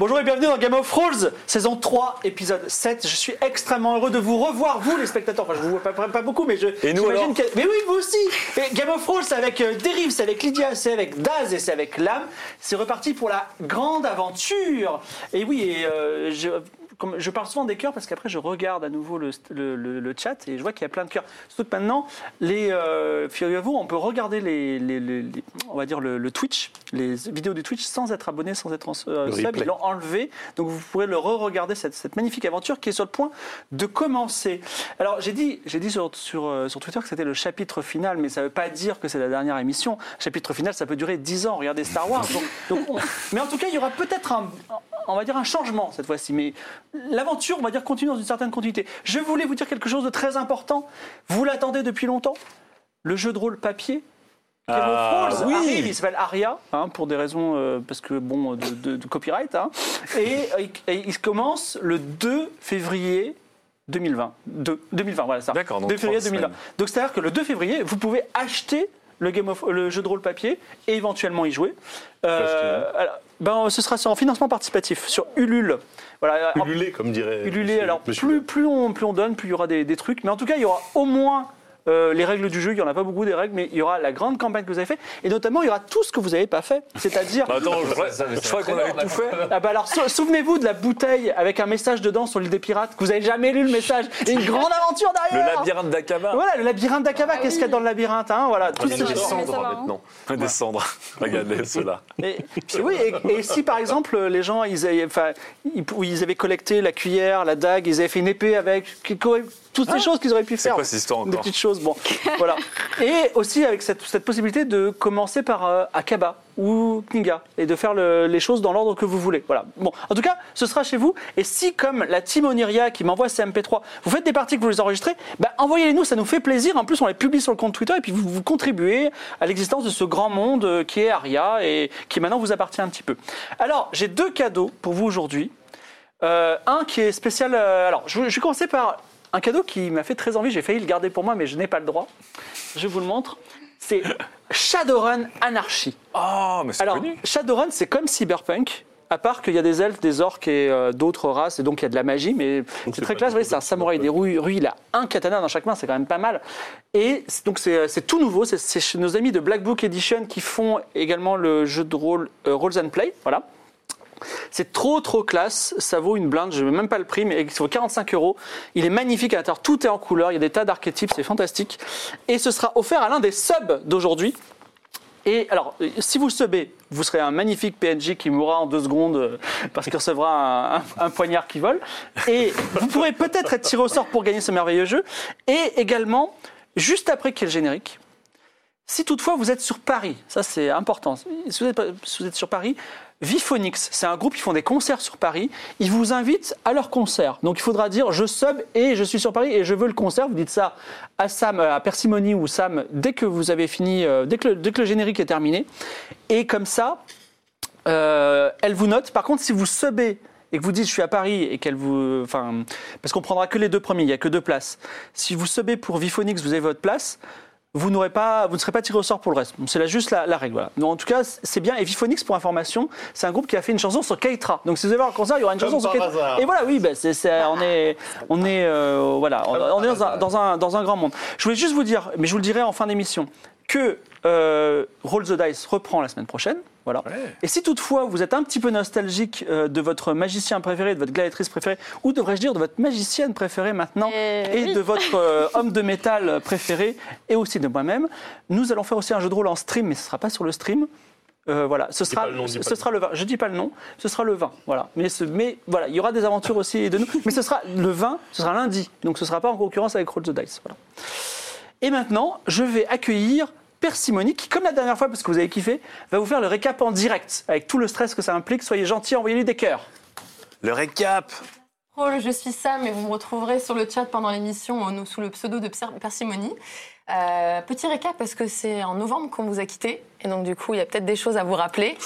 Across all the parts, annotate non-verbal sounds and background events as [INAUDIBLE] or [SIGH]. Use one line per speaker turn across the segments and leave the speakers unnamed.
Bonjour et bienvenue dans Game of Thrones, saison 3, épisode 7. Je suis extrêmement heureux de vous revoir, vous les spectateurs. Enfin, je vous vois pas, pas beaucoup, mais je.
Et nous,
j'imagine
alors
que- Mais oui, vous aussi Et Game of Thrones, c'est avec euh, Derive, c'est avec Lydia, c'est avec Daz et c'est avec Lam. C'est reparti pour la grande aventure Et oui, et, euh, je. comme- je parle souvent des cœurs parce qu'après je regarde à nouveau le, le- le- le chat et je vois qu'il y a plein de cœurs. Surtout que maintenant, les euh, figurez vous, on peut regarder les, les- les- les- on va dire le, le Twitch, les vidéos du Twitch sans être abonné, sans être en, euh,
Le
sub.
replay.
Ils l'ont enlevé, donc vous pourrez le re-regarder cette, cette magnifique aventure qui est sur le point de commencer. Alors j'ai dit, j'ai dit sur, sur, euh, sur Twitter que c'était le chapitre final, mais ça ne veut pas dire que c'est la dernière émission. Chapitre final, ça peut durer 10 ans. Regardez Star Wars. Donc, donc on- mais en tout cas, il y aura peut-être un, on va dire un changement cette fois-ci, mais l'aventure, on va dire, continue dans une certaine continuité. Je voulais vous dire quelque chose de très important. Vous l'attendez depuis longtemps. Le jeu de rôle papier Game of
Ah,
Thrones
oui.
arrive, il s'appelle Aria, hein, pour des raisons, euh, parce que bon, de, de- de copyright. hein. et, euh, et il commence le 2 février 2020. Deux- 2020, voilà ça.
D'accord, donc
2 février
trois
2020.
semaines.
Donc c'est-à-dire que le 2 février, vous pouvez acheter le, Game of- le jeu de rôle papier et éventuellement y jouer. Euh, alors, ben, ce sera en financement participatif sur Ulule. Voilà, en-
Ululé, comme dirait.
Euh, Ululé,
monsieur-
alors
monsieur
plus, plus, on, plus on donne, plus il y aura des, des trucs. Mais en tout cas, il y aura au moins euh, les règles du jeu. Il n'y en a pas beaucoup des règles, mais il y aura la grande campagne que vous avez faite. Et notamment, il y aura tout ce que vous n'avez pas fait.
[LAUGHS]
C'est-à-dire.
Attends, je, je crois qu'on avait tout fait.
Ah bah alors, sou- souvenez-vous de la bouteille avec un message dedans sur l'île des pirates, que vous n'avez jamais lu le message. Et une grande aventure
Le
derrière
labyrinthe d'Akaba.
Voilà, le labyrinthe d'Akaba, qu'est-ce qu'il y a dans le labyrinthe hein, voilà, tout
On va
ce-
descendre
va, hein.
maintenant. On va [LAUGHS] descendre. Regardez cela.
Et, puis oui, et, et si par exemple les gens, ils avaient, enfin, ils, ils avaient collecté la cuillère, la dague, ils avaient fait une épée avec, toutes ces choses qu'ils auraient pu
Ah. C'est
faire.
quoi cette histoire
Des
encore
petites choses, bon. voilà. Et aussi avec cette, cette possibilité de commencer par euh, Akaba ou Kninga et de faire le- les choses dans l'ordre que vous voulez. Voilà. Bon, en tout cas, ce sera chez vous. Et si, comme la team Oniria qui m'envoie ces MP3, vous faites des parties que vous les enregistrez, bah, envoyez-les nous, ça nous fait plaisir. En plus, on les publie sur le compte Twitter et puis vous, vous contribuez à l'existence de ce grand monde euh, qui est Aria et qui maintenant vous appartient un petit peu. Alors, j'ai deux cadeaux pour vous aujourd'hui. Euh, un qui est spécial. euh, alors, je, je vais commencer par un cadeau qui m'a fait très envie. J'ai failli le garder pour moi, mais je n'ai pas le droit. Je vous le montre. C'est Shadowrun Anarchy.
Oh, mais c'est
Alors,
connu.
Shadowrun, c'est comme Cyberpunk. À part qu'il y a des elfes, des orques et euh, d'autres races, et donc il y a de la magie, mais c'est très classe. Vous voyez, c'est un samouraï des rues, rues, il a un katana dans chaque main, c'est quand même pas mal. Et c'est- donc c'est euh, c'est tout nouveau, c'est- c'est chez nos amis de Black Book Edition qui font également le jeu de rôle euh, Rolls and Play, voilà. C'est trop trop classe, ça vaut une blinde, je ne même pas le prix, mais il vaut 45 euros. Il est magnifique à l'intérieur, tout est en couleur, il y a des tas d'archétypes, c'est fantastique. Et ce sera offert à l'un des subs d'aujourd'hui. Et alors, euh, si vous subez, vous serez un magnifique PNJ qui mourra en deux secondes euh, parce qu'il recevra un, un- un poignard qui vole. Et vous pourrez peut-être être tiré au sort pour gagner ce merveilleux jeu. Et également, juste après qu'il y ait le générique, si toutefois vous êtes sur Paris, ça c'est important, si vous êtes, pas- si vous êtes sur Paris, Viphonix, c'est un groupe qui font des concerts sur Paris, ils vous invitent à leur concert. Donc il faudra dire je sub et je suis sur Paris et je veux le concert. Vous dites ça à Sam, euh, à Persimony ou Sam dès que vous avez fini, euh, dès que le- dès que le générique est terminé. Et comme ça, euh, elle vous note. Par contre, si vous subez et que vous dites je suis à Paris et qu'elle vous, enfin, parce qu'on prendra que les deux premiers, il y a que deux places. Si vous subez pour Viphonix, vous avez votre place. Vous n'aurez pas, vous ne serez pas tiré au sort pour le reste. Bon, C'est là juste la, la règle. Voilà. Donc, en tout cas, c'est bien. Et Viphonix, pour information, c'est un groupe qui a fait une chanson sur Keitra. Donc si vous allez voir un concert, il y aura une
Comme
chanson sur
par
Keitra.
hasard.
Et voilà, oui, ben, c'est- c'est- on est, on est, euh, voilà, on, on est dans un, dans, un, dans un grand monde. Je voulais juste vous dire, mais je vous le dirai en fin d'émission, que euh, Roll the Dice reprend la semaine prochaine. Voilà. Et si toutefois vous êtes un petit peu nostalgique euh, de votre magicien préféré, de votre gladiatrice préférée, ou devrais-je dire de votre magicienne préférée maintenant,
Euh,
et
oui.
de votre euh, homme de métal préféré, et aussi de moi-même, nous allons faire aussi un jeu de rôle en stream, mais ce ne sera pas sur le stream. Euh, voilà, ce sera,
pas le nom, dis
ce
pas
sera le vin. Je dis pas le nom, ce sera le vin. Voilà, mais, ce- mais voilà, il y aura des aventures aussi de nous. Mais ce sera le vin, ce sera lundi, donc ce sera pas en concurrence avec Roll the Dice. Voilà. Et maintenant, je vais accueillir Persimony, qui, comme la dernière fois, parce que vous avez kiffé, va vous faire le récap en direct, avec tout le stress que ça implique. Soyez gentils, envoyez-lui des cœurs.
Le récap
Oh, je suis Sam et vous me retrouverez sur le chat pendant l'émission euh, sous le pseudo de Pers- Persimonie. Euh, petit récap parce que c'est en novembre qu'on vous a quitté et donc du coup il y a peut-être des choses à vous rappeler.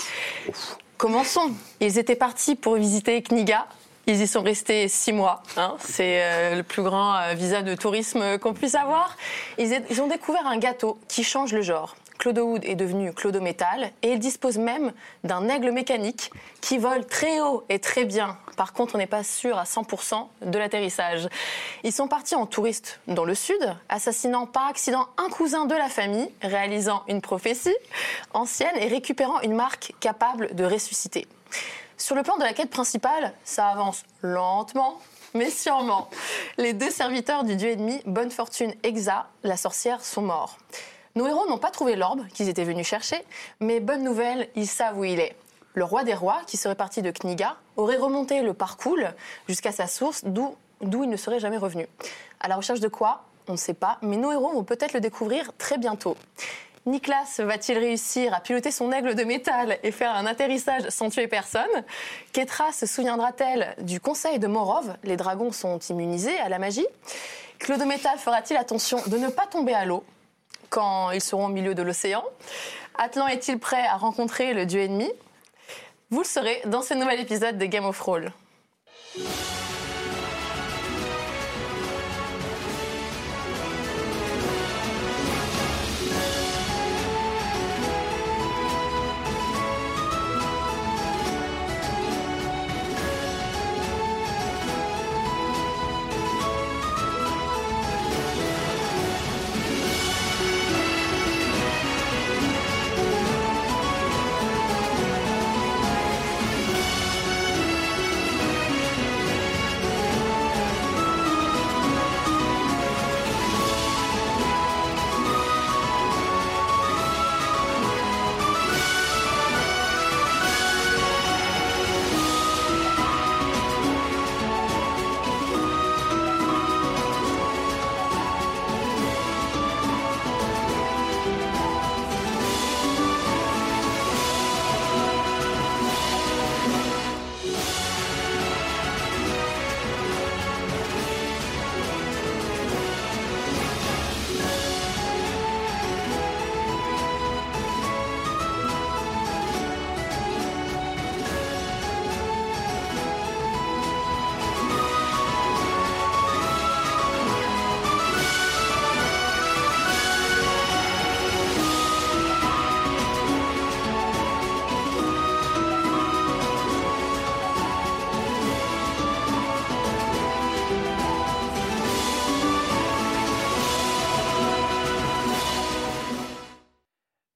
Commençons. Ils étaient partis pour visiter Kniga. Ils y sont restés six mois. hein. C'est euh, le plus grand euh, visa de tourisme qu'on puisse avoir. Ils, est- ils ont découvert un gâteau qui change le genre. Clodo Wood est devenu Clodo Métal et il dispose même d'un aigle mécanique qui vole très haut et très bien. Par contre, on n'est pas sûr à 100% de l'atterrissage. Ils sont partis en touriste dans le sud, assassinant par accident un cousin de la famille, réalisant une prophétie ancienne et récupérant une marque capable de ressusciter. Sur le plan de la quête principale, ça avance lentement, mais sûrement. Les deux serviteurs du dieu ennemi, Bonne Fortune Exa, la sorcière, sont morts. Nos héros n'ont pas trouvé l'orbe qu'ils étaient venus chercher, mais bonne nouvelle, ils savent où il est. Le roi des rois, qui serait parti de Kniga, aurait remonté le parcours jusqu'à sa source, d'où d'où il ne serait jamais revenu. À la recherche de quoi On ne sait pas, mais nos héros vont peut-être le découvrir très bientôt. Niklas va-t-il réussir à piloter son aigle de métal et faire un atterrissage sans tuer personne Ketra se souviendra-t-elle du conseil de Morov Les dragons sont immunisés à la magie. Claude Métal fera-t-il attention de ne pas tomber à l'eau quand ils seront au milieu de l'océan Atlan est-il prêt à rencontrer le dieu ennemi Vous le saurez dans ce nouvel épisode de Game of Thrones.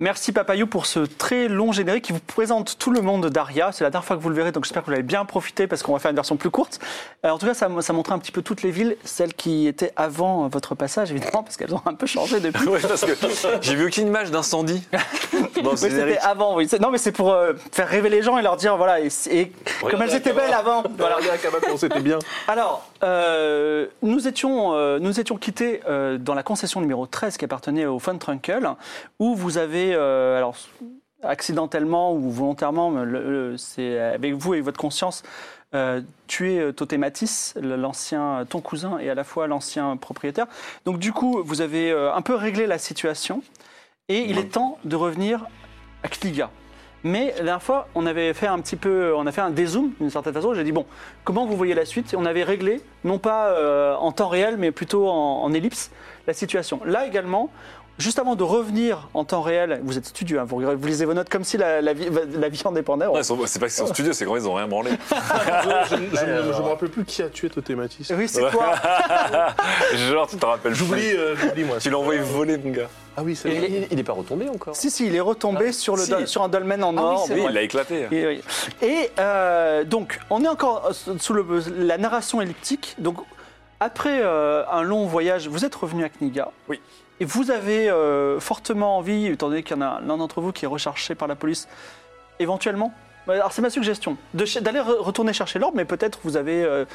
Merci Papayou pour ce très long générique qui vous présente tout le monde d'Aria. C'est la dernière fois que vous le verrez, donc j'espère que vous l'avez bien profité parce qu'on va faire une version plus courte. Euh, en tout cas, ça, ça montrait un petit peu toutes les villes, celles qui étaient avant euh, votre passage, évidemment, parce qu'elles ont un peu changé depuis.
Oui, parce que j'ai vu aucune image d'incendie dans
Oui,
ces
c'était avant, oui. C'est- Non, mais c'est pour euh, faire rêver les gens et leur dire, voilà, et, et comme elles étaient belles avant. Voilà.
c'était bien.
Alors, euh, nous, étions, euh, nous étions quittés euh, dans la concession numéro 13 qui appartenait au Fun Trunkle, où vous avez, euh, alors accidentellement ou volontairement, mais le- le- c'est avec vous et votre conscience, euh, tué euh, Totematis, le- l'ancien, euh, ton cousin et à la fois l'ancien propriétaire. Donc du coup, vous avez euh, un peu réglé la situation et il est temps de revenir à Kliga. Mais la dernière fois, on avait fait un petit peu, on a fait un dézoom d'une certaine façon. J'ai dit bon, comment vous voyez la suite Et on avait réglé, non pas euh, en temps réel, mais plutôt en, en ellipse, la situation. Là également, juste avant de revenir en temps réel, vous êtes studieux, hein, vous, vous lisez vos notes comme si la, la vie, la vie en dépendait.
Non, ils sont- C'est pas qu'ils sont studieux, c'est qu'en vrai, ils ont rien [LAUGHS] branlé.
je ne me rappelle plus qui a tué Totematis.
Oui, c'est quoi
Genre, tu te rappelles.
J'oublie, euh, j'oublie moi.
Tu l'as envoyé voler, mon gars.
[LAUGHS] Ah oui, c'est
Il
vrai.
est-
Il n'est pas retombé encore.
Si, si, il est retombé sur, le
si.
dol- sur un dolmen en
Ah oui,
or.
c'est
Oui,
Bon,
il l'a éclaté.
Et, oui. Et, euh, donc, on est encore sous le- la narration elliptique. Donc, après euh, un long voyage, vous êtes revenu à Kniga.
Oui.
Et vous avez euh, fortement envie, étant donné qu'il y en a l'un d'entre vous qui est recherché par la police, éventuellement. Alors, c'est ma suggestion, de ch- d'aller re- retourner chercher l'orbe, mais peut-être vous avez euh,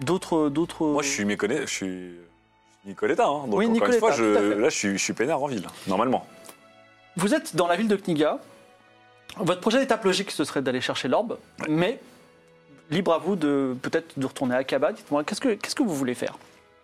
d'autres. d'autres-
Moi, je suis méconnu, je suis Nicoletta, hein, donc
Oui,
encore
Nicoletta,
une fois,
tout à
je,
fait.
là, je suis, je suis peinard en ville, normalement.
Vous êtes dans la ville de Kniga. Votre prochaine étape logique, ce serait d'aller chercher l'orbe, mais libre à vous de peut-être de retourner à Akaba. Dites-moi, qu'est-ce que qu'est-ce que vous voulez faire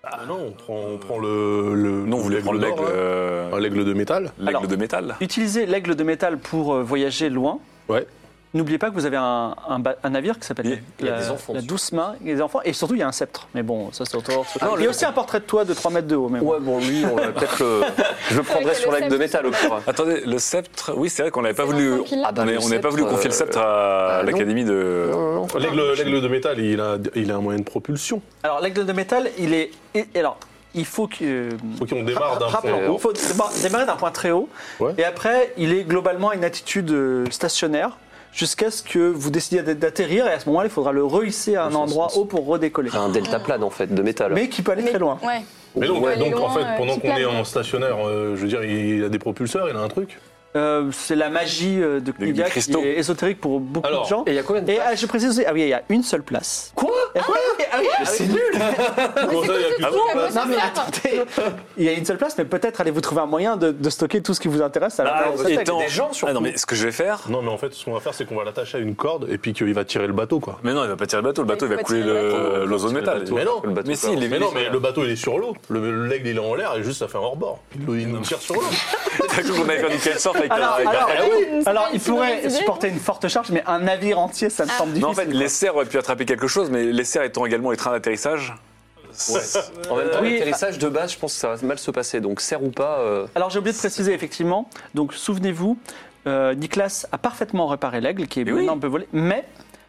Ah non, on prend, on prend le, le-
Non, vous voulez prendre l'aigle
d'or, hein.
euh,
Ah, L'aigle de métal
Alors-
l'aigle de métal
Utilisez l'aigle de métal pour euh, voyager loin.
Ouais.
N'oubliez pas que vous avez un, un ba- un navire qui
Il y a-
s'appelle
il y a
la,
des enfants
la
dessus.
douce main, il y a des enfants, et surtout il y a un sceptre. Mais bon, ça c'est autour.
Ah,
il y a
le-
aussi un portrait de toi de 3 mètres de haut. Mais bon.
Ouais, bon, lui, on va peut-être
[LAUGHS]
le. Je le prendrai
Avec
sur
le
l'acte de
sceptre.
métal au pire.
Attendez, le sceptre, oui, c'est vrai qu'on n'avait pas
C'est
voulu.
l'enfant qui l'a.
Ah bah,
on
le
n'avait- on n'avait pas
sceptre,
voulu confier le
euh,
sceptre à
non. Ah,
l'académie de.
Non, non, non.
L'aigle l'aigle de métal, il a, il a un moyen de propulsion.
Alors l'aigle de métal, il est. et- et alors, il faut que. euh,
Faut qu'on démarre d'un
Rappelons,
point.
il faut débar- démarrer d'un point très haut.
Ouais.
Et après, il est globalement à une attitude euh, stationnaire jusqu'à ce que vous décidiez d'a- d'atterrir. Et à ce moment-là, il faudra le rehisser à un endroit haut pour redécoller.
Un delta plane en fait, de métal.
Mais qui peut aller très loin.
Ouais.
Mais donc,
Ouais,
donc
les
en
grands,
fait,
euh,
pendant
petits
qu'on est
plans.
en stationnaire, euh, je veux dire, il a des propulseurs, il a
[LAUGHS]
un truc.
Euh, c'est la magie euh, de
des
Kniga qui
cristaux.
est ésotérique pour beaucoup
Alors,
de gens.
Et il y a combien de
Et ah, je précise aussi, ah oui, il y a une seule place. Quoi ah, oui, ah oui, ah oui. Ah
Comment ça, il y a plus de place
Non mais attendez, il y a une seule place, mais peut-être allez-vous trouver un moyen de, de stocker tout ce qui vous intéresse à la
Ah,
place de cette
étant-
règle.
Ah non, mais ce que je vais faire.
Non, mais en fait, ce qu'on va faire, c'est qu'on va l'attacher à une corde et puis qu'il va tirer le bateau, quoi.
Mais non, il va pas tirer le bateau, le
Mais
bateau il
il
va
faut
couler
tirer le
le- l'oiseau de
tirer
métal.
le bateau.
Mais non.
Le bateau,
Mais si,
quoi.
il est hein.
Mais non, mais le bateau, il est sur l'eau. Le- L'aigle, il est en l'air et juste, ça fait un hors-bord. Il nous- il nous tire sur l'eau.
[LAUGHS] T'as cru qu'on avait fait du kitesurf avec
Alors,
avec
alors,
Ariel
oui,
alors,
c'est
il
pas une mauvaise
pourrait
idée.
supporter une forte charge, mais un navire entier, ça me semble difficile.
Non, en fait, les cerfs auraient pu attraper quelque chose, mais les cerfs étant également les trains d'atterrissage. c'est-
En même temps,
Oui,
l'atterrissage de base, je pense que ça va mal se passer. Donc, serre ou pas. euh,
Alors j'ai oublié de préciser effectivement, donc souvenez-vous, euh, Niklas a parfaitement réparé l'aigle qui est
Mais
maintenant
oui.
un peu volé, mais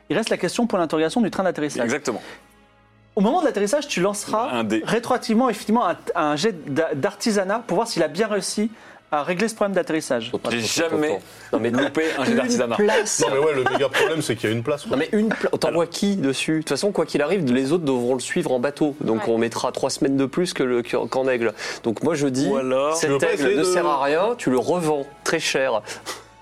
il reste la question pour l'interrogation du train d'atterrissage.
Exactement.
Au moment de l'atterrissage, tu lanceras
Un dé.
rétroactivement effectivement un, un jet d'a- d'artisanat pour voir s'il a bien réussi à régler ce problème d'atterrissage.
faut pas
J'ai
trop-
jamais
Non,
[LAUGHS]
mais
loupé
[LAUGHS]
un jet d'artisanat.
place.
Non, mais ouais, le méga problème, c'est qu'il y a une place, quoi.
Non mais une pla- t'envoies qui dessus De toute façon, quoi qu'il arrive, les autres devront le suivre en bateau. Donc
Ouais.
on mettra trois semaines de plus que le- qu'en qu'en aigle. Donc moi je dis,
Ou alors-
Tu veux
cet
pas
aigle
essayer
ne
de-
sert à rien, tu le revends très cher.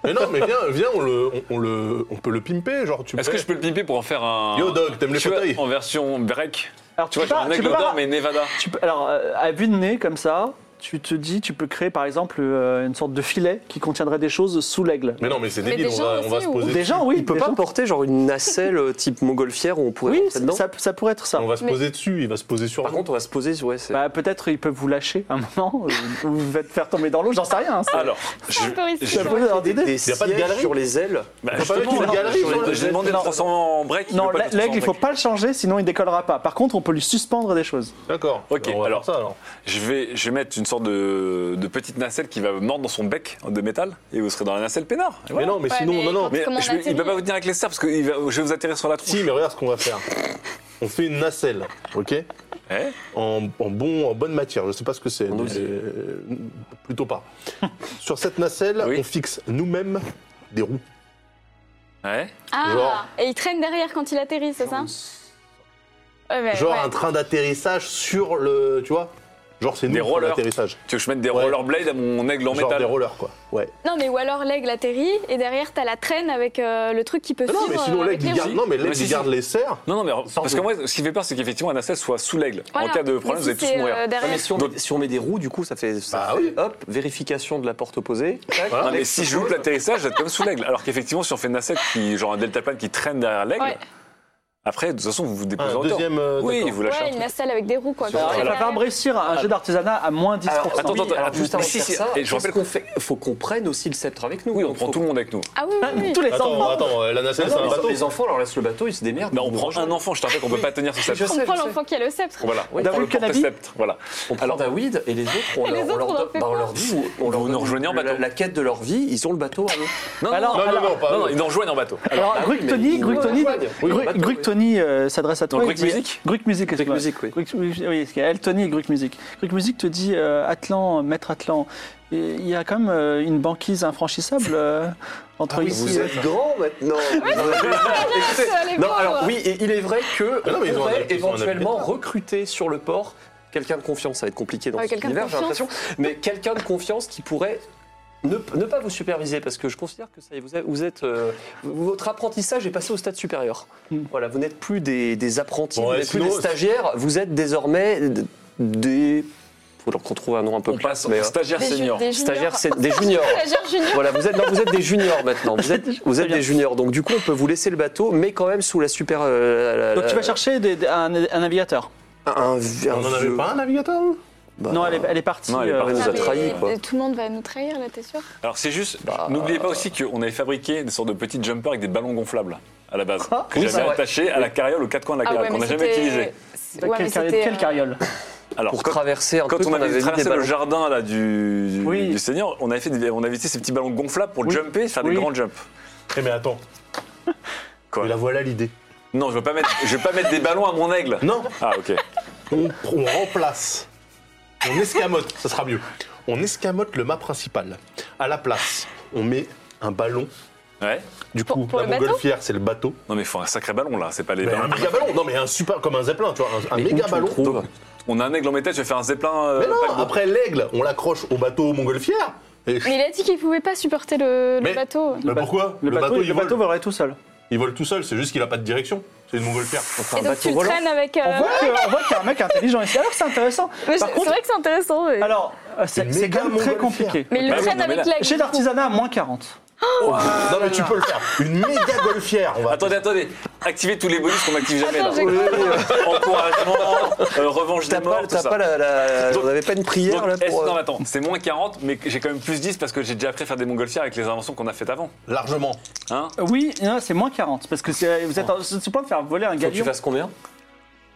Mais non, mais viens, viens, on le, on, on le, on peut le pimper, genre tu.
Est-ce que
fais-
je peux le pimper pour en faire un.
Yo, Doc, t'aimes les
Tu vois,
fauteuils
En version break.
Alors
Tu vois, genre un
tu
aigle
peux pas-
d'or, mais Nevada.
tu peux- alors euh, à vue de nez comme ça, tu te dis, tu peux créer par exemple euh, une sorte de filet qui contiendrait des choses sous l'aigle.
Mais non, mais c'est
Mais
débile.
des
on va,
gens
on va
aussi,
se
ou-
poser.
Des gens, oui,
Il peut
des
pas
gens.
porter genre une nacelle euh, type montgolfière où on pourrait
Oui,
rentrer dedans.
ça, ça pourrait être ça.
On va se
Mais-
poser dessus. Il va se poser sur.
Par
nous.
contre, on va se poser, ouais, c'est.
Bah, peut-être ils peuvent vous lâcher un moment, euh, ou vous faites faire tomber dans l'eau, j'en sais rien. hein,
Ah
c'est-
Alors, je.
un peu risqué.
Ça peut être
des,
l'idée.
des
Y a pas de
sièges
galerie
sur les ailes.
bah,
Faut pas mettre
justement,
une galerie
sur les-
sur le-
J'ai demandé de
Non.
transformer en break. il
Non,
veut pas le
l'aigle, il
transformer en
faut pas le changer, sinon il décollera pas. Par contre, on peut lui suspendre des choses.
D'accord.
Ok,
On va
alors-
faire ça alors.
break. Je vais, je vais mettre une sorte de, de petite nacelle qui va mordre dans son bec de métal et vous serez dans la nacelle peinard. Et
Mais
voilà.
non, mais
Ouais,
sinon,
mais
non, non.
quand-
Mais
Comment on
je vais- il
atterrit
va pas vous tenir avec les cerfs parce que il va- je vais vous atterrir sur la tronche.
Si, mais regarde ce qu'on va faire. On fait une nacelle, ok
Eh
en, en bon, en bonne matière, je sais pas ce que c'est, mais, euh, plutôt pas. [LAUGHS] Sur cette nacelle,
Oui.
on fixe nous-mêmes des roues.
Ouais.
Ah,
Genre.
et il traîne derrière quand il atterrit, c'est ça Ouais, mais-
Genre
ouais.
un train d'atterrissage sur le. Tu vois Genre c'est nous
Des
le train
rollers.
d'atterrissage.
Tu veux que je mette des
Ouais.
rollerblades à mon aigle en
Genre
métal
des rollers, quoi. Ouais.
Non, mais ou alors l'aigle atterrit et derrière t'as la traîne avec euh, le truc qui peut
Mais Ah non,
suivre.
mais sinon,
euh, avec
l'aigle, il
les
garde,
roues.
non, mais l'aigle,
Mais si,
il garde
si.
les serres.
Non, non, mais parce que
de-
moi, ce qui fait peur, c'est qu'effectivement, un nacelle soit sous l'aigle.
Voilà.
En cas de
Mais
problème,
si
vous allez tous
c'est,
mourir.
euh,
Ouais,
derrière-
mais si on,
Donc-
met, si on met des roues, du coup, ça fait. ça
Bah
fait-
oui.
Hop, vérification de la porte opposée. Tac.
Non, mais si je loupe l'atterrissage, j'être comme sous l'aigle. Alors qu'effectivement, si on fait une nacelle qui, genre un deltaplane qui traîne derrière l'aigle,
Ouais.
après, de toute façon, vous vous déposez
Un
en hauteur.
deuxième, euh,
Oui,
d'accord.
vous lâchez
Ouais,
un
une
truc.
nacelle avec des roues, quoi.
Alors, il
Voilà.
va falloir réussir un jeu d'artisanat à moins 10%.
Alors,
attends, attends,
Alors, juste avant
Mais
de
si,
faire
si,
ça,
et je
je pense
rappelle-
qu'on fait, faut qu'on prenne aussi le sceptre avec nous.
Oui, on
Donc,
prend
faut-
tout le monde avec nous.
Ah oui, oui, oui.
Tous les
Attends,
enfants.
attends, euh, la nacelle, c'est
Non,
un
mais
bateau.
Les enfants, on leur laisse le bateau, ils se démerdent.
Bah, on
Ils nous
prend un
rejoignent.
enfant, je te rappelle qu'on peut pas tenir ce
Je
sceptre.
sais,
On prend
je sais.
l'enfant qui a le sceptre.
Voilà,
Oui,
on
David
le porte
Cannavy.
sceptre. Voilà.
On prend
Alors-
David et les autres, on,
Et
leur,
les
on
autres,
leur,
on leur
do-
fait
bah, on
quoi
leur dit, où- on leur
Vous nous
donne
rejoignez en
la-
bateau.
La, quête de leur vie, ils ont le bateau à eux.
Non, non,
Alors,
non,
Non, non, non, pas.
non, non, ils nous rejoignent en bateau.
Alors,
Ah oui,
Grug
mais
Tony,
ils
Grug
nous
Tony,
rejoignent. Oui,
Grug-
bah, oui.
Grug Tony euh, s'adresse à toi.
Donc,
il
Grug
dit-
Music
Grug Music, excuse-moi.
Music, oui.
oui, parce qu'il y a El Tony et Grug Music. Grug Music te dit, euh, Atlan, maître Atlan, euh, il y a quand même euh, une banquise infranchissable euh,
Ah
entre ici et-
grand maintenant. [LAUGHS]
Tous les
Non,
pauvres.
alors oui, et il est vrai que
Mais Ah non, mais ils
on
ont un-
pourrait
ils ont un
éventuellement
habitat.
recruter sur le port quelqu'un de confiance. Ça va être compliqué dans
Ouais,
cet
quelqu'un de
univers, j'ai
confiance.
l'impression. Mais quelqu'un de confiance qui pourrait ne, ne pas vous superviser, parce que je considère que ça, y est, vous êtes, vous êtes, euh, votre apprentissage est passé au stade supérieur. Voilà, vous n'êtes plus des, des apprentis,
Hmm. Bon,
vous
ouais,
n'êtes plus
sinon-
des stagiaires, vous êtes désormais d- des faut leur qu'on trouve un nom un peu
On
plus.
passe
mais,
en
euh,
stagiaire
Des ju-
senior.
des
Stagiaires,
juniors. [LAUGHS]
c'est des juniors.
Stagiaires juniors.
Voilà, vous êtes, non, vous êtes des juniors maintenant. Vous [LAUGHS] êtes, vous êtes
bien.
des juniors. Donc, du coup, on peut vous laisser le bateau, mais quand même sous la super. euh, la- la-
Donc tu vas
la-
chercher des- des- un, un navigateur.
un, un
On n'en avait
vieux-
pas un navigateur nous
bah,
non, elle est, elle est partie. euh,
non, elle est partie.
Ah,
nous a
mais
trahis, quoi.
Tout le monde va nous trahir, là, t'es sûr
Alors c'est juste,
Bah,
n'oubliez pas aussi qu'on avait fabriqué des sortes de petits jumpers avec des ballons gonflables à la base,
Ah,
que
oui, c'est
j'avais
vrai.
attachés à la carriole aux quatre coins de la
Ah
carriole,
ouais,
qu'on
mais
n'a jamais
c'était-
utilisé.
c'est-
Quelle
ouais, mais
carriole-
c'était,
quelle
euh,
carriole
Alors
Pour
quand,
traverser un
quand
truc,
on avait
mis des
traversé le
ballons.
jardin là, du,
Oui.
du Seigneur, on avait, fait des- on avait utilisé ces petits ballons gonflables pour
Oui.
jumper, faire
Oui.
des grands jumps.
Eh mais attends.
Quoi
Mais la voilà l'idée.
Non, je ne vais, pas mettre- je vais pas mettre des ballons à mon aigle.
Non,
Ah ok.
on, on remplace. On escamote, ça sera mieux. On escamote le mât principal. À la place, on met un ballon.
Ouais.
Du
Pour-
coup,
pour
la
le bateau
montgolfière, c'est le bateau.
Non mais il faut un sacré ballon là, c'est pas les
Mais un
ballons.
méga ballon, non mais un super comme un zeppelin, tu vois, un- un,
Mais où tu
méga
le
ballon.
trouves
Donc-
On a un aigle en métal, je vais faire un zeppelin. euh,
mais non,
paquebot.
après l'aigle, on l'accroche au bateau montgolfière. Et-
Mais il a dit qu'il pouvait pas supporter le, le
Mais-
bateau.
Mais pourquoi
Le, bateau,
il,
le
vole.
bateau volerait tout seul.
il vole tout seul, c'est juste qu'il a pas de direction. C'est une montgolfière.
Et donc tu le
volant.
traînes avec. euh,
On voit que- on voit qu'il y a un mec intelligent ici. Alors que c'est intéressant.
mais
Par
c'est
contre,
vrai que c'est intéressant. ouais.
alors, euh, c'est
Une
c'est quand
méga
même très
montgolfière.
compliqué.
mais il le
Bah oui,
traîne
non, mais
avec
là-
la.
Chez d'artisanat, à moins 40.
non mais tu peux le faire. Une méga golfière, on va.
Attendez, attendez, activez tous les bonus qu'on n'active jamais
Attends,
là.
j'ai-
[LAUGHS] Encouragement, euh, revanche des
T'as pas,
morts, tout
t'as
ça.
pas la, la-
Donc-
on avait pas une prière
Donc,
là
est-ce-
pour. euh,
non, mais attends, c'est moins 40, mais j'ai quand même plus 10 parce que j'ai déjà appris à faire des montgolfières avec les inventions qu'on a faites avant.
Largement.
Hein
Euh, Oui, non, c'est moins 40. Parce que c'est- vous êtes en- sur le point de faire voler un
Faut que tu
galion.
fasses combien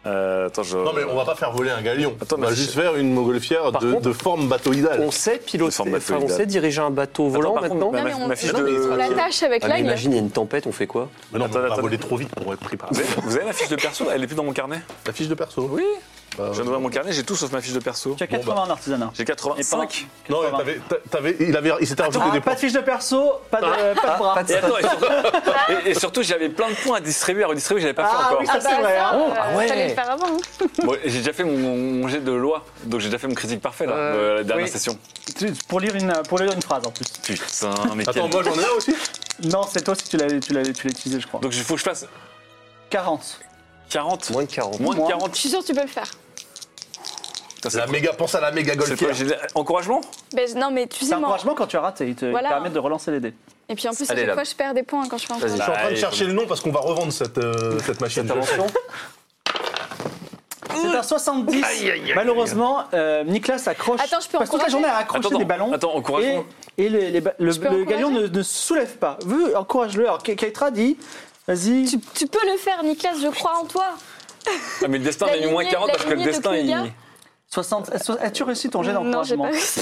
Euh, attends, je.
Non mais on va pas faire voler un galion.
Attends,
on
mais
va
c'est-
juste faire une montgolfière
Par
de,
contre-
de forme bateau-idale.
On sait piloter,
Forme bateau,
enfin, on
idéal.
sait diriger un bateau volant
Attends, par
maintenant.
contre, bah, ma,
Non, mais
ma
on-
fiche
Non, mais il
de.
On l'attache avec
Ah, mais
l'aigle.
imagine, il y a une tempête, on fait quoi
Mais non, mais
Attends,
on va
attends.
voler trop vite pour être pris par
Vous avez, vous avez ma fiche de perso Elle est plus dans mon carnet
la fiche de perso.
Oui.
Bah,
Je viens d'ouvrir mon carnet, j'ai tout sauf ma fiche de perso.
Tu as 80 en artisanat.
J'ai
Et
85.
pas-
Non, mais
80.
t'avais, t'a- t'avais- il avait, il s'était
Ah,
rajouté des
pas
points.
de fiche de perso, pas de, euh, pas de bras. Ah,
pas de-
Et attends, et surtout, [LAUGHS] et- et surtout, j'avais plein de points à distribuer, à redistribuer, j'avais pas fait encore.
Ah, bah,
c'est vrai,
ça,
hein.
euh,
Ah ouais.
Fallait le faire avant. hein.
Bon, j'ai déjà fait mon, mon jet de loi, donc j'ai déjà fait mon critique parfait là,
Euh,
euh, la dernière
oui.
session.
Tu- Pour lire, une, pour lire une phrase en plus.
[LAUGHS] Putain, mais
Attends,
quel-
moi j'en ai un aussi.
Non, c'est toi si tu l'as tu l'as- tu l'as utilisé, je crois.
Donc il faut que je fasse
40.
40.
Moins de 40.
Moins de
Moins.
40.
Je suis sûre que tu peux le faire.
Putain, c'est
La
quoi-
méga, pense à la méga
c'est quoi,
golfière.
j'ai des- Encouragement
Ben, je- non, mais tu
C'est
sais,
un
moi.
encouragement quand tu as raté, il te il
Voilà.
permet de relancer les dés.
Et puis en plus, à
Allez,
chaque
là.
fois, je perds des points quand je fais un
Vas-y.
Je suis en train de
Bah,
chercher le nom parce qu'on va revendre cette, euh, cette machine.
[LAUGHS]
Cette invention
C'est un 70. Malheureusement, euh, Nicolas accroche.
Attends, je peux
passe toute la
encourager
journée à accrocher
Attends,
des ballons.
attends, encourageons.
Et, et les- les ba- le,
Je peux
le galion ne,
encourager
ne se soulève pas. Veux, encourage-le. Alors, Ke- Keitra dit vas-y.
Tu, tu peux le faire, Nicolas, je crois en toi.
Ah, mais le destin
La
a mis moins
lignée-
40
la
parce que le
lignée de
destin,
Kruger.
il.
60. Est-ce que- As-tu réussi ton jet
Non, j'ai
d'encouragement
pas réussi.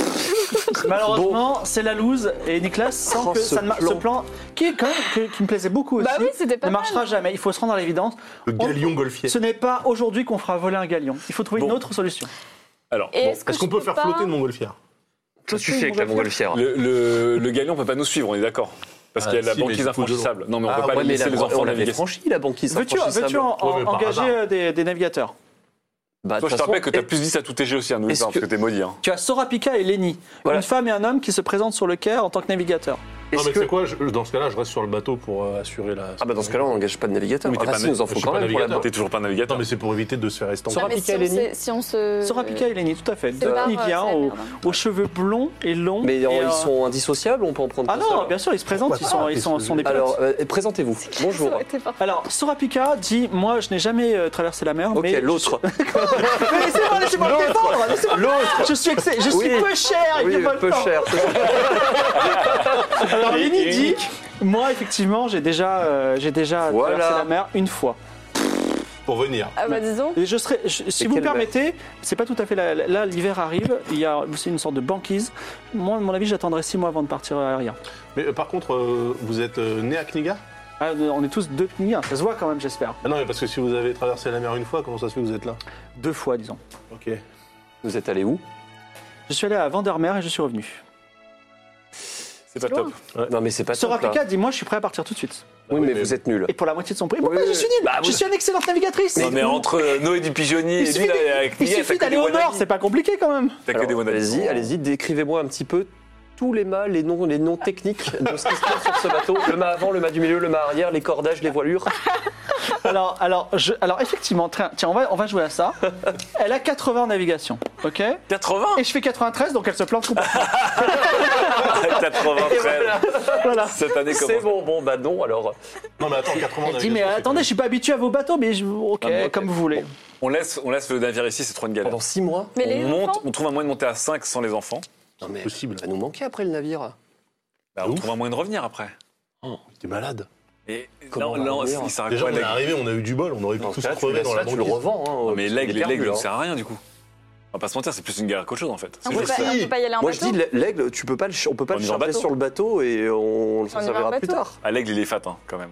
Malheureusement, c'est la loose. Et Nicolas sent
Oh,
que
ce
ça ne mar-
plan.
ce plan, qui est quand même que- qui me plaisait beaucoup aussi,
Bah oui, c'était pas
ne marchera
mal.
jamais. Il faut se rendre à l'évidence.
Le
On-
galion golfier.
Ce n'est pas aujourd'hui qu'on fera voler un galion. Il faut trouver une
Bon.
autre solution.
Alors,
Et est-ce que
Est-ce qu'on
je
peut
peux
faire
pas-
flotter une montgolfière
Qu'est-ce que tu fais avec la montgolfière
le, le, le galion peut pas nous suivre, on est d'accord Parce
Ah,
qu'il y a la
si, mais
banquise
du coup, je-
infranchissable. Non, mais on
Ah,
peut pas
ouais, mais
laisser
la-
les enfants
on l'avait
naviguer.
franchi la banquise
Veux-tu
infranchissable.
veux-tu en-
Ouais, mais par
engager
hasard.
euh, des, des navigateurs
Bah, de
Toi, je
toute
te rappelle que
façon,
t'as plus 10 à tout tes jets aussi, hein, n'oublie
Est-ce
pas, parce
que-
que t'es maudit. hein.
Tu as Sorapika et Lenny,
Voilà.
une femme et un homme qui se présentent sur le quai en tant que navigateur.
Non,
est-ce
mais
que-
c'est quoi je- Dans ce cas-là, je reste sur le bateau pour euh, assurer la.
Ah bah dans ce cas-là, on n'engage pas de navigateur.
Oui, mais t'es
Ah
pas
si,
na-
nous en
je
faut
suis
quand
pas
même pour la
navigateur.
T'es toujours pas
Non,
navigateur.
mais c'est pour éviter de se faire estamper.
Ah, mais si, on se, si on se.
Sorapika et Lenny, tout à fait.
Euh, C'est
Deux
pas-
Tunisiens
c'est la
aux,
merde, hein.
aux cheveux blonds et longs.
Mais
et,
en-
euh,
ils sont indissociables, on peut en prendre
Ah
qu'un
non,
seul.
bien sûr, ils se présentent, ils sont,
pas
ils sont, sont des
Alors,
pilotes.
euh, présentez-vous. Bonjour.
Ça aurait été parfait.
Alors, Sorapika dit Moi, je n'ai jamais euh, traversé la mer,
Ok,
mais.
l'autre.
Mais laissez-moi, laissez-moi me défendre laissez-moi- Je suis, excès- je suis
Oui.
peu cher, [LAUGHS] il
Oui,
est pas le
peu
temps.
cher.
Alors, Lenny dit Moi, effectivement, j'ai déjà, euh, j'ai déjà
Voilà.
traversé la mer une fois.
Pour venir.
Ah bah disons.
Et je serais- je- si
Et
vous me
quelle-
permettez, c'est pas tout à fait la- la- là, l'hiver arrive, il y a c'est une sorte de banquise. Moi, à mon avis, j'attendrai six mois avant de partir à rien.
Mais euh, par contre, euh, vous êtes euh, né à Kniga
Ah, on est tous deux pniens, ça se voit quand même, j'espère.
Ah non, mais parce que si vous avez traversé la mer une fois, comment ça se fait que vous êtes là
Deux fois, disons.
Ok.
Vous êtes allé où
Je suis allé à Vandermeer et je suis revenu.
C'est pas top.
Non mais c'est pas top, là.
Sorapika dit Moi, je suis prêt à partir tout de suite.
Oui, mais vous êtes nul.
Et pour la moitié de son prix. Pourquoi
oui,
je
oui.
suis nul
Bah,
Je
vous-
suis une excellente navigatrice
Non, mais entre euh, Noé du Pigeonnier
Il
et
suffit
lui, là,
d'y-
euh, avec
Il
Nia, t'as
suffit
que des
d'aller au
Wannabe.
nord, c'est pas compliqué quand même.
T'as que
Alors,
des Wannabe.
Allez-y, allez-y, décrivez-moi un petit peu tous les mâts, les noms, les noms techniques de ce qui se passe sur ce bateau. Le mât avant, le mât du milieu, le mât arrière, les cordages, les voilures.
Alors, alors, je- alors effectivement, tiens, tiens, on va, on va jouer à ça. Elle a 80 en navigation, ok
80
Et je fais 93, donc elle se plante complètement.
93
Voilà.
Cette année
C'est
commence.
bon, bon, bah non, alors.
Non, mais attends, 80
Elle dit, mais attendez, je suis pas habitué à vos bateaux, mais je... ok,
Ah, mais ok.
comme vous voulez.
On laisse, on laisse le navire ici, c'est trop une galère.
Pendant six mois
Mais les
On monte,
enfants,
on trouve un moyen de monter à 5 sans les enfants.
Non, mais
Possible.
ça va nous manquer après le navire.
Bah, on trouve un moyen de revenir après.
T'es malade.
Et
Comment
là,
on va
là,
revenir
il sert à
Déjà,
quoi
on est
l'aigle
arrivé, on a eu du bol, on aurait pu
Dans ce
tous
cas-là, tu,
crever
laisses
dans
là,
la
tu le
banquise.
revends. Hein,
Non, mais
parce
l'aigle,
qu'il est perdu,
l'aigle,
là.
ça sert à rien du coup. On va pas se mentir, c'est plus une galère qu'autre chose en fait.
on
C'est
peut
juste
pas-
ça.
on peut pas y aller en
Moi, je
bateau.
dis, l'aigle, tu peux pas le, ch- on peut pas
On
le
y va en
charger
bateau.
sur le bateau et on, s'en
On y va en
servira plus
bateau.
tard.
À l'aigle, il est fat hein, quand même.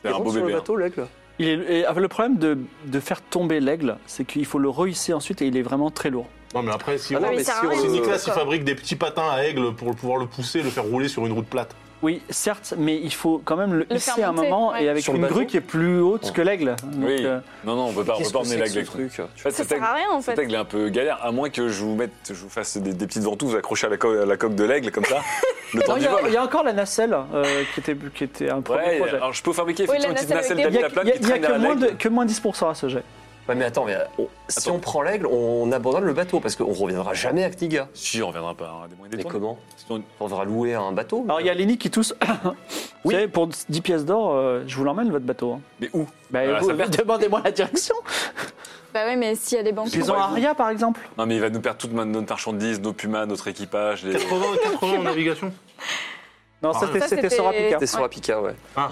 C'est
Il
un
rentre
beau
sur
bébé.
le
hein.
bateau, l'aigle.
Il est- et ah, le problème de, de faire tomber l'aigle, c'est qu'il faut le rehisser ensuite et il est vraiment très lourd.
Non, mais après, si,
Ah non,
mais
mais
ça
si
sert
on-
à rien.
si
euh,
Nicolas il
d'accord.
fabrique des petits patins à aigle pour pouvoir le pousser, le faire rouler sur une route [LAUGHS] plate.
Oui, certes, mais il faut quand même le,
Le
hisser
faire
à un
monter,
moment
ouais.
et avec
Sur le
une
bateau Oh.
grue qui est plus haute que l'aigle. Donc,
Oui.
euh,
Non, non, on peut pas, Bah, on peut
Qu'est-ce
pas
que
emmener
c'est que
l'aigle
ce
avec nous.
truc
En fait,
Ça
cet
sert
aigle,
à rien en
cet
fait.
aigle est un peu galère, à moins que je vous, mette, je vous fasse des, des petites ventouses accrochées à la, co- à la coque de l'aigle comme ça. Le temps
non, il,
du
y a,
vol.
il y a encore la nacelle euh, qui, était, qui était un premier
Ouais,
projet.
alors je peux fabriquer
Oui, la
effectivement une petite
nacelle
nacelle
avec
Il n'y
d'habit
a,
à plate
il y a-
qui
il y a
traîne
que,
vers
moins de,
l'aigle.
que moins 10% à ce jet.
Ouais, mais attends, mais euh, on- si
Attends.
on prend l'aigle, on abandonne le bateau parce qu'on reviendra jamais à Ktiga.
Si, on reviendra pas, hein, des moyens
Mais
détournés.
comment
Sinon,
On devra louer un bateau
Alors il y a Lenny qui tousse. [COUGHS] Vous
Oui.
savez, pour 10 pièces d'or, euh, je vous l'emmène votre bateau. hein.
Mais où
Bah,
Ah,
vous-
ça [LAUGHS] perd.
demandez-moi la direction.
Bah ouais, mais s'il y a des banques.
Ils ont Aria par exemple.
Non, mais il va nous perdre toute ma- notre marchandise, nos pumas, notre équipage. Les...
80, 80 en navigation.
Non,
Ah,
ça, c'était-
ça,
c'était
c'était-
sur Apica.
C'était sur Apica, ouais.
Ah.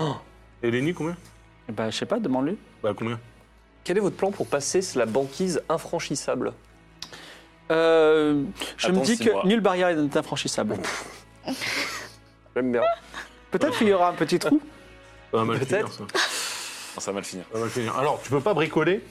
Et Lenny, combien
Bah je sais pas, demande-lui.
Bah, combien
Quel est votre plan pour passer la banquise infranchissable
Euh, je
Attends
me dis
six
que
mois.
nulle barrière est infranchissable.
J'aime bien.
Ah,
Peut-être qu'il y aura un petit trou.
Ça va mal
Peut-être.
finir, ça.
Non, ça va mal finir.
Ça va mal finir. Alors, tu peux pas bricoler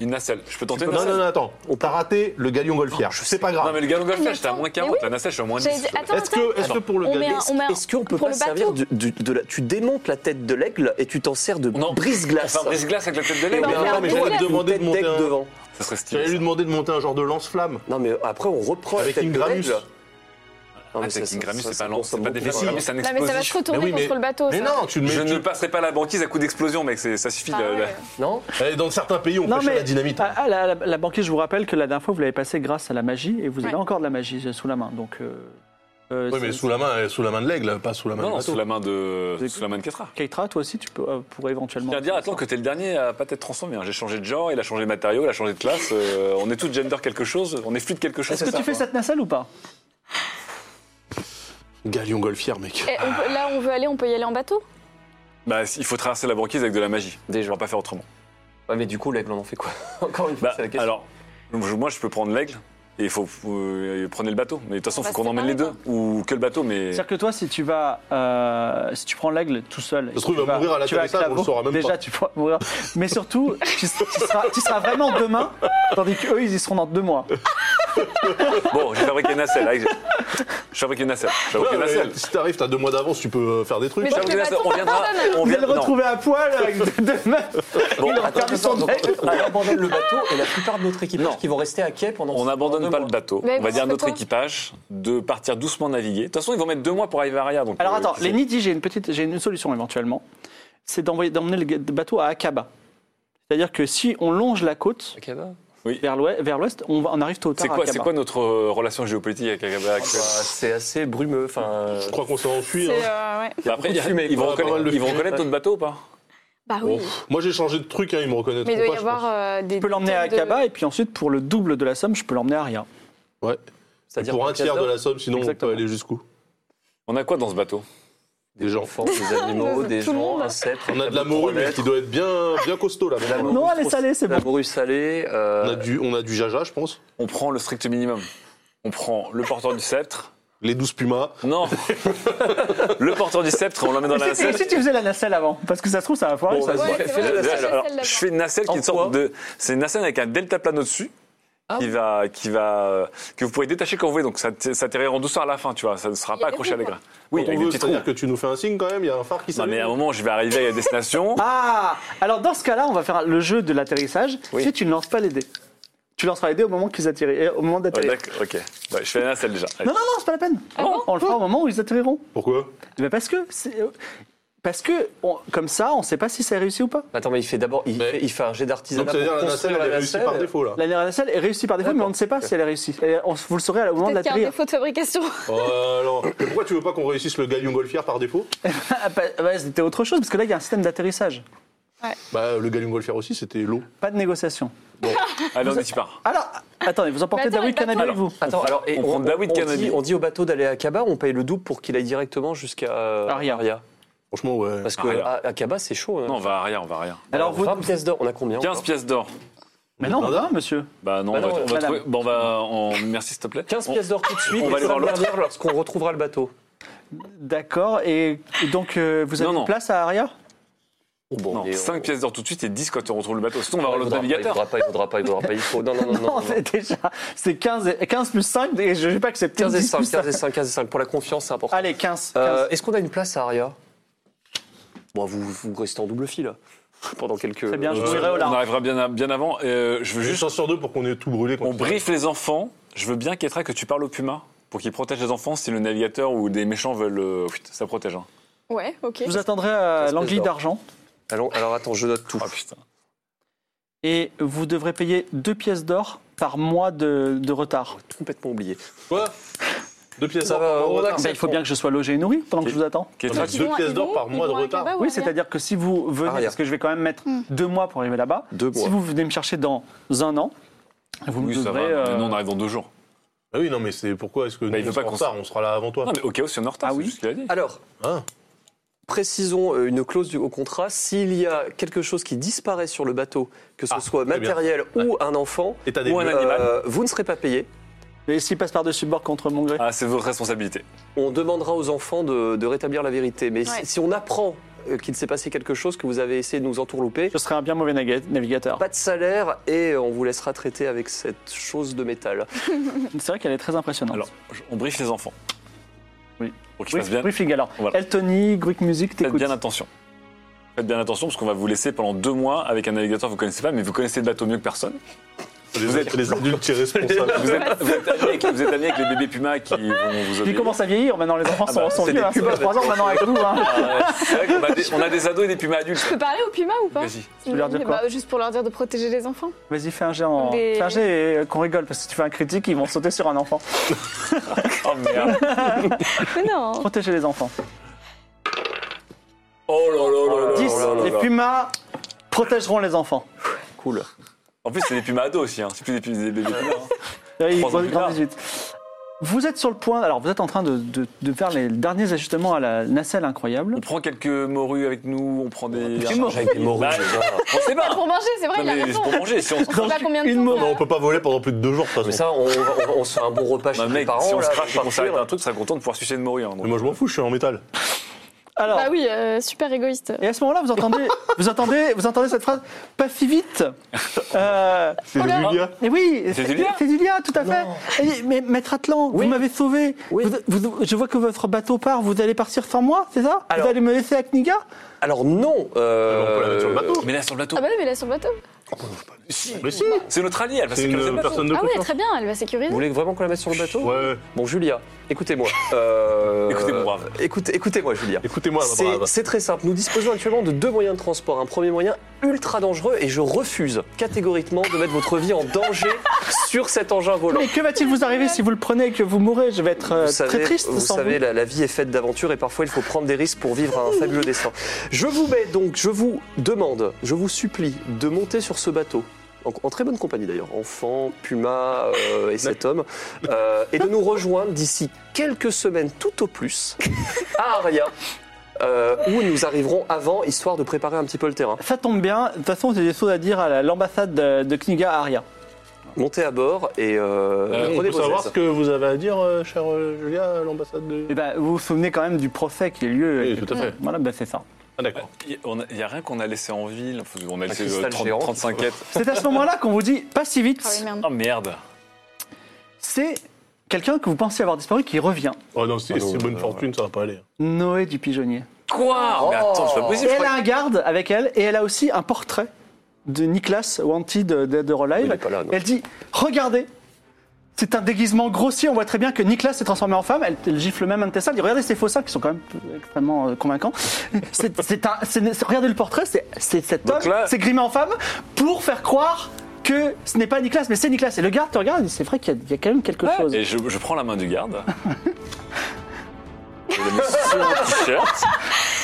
Une nacelle. Je peux tenter
Non,
une
non,
nacelle
non, attends. On Oh, t'a raté le galion golfière. C'est pas
Non,
grave.
mais le galon golf,
Ah, Mais
j'étais à
attends,
moins
mais
40.
oui.
La nacelle, je suis à moins 10.
J'allais dire, attends,
Est-ce que, est
Attends.
que pour le
on met
galion...
un- on met un-
Est-ce qu'on peut
pour
pas
le bateau.
servir du- du- de la... Tu démontes la tête de l'aigle et tu t'en sers de
Non.
brise-glace.
Enfin, brise-glace avec la tête de
Et
l'aigle.
on
Non,
met
non,
un
mais
brise-glace.
j'allais
Une
demander de
tête
monter
d'aigle
un-
devant.
Ça serait
Tu allais
stylé. Ah,
lui demander de monter un genre de lance-flamme.
Non, mais après, on reprend
Avec
la
une
tête de
Gramus.
l'aigle.
Ah,
Non, mais
c'est
ça-
une
ça-
Gramus,
ça-
c'est
ça
pas lent, c'est
consomme
pas
beaucoup.
défensif.
Mais si.
c'est un
Non, mais ça va se
explosif.
retourner
Mais oui, mais-
contre le bateau.
Mais
ça.
non, tu le mets...
Je
tu-
ne passerai pas la banquise à coup d'explosion, mec. c'est- Ça suffit.
Ah
la- la-
ouais.
Non
Eh, Dans certains pays, [LAUGHS] on pêche à la dynamite.
ah, ah, la, la- la banquise, je vous rappelle que la dernière fois, vous l'avez passée grâce à la magie et vous avez
Ouais.
encore de la magie sous la main. Donc, euh, euh,
Oui, mais
c'est-
sous la main, euh, sous la main de l'aigle, pas sous la main
Non,
du
non,
bateau.
sous la main de,
C'est-
sous la main de Ketra.
Keitra, toi aussi, tu peux, euh, pourrais éventuellement.
Je tiens à dire, Atlan, que t'es le dernier à pas être transformé. hein. J'ai changé de genre, il a changé de matériau, il a changé de classe. euh, on est tous gender quelque chose, on est fluide quelque chose.
Est-ce que tu fais cette nacelle ou pas
Galion golfière, mec.
Eh, on peut- Là, on veut aller, on peut y aller en bateau.
Bah, il faut traverser la banquise avec de la magie.
Déjà.
On va pas faire autrement.
Ouais, mais du coup, l'aigle, on en fait quoi [LAUGHS] Encore une fois,
Bah,
c'est la question.
alors, je- moi, je peux prendre l'aigle. Et il faut euh, prenez le bateau. Mais de toute façon,
On
il
va
faut qu'on
se
emmène les deux.
séparer,
Ou que le bateau, mais.
C'est-à-dire que toi, si tu vas, euh, si tu prends l'aigle tout seul, et
se trouve,
tu
il va
vas-
mourir à
tu vas
l'atterrissage, on le
Claveau,
saura même
déjà,
pas.
tu pourras mourir. Mais surtout, tu, tu seras, tu seras vraiment demain, tandis qu'eux, ils y seront dans deux mois.
Bon, j'ai fabriqué une nacelle. Alex. Je fabrique une nacelle. Je fabrique
Ouais,
Ah,
une nacelle.
mais Si t'arrives, t'as deux mois d'avance, tu peux euh, faire des trucs.
Mais
Je
donc,
fabrique une
le
nacelle.
bateau,
On viendra. On
Vous allez le
viendra. non.
retrouver à poil avec [LAUGHS] deux, deux meufs.
Bon,
il aura
attends,
perdu
attends,
son
attends.
aigle.
On abandonne le bateau et la plupart de notre équipage
Non.
qui vont rester à quai pendant
On n'abandonne
pendant
pas
deux
le bateau.
Mais
on va
comment
dire à
c'est
notre
toi
équipage de partir doucement naviguer. De toute façon, ils vont mettre deux mois pour arriver à Aria. Donc
Alors
euh,
attends,
tu sais.
Lenny dit j'ai une petite, j'ai une solution éventuellement, c'est d'envoyer, d'emmener le bateau à Akaba. C'est-à-dire que si on longe la côte
mois. Ok, bah.
vers l'ouest, vers l'ouest, on, va- on arrive tôt ou tard
C'est
à
quoi, c'est
Akaba.
quoi notre euh, relation géopolitique avec Agaba
Ah, bah,
actuelle
C'est assez brumeux. Enfin,
Je crois qu'on s'est enfuis.
C'est,
hein.
euh, ouais.
Bah Après,
beaucoup de fumée,
ils vont
quoi. Pas mal de
reconnaître, ils vont
fumée.
reconnaître notre bateau ou pas
Bah
Bon,
oui.
pff, Moi, j'ai changé de truc, hein, ils me reconnaissent
Mais il doit
pas,
y
je pense.
avoir euh, des.
Je peux l'emmener à
tonnes de-
Akaba et puis ensuite pour le double de la somme, je peux l'emmener à Aria.
Ouais.
c'est-à-dire
Pour un tiers de
d'or,
la somme, sinon
Exactement.
on peut aller jusqu'où
On a quoi dans ce bateau
des
[LAUGHS]
enfants, des animaux, des
Tout le
gens,
monde.
insectes.
On a de la
tableaux
morue, mais
toilettes.
qui doit être bien, bien costaud là.
De la
On
morue
Non, elle est
trop-
salée, c'est [LAUGHS]
La
bon.
morue salée. euh,
a du, on a du jaja, je pense.
On prend le strict minimum. On prend le porteur du sceptre.
Les 12 pumas.
Non Le porteur du sceptre, on l'emmène dans la
Et si,
nacelle.
et si tu faisais la nacelle avant, parce que ça se trouve ça va foirer.
Bon,
ça.
vas-y.
Ouais,
Fais-
c'est
fais
vrai,
la
c'est
Déjà,
la
alors,
nacelle
je fais une nacelle qui
En
est une sorte
quoi
de. C'est une nacelle avec un deltaplane au-dessus.
Ah.
Qui va, qui va, euh, que vous pouvez détacher quand vous voulez, donc ça t- ça atterrira en douceur à la fin, tu vois, ça ne sera
Il y
pas
a des
accroché à
trous,
l'aigre.
quoi.
Oui,
Quand on
avec
veut,
des trous.
c'est-à-dire que tu nous fais un signe quand même, il y a un phare qui
Non, mais à un
s'allume.
moment, je vais arriver à la destination.
Ah Alors dans ce cas-là, on va faire le jeu de l'atterrissage. Si tu ne lances pas les dés, tu lanceras les dés au moment qu'ils atterriront, au moment
Ouais,
d'atterrir.
d'accord, ok. Ouais, je fais la nacelle déjà. Allez.
Ah
non non non, c'est pas la peine. on le fera au moment où ils atterriront.
Pourquoi
Mais parce que c'est- Parce que, on- comme ça, on ne sait pas si ça réussi ou pas.
Attends, mais il fait d'abord, il,
Mais-
fait, il fait un jet
Donc
d'artisanat
ça veut
pour
dire la nacelle,
construire
elle est
la
réussie
nacelle.
par défaut là.
La nacelle est réussie par défaut, mais on ne sait pas si elle est réussie. Et euh, on- vous le saurez au moment de
Peut-être qu'il y a
l'atterrir.
un défaut de fabrication.
Oh, alors, mais pourquoi tu veux pas qu'on réussisse le galion golfière par défaut
[LAUGHS] Ah, bah, bah, C'était autre chose, parce que là, il y a un système d'atterrissage.
Bah, le galion golfière aussi, c'était l'eau.
Pas de négociation.
Allez, on y part.
Alors, attendez, vous emportez
Mais
de la
attends,
weed
mais
cannabis
attends.
avec vous
Attends, alors, et
on prend de la weed
dit-
cannabis.
on dit au bateau d'aller à Kaba, on paye le double pour qu'il aille directement jusqu'à euh,
Aria.
Franchement, ouais.
Parce que
Aria.
à, à Kaba, c'est chaud. hein.
Non, on va à rien, on va à rien.
Alors, vous...
20 pièces d'or, on a combien
15
encore
pièces d'or.
Mais non, non, monsieur.
Bah non,
Bah
on va,
non,
on va
madame.
trouver. Bon, bah, on- merci, s'il te plaît.
15
On-
pièces d'or tout de suite,
on va
et
aller
ça
voir l'autre.
dernière lorsqu'on retrouvera le bateau.
D'accord, et donc euh, vous avez
Non, non.
une place à Aria
Oh, Bon,
Non,
mais on-
5 pièces d'or tout de suite et 10 quand on retrouve le bateau. Sinon, on va
Il
voir l'autre
faudra pas,
navigateur.
Il faudra pas, il faudra pas, il faudra pas. Il faut...
[LAUGHS]
Non, non, non, non. non, non.
c'est déjà. C'est 15, et- 15 plus 5, et je vais pas accepter
15 et
10
5,
plus
15 et 5, 15 et 5. Pour la confiance, c'est important.
Allez, 15. 15.
Euh, Est-ce qu'on a une place à Aria Bon, vous, vous restez en double file [LAUGHS] pendant quelques.
Très bien, je
euh,
vous irai au
On
large.
arrivera bien, à- bien avant. Euh, je veux
Juste
juste.
un sur deux pour qu'on ait tout brûlé. quand
On
il-
briefe les enfants. Je veux bien, Ketra, que tu parles au puma pour qu'il protège les enfants si le navigateur ou des méchants veulent. euh, putain, Ça protège. Hein.
Ouais, ok.
Je vous attendrai à
Espèce
l'anguille
d'or.
d'argent,
Allons- alors attends, je note tout.
Ah, putain.
et vous devrez payer 2 pièces d'or par mois de, de retard.
complètement oublié.
Quoi Deux pièces
Ça
d'or
va,
par
on
mois de
a-
retard.
Bah, il faut bien que je sois logé et nourri pendant que je vous attends.
Ketra,
Donc,
tu-
Ils vont-
deux pièces
ils
d'or
vont-
par
ils
mois de
vont à
retard.
Kaba ou
Oui,
à Aria
c'est-à-dire que si vous venez,
Aria.
parce que je vais quand même mettre
Hmm.
deux mois pour arriver là-bas,
Deux
si
mois.
vous venez me chercher dans un an, vous
Oui,
me
ça va.
devrez... euh,
Nous, on arrive dans deux jours.
Ah oui, non, mais c'est pourquoi est-ce que
Bah, il
nous,
veut pas
on sera en
qu'on
retard On sera là avant toi.
Non, mais au cas où, si on est en retard,
Ah
c'est
oui.
juste ce qu'il a dit.
Alors,
Hein
précisons euh, une clause du- au contrat. S'il y a quelque chose qui disparaît sur le bateau, que ce
Ah,
soit
très bien.
matériel ou un enfant,
Et t'as des
ou un
bleus.
animal,
Euh,
vous ne serez pas payé.
Et s'il passe par-dessus bord contre mon gré
Ah, c'est votre responsabilité.
On demandera aux enfants de, de rétablir la vérité. Mais
Ouais.
si, si on apprend euh, qu'il s'est passé quelque chose, que vous avez essayé de nous entourlouper,
Je serais un bien mauvais naga-
Bah,
navigateur.
pas de salaire et euh, on vous laissera traiter avec cette chose de métal.
C'est vrai qu'elle est très impressionnante.
Alors, je- on briefe les enfants.
Oui.
Pour qu'ils
Oui,
fassent bien,
briefing alors.
Voilà.
Eltony, Greek Music,
faites
t'écoutes.
bien attention. Faites bien attention parce qu'on va vous laisser pendant deux mois avec un navigateur que vous connaissez pas, mais vous connaissez le bateau mieux que personne.
Vous êtes les adultes irresponsables.
[LAUGHS]
[LAUGHS] Vous êtes, vous êtes amis avec, vous êtes amis avec les bébés pumas qui vont vous
Puis ils
obéir.
commencent à vieillir, maintenant les enfants
Ah
sont,
bah,
sont
c'est
vieux,
des
hein, c'est pas
pubs,
3 ans maintenant avec nous. hein.
Ah ouais, c'est vrai qu'on a des, on a des ados et des pumas
Je
adultes.
peux parler au Puma ou pas
Vas-y.
Tu veux leur dire quoi
Bah, Juste pour leur dire de protéger
[LAUGHS]
les enfants.
Vas-y, fais un jet, en...
Des-
fais un jet et euh, qu'on rigole, parce que si tu fais un critique, ils vont sauter sur un enfant.
Oh merde.
Mais non
Protéger les enfants.
Oh là là là là.
10,
là là
les
là.
pumas protégeront les enfants.
Cool.
En plus, c'est des pumas ados aussi, hein. c'est plus des, pumas- des bébés pumas. hein.
Là, ils
Trois ans
vont
plus tard.
grandir vite. Vous êtes sur le point, alors vous êtes en train de, de- de faire les derniers ajustements à la nacelle incroyable.
On prend quelques morues avec nous, on prend des.
Bien chargé avec des morues,
Bah,
déjà.
on sait pas.
Pour manger, c'est vrai,
Non,
il a
mais c'est
raison.
pour manger. Si on se
Je sais pas combien de
une
temps,
moment.
là.
Non, on peut pas voler pendant plus de deux jours, de toute
Mais
façon.
ça, on, on- on se fait un
[LAUGHS]
bon repas chez
Bah,
les
mec,
parents.
si on
là,
se
avant
crache et
de
qu'on s'arrête
partir.
un truc, on sera content de pouvoir sucer une morue. hein, donc.
Mais moi, je m'en fous, je suis en métal.
Alors,
Bah oui, euh, super égoïste.
et à ce moment-là, vous entendez,
[LAUGHS]
vous, entendez, vous entendez cette phrase, pas si
[LAUGHS]
vite. Euh,
C'est Julia.
Et oui,
C'est du lien.
c'est du lien, tout à fait. Et- mais maître Atlan,
Oui.
vous m'avez sauvé.
Oui.
Vous- vous- je vois que votre bateau part. Vous allez partir sans moi, c'est ça
Alors-
Vous allez me laisser à Kniga
Alors
Ah,
non. euh,
Mais on peut la mettre sur le bateau.
Mais là, sur le bateau,
Ah bah oui, mais elle est sur le bateau.
Mais si,
c'est notre allié, elle va
c'est
sécuriser le
une
bateau.
personne de
Ah oui,
confiance.
très bien, elle va sécuriser.
Vous voulez vraiment qu'on la mette sur le bateau
Ouais,
Bon, Julia, écoutez-moi. Euh,
Écoutez-moi, brave.
écoutez- Écoutez-moi, Julia.
écoutez-moi, bah,
C'est-
brave.
C'est très simple. Nous disposons actuellement de deux moyens de transport. Un premier moyen ultra dangereux et je refuse catégoriquement de mettre votre vie en danger [LAUGHS] sur cet engin volant.
Mais que va-t-il vous arriver si vous le prenez et que vous mourrez Je vais être euh,
Vous
très
savez,
triste
vous
sans
savez,
vous.
La, la vie est faite d'aventures et parfois il faut prendre des risques pour vivre un fabuleux destin. Je vous mets donc, je vous demande, je vous supplie de monter sur ce bateau. En, en très bonne compagnie d'ailleurs, enfant, puma euh, et cet homme, euh, et de nous rejoindre d'ici quelques semaines tout au plus à Aria, euh, où nous arriverons avant, histoire de préparer un petit peu le terrain.
Ça tombe bien. De toute façon, j'ai des choses à dire à la- l'ambassade de, de Kniga à Aria.
Montez à bord et euh,
Euh,
On
prenez
peut
vos
savoir
aises.
ce que vous avez à dire, euh, chère euh, Julia, à l'ambassade
Et
de...
ben, vous vous souvenez quand même du procès qui a eu lieu. euh,
Oui, tout à fait.
Voilà, ben c'est ça.
Ah d'accord.
Il n'y a, rien qu'on a laissé en ville. Faut- On a laissé
cristal
euh, 30
géant.
35 quêtes.
C'est à ce moment-là qu'on vous dit pas si vite.
Ah oui, merde.
Oh merde.
C'est quelqu'un que vous pensez avoir disparu qui revient.
Oh non, c'est
Ah non,
c'est bonne
euh,
fortune, ça va pas aller.
Noé du pigeonnier.
Quoi
Oh.
Mais attends, c'est pas
Et
possible. je
elle
crois
a un garde avec elle et elle a aussi un portrait de Niklas Wanty de, de, de Relive.
Il est pas là, non.
Elle dit Regardez, C'est un déguisement grossier. On voit très bien que Nicolas s'est transformé en femme. Elle, elle gifle même un de tes seins. Et Regardez ces faux seins qui sont quand même extrêmement euh, convaincants. [LAUGHS] C'est, c'est un, c'est- c'est- regardez le portrait. C'est, c'est cet homme
Donc là-
s'est grimé en femme pour faire croire que ce n'est pas Nicolas, mais c'est Nicolas. Et le garde te regarde. et dit, C'est vrai qu'il y a, il y a quand même quelque chose.
Et je, je prends la main du garde. je le mets sur mon t-shirt.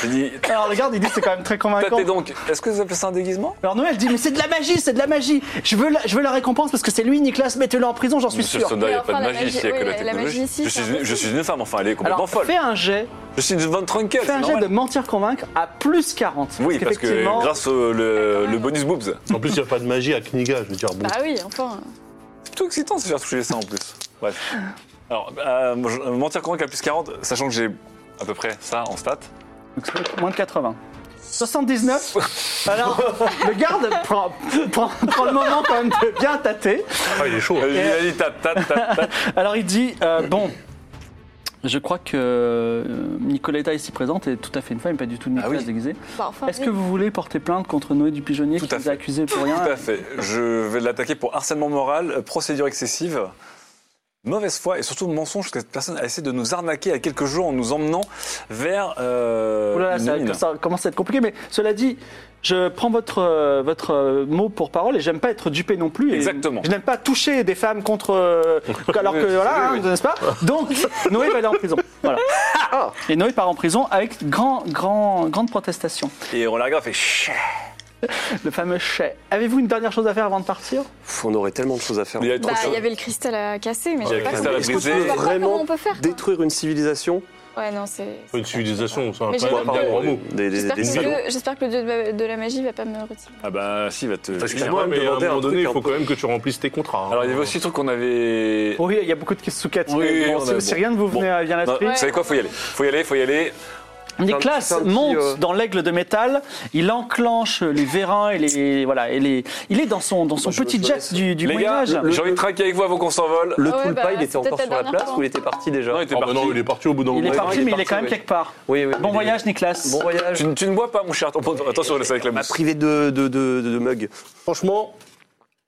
Je dis,
Alors le garde, il dit c'est quand même très convaincant.
tapez donc. Est-ce que vous appelez ça un déguisement
Alors Noël dit mais c'est de la magie, c'est de la magie. Je veux la, je veux la récompense parce que c'est lui, Nicolas. Mettez-le en prison, j'en suis
Monsieur
sûr.
Soda, il n'y a
Mais
pas de
enfin, la
magie,
magie-
ici, il n'y a que
oui,
la
la
technologie.
magie ici,
je,
c'est
suis une, je suis une femme, enfin, elle est complètement
Alors
folle.
fais un jet.
Je suis une Van Trunkel,
Fais
c'est
un jet de
normal.
mentir convaincre à plus 40.
Oui, parce
qu'effectivement,
que grâce au
Euh,
le, le bonus boobs.
En plus, il n'y a pas de magie à Kniga, je veux dire.
Ah,
Bon.
Bah oui, enfin.
C'est tout excitant si j'ai retouché ça en plus. Bref. Alors, euh, moi, je- euh, mentir convaincre à plus 40, sachant que j'ai à peu près ça en stats.
Donc, c'est moins de 80.
[LAUGHS]
79. Alors, le garde prend, prend- prend le moment quand même de bien tâter.
Ah, il est chaud.
Vas-y, vas-y, tape, tape, tape, tape.
Alors, il dit euh, Bon, je crois que euh, Nicoletta ici présente est tout à fait une femme, pas du tout une
Ah
Nicolas
oui.
déguisée.
bah, enfin,
Est-ce
oui.
que vous voulez porter plainte contre Noé du Pigeonnier
Tout
qui
à
vous a
fait.
accusé pour rien
Tout à fait. Je vais l'attaquer pour harcèlement moral, euh, procédure excessive, mauvaise foi et surtout mensonge parce que cette personne a essayé de nous arnaquer il y a quelques jours en nous emmenant vers euh,
Ouh là là,
une
ça,
mine.
ça commence à être compliqué, mais cela dit, je prends votre, euh, votre euh, mot pour parole et j'aime pas être dupé non plus. et
Exactement.
Je n'aime pas toucher des femmes contre. euh, alors que, voilà, hein, n'est-ce pas Donc, Noé va aller en prison. [LAUGHS] Voilà. Et Noé part en prison avec grand, grand, grande protestation.
Et Roland Graff fait Chut
Le fameux chais. Avez-vous une dernière chose à faire avant de partir
Pff, on aurait tellement de choses à faire.
Il y a trop
Bah,
de
il
choses.
y avait le cristal à casser, mais
Il
je
y a
sais
le
pas
cristal à
comment-
briser.
je vois pas
Vraiment
comment on peut faire. hein. quoi.
Détruire une civilisation
Ouais, non, c'est.
Une civilisation, c'est un
Mais j'ai
peu un
pas de-
gros mot.
des, des,
J'espère que,
des
le
villes.
dieu- j'espère que le dieu de ma- de la magie va pas me retirer.
Ah bah si, il va te.
Excuse-moi,
quand même
mais à un
demandé un
moment donné, il
truc
faut
un
quand même que tu remplisses tes contrats. hein.
Alors il y avait aussi le truc qu'on avait.
Oui, il y a beaucoup de questions sous
Oui, oui,
bon, Bah,
on
si,
a-
si
bon.
rien ne vous
Bon.
venait à vient à
Non,
l'esprit.
Vous savez quoi, faut y aller. Faut y aller, faut y aller.
Nicolas
C'est un petit,
monte
euh,
dans l'aigle de métal, il enclenche les vérins et les. Voilà, et les, il est dans son, dans son
je me
petit
connais,
jet du, du
Les gars,
Moyen-Âge.
j'ai envie de traquer avec vous avant qu'on s'envole.
Le
Ah ouais,
Tulpa,
bah,
il
c'est
était encore
peut-être
sur la
la dernière
place
fois.
ou il était parti déjà
Non, il était
Ah bah
parti.
non, il est parti au bout d'un
Il est
moment.
Ouais,
parti,
il est
mais il est
parti,
quand même
ouais.
quelque part.
Oui, oui,
Bon
il est-
voyage, Nicolas.
Bon voyage.
Tu, ne- tu ne bois pas, mon cher. Attention, laisse avec la
M'a
mousse.
privé de, de, de, de mug.
Franchement,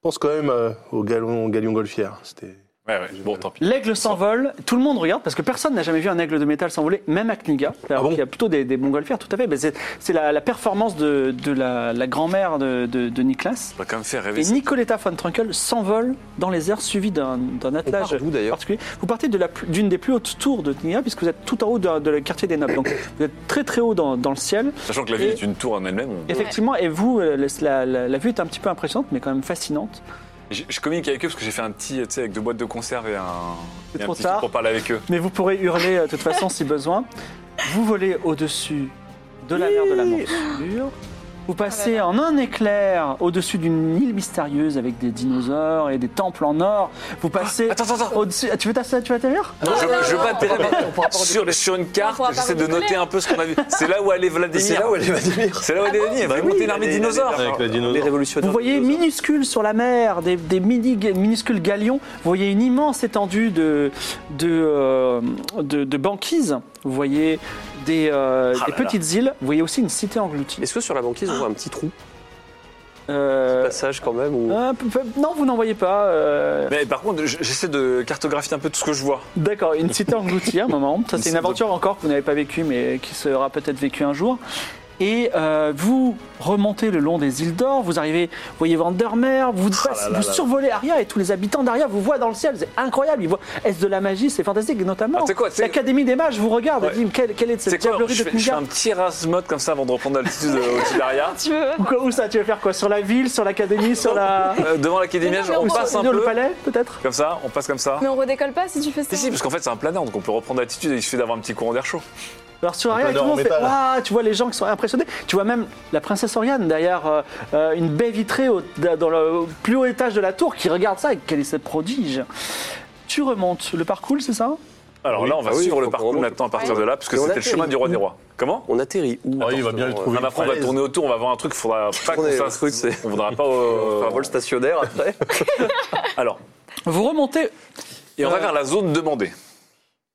pense quand même euh, au galon, galion golfière. C'était.
Ouais, ouais. Bon, tant pis.
L'aigle s'envole, tout le monde regarde parce que personne n'a jamais vu un aigle de métal s'envoler, même à Kniga.
Ah
bon
il y a plutôt des, des montgolfières, tout à fait. Mais c'est c'est la, la performance de, de la, la grand-mère de, de, de Nicolas.
On va quand même faire rêver.
Et Nicoletta von Trunkel s'envole dans les airs, suivi d'un d'un attelage
part d'où, d'ailleurs
particulier. Vous partez de la plus- d'une des plus hautes tours de Kniga, puisque vous êtes tout en haut de, de le quartier des nobles. Donc vous êtes très très haut dans, dans le ciel.
Sachant que la ville est une tour en elle-même. on-
Effectivement, et vous, euh, le- la, la- la vue est un petit peu impressionnante, mais quand même fascinante.
Je, je communique avec eux parce que j'ai fait un petit, tu sais, avec deux boîtes de conserve et un,
C'est
et un
trop
petit
tard.
truc pour parler avec eux.
Mais vous pourrez hurler euh, de toute façon si besoin. Vous volez au-dessus de la mer de la morsure. Vous
Ah
passez en un éclair au-dessus d'une île mystérieuse avec des dinosaures et des temples en or. Vous passez
Attends, attends, attends.
au-dessus. Ah, tu veux t'asseoir Tu vas t'asseoir
je,
non,
je
non,
bats
on
tes
pourra
rêves. sur, sur une carte,
pourra pas
j'essaie de
rigoler.
noter un peu ce qu'on a vu. C'est là où allait Vladimir.
C'est là où elle va venir.
C'est là où elle est venue. Elle
Bah
va
oui,
monter
il y a
l'armée
des-
de
il y a des
dinosaures.
dinosaures.
Avec la dinosaure.
Les révolutionnaires.
Vous voyez
des dinosaures.
minuscules sur la mer, des, des mini, minuscules galions. Vous voyez une immense étendue de, de, euh, de, de banquises. Vous voyez des, euh,
Ah
des
là là.
petites îles. Vous voyez aussi une cité engloutie.
Est-ce que sur la banquise, on voit un petit trou
Euh,
Passage quand même ou...
un peu- peu- non, vous n'en voyez pas. euh,
Mais par contre, j- j'essaie de cartographier un peu tout ce que je vois.
D'accord, une cité engloutie à un moment. Ça, c'est une aventure encore que vous n'avez pas vécue, mais qui sera peut-être vécue un jour. Et euh, vous remontez le long des îles d'or, vous arrivez, vous voyez Vandermeer, vous,
Ah
passez- vous survolez Aria et tous les habitants d'Aria vous voient dans le ciel, c'est incroyable, ils voient, est-ce de la magie, c'est fantastique, et notamment
Ah, tu sais quoi, tu sais-
l'Académie des mages vous regarde
Ouais.
et dit, quelle, quelle est
C'est
cette
quoi
diablerie
je
de
fais, je fais
Kniga
un petit rasmode comme ça avant de reprendre l'altitude au dessus derrière.
Tu veux
Ou quoi- Où ça, tu veux faire quoi Sur la ville, sur l'Académie, sur la...
Euh, devant l'académie,
Mais non, mais
on
on
passe
sur
[LAUGHS] un
le
peu.
palais, peut-être
Comme ça, on passe comme ça.
Mais on redécolle pas si tu fais ça.
Si, si, parce qu'en fait, c'est un planeur, donc on peut reprendre l'altitude et il suffit d'avoir un petit courant d'air chaud.
Alors sur Aria, tout
planeur
le monde
en
fait
métal.
Waouh, tu vois les gens qui sont impressionnés. Tu vois même la princesse Oriane derrière euh, euh, une baie vitrée au- da- dans le plus haut étage de la tour qui regarde ça et quel est ce prodige. Tu remontes le parcours, c'est ça
Alors là, on va
Ah oui,
suivre
faut
le
qu'on
parcours
remonte.
maintenant à partir de là, parce que
Et on
c'était le
atterrit
chemin du roi des
où
rois. Comment
On atterrit où euh,
Ah, il va bien le
Attends,
trouver.
Non, mais après, on va
Falaise.
tourner autour, on va voir un truc, faudra pas qu'on
Tourner, le
s'ins-
truc, c'est-
On voudra pas.
euh,
euh,
Un vol stationnaire après.
Alors,
Vous remontez
et on va vers la zone demandée.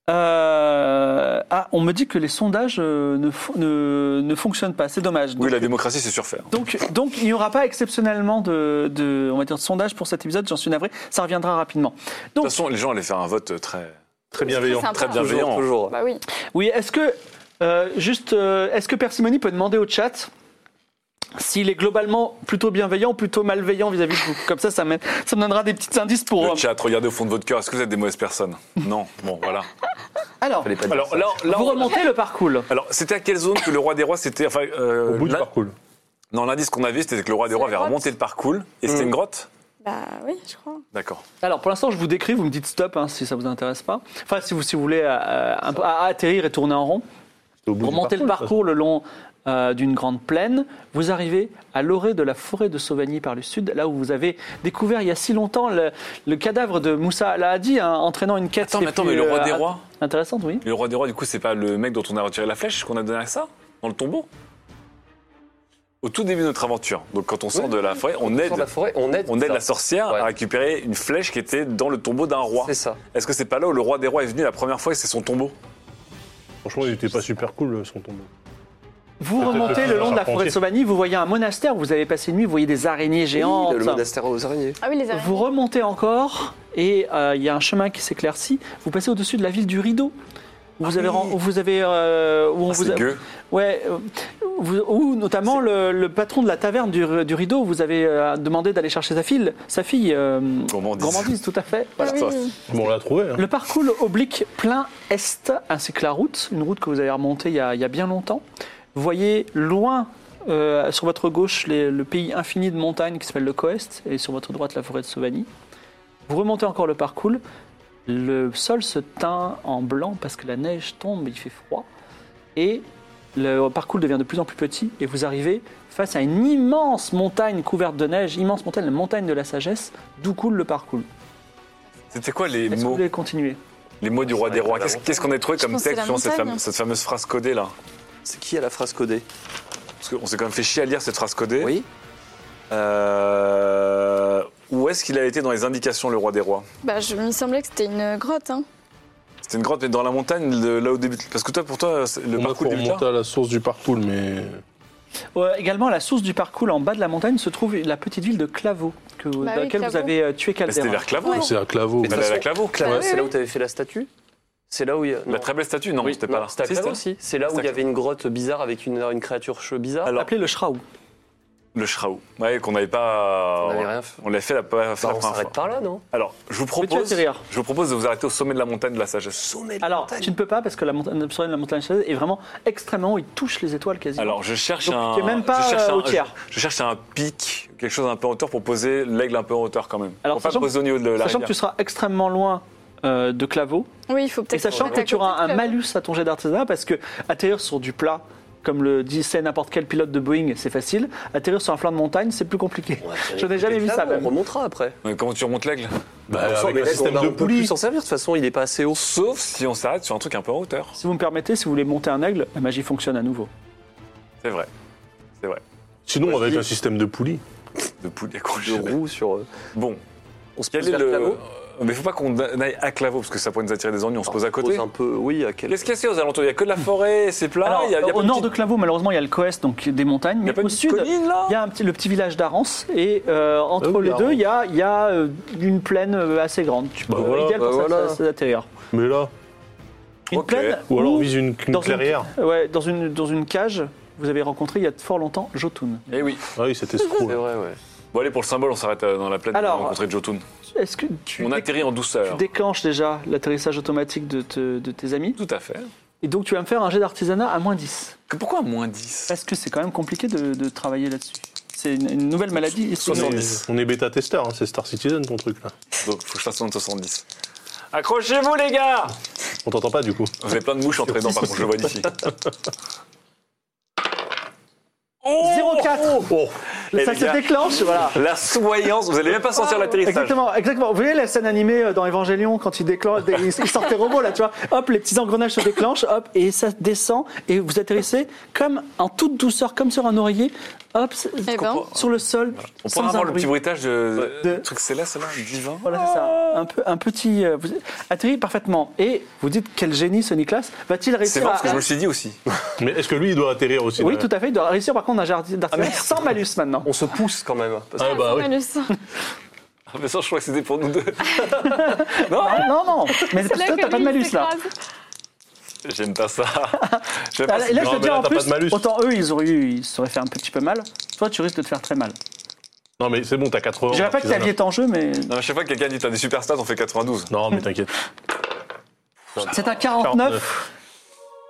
euh, Ah, on me dit que les sondages euh, ne, fo- ne, ne fonctionnent pas. C'est dommage.
Oui,
Donc,
la démocratie, c'est surfait.
donc, donc, il n'y aura pas exceptionnellement de, de, on va dire, de sondage pour cet épisode. J'en suis navré. Ça reviendra rapidement.
De
Donc,
toute façon, les gens allaient faire un vote très,
Très
[LAUGHS]
bienveillant.
très
Sympa.
bienveillant.
Toujours.
Bah oui.
Oui, est-ce que euh, juste, euh, est-ce que Persimony peut demander au chat s'il est globalement plutôt bienveillant ou plutôt malveillant vis-à-vis de vous Comme ça, ça me, ça me donnera des petits indices pour.
Le chat, regardez au fond de votre cœur, est-ce que vous êtes des mauvaises personnes Non, bon, voilà.
Alors,
Alors là, là,
vous
on-
remontez le parcours.
Alors, c'était à quelle zone que le roi des rois c'était enfin, euh,
Au bout du
l'in-
parcours.
Non, l'indice qu'on avait, c'était que le roi des
C'est
rois
la
avait
grotte.
remonté le parcours et c'était une grotte.
Bah oui, je crois.
D'accord.
Alors, pour l'instant, je vous décris, vous me dites stop hein, si ça vous intéresse pas. Enfin, si vous, si vous voulez euh, un peu- à- à atterrir et tourner en rond.
Au
Vous
bout du
remontez le
ça.
parcours le long euh, d'une grande plaine. Vous arrivez à l'orée de la forêt de Sauvagny par le sud, là où vous avez découvert il y a si longtemps le, le cadavre de Moussa Al-Hadi, hein, entraînant une quête.
Attends,
des
mais attends,
plus,
mais le roi
euh,
des
int-
rois
Intéressante, oui.
Le roi des rois, du coup, c'est pas le mec dont on a retiré la flèche qu'on a donné à ça Dans le tombeau Au tout début de notre aventure. Donc, quand on sort de la forêt, on aide,
Dans la forêt, on aide.
on aide
ça.
la sorcière
Ouais.
à récupérer une flèche qui était dans le tombeau d'un roi.
C'est ça.
Est-ce que c'est pas là où le roi des rois est venu la première fois et c'est son tombeau
Franchement, il était pas super cool, euh, son tombeau.
Vous
Peut-être
remontez
le
le
petit
long de la
charpentier.
forêt de Sauvagny, vous voyez un monastère où vous avez passé une nuit, vous voyez des araignées géantes.
Oui, le monastère aux araignées.
Ah oui, les araignées.
Vous remontez encore et euh, il y a un chemin qui s'éclaircit. Vous passez au-dessus de la ville du Rideau. Où vous, avez, ren- où vous avez, euh, où on
Ah,
vous
C'est
a-
gueux.
Ouais, euh, vous- ou notamment le, le patron de la taverne du, du rideau, vous avez euh, demandé d'aller chercher sa fille, sa fille euh,
Gourmandise.
gourmandise, tout à fait.
Bah,
Voilà.
Ah oui.
Bon, on l'a trouvé. Hein.
Le parcours oblique plein est, ainsi que la route, une route que vous avez remontée il y a, il y a bien longtemps. Vous voyez loin, euh, sur votre gauche, les- le pays infini de montagnes qui s'appelle le Coest, et sur votre droite, la forêt de Sauvagny. Vous remontez encore le parcours, le sol se teint en blanc parce que la neige tombe, il fait froid, et le parcours devient de plus en plus petit, et vous arrivez face à une immense montagne couverte de neige, immense montagne, la montagne de la sagesse, d'où coule le parcours.
C'était quoi les
Est-ce que vous
mots
voulez continuer
Les mots du roi des rois. Qu'est-ce qu'est-ce qu'on a trouvé
Je
comme
pense que
texte
c'est
sur
la
cette,
montagne.
fame- cette fameuse phrase codée là
C'est qui à la phrase codée
Parce qu'on s'est quand même fait chier à lire cette phrase codée.
Oui.
Euh, où est-ce qu'il a été dans les indications, le roi des rois
Bah, je me semblait que c'était une grotte. Hein.
C'était une grotte, mais dans la montagne, le- là au début. Parce que toi, pour toi, c'est- le
on a
parcours débute là
remonté à la source du parcours, mais.
Ouais, Euh, également, à la source du parcours, en bas de la montagne, se trouve la petite ville de Claveau, que, dans
Bah oui,
laquelle vous
Claveau.
avez euh, tué
Mais C'était
Calderon.
vers Clavaux.
C'est à Claveau.
Mais
Elle
de
est
toute
à
façon,
Clavaux.
Clavaux,
Bah oui,
c'est là où
oui.
tu avais fait la statue C'est là où il y a.
La
non.
Bah, très belle statue, non,
Oui,
c'était
non,
pas là.
C'était à
Si,
Clavaux
c'était
aussi. C'est là où
C'était
il y
à
avait une grotte bizarre avec une, une créature che- bizarre.
Alors,
appelé le Shraou.
Le Shraou. Ouais, qu'on n'avait pas.
on n'avait rien fait.
On l'a fait la, la
Bah, on
première fois.
s'arrête par là, non
Alors, je vous
Mais tu vas
propose.
atterrir.
Je vous propose de vous arrêter au sommet de la montagne de la sagesse.
Alors, tu ne peux pas parce que la montagne, le sommet de la montagne Chaise est vraiment extrêmement haut, il touche les étoiles quasiment.
Alors, je cherche
Donc,
un.
t'es même pas,
je cherche
euh,
un,
au tiers.
Je, je cherche un pic, quelque chose un peu en hauteur pour poser l'aigle un peu en hauteur quand même.
Alors,
pour pas
sachant
le poser au niveau de la
sachant
rivière.
que tu seras extrêmement loin euh, de Claveau,
Oui, il faut
et
peut-être.
sachant que
Ouais.
tu auras un malus à ton jet d'artisanat parce que atterrir sur du plat, comme le disait n'importe quel pilote de Boeing, c'est facile. Atterrir sur un flanc de montagne, c'est plus compliqué. Je n'ai jamais vu ça
On
même.
remontera après.
Mais Comment tu remontes l'aigle
Bah,
On sort,
avec
mais
un
là,
système
on a-
de
on peut plus
poulies.
s'en servir. De toute façon, il est pas assez haut.
Sauf si on s'arrête sur un truc un peu en hauteur.
Si vous me permettez, si vous voulez monter un aigle, la magie fonctionne à nouveau.
C'est vrai. C'est vrai.
Sinon, avec un système de poulies.
De poulet accroché.
De roues sur. euh,
Bon,
On se
quel
pose
est
vers
le. Oh,
Clavaux.
Mais faut pas qu'on aille à Clavaux parce que ça pourrait nous attirer des ennuis. On se pose à
On
côté.
se pose un peu, oui, à quel.
Qu'est-ce qu'il y a c'est aux alentours Il y a que de la forêt, c'est plat.
Alors,
Ah, Il y a, il y a pas
au
de
nord de
petite-
Claveau, malheureusement, il y a le Coest, donc des montagnes.
il y a
Mais
pas
au
une
sud,
colline là
il y a un petit, le petit village d'Arance. Et euh, entre
Ah oui,
les deux,
Arance.
il y a, il y a, euh, une plaine euh, assez grande. Tu peux,
Bah voilà,
idéal pour
bah
ça-
voilà.
ça- ça d'atterrir.
Mais là.
Une
Ok.
plaine
Ou alors, on
où,
vise une, une
dans une-
clairière.
ouais, dans, une, dans une cage, vous avez rencontré il y a fort longtemps Jotun.
Eh oui.
Ah oui, c'était escroc. [LAUGHS]
C'est
là.
vrai, ouais.
Bon, allez, pour le symbole, on s'arrête euh, dans la plaine
Alors,
pour rencontrer Jotun.
Est-ce que tu,
On
dé-
atterrit en
tu
douceur.
déclenches déjà l'atterrissage automatique de, te- de tes amis
Tout à fait.
Et donc, tu vas me faire un jet d'artisanat à moins 10.
Que- Pourquoi un moins 10
Parce que c'est quand même compliqué de, de travailler là-dessus. C'est une, une nouvelle maladie.
On est- On est bêta tester, hein, c'est Star Citizen ton truc là.
Donc, faut que je fasse un 70. Accrochez-vous, les gars
On t'entend pas du coup.
Vous avez plein de mouches en traînant, par contre, je le
[LAUGHS]
vois d'ici. Oh
04
Oh
Eh, les
ça se
gars.
déclenche,
[LAUGHS]
voilà.
La soyance, vous n'allez même pas sentir l'atterrissage.
Exactement, exactement. Vous voyez la scène animée euh, dans Evangelion quand ils déclenchent, des- ils sortent des robots là, tu vois. Hop, les petits engrenages se déclenchent, hop, et ça descend et vous atterrissez comme en toute douceur, comme sur un oreiller, hop, c'est-
Eh ben.
sur le sol,
On prend
sans
vraiment
un
le
bruit.
petit bruitage de,
De-
truc céleste là, divin.
Voilà, c'est
Oh.
ça. Un, peu, un petit. euh, vous atterrissez parfaitement. Et vous dites quel génie ce Nicolas va-t-il
C'est
réussir à.
vrai parce que je me le suis euh, dit aussi. [LAUGHS]
Mais est-ce que lui, il doit atterrir aussi
Oui,
là
tout à fait. Il doit réussir par contre un jardin
Ah,
d'artisanat sans malus maintenant.
On se pousse quand même. parce que-
Ah bah oui.
le sang.
Ah, Mais ça, je crois que c'était pour nous deux.
Ah, non,
[LAUGHS]
non. Mais parce
Là
que
que
t'as pas de
lui,
malus
c'est
là.
grave.
J'aime
[LAUGHS]
pas ça. J'aime
Ah,
pas
là,
ça.
là, je
Non,
te
mais
dis
là,
en
t'as pas
plus,
de malus.
autant eux, ils auraient eu, ils se seraient fait un petit peu mal. Toi, tu risques de te faire très mal.
Non, mais c'est bon, t'as 80.
Je dirais pas que ta vie est en jeu, mais
Non, mais à chaque fois que quelqu'un dit t'as des superstars, on fait 92.
Non, mais t'inquiète.
c'est un 49.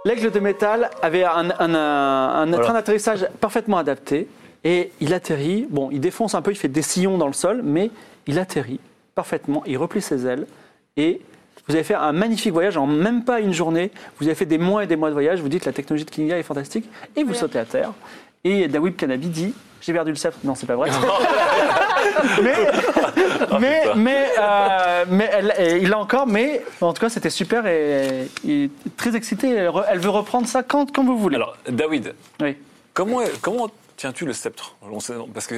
L'aigle de métal avait un, un- un- un train d'atterrissage parfaitement adapté et il atterrit. Bon, il défonce un peu, il fait des sillons dans le sol, mais il atterrit parfaitement. Il replie ses ailes et vous avez fait un magnifique voyage en même pas une journée. Vous avez fait des mois et des mois de voyage. Vous dites la technologie de Kinga est fantastique et vous sautez à terre. Et Dawib Kanabi dit j'ai perdu le sceptre. Non, c'est pas [LAUGHS] vrai. mais mais, mais, euh, mais elle- et il l'a encore, mais en tout cas, c'était super et, et très excitée. Elle, re- elle veut reprendre ça quand, quand vous voulez.
Alors, David,
Oui.
comment, comment tiens-tu le sceptre On sait- non, Parce que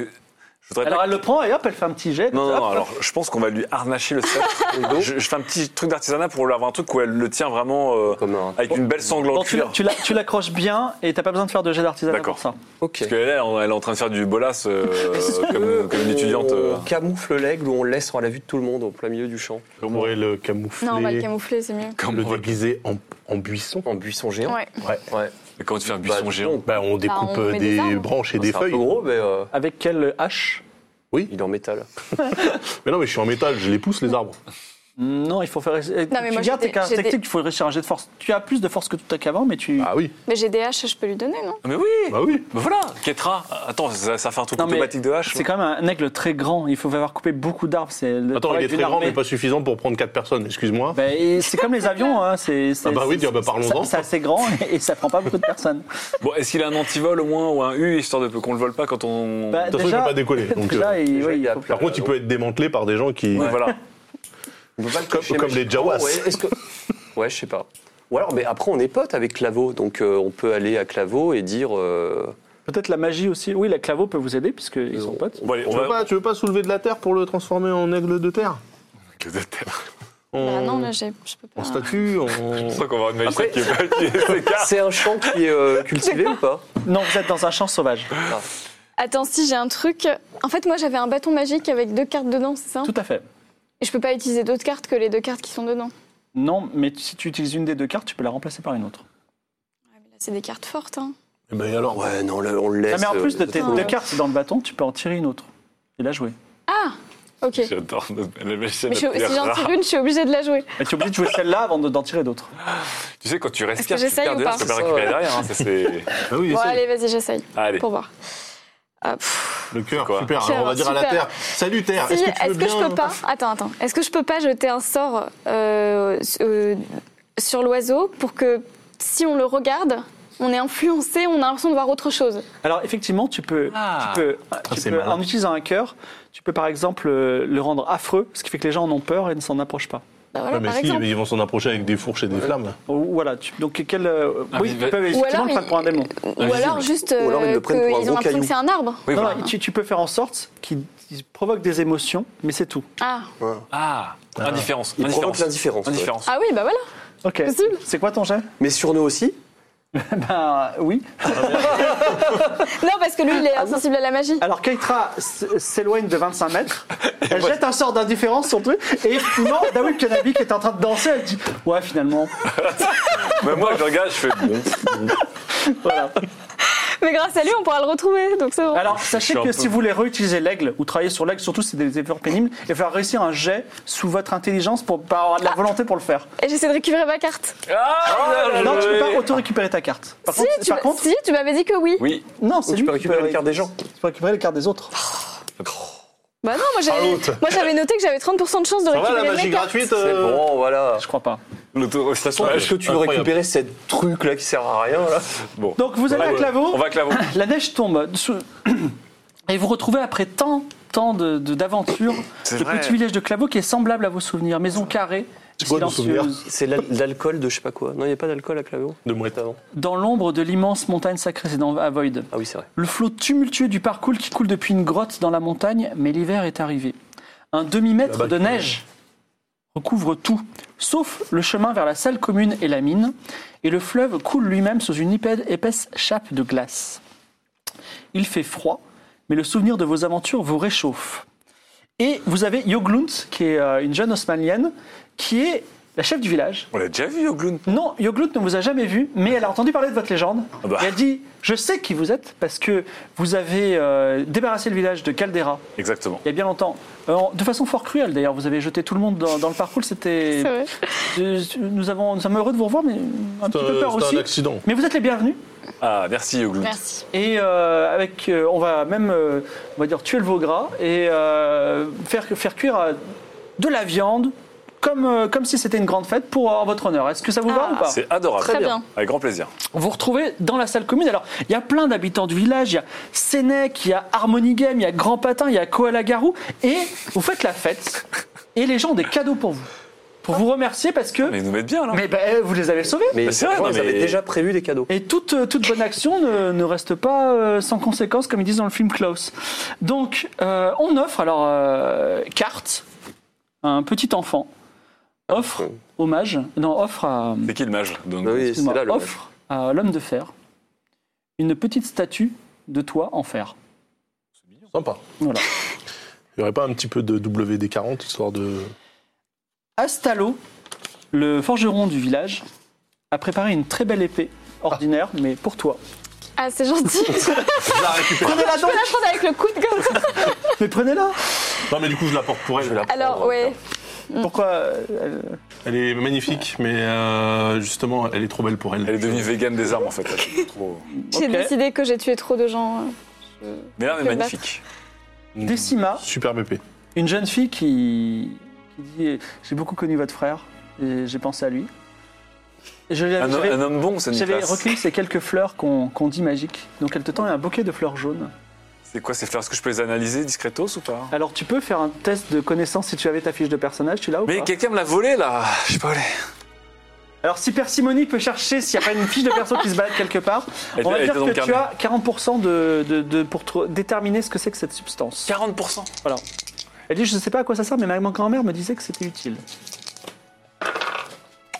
je voudrais
Alors
pas.
elle le prend et hop, elle fait un petit jet.
Non, non,
Hop.
non, alors je pense qu'on va lui harnacher
[LAUGHS]
le sceptre. je, je fais un petit truc d'artisanat pour lui avoir un truc où elle le tient vraiment euh,
Comme un-
avec une belle sangle en
Bon, tu,
cuir.
la- tu la- tu l'accroches bien et t'as pas besoin de faire de jet d'artisanat
D'accord.
pour ça.
Ok.
Parce qu'elle est, elle est en train de faire du bolas euh, comme, comme une étudiante. euh.
On camoufle l'aigle ou on le laisse à la vue de tout le monde au plein milieu du champ
On pourrait le camoufler.
Non, on va le camoufler, c'est mieux.
Comment,
le déguiser en, en buisson.
En buisson géant
Ouais.
Ouais.
mais comment tu fais un buisson
Bah,
géant
Bah, on découpe
on
euh,
met
des,
des arbres.
branches et des
C'est un peu
feuilles.
gros, mais euh,
Avec quelle hache
il est en métal.
Mais non, mais je suis en métal, je les pousse, les arbres.
Non, il faut faire.
mais
tu gardes
moi, j'ai
tes
des- j'ai des-
caractéristiques, il faut réussir un jet de force. Tu as plus de force que tout à qu'avant, mais tu.
Ah oui,
Mais j'ai des haches, je peux lui donner, non
Ah, Mais oui
bah oui.
Bah voilà Ketra Attends, ça, ça fait un truc
Non, mais
automatique de hache.
C'est quand même un aigle très grand. Il faut avoir coupé beaucoup d'arbres. C'est le
Attends, il
travail
est
d'une
très grand,
armée.
mais pas suffisant pour prendre 4 personnes, excuse-moi.
Ben, et c'est comme les avions, hein, c'est c'est-
Ah bah oui,
c'est-
tiens, bah, parlons-en.
c'est- C'est assez grand [LAUGHS] et ça prend pas beaucoup de personnes.
Bon, est-ce qu'il a un antivol au moins ou un U histoire de qu'on le vole pas quand on.
Bah,
toute façon, il peut pas décoller, donc,
déjà,
euh,
il-
déjà,
oui,
il y a
faut-
Par contre, il peut être démantelé par des gens qui.
Ouais, voilà.
On peut pas le
Comme-
toucher,
comme
mais
les
je-
Jawas.
Oh, ouais, est-ce que- [LAUGHS] Ouais, je sais pas. Ou alors, mais après, on est potes avec Claveau, donc euh, on peut aller à Claveau et dire. euh,
peut-être la magie aussi. Oui, la claveau peut vous aider puisqu'ils sont potes.
Bon, allez,
Tu
on [LAUGHS]
veux,
va.
pas, tu veux pas soulever de la terre pour le transformer en aigle de terre
Que de terre.
en,
Bah non, là, j'ai- je peux pas.
en statue [LAUGHS] en...
Je sens qu'on va avoir une magie
Après-
qui
[LAUGHS]
est pas- qui s'écarte.
C'est un champ qui est euh, cultivé ou pas
Non, vous êtes dans un champ sauvage.
Attends, si j'ai un truc. En fait, moi, j'avais un bâton magique avec deux cartes dedans, c'est ça
Tout à fait.
Et je peux pas utiliser d'autres cartes que les deux cartes qui sont dedans.
Non, mais si tu utilises une des deux cartes, tu peux la remplacer par une autre.
Ouais, mais là, c'est des cartes fortes, hein.
Eh ben alors,
Ouais, non, le- on le
Ah,
laisse.
mais en plus de
euh,
tes
ça-
deux cartes dans le bâton, tu peux en tirer une autre et la jouer.
Ah Ok.
J'adore notre- la magie.
Mais je suis-
notre terre
si j'en
rare.
tire une, je suis obligée de la jouer.
Mais tu es obligé de jouer celle-là avant de- d'en tirer d'autres.
Tu sais, quand tu respires,
que
tu
j'essaye
perds
ou
derrière,
pas
tu peux pas
C'est ça,
récupérer
ouais.
derrière. hein, ça,
[LAUGHS]
c'est-
bah oui,
Bon,
essaye.
allez, vas-y, j'essaye.
Allez.
Pour voir. Ah, pff.
le cœur,
quoi
super. Alors, on va dire à la
Super.
terre, salut terre,
Si,
est-ce que tu
est-ce
veux
que,
bien
je peux pas Attends, attends. Est-ce que je peux pas jeter un sort euh, euh, sur l'oiseau pour que si on le regarde, on est influencé, on a l'impression de voir autre chose
Alors effectivement, tu peux,
Ah.
tu peux, tu
c'est
peux-
malin.
en utilisant un cœur, tu peux par exemple euh, le rendre affreux, ce qui fait que les gens en ont peur et ne s'en approchent pas.
Bah
Ouais,
voilà,
mais
par
si,
exemple.
mais ils vont s'en approcher avec des fourches et des flammes.
Ou- Voilà, tu- donc quel. euh,
Ah,
oui,
mais
tu
va-
peux effectivement
alors,
le prendre
il-
pour un démon.
Ou alors juste
Ou alors ils le
euh,
prennent pour un
qu'ils
gros
ont l'impression
caillou.
que c'est un arbre.
Oui,
Non,
voilà.
non, tu, tu peux faire en sorte qu'il qu'il provoque des émotions, mais c'est tout.
Ah,
Ah, indifférence.
Il provoque l'indifférence.
indifférence.
ouais.
Indifférence.
ah oui, bah voilà.
Ok.
Possible.
C'est quoi ton jet
Mais sur nous aussi
Euh,
Ben oui.
Non, parce que lui, il est insensible à la magie.
Alors Keitra s- s'éloigne de 25
[LAUGHS]
mètres, elle jette un sort d'indifférence sur le truc, et effectivement, Dawid Kanabi qui est en train de danser, elle dit Ouais,
[LAUGHS]
finalement.
Ah.
Mais moi, je regarde, je fais bon.
Voilà.
Mais grâce à lui, on pourra le retrouver, donc c'est bon.
Alors sachez
suis un
que
peu-
si vous voulez réutiliser l'aigle ou travailler sur l'aigle, surtout c'est des efforts pénibles, il va falloir réussir un jet sous votre intelligence pour pas avoir de la volonté pour le faire.
Et j'essaie de récupérer ma carte.
Ah, bien
Non, tu peux
joué.
pas auto-récupérer ta carte. Par
Si,
contre,
tu
par
m'as-
contre
si, tu m'avais dit que oui.
Oui,
non, c'est
Ou tu
lui
peux
qui
récupérer
peut-
les cartes des gens.
Tu peux récupérer les cartes des autres.
Bah non, moi j'avais, moi, j'avais noté que j'avais 30% de chance
Ça
de
va, la
récupérer
magie
mes cartes.
gratuite
C'est
euh,
bon, voilà.
Je crois pas.
l'auto-récitation.
Est-ce que tu veux
Incroyable.
récupérer cette truc là qui sert à rien là
Donc vous allez à Claveau.
On va à Clavaux.
La neige tombe. Sous- [CLEARS THROAT] Et vous retrouvez après tant, tant de- de- d'aventures
C'est
le
vrai.
petit village de Claveau qui est semblable à vos souvenirs. Maison carrée,
C'est quoi nos
silencieuse,
C'est l'al- l'alcool de je sais pas quoi. Non, il n'y a pas d'alcool à Clavio
De mouette avant.
dans l'ombre de l'immense montagne sacrée, c'est dans Avoid.
Ah oui, c'est vrai.
Le flot tumultueux du parcours qui coule depuis une grotte dans la montagne, mais l'hiver est arrivé. Un demi-mètre
Là-bas,
de
tu-
neige recouvre tout, sauf le chemin vers la salle commune et la mine, et le fleuve coule lui-même sous une épais- épaisse chape de glace. Il fait froid, mais le souvenir de vos aventures vous réchauffe. Et vous avez Yoglunt, qui est euh, une jeune osmanienne, qui est la chef du village,
On l'a déjà vu, Ogloon
non, Yoglut ne vous a jamais vu, mais elle a entendu parler de votre légende.
Ah bah.
Et elle dit Je sais qui vous êtes parce que vous avez euh, débarrassé le village de Caldera
Exactement.
il y a bien longtemps. Euh, en- de façon fort cruelle d'ailleurs, vous avez jeté tout le monde dans, dans le parcours.
C'est
C'était.
vrai.
Euh, Nous, avons, nous sommes heureux de vous revoir, mais un petit
Euh,
peu peur
C'était
aussi.
un accident.
Mais vous êtes les bienvenus.
Ah, merci, Ogloon.
Merci.
Et euh, avec, euh, on va même, euh, on va dire, tuer le veau gras et euh, faire, faire cuire euh, de la viande comme, euh, comme si c'était une grande fête pour en votre honneur. Est-ce que ça vous va
Ah.
ou pas
C'est adorable.
Très bien.
Avec grand plaisir.
vous retrouvez dans la salle commune. Alors, il y a plein d'habitants du village. Il y a Sénèque, il y a Harmony Game, il y a Grand Patin, il y a Koala Garou. Et vous faites la fête. Et les gens ont des cadeaux pour vous. Pour vous remercier parce que.
Mais ils nous mettent bien, là.
Mais ben, vous les avez sauvés.
Mais
Bah, c'est vrai,
franchement,
non,
ils
mais-
avaient déjà prévu des cadeaux.
Et toute, euh, toute bonne action ne, ne reste pas euh, sans conséquence, comme ils disent dans le film Klaus. Donc, euh, on offre, alors, euh, carte à un petit enfant. Offre, hommage, non, offre à.
C'est qui le mage Donc,
Bah oui, c'est
Excuse-moi,
là le.
offre à l'homme de fer une petite statue de toi en fer.
Sympa.
Voilà.
Il n'y aurait pas un petit peu de WD-40, histoire de...
Astalo, le forgeron du village, a préparé une très belle épée ordinaire, mais pour toi.
Ah, c'est gentil.
Je la récupère.
Prenez-la
Je peux la prendre avec le coude comme ça.
[LAUGHS] Mais prenez-la
non, mais du coup, je la porte pour elle.
Alors, ouais.
Pourquoi euh, elle-
Elle est magnifique, mais euh, justement, elle est trop belle pour elle.
Elle est devenue végane des
[LAUGHS]
armes, en fait. C'est trop-
J'ai
Ok.
décidé que j'ai tué trop de gens.
Mais l'arme est
Je vais
magnifique.
Mmh.
Décima,
Superbe épée.
une jeune fille qui, qui dit J'ai beaucoup connu votre frère, et j'ai pensé à lui. Et Je l'ai-
Un,
j'avais-
un homme bon, c'est
J'avais
Nicolas.
recueilli ces quelques fleurs qu'on qu'on dit magiques. Donc elle te tend un bouquet de fleurs jaunes.
C'est quoi ces fleurs Est-ce que je peux les analyser discretos ou pas
Alors tu peux faire un test de connaissance si tu avais ta fiche de personnage, tu l'as ou
Mais
pas
quelqu'un me l'a volé, là. Je sais pas où elle est.
Alors si Persimony peut chercher s'il n'y a pas une fiche de perso qui se balade quelque part,
Elle
on va
était- elle
dire
était dans le
que tu
carnet.
as 40% de, de- de- pour tr- déterminer ce que c'est que cette substance.
40%.
Elle dit je ne sais pas à quoi ça sert, mais ma grand-mère me disait que c'était utile.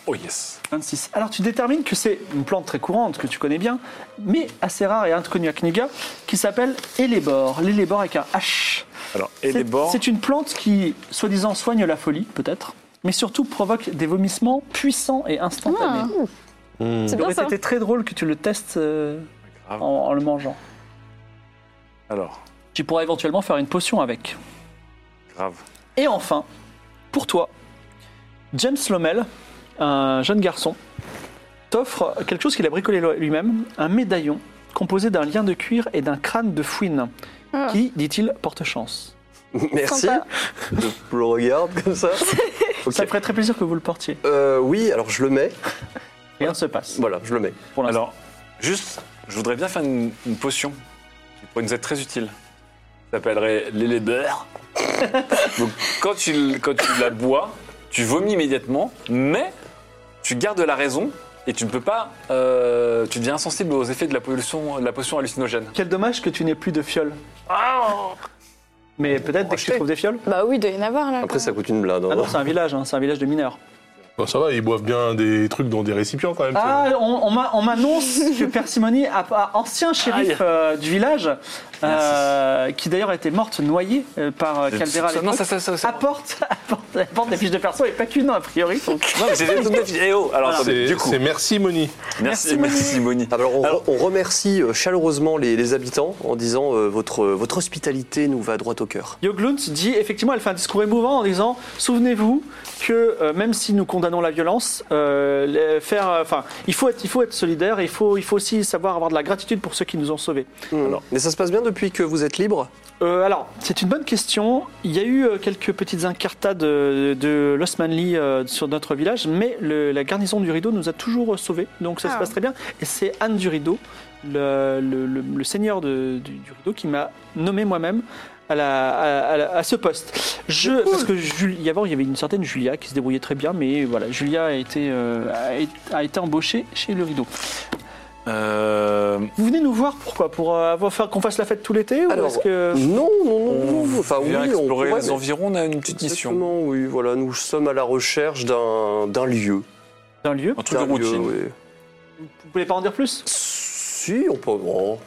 Oh yes.
26. Alors tu détermines que c'est une plante très courante que tu connais bien, mais assez rare et inconnue à Kniga, qui s'appelle Elébor. L'élébor avec un H.
Alors, et
C'est-
les bords
C'est une plante qui, soi-disant, soigne la folie, peut-être, mais surtout provoque des vomissements puissants et instantanés.
Ah.
Mmh.
C'est
Il
bien
aurait
ça.
été très drôle que tu le testes euh,
Grave.
en, en le mangeant.
Alors,
Tu pourras éventuellement faire une potion avec.
grave.
Et enfin, pour toi, James Lommel, un jeune garçon, t'offre quelque chose qu'il a bricolé lo- lui-même, un médaillon composé d'un lien de cuir et d'un crâne de fouine,
Ah.
qui, dit-il, porte chance.
[LAUGHS] Merci.
Sympa.
Je le regarde comme
[LAUGHS]
ça. Ok.
Ça me ferait très plaisir que vous le portiez.
Euh, oui, alors je le mets.
Rien ne se passe.
Voilà, je le mets.
Pour l'instant.
Alors, juste, je voudrais bien faire une, une potion qui pourrait nous être très utile. Ça s'appellerait
[LAUGHS]
l'élébeur. Donc, quand tu, quand tu la bois, tu vomis immédiatement, mais tu gardes la raison et tu ne peux pas. euh, tu deviens insensible aux effets de la pollution, de la potion hallucinogène.
Quel dommage que tu n'aies plus de fioles. Oh Mais peut-être dès que tu trouves des fioles.
Bah oui, il doit y en avoir là.
Après, ça coûte une blinde. hein.
Ah non, c'est un village, hein, c'est un village de mineurs.
Bon, ça va, ils boivent bien des trucs dans des récipients quand même.
Ah, on, on m'a- on [LAUGHS] m'annonce que Persimony, a- a- ancien shérif euh, du village, euh, qui d'ailleurs a été morte noyée euh, par euh, Caldera à
Non, ça,
l'époque, Ah.
ça, ça,
[LAUGHS]
ça.
apporte, apporte, apporte des fiches de perso et pas qu'une a priori.
Non, mais j'ai des toutes des- Eh oh Alors,
C'est-
attendez, du coup,
C'est merci, Moni.
merci, merci, Moni.
Alors, on, on remercie euh, chaleureusement les, les habitants en disant euh, votre, votre hospitalité nous va droit au cœur.
Yoglunt dit effectivement, elle fait un discours émouvant en disant Souvenez-vous que euh, même si nous condamnons la violence, euh, les- faire, euh, enfin, il faut être, il faut être solidaire, et il faut, il faut aussi savoir avoir de la gratitude pour ceux qui nous ont sauvés.
Alors, mais ça se passe bien depuis que vous êtes libre
Euh, alors, c'est une bonne question. Il y a eu euh, quelques petites incartades de, de l'Osmanli euh, sur notre village, mais le- la garnison du rideau nous a toujours euh, sauvés, donc ça se
Ah.
passe très bien. Et c'est Anne du rideau, le, le- le- le seigneur de- du, du rideau, qui m'a nommé moi-même à, la- à- à la- à ce poste. Je, Parce que Jul- il y a- avant, il y avait une certaine Julia qui se débrouillait très bien, mais voilà, Julia a été, euh, a é- a été embauchée chez le rideau.
Euh,
Vous venez nous voir pourquoi Pour euh, avoir faire qu'on fasse la fête tout l'été ou
Alors,
est-ce que...
Non, non, non, non. Enfin,
on vient
oui, on
explorer
pourrait,
les
mais-
environs, on a une petite mission.
Exactement, oui. Voilà, nous sommes à la recherche d'un d'un lieu.
D'un lieu
Un truc de
D'un lieu,
routine.
oui.
Vous pouvez pas en dire plus
Si, on peut. oh.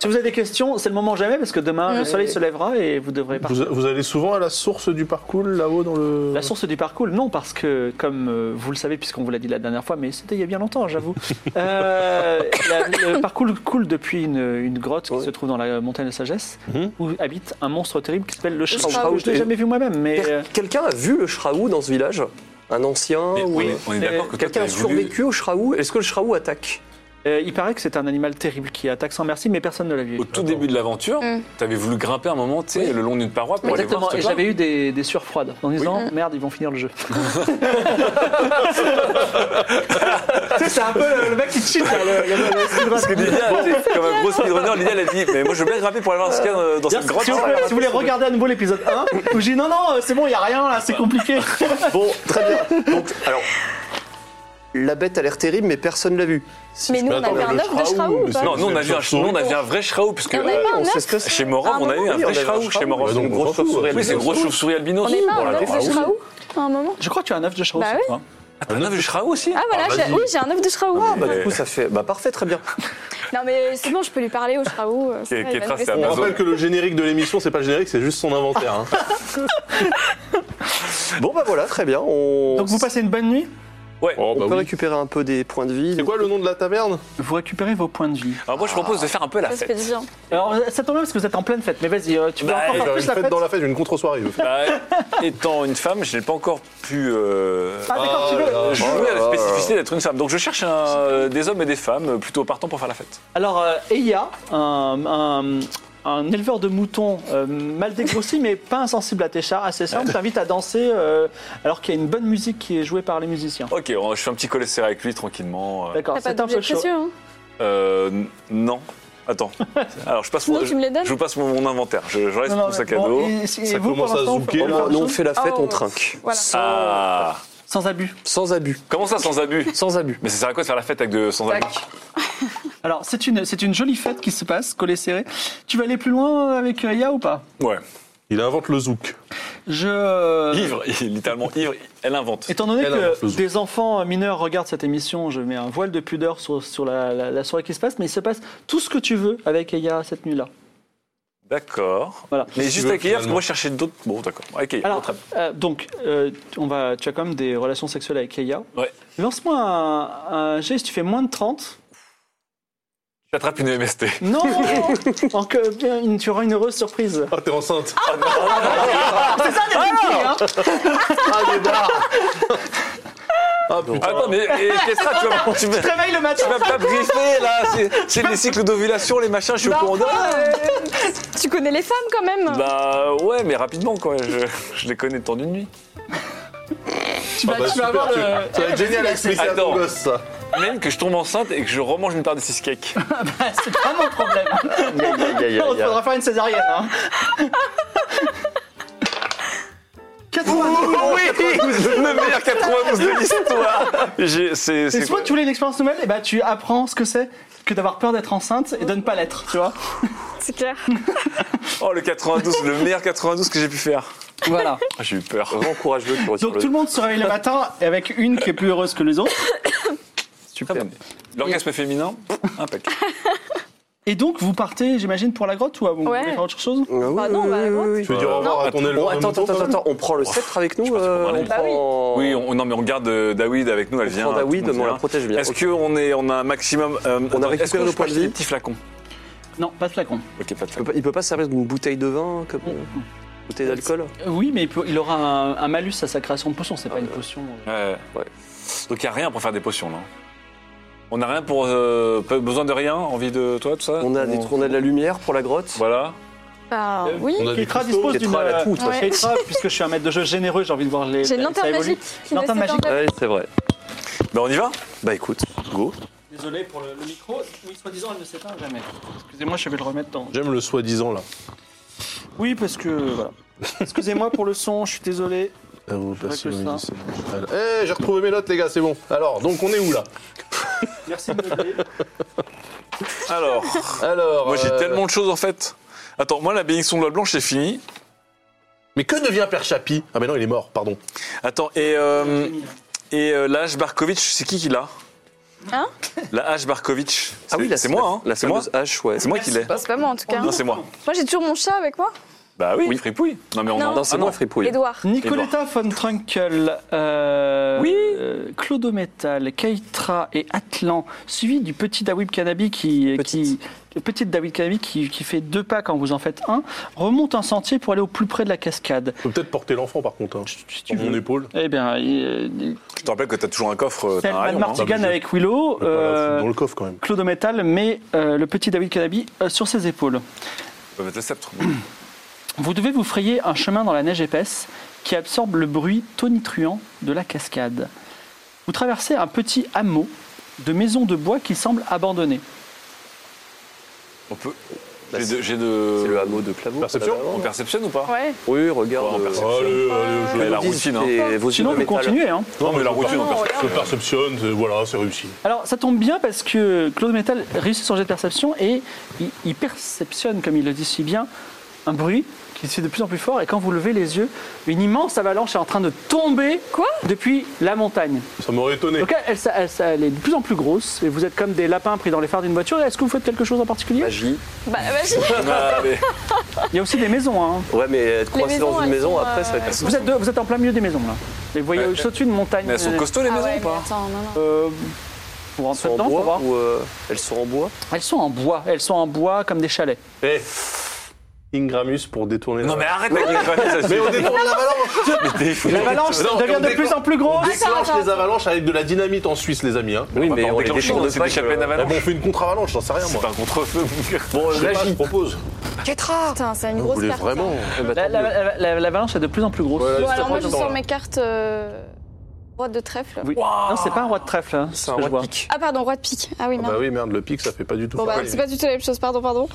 Si vous avez des questions, c'est le moment jamais parce que demain le soleil se lèvera et vous devrez partir.
Vous, vous allez souvent à la source du parcours là-haut dans le.
La source du parcours, non, parce que comme euh, vous le savez, puisqu'on vous l'a dit la dernière fois, mais c'était il y a bien longtemps, j'avoue. euh, la- le parcours coule depuis une, une grotte qui se trouve dans la montagne de sagesse,
Mhm.
où habite un monstre terrible qui s'appelle le Shraou.
Shraou,
Je l'ai
et-
jamais vu moi-même, mais euh,
Per- Quelqu'un a vu le Shraou dans ce village Un ancien
Mais on
ou-
est- on est d'accord que toi,
Oh Quelqu'un a
t'avais voulu...
survécu au Shraou Est-ce que le Shraou attaque
euh, il paraît que c'est un animal terrible qui attaque sans merci, mais personne ne l'a vu.
Au tout début de l'aventure,
Mm.
t'avais voulu grimper un moment, tu sais, le long d'une paroi pour aller voir
Exactement,
ce
et
truc-là.
j'avais eu des, des sueurs froides en disant merde, ils vont finir le jeu. Tu sais, c'est un peu le, le mec qui cheat. là, le- le- le- le speedrun.
Parce que Lydia, comme un gros speedrunner, Lydia l'a dit, mais moi je veux bien grimper pour aller voir ce qu'il y a dans- dans cette
Si vous,
grotte.
voulez, si vous voulez regarder à nouveau l'épisode 1, où j'ai dit non, non, c'est bon, il n'y a rien là, c'est compliqué.
Bon, très bien. Donc, alors. La bête a l'air terrible, mais personne l'a vu.
Si
Mais
je
nous,
peux
on
attendre
avait
le
un œuf de
Shraou,
Shraou ou
mais
pas
c'est-
Non, nous on a
c'est
vu un,
chauve-souris.
nous, on a vu un vrai Shraou, parce que
Et on avait
euh,
pas un
on sait
œuf
ce que
chez Morov,
Ah,
on a eu
oui,
un
on
vrai
avait un
Shraou
Shraou,
chez Morov.
mais donc,
Donc,
grosse
gros
chauve-souris.
Oui, c'est gros chauve-souris albinos.
On n'est pas
Oh là
un
là,
œuf de
waouh.
Shraou
À un moment.
Je crois que tu as un œuf de Shraou
Bah
sur
oui.
toi.
Ah, T'en as vu Shraou aussi
Ah voilà,
Ah,
j'ai-
vas-y.
oui, j'ai un œuf de Shraou.
Ah, bah, du coup, ça fait. Bah, parfait, très bien.
Non mais c'est bon, je peux lui parler au Shraou. euh,
Qui est- qui
ça, il
est
va
tracé
nous
à
On
laisser.
Amazon.
rappelle que le générique de l'émission, c'est pas le générique, c'est juste son inventaire. hein.
Bon, bah voilà, très bien. On,
Donc vous passez une bonne nuit,
Ouais.
Oh,
on
bah
peut
oui.
récupérer un peu des points de vie.
C'est quoi le nom de la taverne
vous récupérez vos points de vie.
Alors moi je propose de faire un peu la
Ça, ça fait
fête.
du bien.
Alors ça tombe bien parce que vous êtes en pleine fête, mais vas-y, euh, tu peux
Bah,
encore
J'ai
faire plus la
une fête,
fête.
dans la fête, j'ai une contre-soirée. je veux faire.
Bah, étant une femme, je n'ai pas encore pu euh,
Ah d'accord, tu
Oh
veux.
là là.
jouer
Oh là
à la
là.
spécificité d'être une femme. Donc je cherche un, euh, des hommes et des femmes euh, plutôt partants pour faire la fête.
Alors, euh, Eya, un, un- un éleveur de moutons euh, mal dégrossi mais pas insensible à tes chars, assez simple, t'invite à danser euh, alors qu'il y a une bonne musique qui est jouée par les musiciens.
Ok, on- je fais un petit cholestérol avec lui tranquillement. euh.
D'accord,
T'as pas
c'est un peu
d'objet
chaud.
précieux, hein
Euh, n- non. Attends. Alors je passe
Sinon,
mon,
tu me les donnes
je vous passe mon, mon inventaire. Je, je reste
Non, non,
mon sac à
bon,
dos.
et- et
Ça
vous, pour
commence à
l'instant, vous
zouker,
faites
là.
autre
Nous, on
chose
fait la fête,
Oh.
[LAUGHS]
on trinque.
Voilà.
Ah
Sans abus.
Sans abus.
Comment ça sans abus
Sans abus.
Mais ça sert à quoi de faire la fête avec de sans abus
Alors, c'est une, c'est une jolie fête qui se passe, collée serrée. Tu vas aller plus loin avec euh, Eya ou pas
Ouais.
Il invente le zouk.
Je. euh,
Ivre, littéralement ivre, elle invente.
Étant donné
Elle a un
que
flouze.
des enfants euh, mineurs regardent cette émission, je mets un voile de pudeur sur, sur la, la- la soirée qui se passe, mais il se passe tout ce que tu veux avec Eya cette nuit-là.
D'accord.
Voilà.
Mais
tu
juste
veux,
avec Ivre, parce que
finalement.
moi je cherchais d'autres. Bon, d'accord. Ok.
Alors, euh, donc, euh, on va, tu as quand même des relations sexuelles avec Eya.
Ouais.
Lance-moi un, un jet, si tu fais moins de 30.
J'attrape une MST.
Non En que- bien, une- Tu auras une heureuse surprise.
Ah, t'es enceinte
ah, C'est ça, des petits, hein
Ah, les barres [LAUGHS] Ah, putain
Attends, mais et qu'est-ce que ça, tu vas- tu vas-
Je te réveille le matin
tu vas pas briefer là C'est- C'est les cycles d'ovulation, les machins, je
Bah,
suis au courant de.
Tu connais les femmes quand même
Bah ouais, mais rapidement quoi, je, je les connais le temps d'une nuit.
Tu vas,
Ah bah,
tu vas avoir
super,
le... Eh,
tu- Ça va être génial à expliquer à
Attends.
ton gosse, ça.
Même que je tombe enceinte et que je remange une part de six
[LAUGHS]
cakes.
C'est pas mon problème. [LAUGHS]
Ah,
Il faudra faire une césarienne. Hein. [LAUGHS] 92.
Oui Le meilleur 92 de l'histoire J'ai- C'est
Et
c'est
soit tu voulais une expérience nouvelle, et bah tu apprends ce que c'est que d'avoir peur d'être enceinte et de ne pas l'être, tu vois.
C'est clair.
Oh le 92, le meilleur 92 que j'ai pu faire.
Voilà.
Ah, J'ai eu peur.
Vraiment courageux pour
Donc tout le monde se réveille le matin avec une qui est plus heureuse que les autres.
Super. L'orgasme féminin, impec.
Et donc vous partez, j'imagine, pour la grotte ou vous
Ouais.
voulez faire autre chose
Bah non, bah, bon.
Tu veux dire au revoir à ton éleveur de
Bon, Oh, attends,
moutons,
attends,
quand
attends,
même
attends, on prend le sceptre avec nous.
Oh. pense qu'on
euh,
va
on
aller.
Bah
prend.
Oui, on, non mais on garde euh, David avec nous, elle vient.
prend
tout le
David,
monde
mais on
vient.
la protège bien.
Est-ce
Ok.
qu'on est, on a un maximum... euh,
On
attends,
a
est-ce que
récupéré nos
je peux
points de
acheter
vie
des petits flacons.
Non, pas de flacon.
Ok, pas de
Il peut
flacons.
pas- Il peut pas servir d'une bouteille de vin, comme euh, bouteille d'alcool
Euh, Oui, mais il, peut- il aura un, un malus à sa création de potion, c'est pas une potion. euh.
Ouais.
Ouais.
Donc il n'y a rien pour faire des potions là. On n'a rien pour... euh, pas- besoin de rien, envie de toi, tout ça
On a des, on a de la lumière pour la grotte.
Voilà.
Bah,
Euh,
oui.
On a des
Keitra
cristaux.
dispose d'une.
Keitra à la
euh,
toute, de toute
façon.
Keitra, puisque je suis un maître de jeu généreux, j'ai envie de voir les.
J'ai une
ça
lanterne
évolue.
magique qui
Lanterne
ne
magique.
s'éteint pas.
Ouais, c'est vrai.
Ben on y va
Bah écoute, go.
Désolé pour le, le micro. Oui, soi-disant, elle ne s'éteint jamais. Excusez-moi, je vais le remettre dans.
J'aime le soi-disant là.
Oui, parce que. Voilà. Excusez-moi pour le son, je suis désolé.
Ah, vous passez
que
le
ça.
midi, c'est bon. Eh, j'ai retrouvé mes notes, les gars, c'est bon. Alors, donc on est où là
Merci de m'aider.
Alors,
Alors.
moi j'ai
euh,
tellement de choses en fait. Attends, moi la bénédiction de la blanche c'est fini.
Mais que devient Père Chapi Ah, mais non, il est mort, pardon.
Attends, et, euh, et euh, la hache Barkovitch, c'est qui qui l'a
Hein
La hache Barkovitch.
Ah oui,
C'est-
la-
c'est moi, hein
La
C'est moi.
fameuse hache, ouais.
C'est moi qui l'ai.
Bah, c'est pas moi en tout cas.
Non, c'est moi.
Moi j'ai toujours mon chat avec moi.
Bah oui, fripouille. Non, mais on
Non.
en
Non, c'est
Ah
moi, Fripouille.
Edouard.
Nicoletta von Trunkel, euh, euh, Clodo Metal, Keitra et Atlan, suivi du petit Dawib Kanabi qui,
Petite.
qui le petit Dawib Kanabi qui, qui fait deux pas quand vous en faites un, remonte un sentier pour aller au plus près de la cascade.
Faut peut-être porter l'enfant par contre. Hein.
Si tu
Sur mon
veux.
épaule.
Eh bien, il-
Je te rappelle que t'as toujours un coffre. euh, t'as un
Thelma
rayon, hein.
Martigan
Bah,
avec Willow,
Je vais pas la
euh,
foutre Dans le coffre quand même.
Clodo Metal met euh, le petit David Canabi euh, sur ses épaules.
On peut mettre le sceptre.
Vous devez vous frayer un chemin dans la neige épaisse qui absorbe le bruit tonitruant de la cascade. Vous traversez un petit hameau de maisons de bois qui semble abandonné.
On peut.
Bah,
J'ai
c'est-
de. j'ai
C'est
de-
le hameau de Clavaux.
Perception
On perceptionne ou pas
Ouais.
Oui, regarde.
Ouais, on
euh,
perceptionne.
Allez, allez,
Mais la
ils disent
routine. hein.
les- vos
Sinon,
yeux de
mais
métal.
continuez. hein.
Non, mais la routine, on
je, je
perceptionne.
perceptionne, c'est- voilà, c'est réussi.
Alors, ça tombe bien parce que Claude Metal réussit son jet de perception et il, il perceptionne, comme il le dit si bien, un bruit qui se fait de plus en plus fort. Et quand vous levez les yeux, une immense avalanche est en train de tomber
Quoi
depuis la montagne.
Ça m'aurait étonné.
Donc, elle, elle- elle- elle est de plus en plus grosse et vous êtes comme des lapins pris dans les phares d'une voiture. Est-ce que vous faites quelque chose en particulier
Magie.
Bah vas-y.
Ah, mais-
Il y a aussi des maisons. hein.
Ouais, mais être coincé
maisons,
dans une
elles
maison
sont,
après, ça va
euh,
être.
Vous êtes, deux- vous êtes en plein milieu des maisons là. Et vous voyez
Ouais.
au-dessus d'une montagne.
Mais elles sont
euh,
costauds les
Ah
maisons
ouais,
ou
mais
pas
attends, non, non.
euh, vous
Elles
rentrez
sont en
dedans, faut
bois
voir.
ou euh, elles sont en bois
Elles sont en bois. Elles sont en bois comme des chalets.
Eh, Ingramus pour détourner
Non,
la-
mais arrête avec les familles, ça
Mais on
suffit.
détourne l'avalanche
Mais t'es fou.
L'avalanche
Non,
devient
on
de
décor-
plus en plus
On
grosse.
déclenche
attends,
les avalanches avec de la dynamite en Suisse, les amis. Hein.
Oui,
va
mais
pas en
on Ah, les
déclencher,
détourne
on
de
s'est
pas
échappé
que-
à une
Ah
avalanche.
bon, on fait une contre-avalanche, j'en sais rien moi.
C'est un contre-feu.
Bon,
Je sais pas, je
magie.
propose.
Putain, c'est une
Vous
grosse
voulez
carte. ça.
vraiment
Eh ben,
La-
tant mieux.
la- la- L'avalanche est de plus en plus grosse.
Ouais,
Bon,
juste
alors moi
après,
je
attends,
sors
là.
mes cartes euh, roi de trèfle.
Oui. Non, c'est pas un roi de trèfle. hein, ce
C'est un
que je
roi
vois.
de pique.
Ah pardon, roi de pique. Ah oui,
Ah
merde.
Bah oui, merde, le pic, ça fait pas du tout.
Bon bah
pareil.
c'est pas du tout la même chose, pardon, pardon.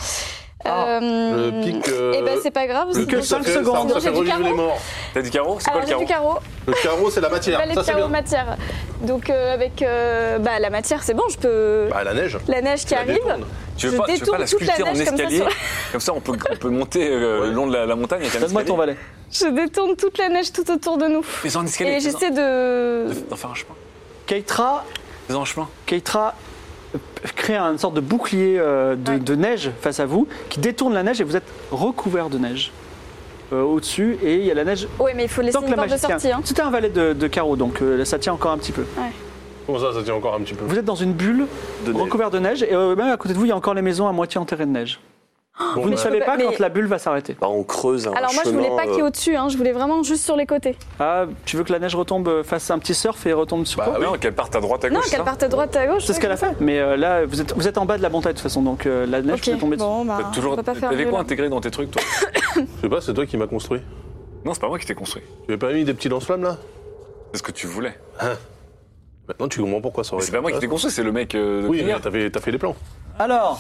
Ah,
Euh,
Le pic. euh,
Eh ben c'est pas grave.
le
c'est
pic,
bon.
que cinq
ça fait- ça-
secondes.
Ça
J'ai
fait
du
revivre les
carreau.
morts.
T'as du carreau C'est quoi
Alors
le
j'ai
carreau
du carreau,
Le carreau, c'est la
j'ai
matière.
pas les
Ça, c'est
carreaux
bien.
matière. Donc euh, avec euh, bah, la matière c'est bon, je peux...
Bah, la neige.
la neige qui
la
arrive.
détourne.
Tu veux,
Je
pas, tu veux
détourne
pas la
toute la
sculpter en
neige comme ça
escalier
sur
Comme ça, on, peut, on peut monter euh, le long de la, la montagne avec un
Donne-moi
escalier.
ton valet.
Je détourne toute la neige tout autour de nous.
Fais en escalier.
Et
fais-en-
j'essaie de...
D'en faire un chemin.
Keitra,
Fais en chemin.
Keitra euh, crée une sorte de bouclier euh, de, de neige face à vous qui détourne la neige et vous êtes recouvert de neige euh, au-dessus et il y a la neige
Ouais mais il faut laisser
Tant que
une
la
porte de
magie tient.
sortie. hein.
C'était un valet de, de carreau, donc euh, ça tient encore un petit peu.
Comment ça, ça tient encore un petit peu
Vous êtes dans une bulle
De neige.
recouverte de neige, et euh, même à côté de vous, il y a encore les maisons à moitié enterrées de neige.
Bon,
vous ne
bah,
savez pas
Ah, Mais-
quand la bulle va s'arrêter.
Bah, on creuse un
Alors moi je
chemin,
voulais pas qu'il y ait
euh,
au-dessus, hein, je voulais vraiment juste sur les côtés.
Ah, tu veux que la neige retombe, euh, fasse un petit surf et retombe sur
Bah
toi
non, qu'elle parte à droite à gauche.
Non, qu'elle
ça.
parte à droite, à gauche.
C'est ce qu'elle a fait. Mais euh, là, vous êtes, vous êtes en bas de la montagne de toute façon, donc euh, la neige
Ok,
peut tomber dessus.
bon, bah,
T'as
on
toujours.
peut pas faire
T'avais
mieux,
quoi
là.
intégré dans tes trucs, toi
Je sais pas, c'est toi qui m'as construit.
Non, c'est pas moi qui t'ai construit.
Tu n'avais pas mis des petits lance-flammes là
C'est ce que tu voulais.
Maintenant, tu comprends pourquoi ça
Mais
aurait
C'est pas moi qui t'ai construit, c'est le mec euh, de
Oui, mais
Cléa.
t'as fait, t'as fait les plans.
Alors,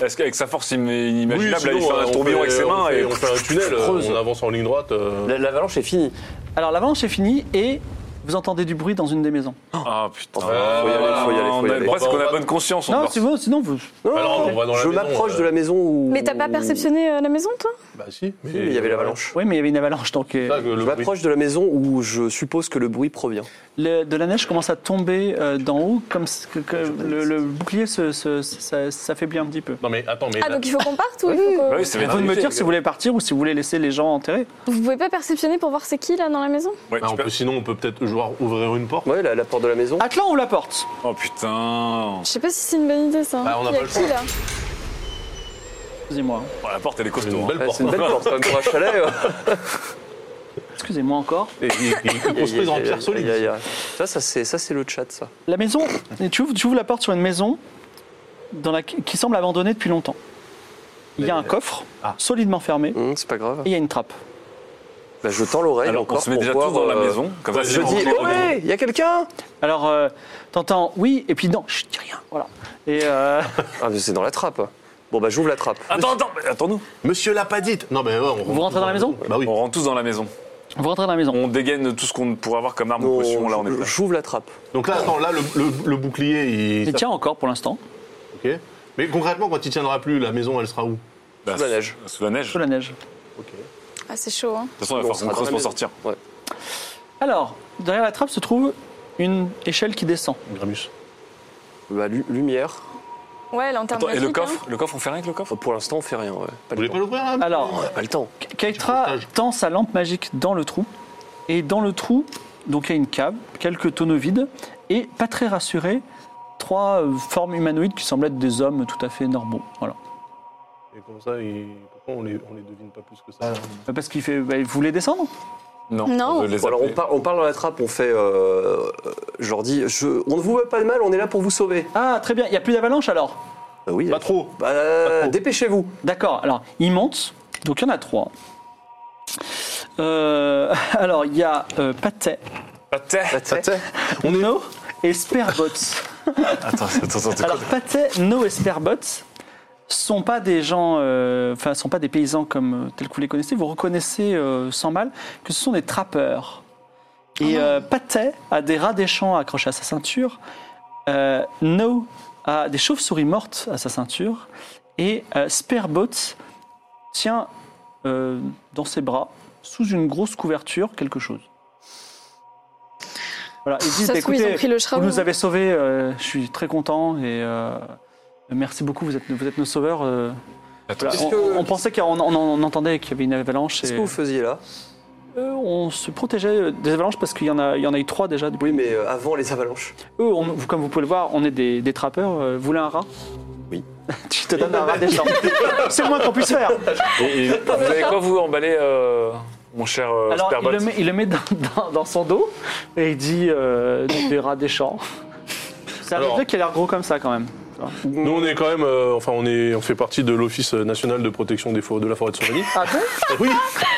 Est-ce qu'avec sa force im- inimaginable, là, il
sinon,
fait un
on
tourbillon
fait-
avec ses
on
mains
fait-
et.
On fait un
[LAUGHS]
tunnel,
creuse.
on avance en ligne droite. euh,
la- L'avalanche est finie.
alors l'avance est finie et vous entendez du bruy dans une des maisons.
Ah putain.
Enfin, faut y aller, faut y aller, faut y aller.
Parce qu'on
Bon,
a
bah,
bonne conscience. on
non,
dort.
sinon, sinon vous.
Non,
Bah non, on va dans la
je
maison,
m'approche
euh.
de la maison où.
Mais t'as pas perceptionné euh, la maison, toi
Bah si, mais
Oui, mais Il y avait l'avalanche.
Oui, mais il y avait une avalanche, donc euh,
Ça, que
Je
le bruit.
m'approche de la maison où je suppose que le bruit provient.
le- de la neige commence à tomber euh, d'en haut, comme ce que, que le, le bouclier se- se- ça- s'affaiblit un petit peu.
Non mais attends, mais
Ah,
la-
donc il faut qu'on parte ou il faut qu'on-
Bah oui, c'est
Vous
bien.
de me dire si vous voulez partir ou si vous voulez laisser les gens enterrés.
Vous pouvez pas perceptionner pour voir c'est qui, là, dans la maison
Ouais,
Bah,
tu
on
peux-
peut- sinon on peut peut-être genre, ouvrir une porte.
Ouais, la, la porte de la maison.
Atlan ou la porte
Oh putain.
Je sais pas si c'est une bonne idée, ça. hein.
Bah, on a
Qui
pas le
qui,
choix.
là
Excusez-moi.
Oh, La porte, elle est
C'est
costaud.
une
hein.
belle
Ouais,
porte.
c'est une
[LAUGHS]
belle porte, quand même, pour un chalet. ouais.
Excusez-moi encore.
Et et- et
[LAUGHS]
ils construisent en pierre
Aïe, aïe,
solide.
aïe. Ça, ça c'est ça, c'est le chat, ça.
La maison, tu ouvres, tu ouvres la porte sur une maison dans laquelle- qui semble abandonnée depuis longtemps. il y a un coffre
Ah.
solidement
Mm.
fermé
Hum, c'est pas grave.
et il y a une trappe.
Bah, je tends l'oreille
Alors
encore
on se met
pour
déjà
voir,
tous dans la
euh,
maison. Comme ça,
Je
on
dis,
rentre dans la maison.
ouais, il y a quelqu'un
Alors, euh, t'entends oui, et puis non, je dis rien. Voilà. Et euh,
Ah, mais c'est dans la trappe. Bon, bah, j'ouvre la trappe.
hein. Attends, attends, mais attends-nous.
Monsieur Lapadite Non, mais ouais, on rentre
rentrez dans la maison
Bah oui.
On rentre tous dans la maison.
vous rentrez dans la maison.
On dégaine tout ce qu'on pourrait avoir comme arme ou
Non,
potion. Là, on est prêt.
J'ouvre la trappe.
Donc là, attends, là, le, le- le bouclier, il.
Il tient encore pour l'instant,
Ok. Mais concrètement, quand il tiendra plus, la maison, elle sera où
Bah,
Sous la neige.
Sous la neige.
sous
De
la neige.
Ah, c'est chaud, hein.
toute façon, il
Bon,
va
on sera
falloir qu'on creuse
dans
pour
la
sortir.
Ouais.
Alors, derrière la trappe se trouve une échelle qui descend.
Gramus.
Bah, lu- lumière.
Ouais, lanterne
Attends, et le
gratuite, hein.
coffre Le coffre, on fait rien avec le coffre
Oh, Pour l'instant, on fait rien, ouais. Pas
Vous
le
voulez pas
temps.
l'ouvrir là
Alors,
On n'a pas le temps.
Keitra
Sauvetage.
tend sa lampe magique dans le trou. Et dans le trou, donc il y a une cave, quelques tonneaux vides, et pas très rassurés, trois euh, formes humanoïdes qui semblent être des hommes tout à fait normaux. Voilà.
Et comme ça, il- pourquoi on les, on les devine pas plus que ça
Euh, Parce qu'il fait. bah, vous voulez descendre
Non.
Non.
veut les
Bon, alors, on,
appeler.
par- on parle dans la trappe, on fait. Euh, euh, je leur dis, je- on ne vous veut pas de mal, on est là pour vous sauver.
Ah, très bien, il n'y a plus d'avalanche alors
Bah oui.
Pas trop
Bah, euh,
trop.
dépêchez-vous.
D'accord, alors ils montent, donc il y en a trois. Euh, [LAUGHS] alors il y a euh, Pathé,
Attends,
No et Sperbot.
attends, attends, attends.
Alors, Pathé, No et Sperbot sont pas des gens, euh, enfin, sont pas des paysans comme euh, tels que vous les connaissez. Vous reconnaissez euh, sans mal que ce sont des trappeurs.
Ah.
Et euh, Pathé a des rats des champs accrochés à sa ceinture. Euh, no a des chauves-souris mortes à sa ceinture. Et euh, Spearbot tient euh, dans ses bras, sous une grosse couverture, quelque chose. Voilà, ils disent, bah,
Ça se trouve, ils
écoutez,
ont pris le
vous
shroud.
nous avez sauvés, euh, je suis très content et euh, merci beaucoup, vous êtes, vous êtes nos sauveurs. euh.
Attends,
Voilà,
est-ce
on,
que-
on pensait qu'on on- on entendait qu'il y avait une avalanche.
Qu'est-ce
et-
que vous faisiez là
Euh, on se protégeait euh, des avalanches parce qu'il y, en a- il y en a eu trois déjà.
Oui, mais euh, avant les avalanches.
Eux, on- vous- comme vous pouvez le voir, on est des, des trappeurs. Euh, Vous voulez un rat
Oui.
[LAUGHS] tu te donnes un rat déjà. [LAUGHS] C'est le moins qu'on puisse faire.
Et- et vous avez quoi, vous, emballé, euh, mon cher euh,
Alors, il
Spearbot
le met, il le met dans, dans- dans son dos et il dit euh, des rats des champs. C'est un
Alors-
objet qui a l'air gros comme ça quand même.
Nous, on est quand même. euh, enfin, on, est, on fait partie de l'Office national de protection des forêts de la forêt de Somalie.
Ah bon
oui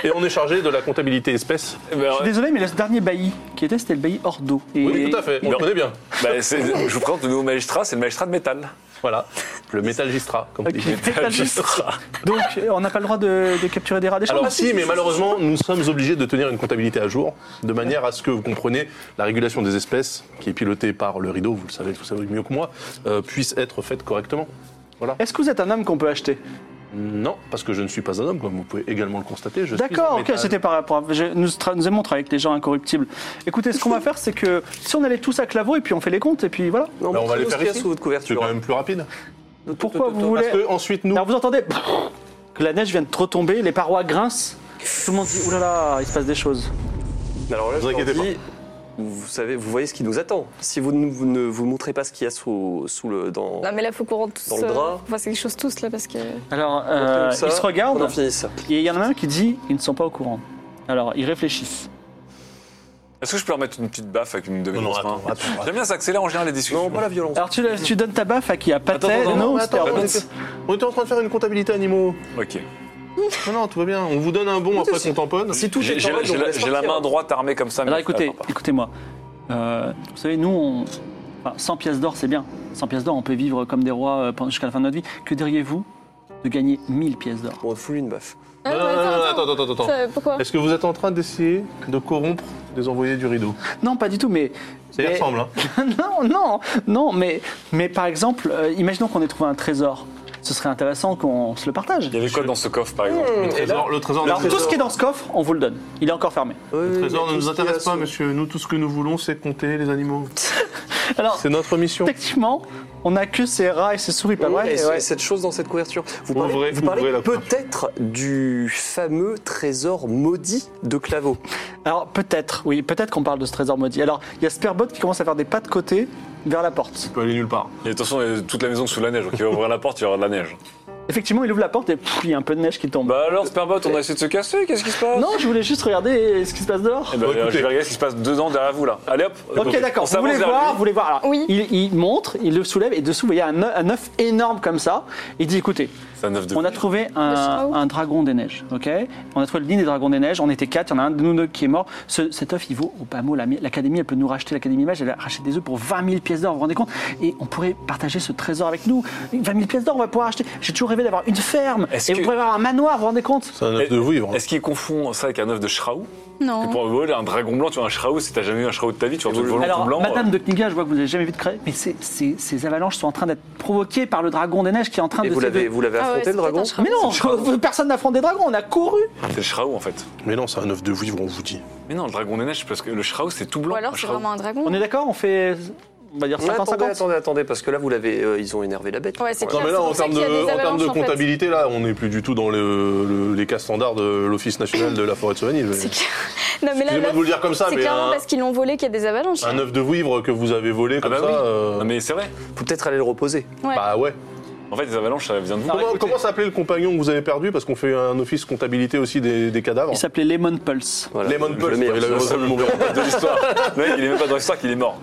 Et on est chargé de la comptabilité espèce.
Eh ben,
Je suis désolé, mais le dernier bailli qui était, c'était le bailli hors d'eau. Et-
Oui, tout à fait. On le
Non.
connaît bien.
bah, c'est- je vous présente le nouveau magistrat, c'est le magistrat de métal.
Voilà. Le métalgistra, comme on
Ok,
dit.
[LAUGHS]
métalgistra. Donc, euh, on n'a pas le droit de, de capturer des rats des champs.
Alors si, mais malheureusement, nous sommes obligés de tenir une comptabilité à jour, de manière à ce que vous compreniez la régulation des espèces, qui est pilotée par le rideau, vous le savez, vous le savez mieux que moi, euh, puisse être faite correctement.
Est-ce que vous êtes un homme qu'on peut acheter
Non, parce que je ne suis pas un homme, comme vous pouvez également le constater. Je suis
D'accord,
en
ok,
métal.
c'était par rapport. à- je- Nous, tra- nous aimons travailler avec les gens incorruptibles. Écoutez, ce qu'on va faire, c'est que si on allait tous à Claveau et puis on fait les comptes, et puis voilà.
Non,
Bah, on va
montrez-nous
les
ce
faire
qu'il y a
ici.
sous votre
C'est
couverture.
quand même plus rapide.
Pourquoi vous voulez.
Parce que ensuite nous,
Alors vous entendez que la neige vient de trop tomber, les parois grincent. Tout le monde dit oulala, là là, il se passe des choses.
Alors là,
Vous
je leur
inquiétez
dis, Vous savez, vous voyez ce qui nous attend. Si vous ne vous, ne vous montrez pas ce qu'il y a sous, sous le dans.
Non, mais là, faut qu'on rentre tous. euh,
Dans le drap.
on fasse quelque chose tous, là, parce que.
Alors euh,
Ça,
ils se regardent
On en finisse.
et il y en a un qui dit ils ne sont pas au courant. Alors ils réfléchissent.
Est-ce que je peux leur mettre une petite baffe avec une de mes
Non, non,
grosses mains
attends, attends, attends.
J'aime bien, ça accélère en général les discussions.
Non, pas la violence.
Alors tu, la- tu donnes ta baffe à qui À Patel
Attends, attends,
Non,
mais attends,
Spearbot
on était, on était en train de faire une comptabilité animaux.
Ok.
Non, non, tout va bien. On vous donne un bon, après
si-
qu'on tamponne.
Si tout
J'ai
est
j'ai
en
la,
règle,
j'ai
on
la-
laisse
j'ai la
partir.
hein.
main droite armée comme ça.
Alors
mais-
écoutez,
Attends, attends.
écoutez-moi. Euh, vous savez, nous, on... enfin, 100 pièces d'or, c'est bien. 100 pièces d'or, on peut vivre comme des rois euh, pendant- jusqu'à la fin de notre vie. Que diriez-vous de gagner 1000 pièces d'or
On fout une baffe.
Ah,
Non, non, non, non, attends, attends, attends.
Ça,
hein.
pourquoi
Est-ce que vous êtes en train d'essayer de corrompre des envoyés du rideau
Non, pas du tout, mais. [LAUGHS]
Ça y
mais-
ressemble, hein.
non, non, non, mais, mais par exemple, euh, imaginons qu'on ait trouvé un trésor. Ce serait intéressant qu'on se le partage.
Il y avait quoi dans ce coffre par exemple
Le trésor, le trésor,
Alors,
le
tout ce
trésor-
qui est dans ce coffre, on vous le donne. Il est encore fermé.
le trésor ne nous intéresse pas,
monsieur.
monsieur. Nous, tout ce que nous voulons, c'est compter les animaux.
Alors,
C'est notre mission.
effectivement, on n'a que ces rats et ces souris, pas vrai
et
Ouais.
cette chose dans cette couverture. Vous
Ouvrez-
parlez, vous parlez
ouvrez la couverture.
peut-être du fameux trésor maudit de Claveau.
Alors, peut-être, oui, peut-être qu'on parle de ce trésor maudit. Alors, il y a Spearbot qui commence à faire des pas de côté vers la porte.
peut aller nulle part.
Et attention, il y a toute la maison sous la neige. Donc il va ouvrir la porte, il y aura de la neige.
Effectivement, il ouvre la porte et pff, il y a un peu de neige qui tombe.
Bah alors, Sperbot, on a essayé de se casser, qu'est-ce qui se passe
non, je voulais juste regarder ce qui se passe dehors.
Eh ben,
Bon, écoutez.
Je vais regarder ce qui se passe dedans derrière vous là. Allez hop
Ok,
Donc, on
d'accord. Vous
s'avance
voulez
vers
voir, vous
lui.
voulez voir. Alors,
Oui.
il, il montre, il le soulève et dessous, vous voyez un, œ- un œuf énorme comme ça. Il dit écoutez,
C'est un œuf de.
on a trouvé un,
Strauss.
un dragon des neiges, ok On a trouvé le dîner des dragons des neiges. On était quatre, il y en a un de nous deux qui est mort. Ce- cet œuf, il vaut au pas mot. la mi- L'académie, elle peut nous racheter l'académie mage. Elle a racheté des œufs pour 20 000 pièces d'or. Vous vous rendez compte Et on pourrait partager ce trésor avec nous. 20 000 pièces d'or, on va pouvoir acheter. J'ai toujours rêvé d'avoir une ferme.
Est-ce
Et
que-
vous pourrez avoir un manoir. Vous vous rendez compte
C'est un œuf de
hein.
vouivre.
Est-ce qu'il confond ça avec un œuf de Shraou
Non.
Que Pour voler un dragon blanc, tu vois, un Shraou, si t'as jamais vu un Shraou de ta vie, tu vois un truc volant
Alors,
tout blanc.
euh,
Madame de Kniga, je vois que vous n'avez jamais vu de créer, mais ces- ces ces avalanches sont en train d'être provoquées par le dragon des neiges qui est en train
Et
de.
vous
se-
l'avez
de-
vous l'avez
Ah ouais,
affronté
c'est
le dragon
peut-être un
Mais non, personne n'affronte des dragons, on a couru.
euh, C'est le Shraou en fait.
Mais non, c'est un œuf de vouivre, on vous dit.
Mais non, le dragon des neiges, parce que le Shraou c'est tout blanc.
Ou
un
alors c'est
Shraou.
vraiment un dragon.
On est d'accord, on fait, on va dire
Ouais, attendez,
50-50.
attendez, attendez, parce que là, vous l'avez, euh, ils ont énervé la bête.
Ouais, c'est
Non,
clair.
mais là,
c'est
en
pour ça
termes
qu'il y a des
de, en termes
avalanches,
de
en fait.
comptabilité, là, on n'est plus du tout dans le- le- les cas standards de l'Office national de la forêt de Sauvigny.
C'est clair. Non, mais là,
Excusez-moi de vous le dire comme ça,
c'est
mais
clairement
un,
parce qu'ils l'ont volé qu'il y a des avalanches.
un œuf de vouivre que vous avez volé
Ah
comme
bah
ça.
oui.
euh,
Non mais c'est vrai.
Faut peut-être aller le reposer.
Ouais.
Bah ouais.
En fait, les avalanches, ça vient de vous.
Ah
comment comment s'appelait le compagnon que vous avez perdu Parce qu'on fait un office comptabilité aussi des, des cadavres.
Il s'appelait Lemon Pulse.
Voilà.
Lemon
Le
Pulse,
meilleur.
il avait
Le
vraiment le mauvais nom.
de
[LAUGHS]
l'histoire. Le mec, il est même pas dans l'histoire qu'il est mort.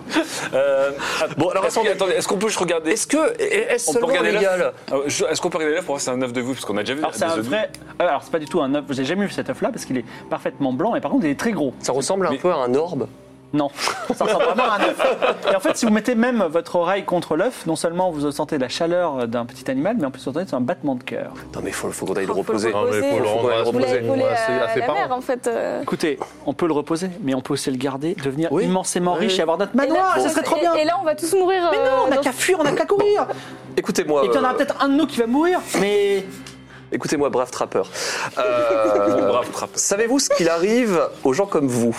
bon, alors attendez, attendez, est-ce qu'on peut juste regarder
Est-ce que, est-ce
On peut
seulement
regarder
légal
l'œuf Ah, je- Est-ce qu'on peut regarder l'œuf pour voir si c'est un œuf de vous Parce qu'on a déjà vu
Alors c'est
des
un
œufs de
vrai. ah, Alors c'est pas du tout un œuf. Vous avez jamais vu cet œuf-là parce qu'il est parfaitement blanc et par contre il est très gros.
Ça ressemble un
Mais-
peu à un orbe.
[LAUGHS]
Non, ça ressemble vraiment à un œuf. Et en fait, si vous mettez même votre oreille contre l'œuf, non seulement vous sentez la chaleur d'un petit animal, mais en plus vous entendez un battement de cœur.
Non, mais faut, faut qu'on aille
Faut-
le
faut
reposer.
le reposer.
mais faut le
Faut qu'on aille le
Vous
reposer.
l'avez volé
Ouais, c'est
à,
à ses
la
parents.
mère, en fait. euh.
Écoutez, on peut le reposer, mais on peut aussi le garder, devenir
Oui.
immensément
Oui.
riche et avoir notre
Et là,
manoir.
on-
Ce serait trop
et-
bien.
Et là, on va tous mourir.
Mais non,
euh,
on n'a
dans-
qu'à fuir, on n'a qu'à courir.
Euh,
Écoutez-moi.
Et puis on aura
euh,
peut-être un de nous qui va mourir. Mais
Écoutez-moi, brave trappeur. Euh,
Brave trappe.
Savez-vous ce qu'il arrive aux gens comme vous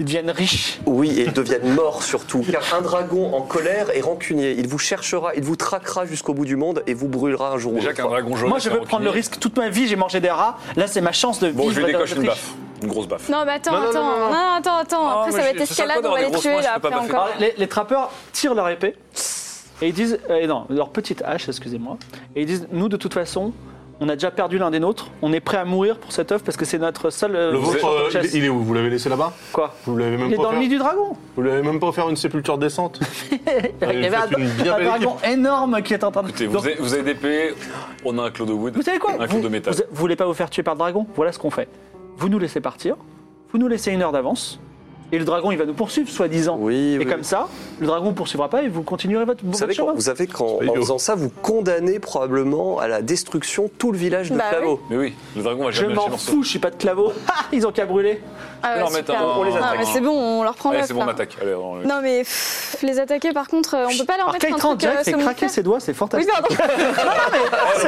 ils deviennent riches.
Oui, et ils deviennent morts surtout. Car un dragon en colère est rancunier. Il vous cherchera, il vous traquera jusqu'au bout du monde et vous brûlera un jour ou
Déjà
l'autre.
qu'un dragon jaune.
Moi, je
c'est
veux
un
prendre le
requin.
risque. Toute ma vie, j'ai mangé des rats. Là, c'est ma chance de vivre.
Bon, je lui
dans-
décoche une
d'être
baffe. Une grosse baffe.
Non, mais attends,
Non, non,
attends.
non, non, non.
attends, attends.
Ah,
Après,
mais
ça va
je-
être
je sais pas
escalade,
dans
on va
les
les
grosses
tuer
mains, je
là
peux pas
après
me faire
encore.
Alors, les, les trappeurs tirent leur épée et ils disent, euh, non, leur petite hache, excusez-moi, et ils disent, nous de toute façon, on a déjà perdu l'un des nôtres, on est prêt à mourir pour cet œuf parce que c'est notre seul. euh,
Le vôtre,
notre
euh,
chasse.
il, il est où Vous l'avez laissé là-bas
quoi
Vous l'avez même
Il est
pas
dans le nid
offert
du dragon.
Vous l'avez même pas offert une sépulture décente
Il y avait un,
faites une bien
Eh ben, un
belle
dragon énorme qui est en train de.
Écoutez, vous,
Donc,
avez, vous avez des pées, on a un Claude Wood,
vous savez quoi
un
vous,
Claude de métal.
vous- vous voulez pas vous faire tuer par le dragon Voilà ce qu'on fait. Vous nous laissez partir, vous nous laissez une heure d'avance. Et le dragon, il va nous poursuivre, soi-disant.
Oui,
et
oui.
comme ça, le dragon ne poursuivra pas et vous continuerez votre
Vous savez, quand, vous savez qu'en
pas
en
idiot.
faisant ça, vous condamnez probablement à la destruction tout le village de
Bah
Clavo.
Mais oui, le dragon va
Je
jamais lâcher
m'en
le morceau.
fous, je suis pas de claveau. [LAUGHS] Ah, ils ont qu'à brûler.
Ah, ouais,
Non, mais
super.
attends, on les
Non,
attaque.
mais c'est bon, on leur prend
Allez,
l'œuf,
c'est bon, on
là.
attaque. Allez, on le-
Non, mais pff, les attaquer, par contre, euh, on peut pas leur
Alors,
mettre un
Kate Rand,
truc euh,
Jack fait craquer
somnifère.
ses doigts, c'est
Oui,
fantastique.
pardon.
Ah,
Ah,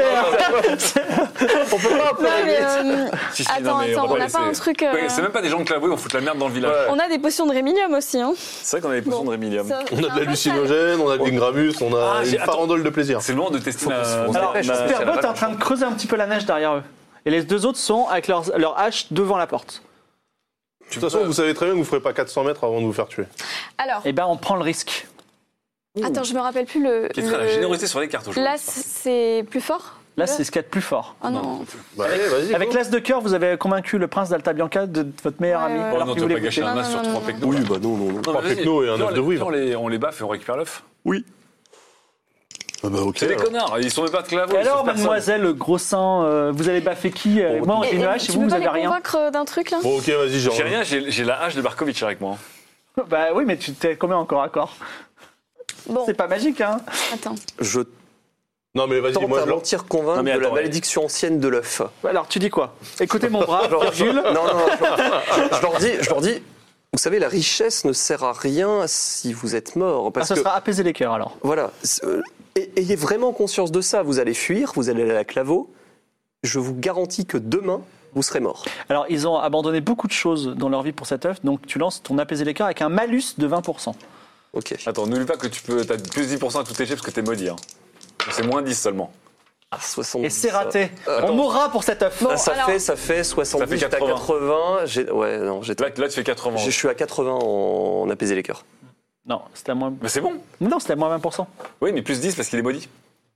On peut pas
Non, mais, euh,
Si, si,
attends,
mais
attends,
va
on n'a
laisser-
pas un truc. euh,
Ouais, C'est même pas des gens de Clavo, ils vont foutre la merde dans le village.
On a des potions de réminium aussi. Hein.
C'est vrai qu'on a des potions de Rémilium.
Ça-
[LAUGHS] On a
c'est un
de
peu ça.
l'hallucinogène, on a de l'ingramus, on a
Ah, j'ai-
une
attends.
farandole de plaisir.
C'est le moment de tester la...
se
la-
Alors,
dépêche,
la-
on se
Superbot est en train de creuser un petit peu la neige derrière eux. Et les deux autres sont avec leurs- leur hache devant la porte.
De toute façon, vous savez très bien que vous ferez pas 400 mètres avant de vous faire tuer.
Alors,
Eh ben, on prend le risque.
attends, je me rappelle plus le.
Qui est très-
le-
la générosité sur les cartes aujourd'hui.
L'as, c'est plus fort
Là, c'est ce qu'il y a de plus fort.
Oh non.
Bah, allez, vas-y.
Avec
go.
l'as de cœur, vous avez convaincu le prince d'Alta Bianca de votre meilleur
Ouais,
ami.
ouais, ouais.
Oh
alors
non,
qu'il
tu vas
voulait
pas gâcher
goûter.
un as sur trois pecnos.
Oui, bah non, non, non.
Non, mais vas-y,
pecnos et un
viens,
œuf de
les-
vouivre.
viens, On les, on les baffe et on récupère l'œuf.
Ah bah, ok.
C'est des connards, ils sont même pas de Clavo.
Et
ils
alors,
sont personne.
mademoiselle, le gros sein, euh, vous allez baffer qui Euh, Moi, j'ai
Et-
une
et
hache
tu
et vous,
peux
vous
pas
avez
les
rien.
convaincre euh, d'un truc là
Bon, ok, vas-y, genre.
J'ai rien, j'ai j'ai la hache de Barkovitch avec moi.
Bah oui, mais tu t'es combien encore à corps
Bon,
C'est pas magique, hein
attends.
Je
Non, mais vas-y,
tente
moi
à
je leur.
mentir convaincre
Non, mais
de la
attends, ouais.
malédiction ancienne de l'œuf.
Bah, Alors, tu dis quoi Écoutez mon
[LAUGHS]
bras, virgule.
Non, non, non, je leur, je leur dis, je leur dis, vous savez, la richesse ne sert à rien si vous êtes mort.
Ah,
Parce
ça
que,
sera apaiser les cœurs, alors.
voilà, c'est- euh, et- ayez vraiment conscience de ça. Vous allez fuir, vous allez aller à la claveau. Je vous garantis que demain, vous serez mort.
Alors, ils ont abandonné beaucoup de choses dans leur vie pour cet œuf, donc tu lances ton apaiser les cœurs avec un malus de 20%.
Ok.
Attends, n'oublie pas que tu peux, t'as plus 10% à tous tes jets parce que t'es maudit. hein. Donc C'est moins 10 seulement.
Ah, 70.
Et c'est raté.
Euh,
On
attends.
mourra pour cet œuf.
Ah, ça,
alors-
fait, ça fait 70,
Ça fait
j'étais à
80.
80. j'ai- Ouais, non, j'étais-
Là, là, tu fais 80.
je suis à 80 en, en apaiser les cœurs.
Non, c'était à moins.
Mais c'est bon.
Non, c'était à moins 20%.
Oui, mais plus 10 parce qu'il est maudit.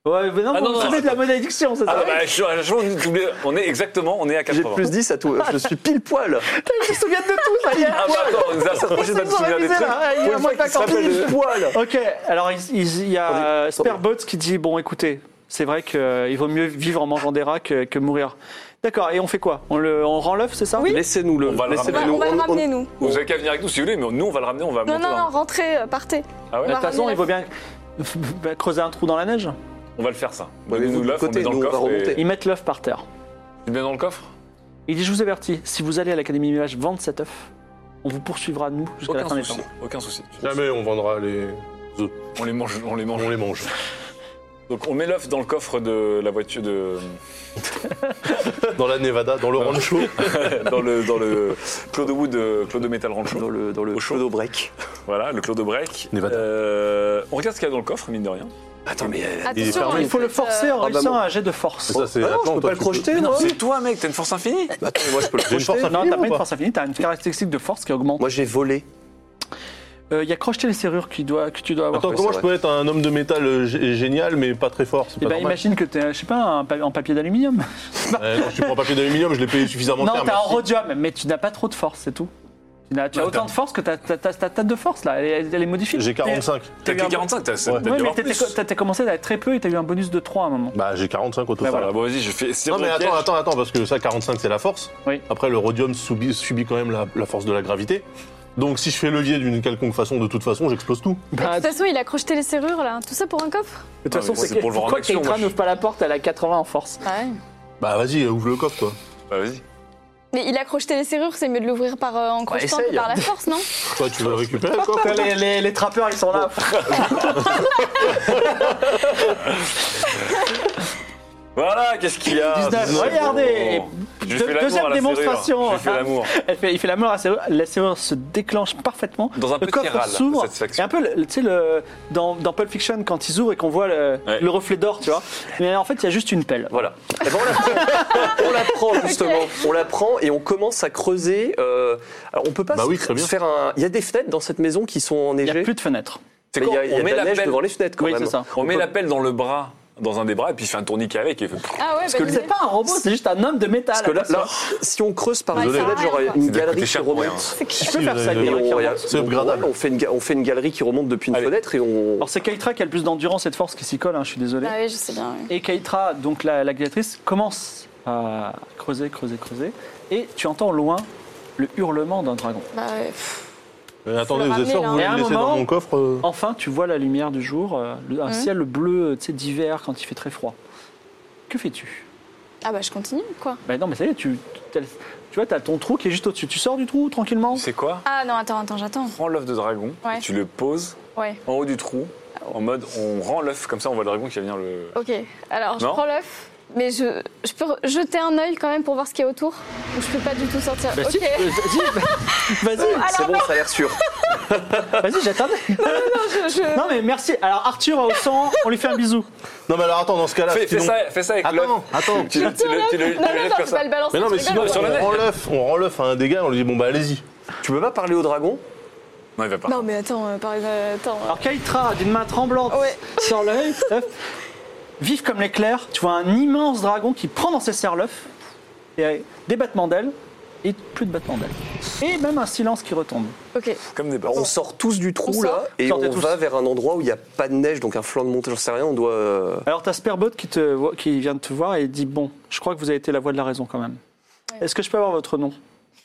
Ouais, mais non,
Ah,
vous
non, non,
vous souvenez de la malédiction, c'est
Ah,
ça
bah, je- je- on est doublé- on est exactement, on est à
J'ai
80.
plus 10 à tout. Je suis pile [LAUGHS] poil.
Ils se souviennent de tout, ça y est.
Ah, bah, attends, on nous
[LAUGHS]
a approché de
Ils
notre
sont
souvenir des
révisés,
trucs.
là. Il y a moins de
qui se
vacances.
rappelle de-
Poil
Ok, alors il, il- il y a euh, Sperbots qui dit bon, écoutez, c'est vrai qu'il vaut mieux vivre en mangeant des rats que, que mourir. D'accord, et on fait quoi on, le, on rend l'œuf, c'est ça
Laissez-nous le.
On va le
laissez-nous-
On va, on va
on-
le
on-
ramener, nous.
Vous avez qu'à venir avec nous si vous voulez, mais nous on va le ramener, on va le
Non,
monter.
non,
dans-
non, rentrez, euh, partez.
Ah ouais
De
On va
toute façon,
ramener
il vaut bien bah, creuser un trou dans la neige.
On va le faire ça.
Ouais, mais
Donnez-nous
vous, de
l'œuf, on
côté,
met dans le
nous, on va
coffre. et-
remonter.
Ils mettent l'œuf par terre.
Tu le mets dans le coffre
Il dit je vous avertis, si vous allez à l'Académie Nuage vendre cet œuf, on vous poursuivra nous jusqu'à la
Aucun
fin des
souci.
temps.
Aucun souci.
Jamais on vendra les.
On les mange, on les mange.
On les mange.
Donc on met l'œuf dans le coffre de la voiture de [LAUGHS]
Dans la Nevada, dans le rancho.
dans le dans le Claude Wood euh, Claude Metal Rancho.
Dans le, dans le
Au chaud.
pseudo break.
Voilà, le Claude Break.
Nevada.
Euh, on regarde ce qu'il y a dans le coffre mine de rien.
Attends, mais. euh,
Il est
Attention,
fermé.
Il faut le forcer hein. en
Ah, bah,
réussissant
bon.
un jet de force.
Ça, c'est-
ah non,
attends,
je
toi,
peux pas le
tu
projeter,
Oh
non
C'est toi mec, t'as une force infinie.
Attends, mais moi je peux le
J'ai une
projeter.
force à
Non, t'as
finir ou
pas une
pas
force infinie, t'as une caractéristique de force qui augmente.
Moi j'ai volé.
Euh, Il y a crocheter les serrures qui doit, que tu dois avoir.
Attends,
Ouais,
comment
c'est
je peux être un homme de métal euh, gé- génial mais pas très fort C'est
Eh
pas
ben,
normal.
imagine que t'es, je sais pas, un pa- en papier d'aluminium.
Ouais, non, je prends un papier d'aluminium, je l'ai payé suffisamment
Non,
cher.
t'as un
merci.
rhodium, mais tu n'as pas trop de force, c'est tout. Tu, n'as- tu as
Ouais,
autant
t'as-
de force que ta, ta, ta, ta tête de force, là. Elle, est- elle est modifiée.
J'ai 45.
T'as
eu un-
que 45, t'as t'as
Ouais.
dû
Ouais, mais
avoir
t'étais,
plus.
t'as- t'as commencé à être très peu et t'as eu un bonus de 3 à un moment.
Bah, j'ai 45 au total.
Voilà, bon vas-y, je fais
Non,
zéro
mais
piège.
attends, attends, attends, parce que ça, 45, c'est la force.
Oui.
Après, le rhodium subit, subit quand même la, la force de la gravité. Donc, si je fais levier d'une quelconque façon, de toute façon, j'explose tout.
De
Ah,
toute façon, il a crocheté les serrures, là. Tout ça pour un coffre
De toute façon,
mais Ah c'est
que-
pour le voir en
pourquoi
action,
Keitra
moi, je-
n'ouvre pas la porte, elle a 80 en force.
Bah, vas-y, ouvre le coffre, toi.
Bah, vas-y.
Mais il a crocheté les serrures, c'est mieux de l'ouvrir par, euh, en crochetant que
essaye.
par la force, non
Toi, tu veux récupérer le coffre
Les, les- les trappeurs, ils sont là.
Voilà, qu'est-ce qu'il y a
19, regardez.
Je
Deux-
fais l'amour hein,
deuxième
à la
démonstration.
serrure. Je fais l'amour.
Elle fait- il fait la mort à la serrure, la serrure se déclenche parfaitement.
Dans un
le
petit
coffre
râle de
s'ouvre. Et
satisfaction.
un peu, le- tu sais, le- dans, dans Pulp Fiction, quand ils ouvrent et qu'on voit le,
Ouais.
le reflet d'or, tu vois. Mais en fait, il y a juste une pelle.
Voilà. Eh ben, on, la prend, on la prend, justement. On la prend et on commence à creuser. euh, alors on peut pas
Bah
se-
oui, très bien.
se faire un. Il y a des fenêtres dans cette maison qui sont
Il n'y a
enneigées.
plus de fenêtre.
C'est
Mais
quoi
il y a, il y a
On met la
de la neige
pelle-
devant les fenêtres quand
Oui,
même.
c'est ça.
hein. on met l'appel dans le bras, dans un des bras, et puis il fait un tourniquet avec. Et il fait...
Ah ouais, bah,
C'est pas un robot, c'est juste un homme de métal.
Parce que là, là, si on creuse par une
Désolé.
fenêtre, genre il y a une
Ça doit
galerie
coûter
qui
cher pour rien.
remonte.
je peux faire ça.
C'est
Et on,
Guillaume.
regarde-
hein. C'est
donc,
upgradable.
ouais, on, fait une, ga- on fait une galerie qui remonte depuis une
Allez.
fenêtre et on.
Alors c'est Keitra qui a le plus d'endurance et de force qui s'y colle, hein, je suis désolé.
Ah oui, je sais bien. oui.
Et Keitra, donc la, la gladiatrice, commence à creuser, creuser, creuser. Et tu entends au loin le hurlement d'un dragon.
Bah, ouais, pff.
Euh, Attendez,
Faut
vous
le
êtes sûr que vous voulez
ramener, là.
me
Et à un
laisser dans
moment-
mon coffre euh
Enfin, tu vois la lumière du jour, euh, le-
Mmh.
un ciel bleu, tu sais, d'hiver quand il fait très froid. Que fais-tu
Ah bah, je continue, quoi.
Bah non, mais ça y est, tu, t'as- tu vois, t'as ton trou qui est juste au-dessus. Tu sors du trou tranquillement
Tu sais quoi
Ah non, attends, attends, j'attends.
Prends l'œuf de dragon,
Ouais.
et tu le poses
Ouais,
en haut du trou, en mode on rend l'œuf, comme ça on voit le dragon qui va venir le.
ok. Alors, je
Non
prends l'œuf, mais je, je peux re- jeter un œil quand même pour voir ce qu'il y a autour. Ou je peux pas du tout sortir.
Bah,
ok.
si, euh,
[LAUGHS]
vas-y, vas-y,
C'est bon, ça a l'air sûr.
vas-y, j'attendais.
Je- je-
Non mais merci. Alors Arthur au sang, on lui fait un bisou.
Non, mais alors attends, dans ce cas-là.
Fais, fais
sinon-
ça, fais ça avec l'œuf.
Attends, attends.
Tu le- tu le- tu le- tu
Non, non,
le
non,
lèves comme
je vais pas
ça.
le balancer.
Mais non, mais
je
sinon,
rigole.
sur la
on
neige.
rend l'œuf, on rend l'œuf à un dégât, on lui dit bon bah allez-y.
Tu peux pas parler au dragon
Non, il va pas.
Non, mais attends, euh, par euh, attends. euh,
Alors Keitra, d'une main tremblante,
Ouais.
sort [LAUGHS] l'œil. hop. Vif comme l'éclair, tu vois un immense dragon qui prend dans ses serres l'œuf. Et euh, des battements d'ailes. Et plus de battements d'ailes. Et même un silence qui retombe.
euh, Ok.
Comme des barres.
Alors, on sort tous du trou
On
là
sort.
et
Sortez
on
tous.
va vers un endroit où il n'y a pas de neige, donc un flanc de montée, j'en sais rien, on doit. euh,
Alors t'as Sperbot qui, te voit- qui vient de te voir et dit Bon, je crois que vous avez été la voix de la raison quand même. Est-ce que je peux avoir votre nom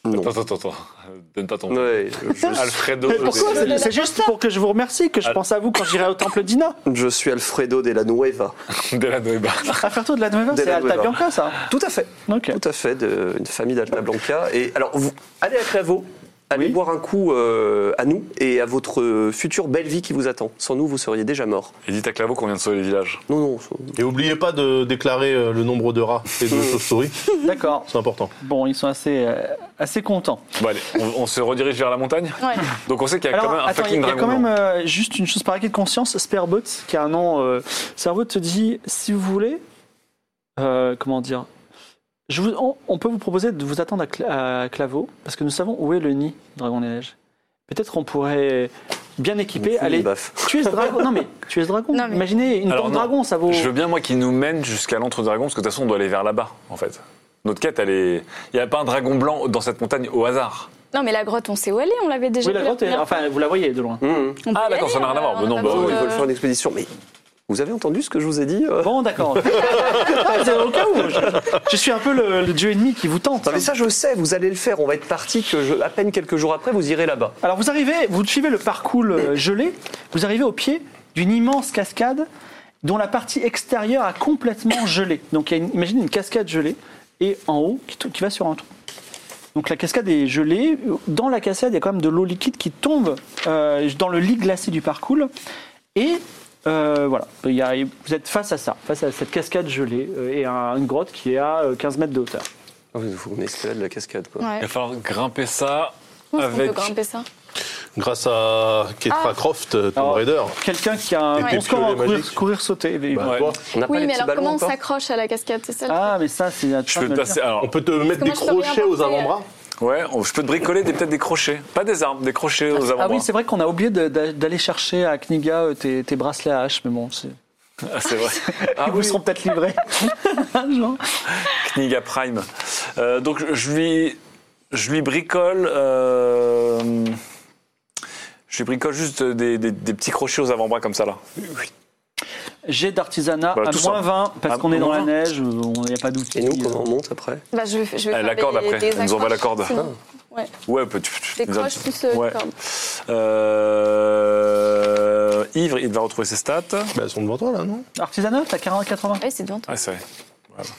Ah,
Non.
Attends, attends, attends. Euh, Donne pas ton.
Ouais, [LAUGHS] je,
Alfredo.
Mais pourquoi
José.
C'est c'est juste pour que je vous remercie, que je pense à vous quand j'irai au temple
[LAUGHS]
d'Ina.
je suis Alfredo de la Nueva.
De la Nueva.
Alberto de la Nueva,
De la
c'est Alta
Nueva.
Bianca ça
Tout à fait.
Ok.
Tout à fait, de- une famille d'Alta Blanca. Et alors, vous allez à Cravo, allez
Oui.
boire un coup euh, à nous et à votre euh, future belle vie qui vous attend. Sans nous, vous seriez déjà mort.
Et dites à Clavo qu'on vient de sauver le village.
Non, non, je-
Et oubliez pas de déclarer euh, le nombre de rats et de chauves-souris,
D'accord.
c'est important.
Bon, ils sont assez, euh, assez contents.
Bon, allez, on, on se redirige vers la montagne.
Ouais.
Donc on sait qu'il y a
Alors,
quand même un
attends, il y a- il
fucking
y a
dragon.
quand même
blanc.
euh, juste une chose par acquis de conscience. Sperbot, qui a un nom. euh, Sperbot te dit si vous voulez, euh, comment dire, je vous- on, on peut vous proposer de vous attendre à, Cla- à Claveau, parce que nous savons où est le nid, Dragon des Neiges. Peut-être qu'on pourrait bien équipé,
Allez.
allez tuer ce dragon. Non mais tuer ce dragon.
Non, mais-
Imaginez une
Alors,
porte
non.
dragon, ça vaut.
Je veux bien, moi, qui nous mène jusqu'à l'entre-dragon, parce que de toute façon, on doit aller vers là-bas, en fait. Notre quête, elle est. Il n'y a pas un dragon blanc dans cette montagne au hasard.
Non, mais la grotte, on sait où elle est, on l'avait déjà
Oui, la
vue
grotte, est-
première
enfin, vous la voyez de
Hum,
loin.
fois. On peut
Ah,
y
d'accord,
aller,
ça n'a rien à
euh,
voir.
on
Mais
n'a
non,
pas
bah,
besoin
oui,
de-
il
On peut faire une expédition. Mais vous avez entendu ce que je vous ai dit euh
Bon,
[LAUGHS]
d'accord. Ah, c'est au cas où, je, je suis un peu le, le dieu ennemi qui vous tente.
Non, mais ça, je sais, vous allez le faire. On va être parti que je- à peine quelques jours après, vous irez là-bas.
Alors vous arrivez, vous suivez le parcours euh, gelé, vous arrivez au pied d'une immense cascade dont la partie extérieure a complètement gelé. Donc il y a une- imaginez une cascade gelée et en haut qui, tou- qui va sur un trou. Donc la cascade est gelée. Dans la cascade, il y a quand même de l'eau liquide qui tombe euh, dans le lit glacé du parcours. Et euh, voilà, Il y a- vous êtes face à ça, face à cette cascade gelée euh, et à une grotte qui est à euh, 15 mètres de hauteur.
Ah, Vous vous venez escalade la cascade, quoi.
Il
Ouais.
va falloir grimper ça
Où est-ce qu'on peut
avec.
grimper ça
Grâce à Ketra
Ah.
Croft, euh, Tomb
Alors,
Raider.
Quelqu'un qui a un
Et
bon
tes
score en
piolets
courir,
magiques.
courir, sauter. des-
Bah,
Ouais.
toi,
On n'a pas
Oui,
les
mais
petits
alors
ballons
comment on
encore
s'accroche à la cascade C'est ça le
Ah, mais ça, c'est.
Je peux te placer.
On
Alors,
peut te mettre
que
des
moi, je peux rien
crochets aux
porter,
avant-bras
ouais, on- je peux te bricoler des- peut-être des crochets. Pas des armes, des crochets aux
Ah
avant-bras.
oui, c'est vrai qu'on a oublié de- d'a- d'aller chercher à Kniga euh, tes, tes bracelets à hache, mais bon, c'est-
Ah, c'est vrai.
[LAUGHS]
ils vous seront peut-être
[LAUGHS]
livrés. Genre.
Kniga Prime. Euh, donc je- je lui, je lui bricole, euh, je lui bricole juste des, des- des petits crochets aux avant-bras comme ça là.
J'ai d'artisanat
Voilà,
à
Bah, tout
moins
ça.
20, parce
À
qu'on est dans la
moins
neige, euh, il n'y a pas d'outils.
Et nous, comment on monte après
Bah, je, vais- je vais
Ah,
faire
la corde
des-
après.
des
On nous envoie la
accroches,
corde.
sinon. Ouais.
Ouais, peut- tu, tu-
Des
tu-
croches plus euh,
Ouais.
corde.
Euh, Ivre, il va retrouver ses stats.
Bah, Elles sont devant toi, là, non
euh. Artisanat, t'as 40, 80.
Ouais, c'est devant toi.
Ah c'est vrai. Voilà.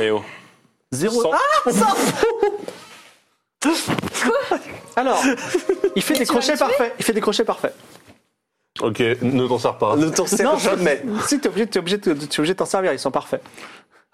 Eh oh.
Zéro.
Cent.
[LAUGHS]
Ah, ça Alors, il fait des
tu vas
crochets
me tuer
parfaits. Il fait des crochets parfaits.
Ok, ne t'en sers pas.
Ne t'en sers jamais.
[LAUGHS] Si, t'es obligé, t'es obligé, de- t'es obligé de t'en servir, ils sont parfaits.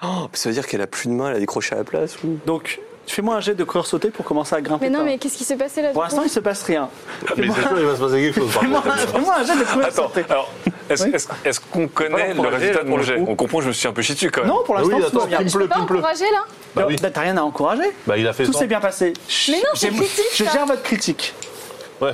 Oh, ça veut dire qu'elle a plus de main, elle a des crochets à la place. ou-
Donc, fais-moi un jet de coureur sauté pour commencer à grimper.
Mais non,
par-
mais qu'est-ce qui s'est passé là
Pour l'instant, il se passe rien.
Mais c'est sûr, il va se passer quelque chose. Par
Fais-moi
contre.
fais-moi un jet de coureur
Attends.
sauté.
Alors, est-ce
Oui.
est-ce- est-ce qu'on connaît
Voilà, pour
le
le
résultat
jet,
de mon
pour le
jet
coup.
On comprend, je me suis un peu chié dessus quand même.
Non, pour
Ah
l'instant, tout
oui,
va
attends,
bien.
pile
Je peux
bleu,
pas
pile bleu.
encourager là
Bah oui,
Bah, T'as rien à encourager
bah il a fait
Tout
ça.
s'est bien passé.
Mais non, c'est
J'ai-
critique,
Je
ça.
gère votre critique.
Ouais.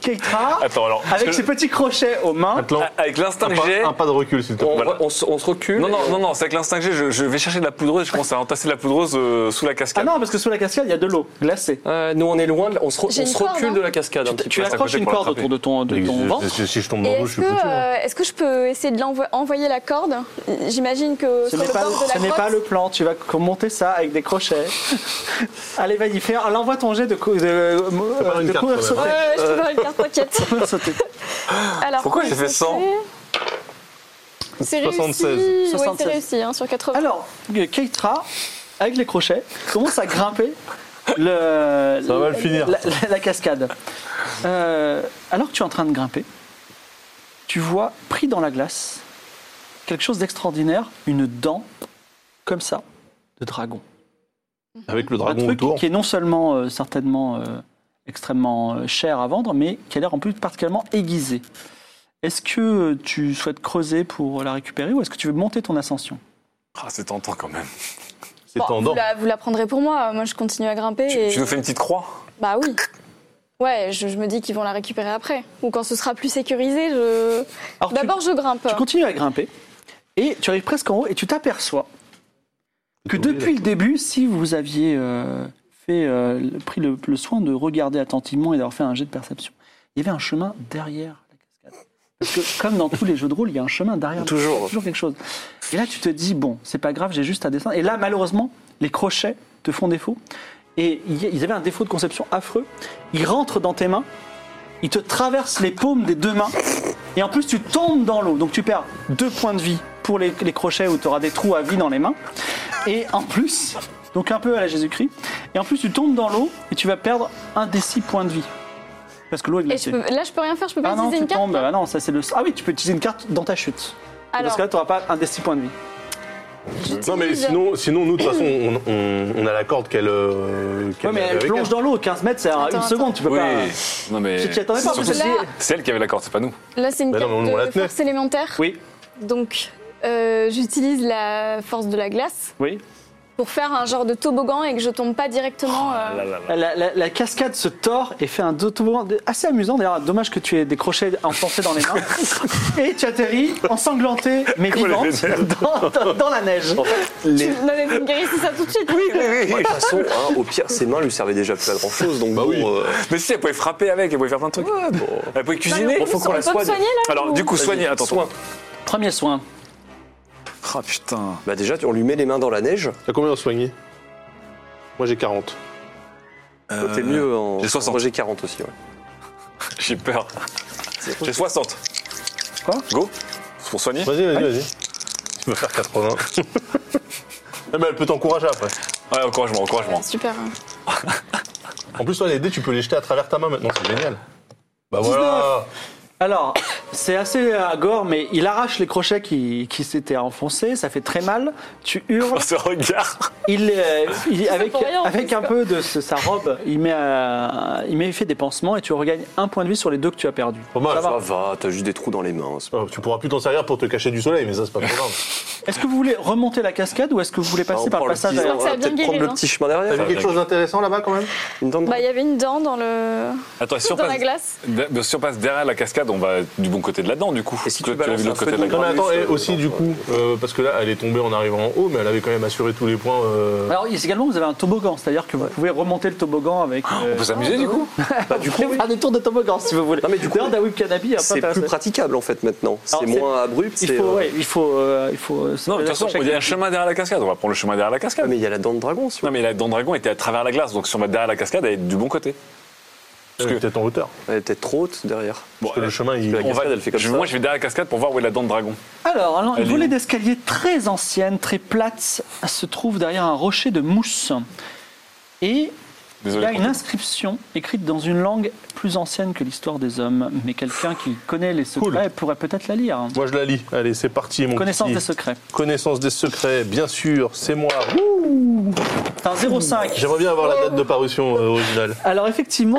Keitra,
[LAUGHS]
Attends alors. parce
avec
que-
ses petits crochets aux mains,
Atlan,
a- Ah, Avec l'instinct
un
que j'ai,
pas, un pas de recul, s'il te plaît.
On,
Voilà.
on se, on se recule.
Non, non,
et-
non, non, c'est avec l'instinct que j'ai, je, je vais chercher de la poudreuse, je commence à entasser de la poudreuse euh, sous la
Ah
cascade.
non, parce que sous la cascade, il y a de l'eau glacée.
Ah,
Euh, nous, on est loin, de la- on se, re-
J'ai
on
une
se
corde,
recule
hein.
de la cascade un petit
Tu
peu.
passes à
accroches
côté
une
pour
corde
attraper.
autour de ton, de
Mais
ton
je-
ventre.
si, si je tombe
Et
dans l'eau, je
est-ce
suis
que,
foutu. hein.
euh, est-ce que je peux essayer de l'envoyer envoyer la corde J'imagine que
Ce
sur
n'est
le
pas,
bord de la
ce n'est
grotte-
pas le plan, tu vas monter ça avec des
[LAUGHS]
crochets. Allez, vas-y, fais. Alors, envoie ton jet de, cou- de,
pas
euh,
une
de
carte,
courir
quand
sauter.
Ouais, ouais, je peux faire une carte, t'inquiète.
[LAUGHS] Courir sauter.
Alors,
Pourquoi j'ai
comment
fait
ça
100?
fait C'est réussi.
76.
Ouais, c'est
76.
réussi, hein, sur 80.
Alors, Keitra, avec les crochets, commence à grimper le,
Ça va
la-
mal finir.
La, la- la cascade. Euh, alors que tu es en train de grimper, tu vois, pris dans la glace, quelque chose d'extraordinaire, une dent, comme ça, de dragon.
hein. Avec le
Un
dragon
truc
autour.
qui est non seulement euh, certainement euh, extrêmement euh, cher à vendre, mais qui a l'air en plus particulièrement aiguisé. Est-ce que tu souhaites creuser pour la récupérer ou est-ce que tu veux monter ton ascension
Ah, c'est tentant quand même.
C'est
Bon,
tendant.
vous, la, vous la prendrez pour moi, moi je continue à grimper.
Tu,
et...
tu nous fais une petite croix
Bah oui. Ouais, je, je me dis qu'ils vont la récupérer après. Ou quand ce sera plus sécurisé, je.
Alors, tu-
D'abord, je grimpe.
Tu continues à grimper et tu arrives presque en haut et tu t'aperçois que
oublié,
depuis le début, si vous aviez euh, fait, euh, le- pris le, le soin de regarder attentivement et d'avoir fait un jet de perception, il y avait un chemin derrière la cascade. Parce que comme dans tous les jeux de rôle, il y a un chemin derrière. la
Toujours.
cascade, toujours quelque chose. Et là, tu te dis bon, c'est pas grave, j'ai juste à descendre. Et là, malheureusement, les crochets te font défaut. Et il y a- ils avaient un défaut de conception affreux. Ils rentrent dans tes mains, ils te traversent les paumes des deux mains. Et en plus, tu tombes dans l'eau. Donc, tu perds deux points de vie pour les, les crochets où tu auras des trous à vie dans les mains. Et en plus, donc un peu à la Jésus-Christ. Et en plus, tu tombes dans l'eau et tu vas perdre un des six points de vie. Parce que l'eau est
Et
glacée.
je peux- là, je peux rien faire, je peux pas
Ah non,
utiliser
tu
une carte.
tombes. Ah non, ça c'est le. Ah oui, tu peux utiliser une carte dans ta chute. Parce
Alors,
que là, tu n'auras pas un des six points de vie.
Non, mais sinon, sinon nous, de toute façon, on, on- on a la corde qu'elle. euh, qu'elle
Ouais, mais
avait
elle
avec
plonge
elle.
dans l'eau. 15 mètres, c'est bah, un-
Attends,
une seconde. Tu peux pas.
Non mais.
Tu t'y attendais pas.
c'est
parce
surtout-
que
là-
C'est elle qui avait la corde, c'est pas nous.
là, c'est une
Bah non,
carte
mais on la
de, de
tenait.
force élémentaire.
Oui,
Donc, euh, j'utilise la force de la glace
oui.
pour faire un genre de toboggan et que je tombe pas directement. euh,
La, la- la cascade se tord et fait un toboggan assez amusant. D'ailleurs, dommage que tu aies des crochets enfoncés dans les [LAUGHS] mains. et tu atterris ensanglantée, mais vivante, dans, dans- dans la neige.
tu- Non, mais vous me guérissez ça tout de suite.
oui.
De toute façon, hein, au pire, ses mains lui servaient déjà plus à grand chose. Donc,
Bah
bon, euh,
Mais si, elle pouvait frapper avec, elle pouvait faire plein de trucs. Elle pouvait cuisiner.
Non, mais on peut se- on peut me soigner, là,
Alors,
ou-
du coup,
Vas-y,
soigner. Attends,
soin.
Premier soin.
Ah putain.
bah déjà, on lui met les mains dans la neige.
T'as combien en soigné Moi j'ai 40.
Toi, T'es mieux en.
Euh, j'ai 60.
Moi, Euh, J'ai 40 aussi, ouais.
J'ai peur. J'ai 60.
Quoi
Go. Pour soigner
Vas-y, vas-y, vas-y.
Ah.
Tu vas faire 80.
[LAUGHS]
Eh ben, elle peut t'encourager après.
Ouais, encouragement, encouragement.
Ah, Super.
En plus, toi, les dés, tu peux les jeter à travers ta main maintenant, c'est génial. Bah voilà
Alors, c'est assez à gore, mais il arrache les crochets qui, qui s'étaient enfoncés. Ça fait très mal. Tu hurles.
[LAUGHS] Ce regard.
Il, euh, il- avec,
pour rien, en
avec un peu de ce- sa robe, il met, euh, il met il fait des pansements et tu regagnes un point de vie sur les deux que tu as perdus.
Pas mal.
Ça va.
Ça va, t'as juste des trous dans les mains. hein, c'est pas-
Oh, tu pourras plus t'en servir pour te cacher du soleil, mais ça, c'est pas trop grave.
Est-ce que vous voulez remonter la cascade ou est-ce que vous voulez
Ah,
passer
on
par
prend
le
le
passage
petit-
J'espère
à-
on
que ça
va
a bien
peut-être prendre
guéri,
le
hein.
petit chemin derrière.
T'as vu quelque chose d'intéressant là-bas quand même
Une dent de-
Bah, il y avait une dent dans le.
Attends, si on,
dans
passe,
la glace.
de- si on passe derrière la cascade, on va du bon côté de la dent, du coup.
Et si
Toi,
tu
as
balances
vu de
un
l'autre
feu
côté de la
de
Non,
glace.
mais attends,
Marius,
et
euh,
aussi du coup, euh, parce que là, elle est tombée en arrivant en haut, mais elle avait quand même assuré tous les points. euh,
Alors il- également vous avez un toboggan, c'est-à-dire que vous pouvez remonter le toboggan avec. euh,
On peut s'amuser, du coup
vous pouvez faire des tours de toboggan si vous voulez.
Non, mais du coup,
D'ailleurs, Dawib Kanabi a pas
Bah, C'est
fait
plus
ça.
praticable en fait maintenant.
Alors,
C'est
c'est-
moins abrupt.
Il
c'est,
faut,
euh,
ouais, il faut, euh, il faut. euh,
Non, mais de toute façon,
chaque-
il y a un chemin derrière la cascade. On va prendre le chemin derrière la
Ah,
cascade.
mais il y a la dent de dragon, si vous
Non, mais la dent de dragon était à travers la glace, donc si on va derrière la cascade, elle est du bon côté.
parce que peut-être en hauteur.
voulez. Elle est peut-être trop haute derrière.
Parce que le chemin, il.
la
On va-
cascade, elle fait comme
je-
ça.
Moi, je vais derrière la cascade pour voir où est la dent de dragon.
Alors, alors une
Allez.
volée d'escalier très ancienne, très plate, se trouve derrière un rocher de mousse. Et Il y
Désolé.
a une inscription écrite dans une langue plus ancienne que l'histoire des hommes, mais quelqu'un qui connaît les secrets pourrait peut-être la lire.
Moi, je la lis. Allez, c'est parti, mon
Connaissance
petit.
des secrets.
Connaissance des secrets, bien sûr, c'est moi. Ouh,
C'est un 05.
J'aimerais bien avoir la date de parution euh, originale.
Alors effectivement,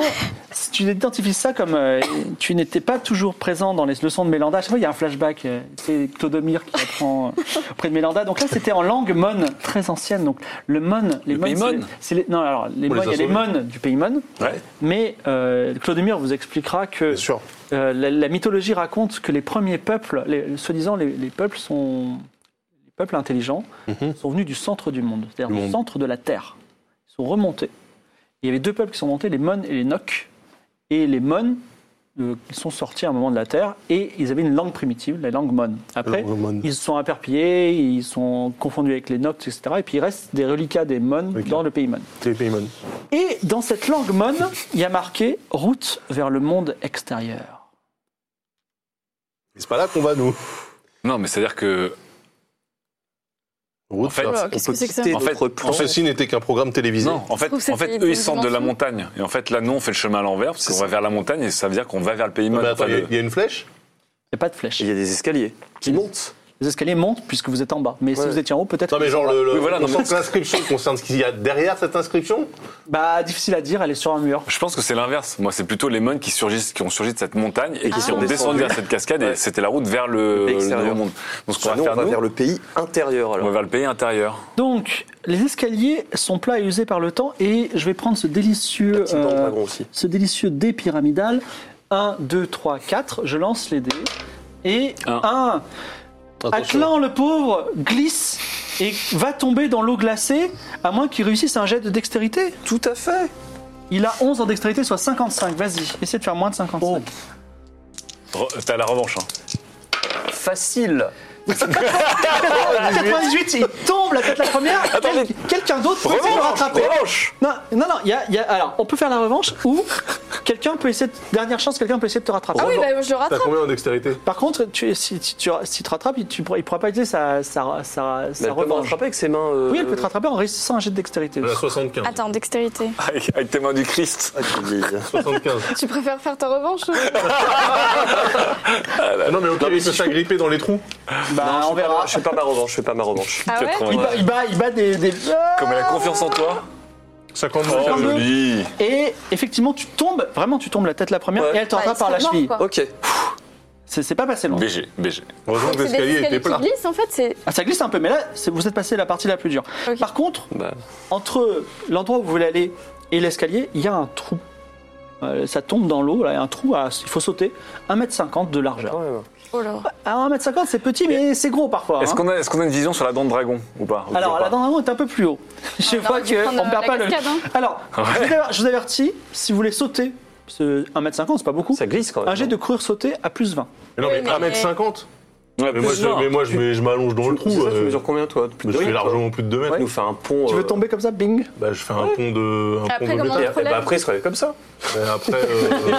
si tu identifies ça comme euh, tu n'étais pas toujours présent dans les leçons de Mélanda, à chaque fois il y a un flashback, euh, c'est Clodomir qui apprend euh, auprès de Mélanda. Donc là c'était en langue mone, très ancienne. Donc le mone, les mones,
pays
c'est-
mone
c'est les- non alors les
On les
mones, il
a
y a les
sauvés.
mones du pays mone,
Ouais.
mais euh, Clodomir vous expliquera que
Bien sûr.
Euh, la, la mythologie raconte que les premiers peuples, les- soi-disant les, les peuples sont les peuples intelligents, sont venus du centre du monde, c'est-à-dire du centre de la terre. Ils sont remontés. Il y avait deux peuples qui sont montés, les Mon et les Nok. Et les Mon euh, ils sont sortis à un moment de la terre et ils avaient une langue primitive, la langue Mon. Après,
Langue Mon.
ils se sont aperpillés, ils sont confondus avec les Nok, etc. Et puis il reste des reliquats des Mon
Ok.
dans le pays Mon.
T'es Paymon.
Et dans cette langue Mon, il y a marqué route vers le monde extérieur.
Mais C'est pas là qu'on va, nous.
Non, mais c'est-à-dire que.
Route.
En fait,
vers-
Oula, Qu'est-ce que c'est que ça
quitter
En fait,
notre plan.
en fait,
Ceci n'était qu'un programme télévisé.
Non, en fait,
trouve que
en
ça
fait
fait
eux, ils
deux
sortent de la
dimensions.
montagne. Et en fait, là, nous, on fait le chemin à l'envers, parce qu'on va vers la montagne, et ça veut dire qu'on va vers le pays
Non,
Bah,
mode.
mais attends,
Enfin,
il y a-
le-
il y a une flèche
Il n'y a pas de flèche.
Il y a des escaliers qui montent.
Les escaliers montent puisque vous êtes en bas. Mais si
Ouais.
vous étiez en haut, peut-être.
Non mais
que-
genre le, le-
Oui, voilà,
on
non, mais-
sent que l'inscription concerne ce qu'il y a derrière cette inscription.
Bah, difficile à dire, elle est sur un mur.
Je pense que c'est l'inverse. Moi, c'est plutôt les mônes qui, surgissent, qui ont surgi de cette montagne
qui
et,
Ah.
qui
sont
sont descendus
descendus.
vers cette cascade, et
Ouais.
c'était la route vers le,
Le pays extérieur.
nouveau monde. Donc, ce
Enfin,
qu'on va
Bah, nous, on
faire,
va
nous,
vers le pays intérieur
on va
alors.
vers le pays intérieur.
Donc, les escaliers sont plats et usés par le temps. Et je vais prendre ce
La
délicieux,
petite dent de
euh,
dragon aussi.
ce délicieux dé pyramidal. 1, 2, 3, 4. Je lance les dés. Et
Un.
1. Atlan, le pauvre, glisse et va tomber dans l'eau glacée, à moins qu'il réussisse un jet de dextérité.
Tout à fait.
Il a 11 en dextérité, soit 55. Vas-y, essaie de faire moins de 55.
Oh.
Re- T'as la revanche. hein.
Facile.
98, il tombe la tête la première.
[LAUGHS]
Quel- Quelqu'un d'autre peut essayer de le rattraper.
Revanche
Non, non, non. il y a- il y a- alors, on peut faire la revanche ou quelqu'un peut essayer. de- dernière chance, quelqu'un peut essayer de te rattraper.
Ah oui, bah, je
T'as
le rattrape.
combien en dextérité
Par contre, tu, si, si tu si tu te rattrapes, il- tu pourras- il pourra pas utiliser sa, sa, sa, sa
Mais elle peut me
revanche.
rattraper avec ses mains. euh,
Oui, elle peut te rattraper en réussissant un jet de dextérité.
Elle a 75.
Attends, dextérité.
avec, avec tes mains du Christ.
ah, tu dis.
75.
Tu préfères faire ta revanche euh, ou-
Ah non mais ok, il peut s'agripper dans les trous.
Bah, on verra.
Je fais pas ma revanche. Je fais pas ma revanche.
Ah ouais
80.
Il bat, il bat, il bat des. des-
Comme elle a confiance en toi.
52.
Oh,
52.
joli.
Et effectivement, tu tombes. Vraiment, tu tombes la tête la première
Ouais.
et elle te
Bah,
rattrape
il
par la
serait mort,
cheville.
quoi.
Ok.
C'est c'est pas passé loin.
BG, BG.
Heureusement que
C'est des
l'escalier était
escaliers
plat.
qui glissent, en fait, c'est...
Ah, ça glisse un peu, mais là, c'est- vous êtes passé la partie la plus dure.
Ok.
Par contre,
Bah.
entre l'endroit où vous voulez aller et l'escalier, il y a un trou. Euh, ça tombe dans l'eau, là, il y a un trou, à, il faut sauter 1m50 de largeur.
Oh là.
Ah, 1m50, c'est petit, mais c'est gros parfois.
Est-ce
hein.
qu'on a, est-ce qu'on a une vision sur la dent de dragon ou pas Ou toujours
Alors,
pas
la dent d'avant est un peu plus haut. Je
Ah, on
vois
aurait dû
que
prendre,
on perd
euh,
pas
la
le.
cascade, hein.
Alors, je vous aver- je vous avertis, si vous voulez sauter, parce que 1m50, c'est pas beaucoup.
Ça glisse Oh quand même.
Un jet de courir sauter à plus 20.
Mais non,
Oui,
mais
mais-
1m50
Ouais,
Mais moi, je,
non.
mais moi, je mets- je m'allonge dans le trou.
C'est ça, tu
euh,
mesures combien toi Plus de
mais je fais
rien, toi.
largement plus de 2 mètres.
Tu nous fais un pont.
Tu veux
euh,
tomber comme
[LAUGHS]
ça, bing
Bah, je fais un pont de. Un
Après,
pont de
comment
Et,
métal.
on-
et bah, après, il se réveille comme ça.
Mais [LAUGHS] après, euh,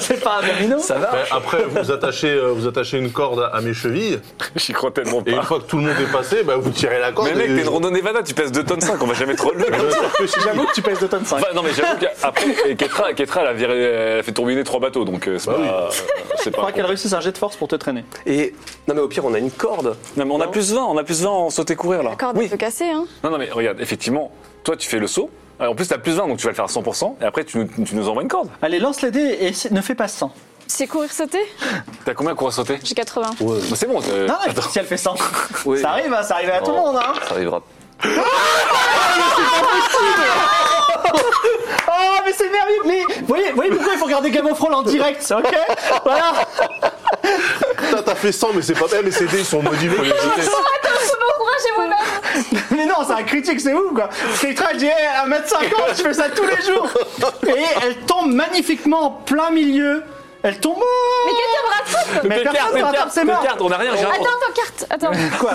C'est pas un domino
Ça va
mais après, vous attachez, euh, vous attachez une corde à- à mes chevilles.
J'y crois tellement
Et une
pas.
fois que tout le monde est passé, bah, vous tirez la corde.
Mais mec,
et-
t'es une randonnée-vada, tu pèses 2 tonnes 5, on va jamais te relever.
Ouais, sauf que si-
J'avoue que tu pèses 2 tonnes 5.
Enfin, non, mais j'avoue qu'après, Ketra, Ketra elle, a viré- elle a fait tourbiner 3 bateaux, donc euh, c'est
Bah
pas. c'est
Je
pas
crois
un
qu'elle
con.
réussisse un jet de force pour te traîner.
Et non, mais au pire, on a une corde.
Non, mais on a plus 20, on a plus 20 en sauter courir là.
La corde peut casser, hein.
Non, non, mais regarde, effectivement, toi tu fais le saut. Ah, En plus, t'as plus 20, donc tu vas le faire à 100%, et après, tu, nous- tu nous envoies une corde.
Allez, lance les dés et essaie- ne fais pas 100.
C'est courir sauter
T'as combien cours à sauter
J'ai 80.
Bah,
[LAUGHS]
C'est bon, euh,
Non,
attends.
Ah, si elle fait 100.
Oui.
Ça arrive, hein, ça arrive à tout le monde. Hein.
Ça arrivera.
Oh, mais c'est merveilleux. Mais vous voyez, vous voyez pourquoi il faut regarder Game of Thrones en direct, c'est ok [LAUGHS] Voilà.
Putain, t'as fait 100, mais c'est pas bien, mais ces dés, ils sont modulés. faut les jeter.
Mais non, c'est un critique, c'est ouf, quoi. C'est très j'ai 1m50, je fais ça tous les jours. Et elle tombe magnifiquement en plein milieu. Elle tombe. Oh
Mais quelqu'un me rattrape
Mais
Deux cartes,
personne ne
deux
rattrape
cartes,
ses
deux
mains.
cartes, on a rien, j'ai un-
Attends, attends, carte Attends.
Quoi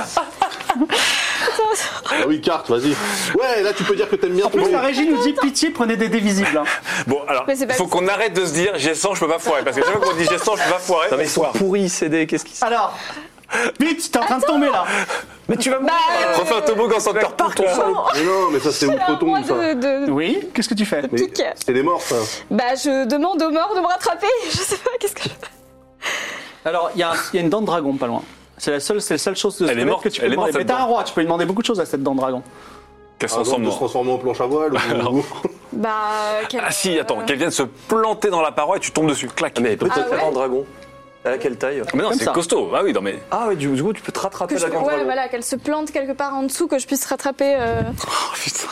Ah oui, carte, vas-y. Ouais, là, tu peux dire que t'aimes bien
En plus,
ton
la régie nous dit pitié, prenez des dévisibles. hein.
Bon, alors,
Mais c'est pas-
faut qu'on arrête de se dire j'ai 100, je peux pas foirer. Parce que chaque fois qu'on dit j'ai 100, je peux pas foirer.
Non, mais ils sont pourris, ces dés. Qu'est-ce qu'ils
Alors. Vite, t'es en train de tomber là.
Mais tu vas me.
Refais un toboggan Center Park, là.
Mais non, mais ça, c'est
[LAUGHS] C'est un
outre-tombe,
mois
ça.
de, de-
Oui, qu'est-ce que tu fais
Mais
pique.
C'est des morts, ça.
Bah, je demande aux morts de me rattraper. [LAUGHS] Je sais pas, qu'est-ce que je fais
Alors, il y, a un- il y a une dent de dragon pas loin. C'est la seule, c'est la seule chose de ce
Elle est
planète
morte,
que tu peux
elle est
demander.
morte,
Mais
cette
t'as un
dent.
roi, tu peux lui demander beaucoup de choses à cette dent de dragon.
Qu'elle se
Par
transforme
exemple, de se
en-
transformer en planche à voile. [LAUGHS] ou-
Bah, quel-
Ah si, attends, qu'elle vienne se planter dans la paroi et tu tombes dessus. Clac.
Ah, mais elle peut te
Ah
faire
ouais
un dragon. À quelle taille
Mais non,
Comme
c'est
ça.
costaud. Ah oui, non, mais.
Ah ouais, du du coup, tu peux te rattraper
que je-
la grande
Ouais,
dragon.
voilà, qu'elle se plante quelque part en dessous, que je puisse rattraper. euh,
Oh, putain.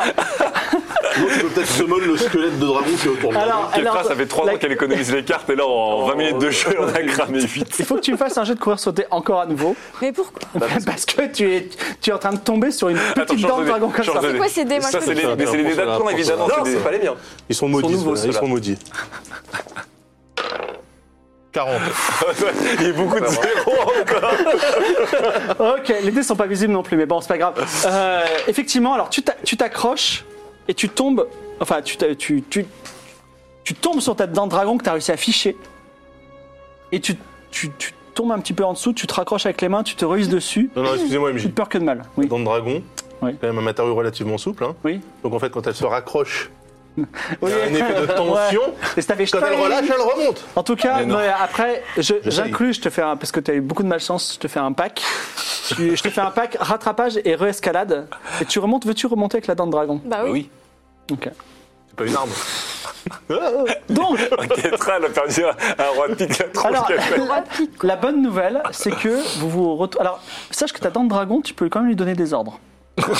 Sinon, tu peux peut-être summon le squelette de dragon qui est autour de la
Alors,
Ketra,
alors,
ça fait 3 ans
la-
qu'elle économise les cartes et là, en 20 minutes de jeu, on a cramé 8.
Il faut que tu me fasses un jeu de courir sauter encore à nouveau.
[LAUGHS]
Mais pourquoi
parce, que tu es, tu es en train de tomber sur une
Bah, Attends,
petite
je
dent de
redonne-
dragon comme
je
ça.
redonne.
C'est quoi ces dés Moi, je
Ça, c'est
connais
les,
pas.
mais c'est les dés
Attends,
d'Atlan,
attends,
évidemment.
Non,
c'est
c'est
des-
pas les miens.
Ils sont maudits,
nouveaux,
ceux-là, ils
ceux-là.
sont maudits. 40.
Il y a beaucoup de zéros encore.
Ok, les dés sont pas visibles non plus, mais bon, c'est pas grave.
[LAUGHS]
Euh, effectivement, alors tu t'a- tu t'accroches et tu tombes. Enfin, tu, t'a- tu, tu, tu tombes sur ta dent de dragon que tu as réussi à ficher. Et tu, tu, tu tombes un petit peu en dessous, tu te raccroches avec les mains, tu te ruses dessus.
Non, non, excusez-moi,
Plus
MJ.
de peur que de mal. Oui.
Dent de dragon,
Oui.
c'est quand même un matériau relativement souple. hein.
Oui.
Donc en fait, quand elle se raccroche,
oui.
il y a un
[LAUGHS]
effet de tension.
Et ça fait
Quand elle relâche, elle remonte.
En tout cas, ouais, après, je-
J'essaye.
j'inclus, je te fais un, parce que tu as eu beaucoup de malchance, je te fais un pack. Tu- je te fais un pack rattrapage et re-escalade. Et tu remontes, veux-tu remonter avec la dent de dragon
Bah oui.
[LAUGHS]
Ok.
C'est pas une arme.
[LAUGHS]
[LAUGHS]
Donc,
Ketra, elle a perdu un, un roi de pique, la tronche
alors,
qu'elle fait.
la, la bonne nouvelle, c'est que vous vous retrouvez. Alors, sache que ta dent de dragon, tu peux quand même lui donner des
[LAUGHS]
ordres. Oui,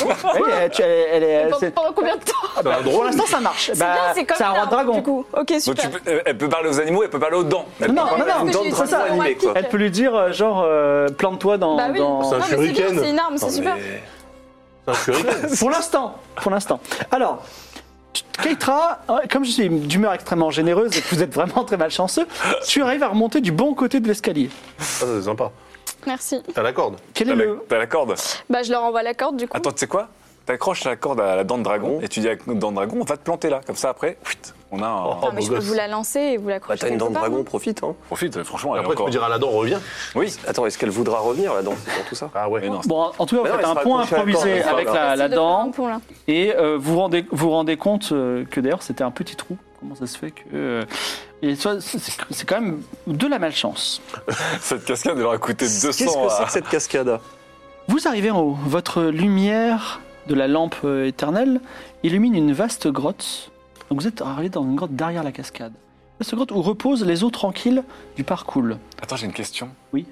elle, tu- elle- elle est-
Pendant-
c'est-
Pendant combien de temps
C'est un
pour
drôle.
l'instant, ça marche.
C'est
Bah,
bien, c'est comme
un roi
l'arbre,
de dragon.
Du coup, ok,
Donc, tu
super.
peux- elle peut parler aux animaux, elle peut parler aux dents. Elle
Non,
peut
non,
parler-
non,
Parce que j'ai
dragon
utilisé le
animé,
roi
quoi.
Elle peut lui dire, euh, genre, euh, plante-toi dans.
Bah oui.
dans-
C'est un
Non, mais c'est bien,
shuriken.
c'est une arme, c'est
Non,
super.
mais- C'est un
[LAUGHS]
shuriken. Ah,
Pour l'instant, pour l'instant. Alors, tu- Keitra, euh, comme je suis d'humeur extrêmement généreuse et que vous êtes vraiment très malchanceux, tu arrives à remonter du bon côté de l'escalier.
Ah, c'est sympa.
Merci.
T'as la corde.
Quel est
T'as la-
le...
T'as la corde.
Bah, je leur envoie la corde, du coup.
Attends, tu sais quoi T'accroches la corde à la dent de dragon et tu dis à la dent de dragon, on va te planter là. Comme ça, après, whitt, on a un.
Non, mais je peux vous la lancer et vous la
Bah,
crocher.
t'as une dent de
quelque part,
dragon,
non
profite. Hein.
Profite, franchement, elle est
Après, tu
encore.
peux dire à la dent, reviens.
Oui.
Attends, est-ce qu'elle voudra revenir, la dent C'est pour tout ça
Ah ouais.
Mais non, [LAUGHS]
Bon, en- en tout cas, vous
Bah non, elle
faites un
sera
point
accrochée à la
improvisé
corde, ça
avec
va.
la,
J'essaie
Ah, la
de faire
dent
un pont, là.
et euh, vous rendez, vous rendez compte euh, que d'ailleurs c'était un petit trou. Comment ça se fait que... euh, et ça, c'est c'est quand même de la malchance.
Cette cascade, elle aura coûté
Qu'est-ce
200
euh,
que c'est
à-
que cette cascade
Vous arrivez en haut. Votre lumière de la lampe euh, éternelle illumine une vaste grotte. Donc vous êtes arrivé dans une grotte derrière la cascade. Vaste grotte où reposent les eaux tranquilles du parcours.
Attends, j'ai une question.
Je vais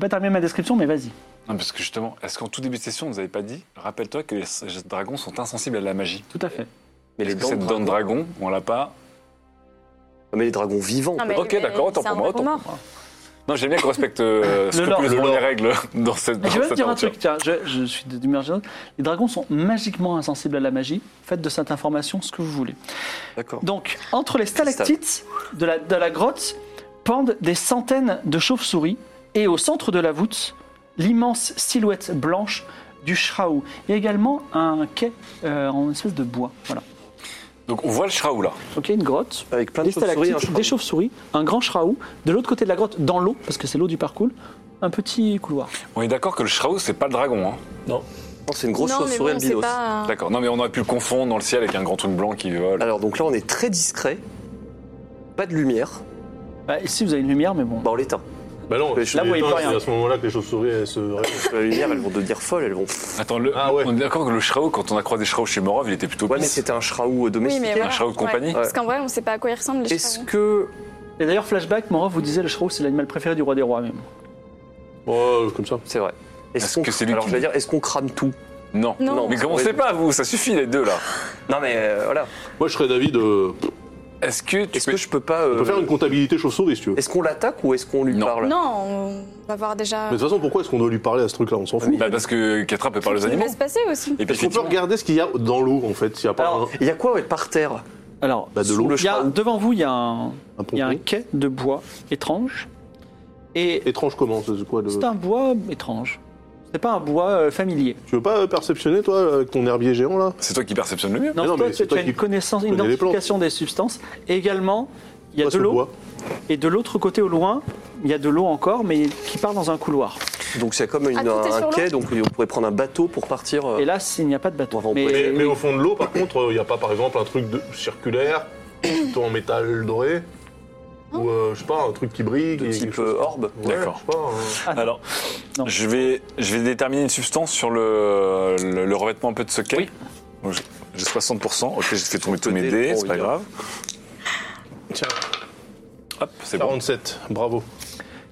pas terminer ma description, mais vas-y.
Non, parce que justement, est-ce qu'en tout début de session, on nous avait pas dit Rappelle-toi que les dragons sont insensibles à la magie.
Tout à fait.
Mais les dents de dragon, on l'a pas.
Non, mais les dragons vivants.
Non, mais-
ok,
mais
d'accord, autant
c'est un
pour moi,
dragon
autant
mort.
pour moi. Non, j'aime bien qu'on respecte euh,
Le lore, le
scrupuleusement les
lore.
règles [LAUGHS] dans cette.
Mais je vais
dans
même
cette
dire un
Ah, aventure.
truc, tiens, je, je suis d'humeur générale. Les dragons sont magiquement insensibles à la magie. Faites de cette information ce que vous voulez.
D'accord.
Donc, entre les stalactites de la, de la grotte pendent des centaines de chauves-souris et au centre de la voûte, l'immense silhouette blanche du Shraou. Et également un quai euh, en espèce de bois. Voilà.
Donc on voit le Shraou là.
Ok, une grotte.
Avec plein de
des
chauves-souris.
stalactites,
hein, je crois.
des chauves-souris, un grand Shraou. De l'autre côté de la grotte, dans l'eau, parce que c'est l'eau du parcours, un petit couloir.
On est d'accord que le Shraou, c'est pas le dragon. Hein.
Non, C'est une grosse
non, mais
chauve-souris
bon, c'est
albinos.
Ah.
pas-
D'accord. Non, mais on aurait pu le confondre dans le ciel avec un grand truc blanc qui vole.
Alors donc là, on est très discret. Pas de lumière.
Bah, ici, vous avez une lumière, mais bon.
Bah, on l'éteint.
Bah non,
Là,
je
vous voyez pas rien.
c'est à ce moment-là que les chauves-souris elles se réveillent.
La lumière, elles vont devenir folles, elles vont.
Attends, le-
Ah ouais.
on est d'accord que le Shraou, quand on a croisé Shraou chez Morov, il était plutôt
Ouais, mais
pisse.
c'était un shraou euh,
Oui,
domestique.
mais
Un
voilà.
Shraou de
Ouais.
compagnie
Parce qu'en vrai, on sait pas à quoi ils ressemblent les
Est-ce
chevaux.
que
Et d'ailleurs, flashback, Morov vous disait le Shraou, c'est l'animal préféré du roi des rois, même.
Oh, comme ça.
c'est vrai
Est-ce
qu'on-
que c'est lui
Alors
qui-
je vais dire, est-ce qu'on crame tout
Non.
Non.
Mais
on
commencez
pourrait-
pas, vous, ça suffit les deux là.
Non mais euh, voilà.
Moi, je serais euh, d'avis de.
Est-ce que tu
Est-ce
peux-
que je peux pas euh,
On peut faire une comptabilité chauve-souris si tu veux.
Est-ce qu'on l'attaque ou est-ce qu'on lui
Non.
parle
Non, on va voir déjà.
Mais de toute façon, pourquoi est-ce qu'on doit lui parler à ce truc-là On s'en fout.
Bah, parce que Catra peut parler aux
Il
animaux.
va se passer aussi.
Et puis
Est-ce qu'on peut
effectivement,
regarder ce qu'il y a dans l'eau en fait S'il n'y a pas
Alors,
un,
Il y a quoi ouais, par terre
Alors,
Bah, de
sous
l'eau.
le il y a-
Shraou.
devant vous, il y a un,
un
il y a un
pompon
quai de bois étrange. Et
Étrange comment C'est quoi le-
c'est un bois étrange. C'est pas un bois euh, familier.
Tu veux pas euh, perceptionner toi avec ton herbier géant là
c'est toi qui perceptionne le mieux.
Non,
non,
toi,
mais
tu,
c'est
tu
toi
as une
qui
connaissance, une
connais les
identification des substances. Et également, il y a
Pas
de
ce
l'eau.
bois.
Et de l'autre côté, au loin, il y a de l'eau encore, mais qui part dans un couloir.
Donc c'est comme une-
Ah, tout est sur
un
l'eau
quai, donc on pourrait prendre un bateau pour partir. euh,
Et là, c'est- il n'y a pas de bateau.
Bravo,
mais,
Ah. Mais, mais
oui.
au fond de l'eau, par contre, euh, il n'y a pas par exemple un truc de- circulaire, plutôt en métal doré, ou euh, je sais pas, un truc qui brille,
de
qui-
type
quelque chose-
euh, orbe.
Ouais,
D'accord.
je sais pas, euh.
Ah, non.
Alors,
Non.
Je, vais, je vais déterminer une substance sur le, le, le revêtement un peu de ce quai. Donc, j'ai- J'ai 60%. Ok, j'ai fait tomber tous mes
Côté,
dés,
bon,
c'est pas
oui.
grave.
Tiens,
Hop, c'est bon.
47, bravo.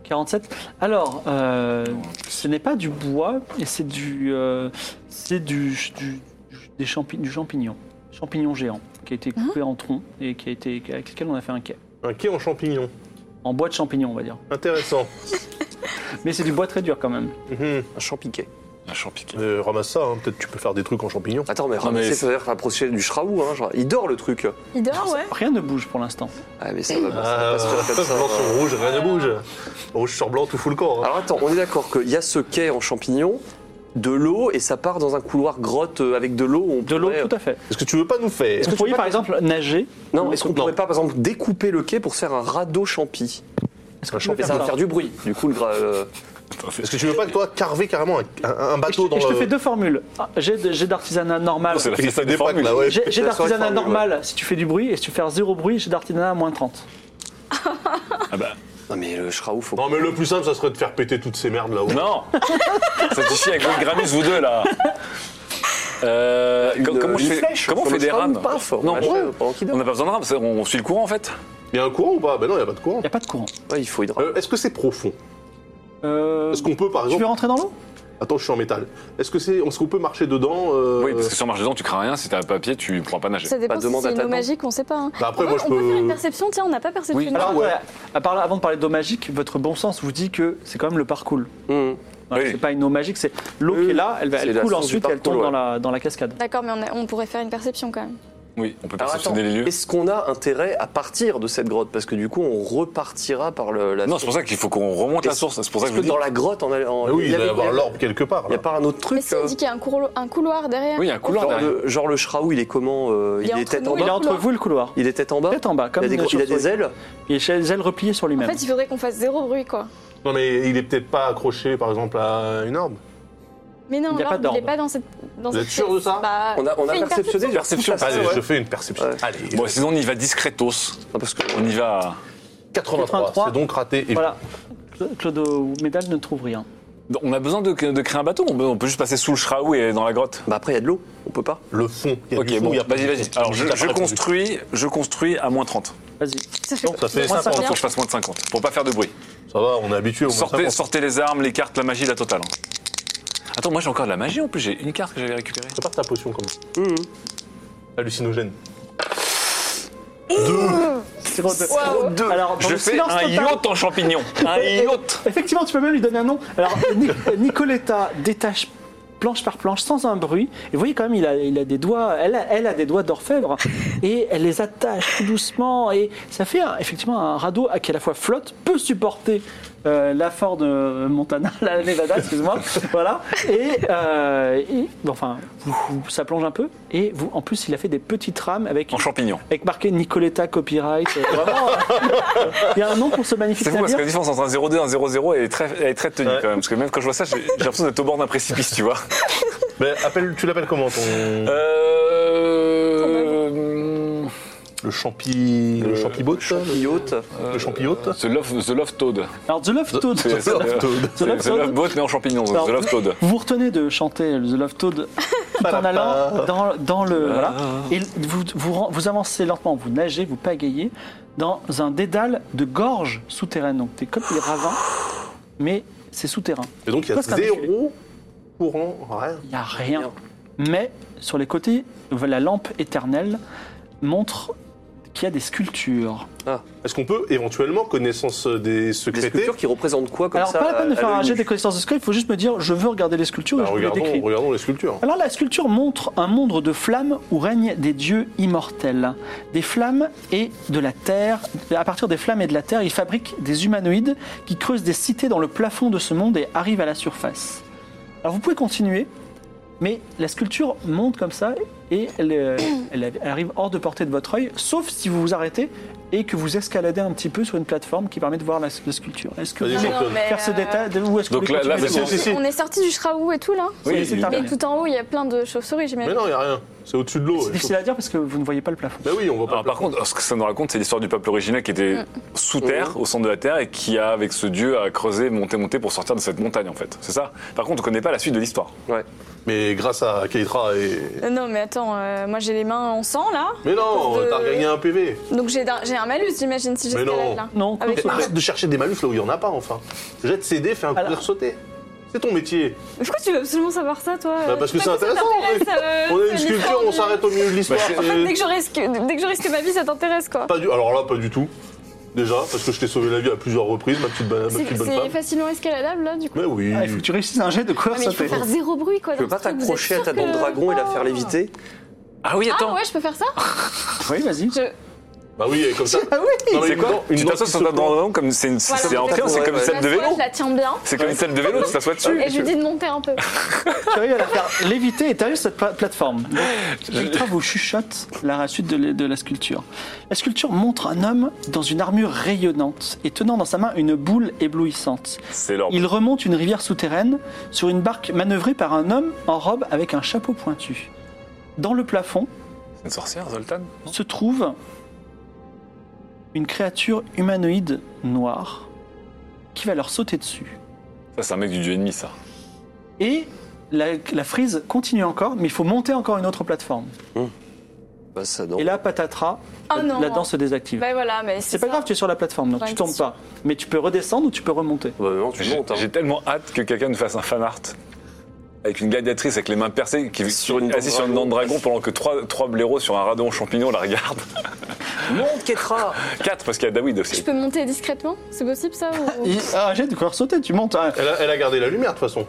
47. Alors, euh, ce n'est pas du bois, et c'est du, euh, c'est du, du- des champi- du champignon, champignon géant, qui a été coupé en tronc et qui a été avec lequel on a fait un quai,
Un quai en champignons,
en bois de champignon, on va dire.
intéressant.
Mais c'est du bois très dur quand même.
Mhm.
Un champ piqué.
Un champ piqué.
Euh, ramasse ça, hein, peut-être tu peux faire des trucs en champignons.
Attends, mais
Non, mais
ramasser,
c'est-
ça veut dire rapprocher du shraou. Hein, genre. Il dort le truc.
Il dort, ouais.
Rien ne bouge pour l'instant.
Ah mais ça va pas, ça va
Ah,
pas se faire comme ça.
[LAUGHS]
blanc
hein.
sur rouge, rien ne bouge. Rouge sur blanc, tout fout le corps. hein.
Alors attends, on est d'accord qu'il y a ce quai en champignons, de l'eau, et ça part dans un couloir grotte euh, avec de l'eau. où on
De l'eau,
pourrait- euh,
tout à fait.
Est-ce que tu veux pas nous faire
Vous pourriez par exemple nager.
Non, est-ce qu'on
Non.
pourrait pas, par exemple, découper le quai pour faire un radeau champi
Est-ce que
Un
tu veux
Mais
faire
ça va
ça
faire du bruit. Du coup, le gra- euh,
Est-ce que tu veux pas que toi carver carrément un, un- un
Et je,
bateau dans
et je te
le-
fais deux formules. Ah, J'ai de- j'ai d'artisanat normal.
Non, Ah, c'est la
Il
fiesta
fait
des
des packs
formules.
là, ouais.
J'ai j'ai
la soirée
d'artisanat
formule, ouais.
normal si tu fais du bruit, et si tu fais zéro bruit, j'ai d'artisanat à moins 30.
Ah bah,
Non mais le shraou, faut.
Non mais le plus simple, ça serait de faire péter toutes ces merdes là-haut.
non Ça te chie avec votre Gramus, vous deux là Euh, com- comment, je fais- comment on fait des rames
Paf,
Non,
non, pendant qu'il
On
dort.
n'a pas besoin de rames, c'est- on, on suit le courant en fait.
Il y a un courant ou pas Ben non, il y a pas de courant.
Il n'y a pas de courant.
Ouais, il faut une rame.
Euh, Est-ce que c'est profond
Euh,
Est-ce qu'on peut par
tu veux
exemple
rentrer dans l'eau
Attends, je suis en métal. Est-ce que c'est est-ce qu'on peut marcher dedans euh,
Oui, parce que si on marche dedans, tu crains rien. Si t'as un papier, tu pourras pas nager.
Ça dépend
Bah,
si
demande à
c'est une
ta
eau
tante.
magique, on sait pas. hein.
Bah, après,
En
moi,
vrai,
je
on peut faire une
peux.
perception, tiens, on n'a pas perceptionné.
Alors,
Ah
ouais.
attendez, à part- avant de parler d'eau magique, votre bon sens vous dit que c'est quand même le parcours.
Hum.
Voilà,
Oui.
C'est pas une eau magique, c'est l'eau qui est là, elle, va-
C'est
elle
la
coule
source
ensuite
du
et elle tombe
parcours,
dans, la, dans la cascade.
D'accord, mais on, a- on pourrait faire une perception quand même.
Oui, on peut
Alors attends,
perceptionner les lieux.
est-ce qu'on a intérêt à partir de cette grotte Parce que du coup, on repartira par le, la
Non, c'est pour ça qu'il faut qu'on remonte la
Est-ce-
source. C'est pour ça
Parce
que
que,
je vous dis.
dans la grotte, en, en
Ah oui, il doit y
avait-
avoir
avait-
l'orbe quelque part.
Il n'y a
Là.
pas un autre
Mais
truc.
si, il
euh,
dit qu'il y a un couloir, un couloir derrière.
Oui, il y a un couloir
genre,
derrière.
le, genre le shraou, il est comment euh, Il
Il est
est
entre
tête en
nous,
bas.
Il est entre
couloir.
vous et le couloir.
Il est tête en bas.
Tête en bas,
Il
comme
a des,
une
gros- il a des
chauve-souris.
ailes.
Il est chez- les ailes repliées sur
En
lui-même.
fait, il faudrait qu'on fasse zéro bruit, quoi.
Non mais il est peut-être pas accroché par exemple à une orbe.
Mais non,
Il y a pas
l'orbe, il
d'orbe.
n'est pas dans cette. Dans
Vous
cette
êtes sûr de ça
Bah,
On a, on a
fais une
perceptionné.
Perception.
tout à fait,
Allez,
ouais.
je fais une perception.
Ouais.
Allez,
Bon, sinon on y va discretos.
Non, parce que
On y va.
83,
83.
c'est donc raté. Et
Voilà. Cla- Claude ou Médal ne trouve rien.
On a besoin de, de créer un bateau. On peut, on peut juste passer sous le Shraou et dans la grotte.
bah après il y a de l'eau, on peut pas.
Le fond, il y a du
Ok,
fond,
bon,
il y a pas
vas-y,
de
vas-y.
fond.
Alors, je,
Il a
je
pas répondu.
construis, je construis à moins 30.
Vas-y.
Ça fait
Non, ça fait
Moins de 50,
50.
faut que je fasse moins de 50, pour pas faire de bruit.
Ça va, on est habitué au moins
Sortez,
50.
sortez les armes, les cartes, la magie, la totale. hein. Attends, moi j'ai encore de la magie en plus, j'ai une carte que j'avais récupérée.
Prépare ta potion comme ça.
Hum, hum.
Hallucinogène.
Alors, dans
Je
le
fais
silence
un
total-
yacht
[LAUGHS]
en champignon. Un yacht
Effectivement, tu peux même lui donner un nom. Alors, [LAUGHS] Ni- Nicoletta détache planche par planche sans un bruit. Et vous voyez quand même, il a, il a des doigts, elle a, elle a des doigts d'orfèvre et elle les attache tout doucement. Et ça fait un- effectivement un radeau à qui à la fois flotte, peut supporter euh, la Ford euh, Montana, [LAUGHS] la Nevada, excuse-moi. voilà. Et, euh, et- bon, enfin, vous- ça plonge un peu. Et vous, en plus, il a fait des petites rames avec,
en champignon.
avec marqué Nicoletta Copyright. Euh, Vraiment, euh, [LAUGHS] il y a un nom pour ce magnifique
C'est fou parce que
navire.
la différence entre un 0-2 et un 0-0, elle est très, elle est très tenue
Ouais.
quand même. Parce que même quand je vois ça, j'ai j'ai l'impression d'être au bord d'un précipice, tu [LAUGHS] vois.
Mais appelle, tu l'appelles comment ton...
Euh.
Le champi... euh, Le champibote
Yacht.
Le champiote
The Love, the love Toad.
Alors, The Love Toad.
euh, C'est-
[LAUGHS]
c'est-
Love Toad.
c'est-
Love
The
Toad.
Love Boat, mais en champignon. The
Alors,
Love Toad.
Vous vous retenez de chanter The Love Toad tout en allant dans, dans
Ah.
le. Voilà. Et vous, vous, ren- vous avancez lentement, vous nagez, vous pagayez dans un dédale de gorges souterraines. Donc, c'est comme les ravins, mais c'est souterrain.
Et donc il y a
Toi, c'est un
zéro courant, rien.
Il n'y a rien. Mais sur les côtés, la lampe éternelle montre qu'il y a des sculptures.
Est-ce qu'on peut éventuellement, connaissance des
Des
secrétés,
sculptures qui représentent quoi comme
Alors,
ça
pas la peine de
à- à
faire un
l'œil
jet
nu
des connaissances de sculpture, il faut juste me dire je veux regarder les sculptures
bah,
et je veux les
regardons,
décrire.
regardons les sculptures.
Alors la sculpture montre un monde de flammes où règnent des dieux immortels. Des flammes et de la terre. À partir des flammes et de la terre, ils fabriquent des humanoïdes qui creusent des cités dans le plafond de ce monde et arrivent à la surface. Alors vous pouvez continuer, mais la sculpture monte comme ça et elle, euh, elle arrive hors de portée de votre œil, sauf si vous vous arrêtez et que vous escaladez un petit peu sur une plateforme qui permet de voir la, la sculpture. Est-ce que vous
Vas-y,
voulez
championne.
mais,
faire ce
euh,
détail ou est-ce que vous
Donc
voulez
là- là,
continuer
Si, si,
sur-
si.
On est sorti du Shraou et tout là.
Oui,
Oui,
c'est
il-
terminé.
Et tout en haut, il y a plein de chauves-souris,
Mais
j'imagine.
non, il n'y a rien. C'est au-dessus de l'eau.
C'est difficile à dire parce que vous ne voyez pas le plafond.
Bah oui, on va
Alors,
pas...
Ah, par contre, ce que ça nous raconte, c'est l'histoire du peuple originel qui était
Mm.
sous terre, au centre de la terre, et qui a, avec ce dieu, a creusé, monté, monté pour sortir de cette montagne, en fait. C'est ça Par contre, on connaît pas la suite de l'histoire.
Mais grâce à Keitra et...
Euh, Non, mais attends, euh, moi j'ai les mains en sang là.
Mais non,
Euh,
t'as gagné un PV.
Donc j'ai d'un- j'ai Ah, un malus, j'imagine, si
Mais non.
j'escalade là.
Non,
Avec
Mais
moi.
arrête de chercher des malus là où il n'y en a pas, enfin. Jette ses dés, fais un
Alors-
courir sauter. C'est ton métier.
Mais pourquoi tu veux absolument savoir ça, toi
Bah,
euh,
parce que
je
c'est
sais pas
intéressant.
si ça t'intéresse, euh,
On a une
c'est
sculpture,
l'histoire
on
du-
s'arrête au milieu de l'histoire.
Bah,
En fait, dès que
c'est-
je Euh, risque, dès que je risque ma vie, ça t'intéresse quoi.
Pas du... Alors là, pas du tout. Déjà, parce que je t'ai sauvé la vie à plusieurs reprises, ma petite, ba- ma
C'est
petite bonne
c'est
femme.
facilement escaladable là, du coup.
Mais oui.
Ah, il faut que tu réussisses un jet de quoi
Ah, mais il
ça
faut
fait
faire zéro bruit quoi.
Tu peux pas t'accrocher à ta dent de dragon et la faire léviter
Ah oui,
Ah ouais, je peux faire ça
Oui, vas-y.
Je-
Bah oui, et
[LAUGHS]
comme ça.
Ah oui
Non, mais
C'est
une
quoi
dent- une
Tu
dent
t'assois
qui
sur
se
ta
plante.
dent comme c'est une-
Voilà,
c'est en
en fait,
train, c'est
ouais,
comme une
ouais.
salle de
m'assois,
vélo. Ah,
Je la tiens bien
C'est comme une salle de vélo, tu t'assois dessus.
et je lui dis de monter un peu.
Tu arrives à la faire léviter et t'arrives sur cette pla- plateforme. Donc, Electra vous chuchote la suite de, la- de la sculpture. La sculpture montre un homme dans une armure rayonnante et tenant dans sa main une boule éblouissante.
C'est l'or.
Il remonte une rivière souterraine sur une barque manœuvrée par un homme en robe avec un chapeau pointu. Dans le plafond
C'est une sorcière, Zoltan non
se trouve une créature humanoïde noire qui va leur sauter dessus.
Ça, c'est un mec du dieu ennemi, ça.
Et la, la frise continue encore, mais il faut monter encore une autre plateforme.
Bah ça non.
Et là, patatras,
Oh
la-
non.
la danse se désactive.
Bah voilà, mais c'est
c'est pas
ça.
grave, tu es sur la plateforme, donc
J'aurais
tu
une
tombes
question.
pas. Mais tu peux redescendre ou tu peux remonter.
Bah non, tu
J'ai
montes. hein.
j'ai tellement hâte que quelqu'un nous fasse un fan art. Avec une gladiatrice avec les mains percées qui
Sur une dent
assise sur une dent de dragon pendant que trois, trois blaireaux sur un radeau en champignon la
[LAUGHS]
regardent.
Monte Ketra
Quatre parce qu'il y a David
Je
aussi.
peux monter discrètement C'est possible ça ou-
Et- ah, j'ai de quoi sauter, tu montes. hein.
Elle a, elle a gardé la lumière de toute façon.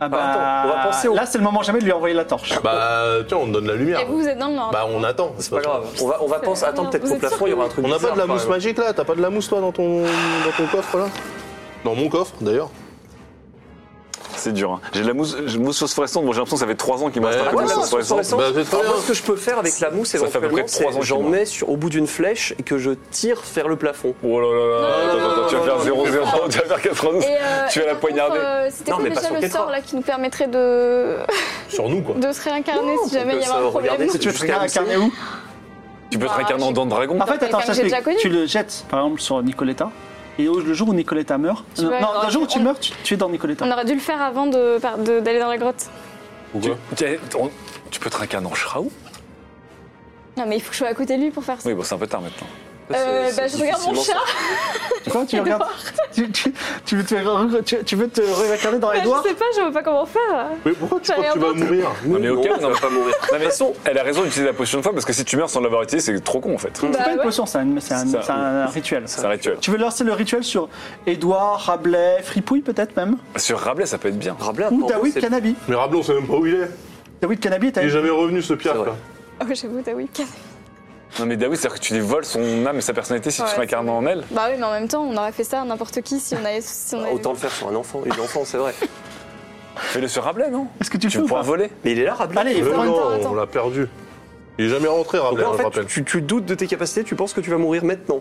Ah bah,
Attends, on va penser au-
Là, c'est le moment jamais de lui envoyer la torche.
Bah tiens, on te donne la lumière.
Et vous, hein. vous êtes dans le nord.
Bah on attend.
C'est pas grave. On va, on va penser. Attends, peut-être
Vous
qu'au
êtes sûr
plafond, il y aura un truc.
On n'a pas
bizarre,
de la
quand
mousse
même.
magique là, t'as pas de la mousse toi dans ton, dans ton coffre là Dans mon coffre d'ailleurs.
C'est dur. hein. J'ai de la mousse, j'ai mousse phosphorescente. Bon, j'ai l'impression que ça fait trois ans qu'il me
Bah,
reste un peu
Ouais,
de
Ah,
la
la
mousse
phosphorescente.
fluorescente.
Bah, c'est très
Alors,
bien.
moi, ce que je peux faire avec la mousse,
Ça fait à peu près
éventuellement,
trois ans
c'est
que
j'en
je
mets sur, au bout d'une flèche et que je tire vers le plafond.
Oh là là là,
Non,
attends,
non,
attends,
non,
tu vas
non,
faire
non,
0
non,
0
non.
tu vas faire 92.
Et, euh,
Tu
et
vas la
par
poignarder.
contre, euh, C'était
Non,
quoi
mais pas
déjà
sur
le
Ketra.
sort là qui nous permettrait de,
Sur
[LAUGHS]
nous quoi.
de se réincarner si jamais il y
ça,
avait un problème
regardez,
Si tu veux te
jusqu'à
réincarner où
Tu peux te
Bah,
réincarner en
j'ai-
dent de dragon
En fait, attends,
quelqu'un que j'ai
t'explique.
déjà connu.
Tu le jettes, par exemple, sur Nicoletta. Et au- le jour où Nicoletta meurt.
Tu
non,
vas-
non, le jour où tu
on-
meurs, tu, tu es dans Nicoletta.
[LAUGHS] On aurait dû le faire avant de- par- de- d'aller dans la grotte.
Tu, tu- on- tu peux te réincarner en Shraou
Non, mais il faut que je sois à côté de lui pour faire ça.
Oui, bon, c'est un peu tard maintenant.
Euh, bah, je regarde mon chat.
Quoi,
[LAUGHS]
tu regardes tu, tu- tu veux te, faire re- tu- tu veux te regarder dans les doigts
[LAUGHS] je sais pas, je vois pas comment faire.
Mais pourquoi tu
Ça a
crois que
l'air
tu vas
d'autre.
mourir
[LAUGHS]
Non, mais ok,
Non,
on n'en va pas mourir. Non, mais
toute façon,
elle a raison d'utiliser la potion de fois parce que si tu meurs sans l'avoir utilisée, c'est trop con en fait.
C'est
Bah
pas une
ouais.
potion, c'est un, c'est un-
Ça,
c'est un rituel.
C'est un rituel.
Tu veux lancer le rituel sur Édouard, Rabelais, Fripouille peut-être même
Sur Rabelais, ça peut être bien.
Rabelais,
Ou
apparemment,
David
c'est-
Canabi.
Mais Rablon, on sait même pas où il est.
David Canabi est
Il est
allé-
jamais revenu, ce
C'est
Pierre.
vrai.
quoi.
[LAUGHS] Ah ouais, j'avoue, t'as oui. quatre.
Non, mais Daoud, c'est-à-dire que tu lui voles son âme et sa personnalité si
Ouais,
tu te réincarnes en elle.
Bah oui, mais en même temps, on aurait fait ça à n'importe qui si on avait. Si on
Bah,
avait-
Autant le faire sur un enfant, une enfant, c'est vrai.
Fais-le sur Rabelais, non
Est-ce que tu le
Tu
fais ou
pourras
pas
voler.
[LAUGHS] Mais il est là, Rabelais.
Allez,
Mais
prends le temps.
non, on l'a perdu. Il est jamais rentré,
Donc
Rablon,
là, en
je
fait,
rappelle.
tu, tu doutes de tes capacités, tu penses que tu vas mourir maintenant.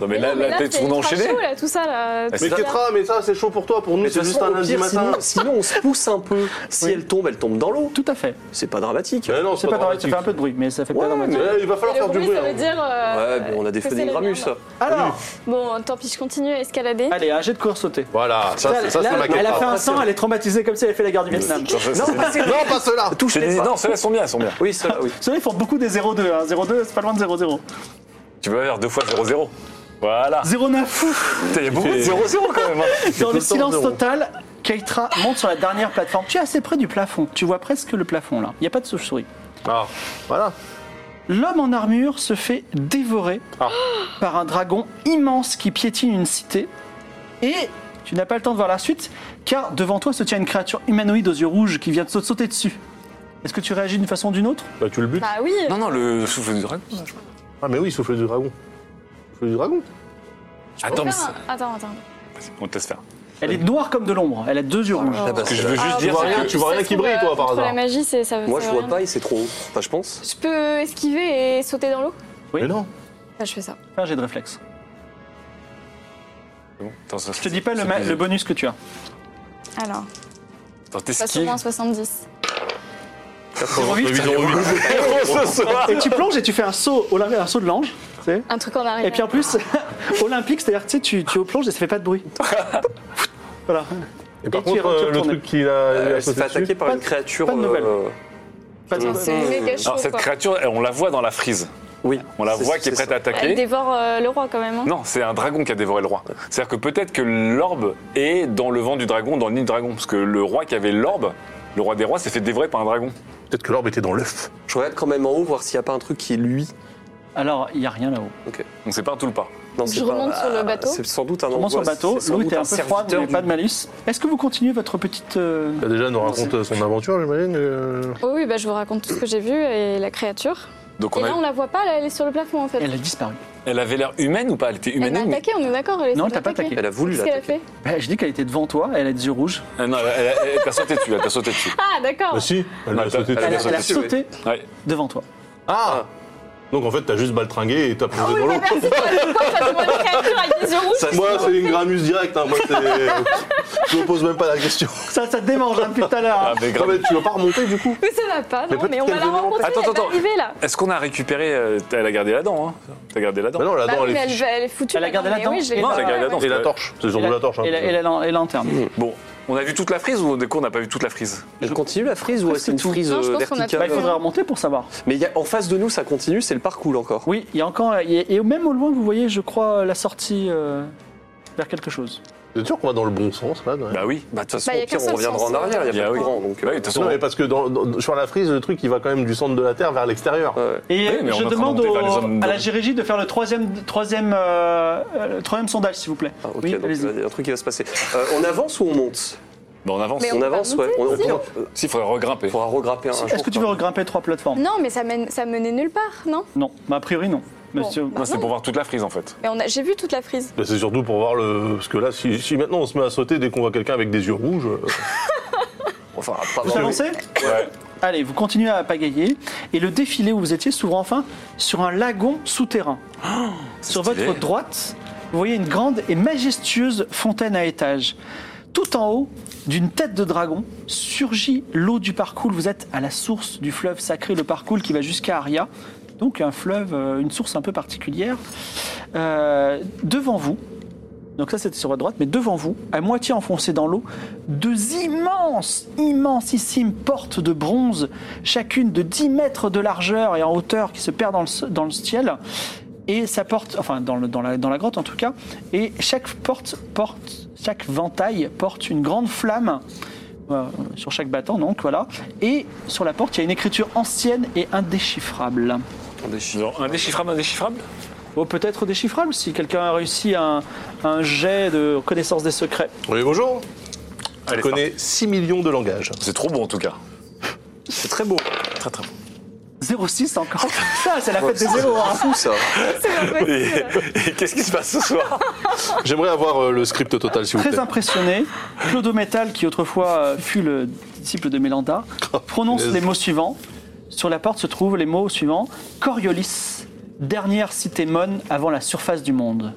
Non, mais là,
non, mais
là, t'es
c'est
tout
ultra
enchaîné.
chaud, là, tout ça, là.
Mais
Mais
c'est-
Ketra, mais ça, c'est chaud pour toi. Pour nous,
Mais de
c'est
toute
juste un
façon, au
lundi
pire,
matin.
sinon, sinon, on se pousse un peu. Si
Oui.
elle tombe, elle tombe dans l'eau.
Tout à fait.
C'est pas dramatique.
Mais non,
C'est pas dramatique, ça fait un peu de bruit, mais ça fait pas
Ouais,
dramatique.
mais-
Ouais, il va falloir
Et le
faire du
bruit,
bruit.
ça veut
hein.
dire. euh,
Ouais, mais on a des
que c'est
fenêtres
la
gramus,
merde.
ça.
Alors,
Bon, tant pis, je continue à escalader.
allez, un jet de course sautée.
Voilà, ça, c'est- ça, c'est ma
elle, a fait
Ketra.
un sang, elle est traumatisée comme si elle avait fait la guerre du Vietnam.
Non, pas celle-là.
Non, pas cela
Touche
J'ai dit, non, ceux-là sont bien, elles sont bien.
Oui, celle-là, oui.
Ceux-là, ils font beaucoup des 0-2. Hein. 0-2, c'est pas loin de 0-0.
Tu peux faire deux fois 0-0.
[LAUGHS]
Voilà.
0-9.
Putain, Il y a beaucoup de 0-0 quand même. hein.
[LAUGHS] Dans le silence
200.
total, Keitra monte sur la dernière plateforme. Tu es assez près du plafond. Tu vois presque le plafond, là. Il n'y a pas de souris.
Ah, voilà.
L'homme en armure se fait dévorer
Ah.
par un dragon immense qui piétine une cité. Et tu n'as pas le temps de voir la suite, car devant toi se tient une créature humanoïde aux yeux rouges qui vient de te sauter dessus. Est-ce que tu réagis d'une façon ou d'une autre
Bah, tu le butes.
Bah oui.
Non, non, le souffle du dragon.
Ah, mais oui, souffle du dragon. Souffle du dragon
Ah, Attends, mais
Faire un- Attends, attends.
c'est- on te laisse faire.
Elle est noire comme de l'ombre, elle a deux yeux rouges.
Ce que je veux
Ah,
juste dire,
bah,
c'est
rien,
si
tu vois
ça
rien
se
qui
trouve,
brille,
euh,
toi, par
contre
hasard.
la magie, c'est ça.
Moi,
ça
je
veut
vois
rien
pas et c'est trop haut. Enfin, je pense.
dire. Je peux esquiver et sauter dans l'eau
Oui.
Mais non.
Bah, je fais ça.
Fais un jet de réflexe.
que. bon, attends, ça-
Je te dis pas le,
ça-
ma- le bonus que tu as.
Alors,
Attends,
pas sur
t'esquives.
moins 70.
08.
[LAUGHS]
Et tu plonges et tu fais un saut, olympique, un saut de l'ange. tu sais.
Un truc en arrière.
Et puis en plus, [LAUGHS] olympique, c'est-à-dire tu, sais, tu, tu plonges et ça fait pas de bruit. voilà.
Et par
Et tu es
contre, euh, le
retourné.
truc qu'il a. il a
Euh,
Elle s'est
sauté
fait
dessus.
attaquer par
Pas
une
de-
créature.
pas de nouvelles.
euh,
Pas de-
C'est méga chaud.
Alors, cette
quoi.
créature, elle- on la voit dans la frise.
Oui.
On la
C'est-
voit qui est
c'est
prête à
Elle
attaquer.
dévore euh, le roi quand même. hein.
Non, c'est un dragon qui a dévoré le roi. C'est-à-dire que peut-être que l'orbe est dans le vent du dragon, dans le nid du dragon. Parce que le roi qui avait l'orbe, le roi des rois, s'est fait dévorer par un dragon.
Peut-être que l'orbe était dans l'œuf.
ça. Je regarde quand même en haut, voir s'il n'y a pas un truc qui est lui.
Alors, il n'y a rien là-haut.
Donc c'est pas un tout le pas.
Non,
Je
c'est pas-
remonte sur le
ah,
bateau.
C'est sans doute un
On
endroit.
sur le bateau,
c'est sans
l'eau
doute
était un peu froide,
serviteur
mais pas
du-
de malice. Est-ce que vous continuez votre petite... euh,
Bah, déjà, elle nous raconte son aventure, j'imagine. euh.
Oh oui, bah, je vous raconte tout ce que j'ai vu et la créature.
Donc
Et
on a-
là, on la voit pas, là, elle est sur le plafond en fait.
Elle a disparu.
elle avait l'air humaine ou pas Elle était
Elle
humaine
m'a
mais-
attaqué, on est d'accord elle
Non,
essaie
elle t'a pas
d'attaquer.
attaqué.
Elle a voulu
Qu'est-ce qu'elle a
l'attaquer.
fait
Bah, je dis qu'elle était devant toi, elle a des yeux rouges.
Ah Non, elle, elle, elle t'a sauté dessus. Elle t'a sauté dessus.
Ah, d'accord.
Bah, si, elle
Non,
l'a
elle-
sauté
elle-
Elle, a-
dessus.
elle a
sorti,
sauté
Ouais.
devant toi.
Ah Donc en fait, t'as juste baltringué et Ah t'as plongé dans l'eau.
Pourquoi ça demande une créature avec des yeux rouges
Moi, c'est une gramus directe. Hein. Moi, c'est- je me pose même pas la question.
Ça, ça te démange hein, depuis tout à l'heure. hein.
Ah, mais
Ah,
grave.
mais tu vas pas remonter du coup
Mais ça va pas, non,
Mais
mais, on va
peut-être
la
qu'elle
rencontrer,
Attends,
elle
attends.
va arriver là.
Est-ce qu'on a récupéré euh, Elle a gardé la dent. Hein. T'as gardé la dent.
Bah non, la
Bah
dent,
oui,
elle
mais
est
elle,
fichue.
va- elle est foutue.
Elle a
la
gardé
dent,
la
mais
dent.
oui, je l'ai
Non,
pas,
elle a gardé la
ouais,
dent.
ouais.
Et la torche, c'est surtout
Et
la torche. hein.
et la- et la lan- et la lanterne.
Bon, on a vu toute la frise ou des coup on n'a pas vu toute la frise
Elle continue la frise ou
Presque
c'est une
tout.
frise
Non, je
euh,
pense qu'on a
verticale
Bah, il faudrait remonter pour savoir.
Mais il y a- en face de nous, ça continue, c'est le parcours encore.
Oui, il y a encore. Et, et même au loin, vous voyez, je crois, la sortie euh, vers quelque chose.
Vous êtes sûr qu'on va dans le bon sens là
Bah oui.
Bah, de toute
Bah,
façon,
il y a
au pire,
qu'un
on
seul
reviendra
sens,
en arrière, il n'y
euh,
a pas
oui.
de courant. Donc, euh,
Bah oui, de toute
Non,
façon.
mais parce que dans- dans- sur la frise, le truc, il va quand même du centre de la Terre vers l'extérieur.
euh,
ouais.
Et euh,
Oui,
je
mais on est en train de
demande
monter vers les
au-
hommes
à la
d'or.
Gérégie de faire le troisième, troisième, euh, euh, le troisième sondage, s'il vous plaît.
Ah, ok,
oui,
donc
allez-y.
il y a un truc qui va se passer. Euh, on avance ou on monte
Bah on Bah avance.
Mais
On
va
avance,
monter,
ouais. On, on
si.
pourra- euh,
Si, il faudrait regrimper.
pourra regrimper un, un jour.
Est-ce que tu veux regrimper trois plateformes
Non, mais ça, mène, ça menait nulle part, non
Non, Bah, a priori non. Monsieur,
bah.
Non, c'est pour voir toute la frise en fait.
Mais on a- j'ai vu toute la frise.
Bah, c'est surtout pour voir le. Parce que là, si, si maintenant on se met à sauter dès qu'on voit quelqu'un avec des yeux rouges. euh,
Enfin, après
vous
avoir-
avancez
Ouais.
Allez, vous continuez à pagayer et le défilé où vous étiez s'ouvre enfin sur un lagon
[GASPS]
souterrain. sur
stylé.
votre droite, vous voyez une grande et majestueuse fontaine à étages. Tout en haut, d'une tête de dragon, surgit l'eau du Parcoul. Vous êtes à la source du fleuve sacré, le Parcoul, qui va jusqu'à Aria. Donc un fleuve, euh, une source un peu particulière. Euh, devant vous, donc ça c'était sur votre droite, mais devant vous, à moitié enfoncé dans l'eau, deux immenses, immensissimes portes de bronze, chacune de 10 mètres de largeur et en hauteur, qui se perdent dans le, s- dans le ciel. et ça porte, enfin dans, le- dans la, dans la grotte en tout cas, et chaque porte porte, chaque ventail porte une grande flamme euh, sur chaque battant, donc voilà. Et sur la porte, il y a une écriture ancienne et indéchiffrable.
Genre indéchiffrable, indéchiffrable
Bon, peut-être déchiffrable si quelqu'un a réussi un, un jet de connaissance des secrets.
Oui, bonjour. Je
Allez,
connais 6 millions de langages.
C'est trop beau en tout cas.
C'est très beau.
06 encore. [LAUGHS] Ça, c'est la fête des zéros. hein.
Fou ça.
Et, et qu'est-ce qui se passe
[LAUGHS]
ce soir
J'aimerais avoir euh, le script total, s'il vous
Très
plaît.
impressionné, Clodo Métal, qui autrefois euh, fut le disciple de Mélanda,
Oh,
prononce
punaise.
les mots suivants. Sur la porte se trouvent les mots suivants Coriolis, dernière cité mone avant la surface du monde.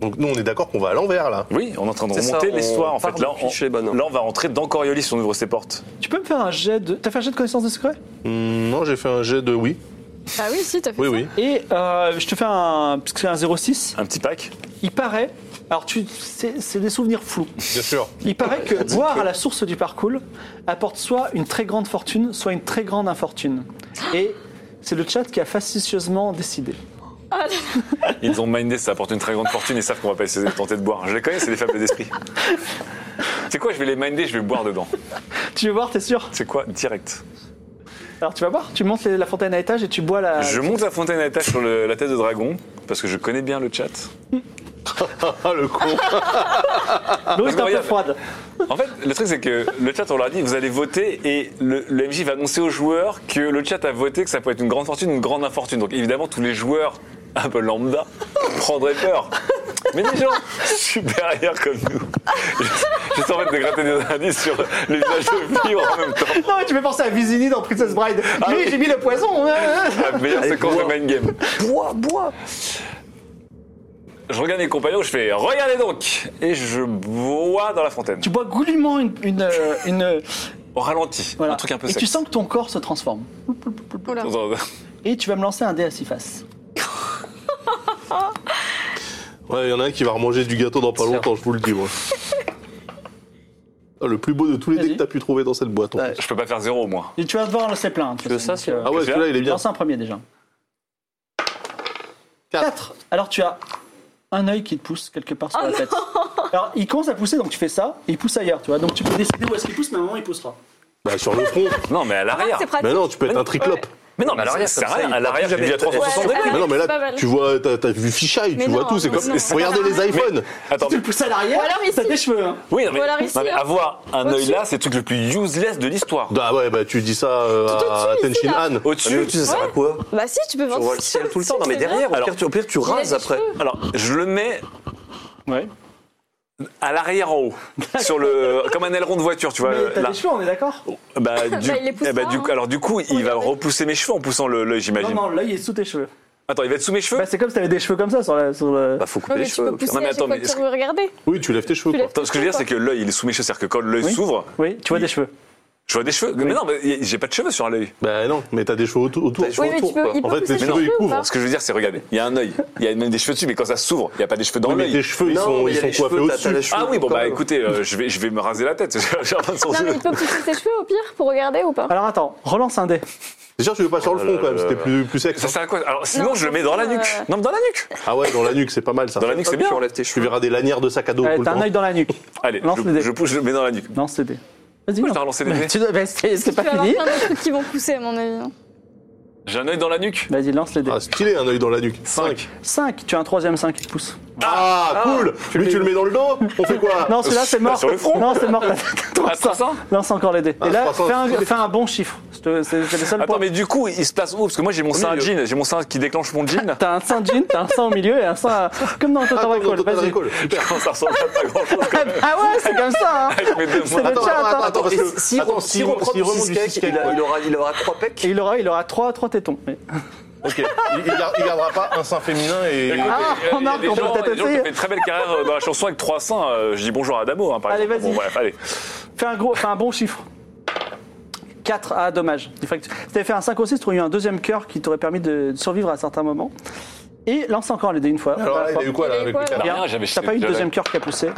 Donc nous, on est d'accord qu'on va à l'envers, là.
Oui, on est en train de
C'est ça,
remonter
on
l'histoire en
part
fait. Là
du cliché, bah
on,
non.
là, on va rentrer dans Coriolis, on ouvre ses portes.
Tu peux me faire un jet de. T'as fait un jet de connaissance des secrets
Hmm, non, j'ai fait un jet de oui.
Ah oui, si, t'as fait
Oui,
ça.
oui.
Et euh, je te fais un. Parce que c'est un 06.
Un petit pack
Il paraît. Alors, tu, c'est c'est des souvenirs flous.
Bien sûr.
Il paraît que boire à la source du parcours apporte soit une très grande fortune, soit une très grande infortune. Et c'est le chat qui a facetieusement décidé.
Ils ont mindé, ça apporte une très grande fortune et savent qu'on va pas essayer de tenter de boire. Je les connais, c'est des fables d'esprit. C'est quoi Je vais les minder, je vais boire dedans.
Tu veux voir, t'es sûr
C'est quoi Direct.
Alors tu vas voir, tu montes les- la fontaine à étage et tu bois
Ah,
la...
Je monte la fontaine à étage sur le- la tête de dragon parce que je connais bien le chat.
Ah, le con.
L'eau est un peu
Regarde.
froide.
En fait, le truc, c'est que le chat, on leur a dit, vous allez voter et le, le MJ va annoncer aux joueurs que le chat a voté, que ça peut être une grande fortune, une grande infortune. Donc évidemment, tous les joueurs un peu lambda prendraient peur. Mais des gens supérieurs comme nous. Je- J'essaie en fait de gratter des indices sur les visages de vivre en même temps.
Non mais tu fais penser à Vizini dans Princess Bride.
Ah,
Lui, j'ai mis le poison. hein, hein.
La meilleure séquence de mind game.
Ah,
Bois, bois.
Je regarde mes compagnons, je fais regardez donc Et je bois dans la fontaine.
tu bois goulûment une... une, euh, une-
Au ralenti.
voilà.
Un truc un peu
et
sec.
tu sens que ton corps se transforme.
Dans- dans-
Et tu vas me lancer un dé à six faces.
Ouais, il y en a un qui va remanger du gâteau dans pas longtemps, je vous le dis, moi. [LAUGHS] Ah, le plus beau de tous les dés
Vas-y.
que t'as pu trouver dans cette boîte. en
Ouais.
plus.
Je peux pas faire zéro au moins.
Et tu vas devoir lancer plein. Tu
veux ça, c'est-
Ah ouais, celui-là, il est bien.
Lance un premier déjà.
Quatre.
4. Alors tu as un œil qui te pousse quelque part sur
Oh
la tête. Alors il commence à pousser, donc tu fais ça, et il pousse ailleurs, tu vois. Donc tu peux décider où est-ce qu'il pousse, mais à un moment il poussera.
Bah, sur le front.
Non, mais à l'arrière.
C'est pratique.
Mais non, tu peux être un triclope.
Mais non, mais
À
à l'arrière,
l'arrière,
c'est
comme ça,
rien.
il
À l'arrière, j'ai
peut
vu à
jamais-
360
Ouais.
degrés.
Mais non, mais
c'est pas
là,
mal.
tu vois, t'as t'as vu Fisheye,
Mais
tu vois
non,
tout, c'est
non,
comme.
non, c'est
Regardez
pas
les iPhones
Attends,
Tu le pousses à l'arrière,
Ou alors ici.
t'as des cheveux. hein.
oui, non, mais,
Ou alors ici,
non, mais
hein.
avoir un œil
Au-dessus.
là, c'est le truc le plus useless de l'histoire.
Ah ouais, bah tu dis ça euh, à,
au-dessus, ici,
Tenshin
là.
Han.
Au-dessus,
ça sert à quoi
Bah si, tu peux
On
vendre
voit le ciel tout le temps. Non, mais derrière, au
Alors-
pire, tu, au pire, tu rases
des
après.
alors je le mets
Ouais.
à l'arrière en haut, sur le, comme un aileron de voiture, tu vois.
Mais
euh,
t'as
là.
des cheveux, on est d'accord
[LAUGHS] Bah, du,
Bah, il les pousse
eh bah,
pas,
du
hein.
coup- alors du coup, il va repousser mes cheveux en poussant le- l'œil,
Non,
j'imagine.
non, l'œil est sous tes cheveux.
Attends, il va être sous mes cheveux.
Bah, c'est comme si t'avais des cheveux comme ça sur la. Sur le...
Bah, faut couper
Ouais,
les
mais tu
cheveux.
peux pousser
Non, mais
à
attends,
chaque fois
mais
que
est-ce
tu veux regarder.
Oui, tu lèves tes cheveux,
Tu
quoi.
lèves-
Attends, ce que je veux dire, c'est que l'œil, il est sous mes cheveux, c'est-à-dire que quand l'œil
Oui.
s'ouvre,
Oui, tu vois des cheveux.
je vois des cheveux. Mais non, mais y- j'ai pas de cheveux sur l'œil.
Bah non, mais t'as des cheveux autour. autour.
T'as des
Oui,
cheveux
mais tu
autour,
peux,
quoi.
il
En
peut
fait,
pousser
les
ses
cheveux, ils
cheveux ou
couvrent.
pas
Ce que je veux dire, c'est regardez, il y a un œil, il y a même des cheveux dessus, mais quand ça s'ouvre, il y a pas des cheveux dans
Oui, mais
l'œil.
tes cheveux, ils
Non,
sont,
mais il
ils
y a
sont
les
coiffés
cheveux, t'as- t'as
au-dessus.
les
Ah oui, bon
quand
bah
même.
écoutez, euh, je, vais, je vais me raser la tête. [LAUGHS] J'ai un sens
Non, mais
de-
il peut pousser ses cheveux au pire pour regarder ou pas
Alors attends, relance un dé.
Déjà, tu veux pas sur le
Oh là
front,
là
quand même,
là
c'était
là.
plus, plus sec.
Ça sert à quoi Alors sinon,
Non,
je le mets dans la nuque.
euh,
Non, mais dans la nuque.
Ah ouais, dans la nuque, c'est pas mal ça.
Dans la nuque, c'est
Hop,
bien.
Tu enlèves tes
Tu
cheveux.
verras des lanières de sac à dos
Ouais,
tout le
T'as un
temps.
œil dans la nuque.
Allez,
Lance le
je,
dé.
je pousse, je le mets dans la nuque.
Lance le dé. Vas-y.
Pourquoi je
non.
dois relancer les dés
Mais tu dois- mais c'est c'est
Tu
pas
vas avoir
fini.
plein de trucs qui vont pousser, à mon avis.
J'ai un œil dans la nuque.
Vas-y, lance les dés.
Ah, stylé, un œil dans la nuque. 5.
5, tu as un troisième 5 qui te pousse.
Ah, cool Lui, tu le mets dans le dos On fait quoi
Non, celui-là, c'est mort.
sur le front.
Non, c'est
[LAUGHS]
mort.
Ah, 300
Lance encore les dés.
Ah,
Et là,
300,
fais un,
c'est-
fais un bon chiffre. C'est c'est- c'est le seul
Attends,
point.
mais du coup, il se place où Parce que moi, j'ai mon sein à
milieu.
jean, j'ai mon sein qui déclenche mon [LAUGHS] jean.
T'as un 100 jean, t'as un 100 au milieu et un 100 à- Comme dans Total
Attends,
Recall,
Total
vas-y.
Recall.
ça ressemble à pas grand-chose.
[LAUGHS] Ah ouais, c'est comme ça, hein.
[LAUGHS]
avec mes deux
C'est
mains.
le
Attends,
chat,
attends,
hein.
attends, parce
Et
que.
s'il
attends,
reprend
s'il
s'il
reprend
reprend
s'il
du
remonte du
cheesecake,
cheesecake,
il a-
ouais.
il aura- il aura trois pecs.
Et il aura, il aura 3, trois tétons. mais-
Ok, il, il gar- il gardera pas un sein féminin et.
Écoutez,
Ah,
il y a
remarque,
des
on peut
gens-
peut-être
il y a des gens qui ont
essayer.
fait une très belle carrière euh, dans la chanson avec 300. euh, Je dis bonjour à Adamo, hein, par
Allez,
exemple.
vas-y.
Bon, bref, allez.
Fais un, gros, fais un bon chiffre. 4, ah dommage. Il fallait que tu- Si t'avais fait un 5 ou 6, t'aurais eu un deuxième cœur qui t'aurait permis de survivre à certains moments. Et lance encore les dés une fois.
Alors
Voilà,
là, il
fois.
a eu quoi là
Il a eu
avec
quoi,
le
là
canard
Rien, j'avais-
T'as pas eu le deuxième cœur qui a poussé.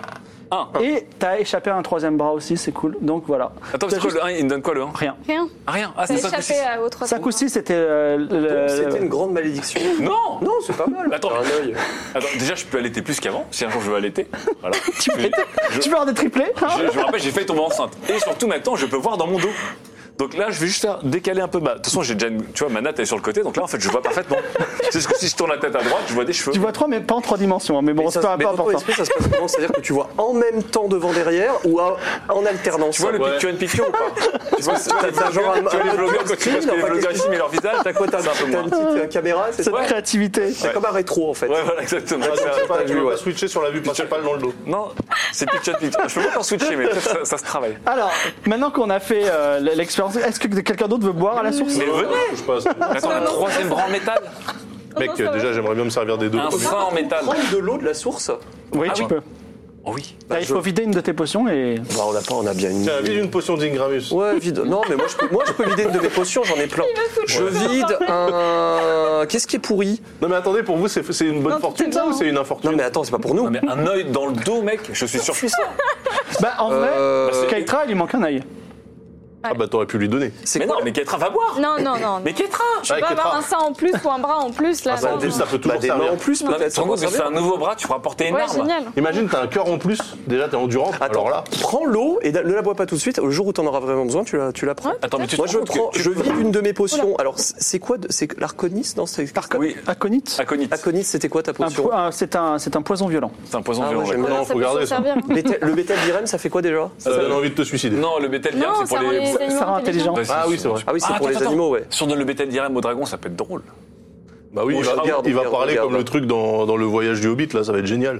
Un.
Et t'as échappé à un troisième bras aussi, c'est cool. Donc voilà.
Attends, parce
T'as
que
juste-
le 1, il me donne quoi le 1
Rien.
Rien.
Ah, Rien. Ah,
T'as
c'est 5
échappé à- aux trois
5 ou 6, c'était. euh, le-
Donc, C'était
le-
une grande malédiction.
Non
Non, c'est pas mal.
Attends.
T'as un œil.
Attends, déjà, je peux allaiter plus qu'avant, si un jour je veux allaiter. Voilà. tu peux je,
Tu veux avoir des triplés hein
je, je me rappelle, j'ai failli tomber enceinte. Et surtout, maintenant, je peux voir dans mon dos. Donc là, je vais juste faire décaler un peu ma. De toute façon, j'ai déjà. une- Tu vois, ma natte elle est sur le côté, donc là, en fait, je vois parfaitement. C'est ce que si je tourne la tête à droite, je vois des cheveux.
Tu vois 3, mais pas en 3 dimensions. hein, Mais bon,
Mais
c'est
ça-
pas
mais
pas
dans ton
important.
esprit, ça se passe comment C'est-à-dire que tu vois en même temps devant derrière ou à- en alternance
Tu vois le
Ouais.
picture in picture ou pas Tu vois, c'est- tu vois les
T'as genre un-
blogueurs- tu vois les blogueurs quand tu vois ce que les
enfin,
blogueurs
qu'est-ce
ici, mais leur visage,
T'as quoi T'as
C'est un peu
t'as
moins.
une petite euh, caméra C'est
Cette
ça
créativité.
C'est comme un rétro en fait.
Ouais, voilà, exactement.
Ah,
C'est un-
tu peux pas- tu peux
ouais.
pas switcher sur la vue principale dans le dos.
Non, c'est picture in picture. Je peux pas encore switcher, mais ça, ça se travaille.
Alors, maintenant qu'on a fait euh, l'expérience, est-ce que quelqu'un d'autre veut boire à la source
Mais venez
Je sais pas, c'est-
Attends, un troisième bras en métal
Mec, euh, déjà, j'aimerais bien me servir des deux.
Un frein en métal
Prendre de l'eau de la source
Oui, tu
Ah oui.
peux.
Oh oui.
Là, il faut vider une de tes potions et.
Bah, on a pas, on a bien une.
Tiens, vide une potion d'Ingramus.
Ouais, vide. Non, mais moi je, peux, moi, je peux vider une de mes potions, j'en ai plein. [LAUGHS] Je vide un. Qu'est-ce qui est pourri
Non, mais attendez, pour vous, c'est c'est une bonne
Non,
fortune,
c'est
ça,
bon.
ou c'est une infortune
Non, mais attends, c'est pas pour nous.
Non, mais un œil dans le dos, mec, je suis sûr.
Bah, en vrai,
Euh,
parce que Keitra, il lui manque un œil.
Ah, bah, t'aurais pu lui donner.
C'est
Mais
quoi
non, mais Ketra va boire
Non, non, non.
Mais Ketra
Je peux
Ah,
avoir
Ketra.
un sein en plus ou un bras en plus là.
bah,
non.
en plus, ça peut
Bah,
toujours
des mains
servir.
en plus
Non, mais
peut-être.
sans
ça
doute,
peut
c'est
servir.
un nouveau bras, tu pourras porter une
Ouais,
arme.
génial.
Imagine, t'as un cœur en plus, déjà, t'es endurant.
Attends,
Alors là,
prends l'eau et la- ne la bois pas tout de suite. Le jour où t'en auras vraiment besoin, tu la, tu la prends.
Attends, mais tu te
Moi,
rends
je
compte
prends,
que tu
je
peux-
vide une de mes potions. Alors, c'est c'est quoi de- C'est l'arconis Non, c'est l'arconis.
Oui,
Aconite
aconite.
Aconite, c'était quoi ta
Un
potion
po- un- C'est un, c'est un poison violent.
C'est un poison
Ah,
violent.
ouais, j'aime
ouais.
bien.
non,
Ça
faut
peut
garder
s'en
ça.
servir. hein.
Béthel- le béthel d'Irem, ça fait quoi déjà
Ça donne envie de te suicider.
Non, le bétel d'Irem,
Non,
c'est pour
ça rend
les.
les animaux
Ça rend
intelligents.
intelligent.
Ouais,
Ah oui, c'est vrai.
Ah oui, c'est
Ah,
pour les
attends,
animaux, ouais.
Si on donne le bétel d'Irem au dragon, ça peut être drôle.
Bah oui,
Bon,
il
je
va,
regarde,
il va
regarde,
parler
regarde.
comme le truc dans, dans le voyage du Hobbit, là, ça va être génial.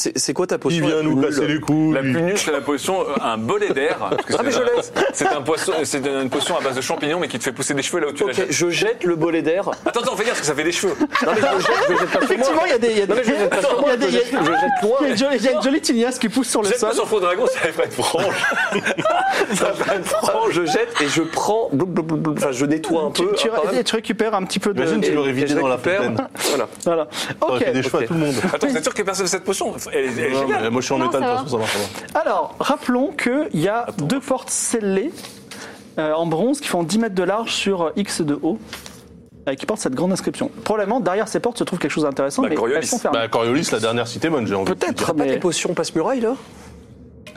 C'est c'est quoi ta potion
Il vient
la plus
nous
nulle
casser les couilles.
La plus nulle, c'est la potion euh, un bolet d'air. parce que
Ah, mais
c'est
je
un-
laisse.
[LAUGHS] C'est un poisson, c'est une potion à base de champignons, mais qui te fait pousser des cheveux là où tu la
Ok,
jettes.
je jette le bolet d'air.
Attends, attends, fais gaffe, parce que ça fait des cheveux.
Non, mais je le jette, je le jette pas sur
Effectivement,
moi.
il y a des. il y a
Non,
des-
mais je jette pas sur moi,
il y a des-
je jette- je jette loin.
Il y a une jolie- il y a une jolie tignasse qui pousse sur le
Jette pas
sol.
sur le faux dragon, ça va pas être franche. ça va pas
[LAUGHS]
être franche.
Je jette et je prends. blou, blou, blou, blou, Enfin, je nettoie un
Tu,
peu.
tu-
hein, quand même.
tu récupères un petit peu de.
Imagine, tu l'aurais vidé
Et je
dans la
récupère.
fontaine.
Voilà.
Voilà.
T'aurais
Ok.
fait des cheveux à tout le monde.
Attends, vous êtes sûr que personne ne cette potion Elle est, elle est
Non,
géniale.
mais moi, je suis en
Non,
métal, de
ça
toute
va.
façon, ça va, ça va.
Alors, rappelons qu'il y a deux portes scellées euh, en bronze qui font 10 mètres de large sur X de haut. euh, qui portent cette grande inscription. Probablement, derrière ces portes se trouve quelque chose d'intéressant,
Bah,
mais
Coriolis.
elles sont fermées.
Bah, Coriolis, la dernière cité, bonne, j'ai envie. de
Peut-être,
dire.
Pas
mais-
les potions passe-muraille, là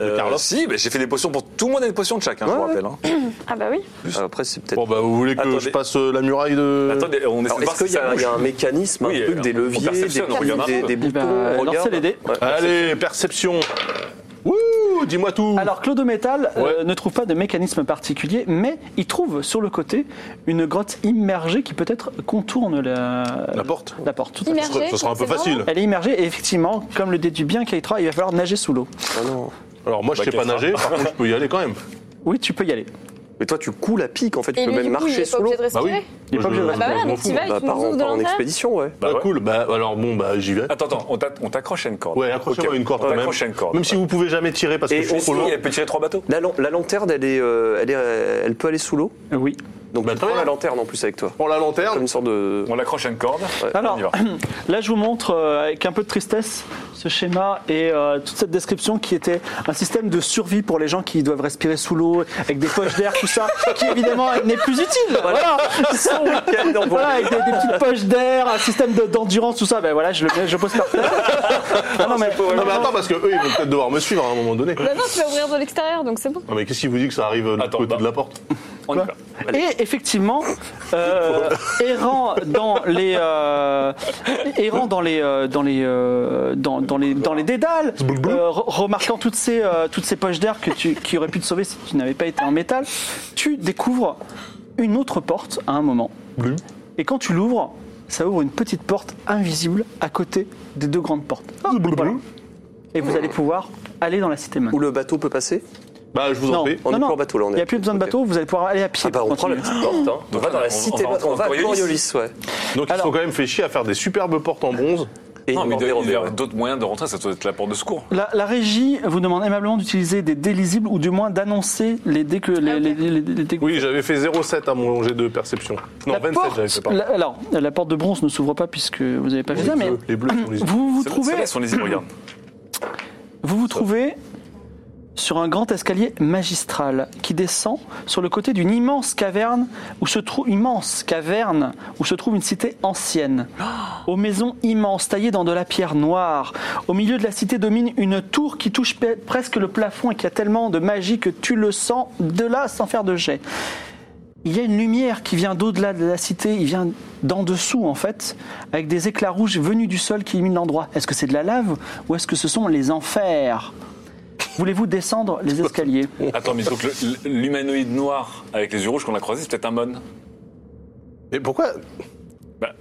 Euh,
Karloff.
si, mais j'ai fait des potions pour tout le monde a une potion de chacun, je vous rappelle. hein.
Ah bah oui.
Euh, Après, c'est peut-être.
Bon, bah, vous voulez que
Attendez.
je passe euh, la muraille de.
Attendez, on essaie de
Alors,
voir
est-ce
si
qu'il y,
ça
a- il y a
bouge.
un mécanisme,
Oui,
un truc,
on
des leviers, des,
perceptionne, on regarde un
des-
peu.
des
Eh ben,
boutons on
lancez
regarde.
les dés.
Ouais.
Allez, perception. Wouh, dis-moi tout.
Alors, Claude Métal euh,
Ouais.
ne trouve pas de mécanisme particulier, mais il trouve sur le côté une grotte immergée qui peut-être contourne la,
La porte.
La porte. tout à fait.
ça sera-
Immergé.
ça sera un peu
c'est vraiment-
facile.
Elle est immergée et effectivement, comme le déduit bien Keitra, il va falloir nager sous l'eau.
Ah non.
Alors, moi, je
Bah,
sais pas
Keitra.
nager, par contre, je peux y aller quand même.
Oui, tu peux y aller.
Mais toi, tu coules à pic, en fait, tu
Et
peux
lui,
même
du coup, il
marcher
est pas
sous l'eau.
obligé de
Bah oui.
respirer.
Il est pas
Moi, je-
obligé de
je
Bah
m'en
ouais, donc
fous.
tu vas et
Bah,
tu
par
nous
en,
ouvres
par
de
en
l'intérieur.
expédition, ouais.
Bah, cool, bah, alors bon, bah, j'y vais.
Attends, attends, on t'a- on t'accroche à une corde.
Ouais, accrochez-moi
Ok.
à une corde
On
quand même.
t'accroche à une corde.
Même si vous pouvez jamais tirer parce que
Et
je
Mais
suis
si,
trop loin.
elle peut tirer trois bateaux.
La, lan- la lanterne, elle, est, euh, elle, est, euh, elle peut aller sous l'eau.
Oui.
Donc,
Bah,
tu
très
prends
bien.
la lanterne en plus avec toi.
Prends la
Comme
lanterne.
une sorte de.
On l'accroche à une corde.
Alors,
on y va.
[CLEARS THROAT] là, je vous montre euh, avec un peu de tristesse ce schéma et euh, toute cette description qui était un système de survie pour les gens qui doivent respirer sous l'eau, avec des poches d'air, tout ça, qui évidemment n'est plus utile. Voilà. Voilà, avec des, des petites poches d'air, un système de- d'endurance, tout ça. Ben voilà, je le mets- je le pose par terre. Ah non, mais,
Non, mais attends, parce que eux, ils vont peut-être devoir me suivre à un moment donné.
Bah non, tu vas ouvrir de l'extérieur, donc c'est bon.
Non, mais qu'est-ce qui vous dit que ça arrive de l'autre
Attends,
côté
bah.
de la porte
On y va.
Et effectivement, euh, errant dans les euh, errant dans les euh, dans les euh, dans, dans les dans les dédales, euh, re- remarquant toutes ces euh, toutes ces poches d'air que tu qui auraient pu te sauver si tu n'avais pas été en métal, tu découvres une autre porte à un moment. Et quand tu l'ouvres, ça ouvre une petite porte invisible à côté des deux grandes portes.
Ah,
Voilà. Et vous allez pouvoir aller dans la cité maintenant.
Où le bateau peut passer
Bah, je vous en prie.
on est plus en bateau, là, on est
Il n'y a plus besoin de
ok.
bateau, vous allez pouvoir aller à pied.
Ah bah,
pour
on prend la
continuer.
petite porte. Hein.
Donc,
on va dans la
on-
cité,
on va-
on va à
Coriolis.
Coriolis, ouais.
Donc, ils
Alors-
sont quand même fait chier à faire des superbes portes en bronze.
Et
Non, mais il
Robert,
doit- il y
Robert,
a
ouais.
d'autres moyens de rentrer, ça doit être la porte de secours.
La, la régie vous demande aimablement d'utiliser des délisibles ou du moins d'annoncer les dés que les,
Ah, ok.
les- les- les dés-
Oui, j'avais fait 0,7 à mon jet de perception. Non,
La
27,
porte-
j'avais fait pas.
la- alors, la porte de bronze ne s'ouvre pas puisque vous n'avez pas fait
les,
ça, mais
bleus, les bleus sont les
vous vous
C'est-
[LAUGHS]
trouvez
c'est là, si on les y regarde.
Vous vous trouvez sur un grand escalier magistral qui descend sur le côté d'une immense caverne où se trouve immense caverne où se trouve une cité ancienne aux maisons immenses taillées dans de la pierre noire. Au milieu de la cité domine une tour qui touche pe- presque le plafond et qui a tellement de magie que tu le sens de là sans faire de jet. Il y a une lumière qui vient d'au-delà de la cité, il vient d'en dessous en fait, avec des éclats rouges venus du sol qui illuminent l'endroit. Est-ce que c'est de la lave ou est-ce que ce sont les enfers Voulez-vous descendre les escaliers
Attends, mais donc le- l'humanoïde noir avec les yeux rouges qu'on a croisé, c'est peut-être un mon.
Mais pourquoi
Bah,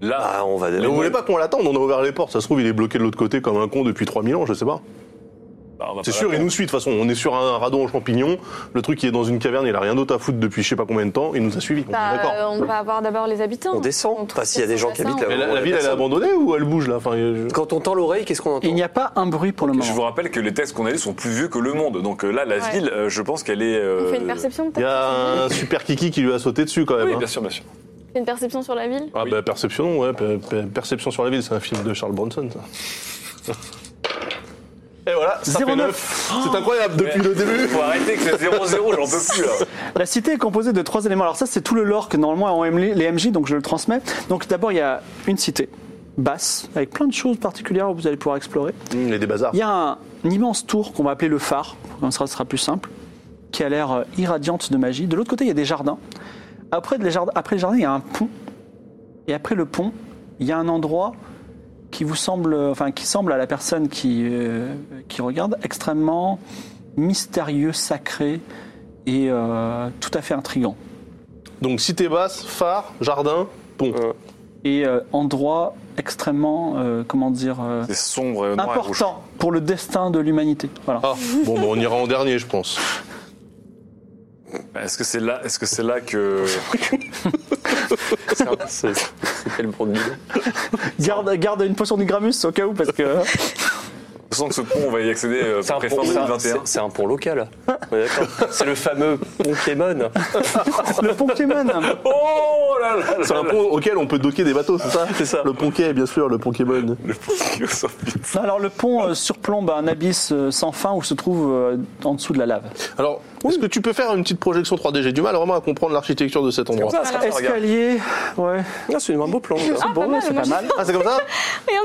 là,
Ah, on va.
Mais vous voulez pas qu'on l'attende On a ouvert les portes. Ça se trouve, il est bloqué de l'autre côté comme un con depuis 3000 ans, je sais pas.
bah, on va
C'est
pas
sûr, il
l'attendre.
nous suit. De toute façon, on est sur un radon en champignons. Le truc, il est dans une caverne, il a rien d'autre à foutre depuis je sais pas combien de temps. Il nous a suivis. On est
Bah,
D'accord.
euh, on va avoir d'abord les habitants.
On descend.
On trouve
Enfin, s'il y a des gens qui
assassins,
habitent là.
on-
Mais la,
Euh,
la
Ouais,
ville, elle est
personne.
abandonnée ou elle bouge là Enfin, euh, je-
Quand on tend l'oreille, qu'est-ce qu'on entend
Il n'y a pas un bruit pour le
Je vous
moment.
rappelle que les tests qu'on a lus sont plus vieux que le monde. Donc euh, là, la
Ouais.
ville, euh, je pense qu'elle est. euh,
On fait une perception
Il y
peut-être
a un super kiki qui lui a sauté dessus quand même.
Oui,
hein.
bien sûr, bien sûr.
On fait Une perception sur la ville
Ah bah perception, ouais. per- per- perception sur la ville, c'est un film de Charles Bronson, ça. Et voilà, ça fait
09.
neuf. C'est incroyable depuis le début.
Faut arrêter que c'est 0-0, j'en peux plus là.
[LAUGHS]
La cité est composée de trois éléments. Alors ça, c'est tout le lore que normalement ont aimé les MJ, donc je le transmets. Donc d'abord, il y a une cité basse, avec plein de choses particulières que vous allez pouvoir explorer.
Hum, Il y a des bazars.
Il y a un, une immense tour qu'on va appeler le phare, comme ça ce sera plus simple, qui a l'air euh, irradiante de magie. De l'autre côté, il y a des jardins. Après, les jardins, après les jardins, il y a un pont. Et après le pont, il y a un endroit qui vous semble, euh, enfin qui semble à la personne qui, euh, qui regarde extrêmement mystérieux, sacré et euh, tout à fait intrigant.
Donc cité basse, phare, jardin, pont.
Et euh, endroit extrêmement, euh, comment dire, euh,
C'est sombre, euh, noir et rouge.
important pour le destin de l'humanité. Voilà.
Ah, bon, bah, on ira en dernier, je pense.
Est-ce que c'est là, est-ce que c'est là que
C'est c'est quel bon de bidon
Garde, garde une potion du Gramus au cas où, parce que.
je sens que ce pont on va y accéder euh,
C'est un,
après
pont-
fin
c'est un-
2021
c'est- c'est un pont local. On est d'accord C'est le fameux Pokémon.
Le Pokémon
Oh là là, là
C'est un pont auquel on peut docker des bateaux, c'est ça
C'est ça.
Le ponquet, bien sûr, le Pokémon.
Le pont qui s'en fout.
Non, Alors, le pont euh, surplombe un abysse euh, sans fin où se trouve euh, en dessous de la lave.
Alors, est-ce que tu peux faire une petite projection 3D J'ai du mal vraiment à comprendre l'architecture de cet endroit.
Ça, ça, ça, regarde.
Escalier, ouais.
Ah, C'est un beau plan. ça.
Ah, pas mal,
c'est
moi,
pas
je-
mal.
Ah, c'est comme ça
Regarde,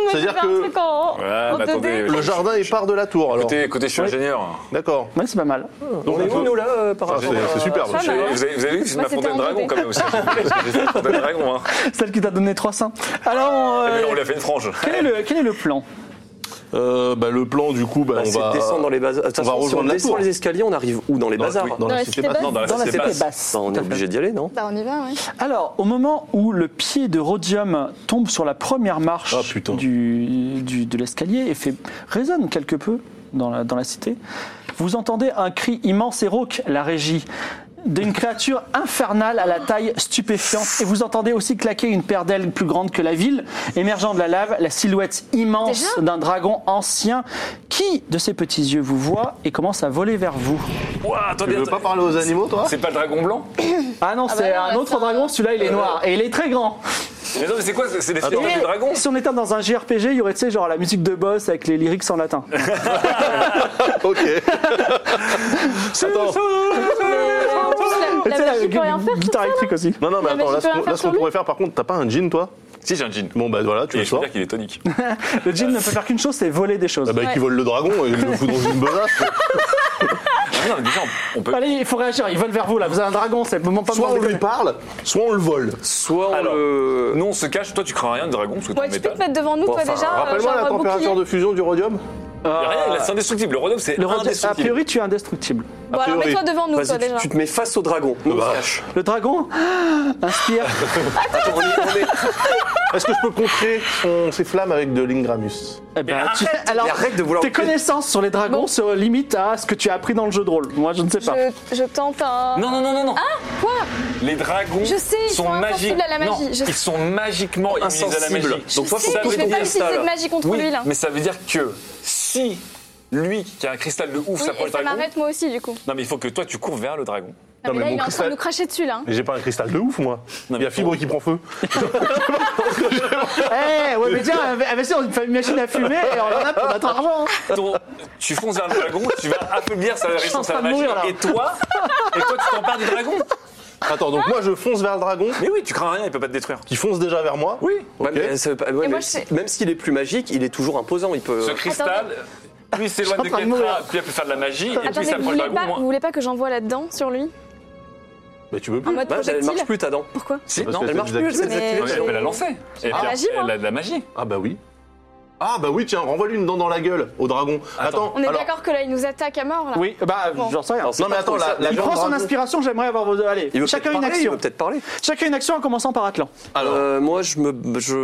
moi, j'ai
C'est-à-dire
fait un
que-
truc en,
Ouais,
en
mais
2D.
attendez.
Le jardin, il part de la tour, alors.
Côté, côté, je suis ingénieur.
D'accord.
Ouais, c'est pas mal.
Donc,
On est
on
où,
peut-
nous, là, euh, par
Ah,
rapport
c'est-
à-
c'est superbe.
Ça,
Vous
là,
avez,
ouais.
bah, vous avez vu que c'est
Moi,
ma fontaine
c'était en
dragon
2D.
quand
[LAUGHS]
même aussi. J'ai fait fontaine dragon. Hein.
Celle qui t'a donné 300. Alors, euh,
Eh
Mais
ben,
on lui a fait une frange.
quel, est le, quel est le plan
Euh, bah, le plan, du coup, bah,
Bah,
on
c'est
va.
de descendre dans les bazars. De toute
on va
façon, si on
rejoindre la
descend
tour.
les escaliers, on arrive où Dans les
Dans-
bazars
oui,
Dans la cité basse.
Non, dans la
Dans la
cité
cité
basse.
basse.
Bah, On est
Tout à fait.
obligé d'y aller, non
Bah, on y va, ouais.
Alors, au moment où le pied de Rhodium tombe sur la première marche
Ah, putain.
du, du- de l'escalier et fait, résonne quelque peu dans la, dans la cité, vous entendez un cri immense et rauque, la régie, d'une créature infernale à la taille stupéfiante. Et vous entendez aussi claquer une paire d'ailes plus grande que la ville, émergeant de la lave, la silhouette immense
Déjà
d'un dragon ancien qui, de ses petits yeux, vous voit et commence à voler vers vous.
Ouah,
Tu
attendez,
veux pas
attendez.
parler aux animaux, toi
C'est pas le dragon blanc
Ah non, c'est
bah non,
un
là,
autre
c'est un-
dragon, celui-là
Euh,
il est noir et il est très grand.
Mais non, mais c'est quoi C'est c'est les filets
Et
du dragon
Si on était dans un JRPG, il y aurait, tu sais, genre la musique de boss avec les lyrics en [LAUGHS] latin.
[LAUGHS] Ok.
Oh.
Attends.
La, la magie peut rien faire.
guitare électrique aussi.
Non, non, mais
Ah, mais
attends,
tu
là, ce qu'on-
peux
là,
rien faire
ce qu'on
sur lui.
pourrait faire, par contre, t'as pas un jean, toi
Si, j'ai un jean. Ah,
Bon, bah voilà, tu
Et
le
je peux
sors.
dire qu'il est tonique.
Le djinn ne peut faire qu'une chose, c'est voler des choses.
Ah, bah, qui vole le dragon et le fout dans une besace.
Ah non, mais déjà, on peut.
Allez, il faut réagir, ils veulent vers vous là, vous avez un dragon, c'est le moment pas
Soit
de
on lui parle, soit on le vole.
Euh,
euh,
Soit on
Alors, euh,
le-
Nous, on se cache. Toi, tu crains rien de dragon parce que t'es en
Ouais, tu peux te
métal.
mettre devant nous, toi,
Enfin,
déjà. euh,
Rappelle-moi
genre,
la
euh,
température
bouclier.
de fusion du rhodium.
Y a Rien,
Ah.
c'est indestructible. Le Rhodope, c'est
Le rod- a
indestructible.
priori, tu es indestructible.
Bon, alors
priori.
mets-toi devant nous,
Vas-y,
toi,
tu-
déjà.
tu, te mets face au dragon. Nous, on se
Bah.
cache.
Le dragon [GASPS] inspire.
[LAUGHS]
Attends, on est- on est-
Est-ce que je peux contrer son- ses flammes avec de l'Ingramus
Eh ben, tu- Alors,
mais arrête de vouloir-
tes connaissances sur les dragons
Bon.
se limitent à ce que tu as appris dans le jeu de rôle. Moi, je ne sais pas.
Je, je tente un.
Non, non, non, non, non.
Quoi
Les dragons
Je sais, ils
sont,
sont
magiques.
insensibles à la magie.
Non,
Je-
ils sont magiquement immunisés à la
Insensibles.
magie.
Je sais,
ça
mais
veut
je vais
dire-
pas utiliser de magie contre
Oui,
lui, là.
Mais ça veut dire que si lui, qui a un cristal de ouf,
Oui,
s'approche
et
du
ça
dragon.
m'arrête, moi aussi, du coup.
Non, mais il faut que toi, tu cours vers le dragon.
Non, mais là,
mon
il est en train
cristal-
de nous cracher dessus, là. hein.
Mais j'ai pas un cristal de ouf, moi.
Non,
Il y a
mais
fibre qui prend feu.
Eh, ouais, mais tiens, investir dans une fa- machine à fumer et on en a pour notre argent.
ton- tu fonces vers le dragon, tu vas affaiblir sa
suis en
résistance à la
train de
magie.
mourir, là.
Et toi, et toi, tu t'empares du dragon.
Attends,
Ah
donc moi je fonce vers le dragon
Mais oui, tu crains rien, il peut pas te détruire.
qui fonce déjà vers moi.
Oui.
Ok.
Ouais, mais ça veut pas- ouais,
Et moi,
mais
je
si-
sais-
même s'il est plus magique, il est toujours imposant. Il peut.
Ce cristal, plus il s'éloigne de
en train de
Ketra,
mourir.
plus il peut faire de la magie, et plus il
Attendez, vous
s'approche du
voulez, pas,
dragon.
vous
moins.
voulez pas que j'envoie là-dedans, sur lui
Mais tu veux
En
plus
mode
Bah, elle marche
projectile
plus ta dent.
Pourquoi
Si,
Parce
non,
que
elle
c'est
marche.
marche plus, elle s'est
désactivé.
Mais-
désactivée.
Non, mais elle peut la lancer. Et
Ah,
puis,
magie, moi.
elle a de la magie.
Ah bah oui. Ah bah oui, tiens, renvoie-lui une dent dans la gueule au dragon. Attends,
On est
alors-
d'accord que là, il nous attaque à mort, là
Oui, bah,
Bon.
j'en sais rien.
Non mais attends, la, la
Il
dent
prend son
dragon-
inspiration, j'aimerais avoir vos. Allez,
Il veut
chacun
peut-être
une
parler, Il
action.
veut peut-être parler.
Chacun une action en commençant par Atlan.
Alors.
Euh, moi, je Euh,
[LAUGHS]
me. Je...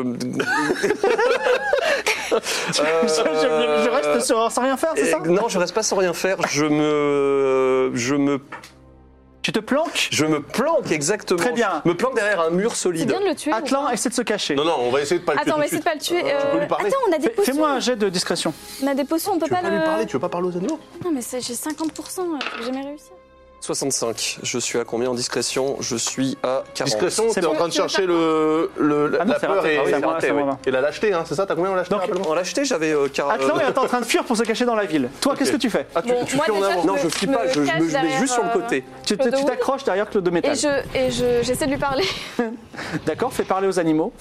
Je- je, je reste sur, sans rien faire, c'est ça
Euh, non, je reste pas sans rien faire. Je me, je me,
Tu te planques
je me planque exactement.
Très bien.
Je me planque derrière un mur
C'est
solide.
bien de le tuer. ou
Atlan essaie de se cacher.
Non, non, on va essayer de pas le tuer
Attends, on
tout
va
de
essayer de
suite.
pas le tuer.
Tu peux
euh,
lui parler
Attends, on a des
Fais- Fais-moi un
potions.
jet de discrétion.
On a des potions, on peut
Tu veux
pas
pas lui parler,
le.
tu veux pas parler aux
Ah
animaux
Non, mais c'est- j'ai 50%, euh, j'ai jamais réussi.
65. Je suis à combien en discrétion Je suis à 40.
Discrétion,
C'est
t'es en
bon.
train de chercher le, le- la,
Ah non,
la
c'est
peur
raté.
et,
Ah oui,
et
c'est
la-
raté,
et
oui.
la- et la lâcheté, hein, c'est ça T'as combien en lâcheté
Donc,
rappelle-moi
En l'acheter, j'avais euh, quar-
Atlan
euh,
est en train de fuir pour se cacher dans la ville. Toi, qu'est-ce que tu fais
Ah, tu,
Bon,
tu
moi,
fuis en
déjà,
avant
Non,
Je
je
me
fuis pas. Je, je
cache
me je mets
derrière,
juste sur le
euh,
côté.
Tu
Claude
te- tu
Wood
t'accroches derrière Claude de métal.
Et je, et je, j'essaie de lui parler.
D'accord, fais parler aux animaux.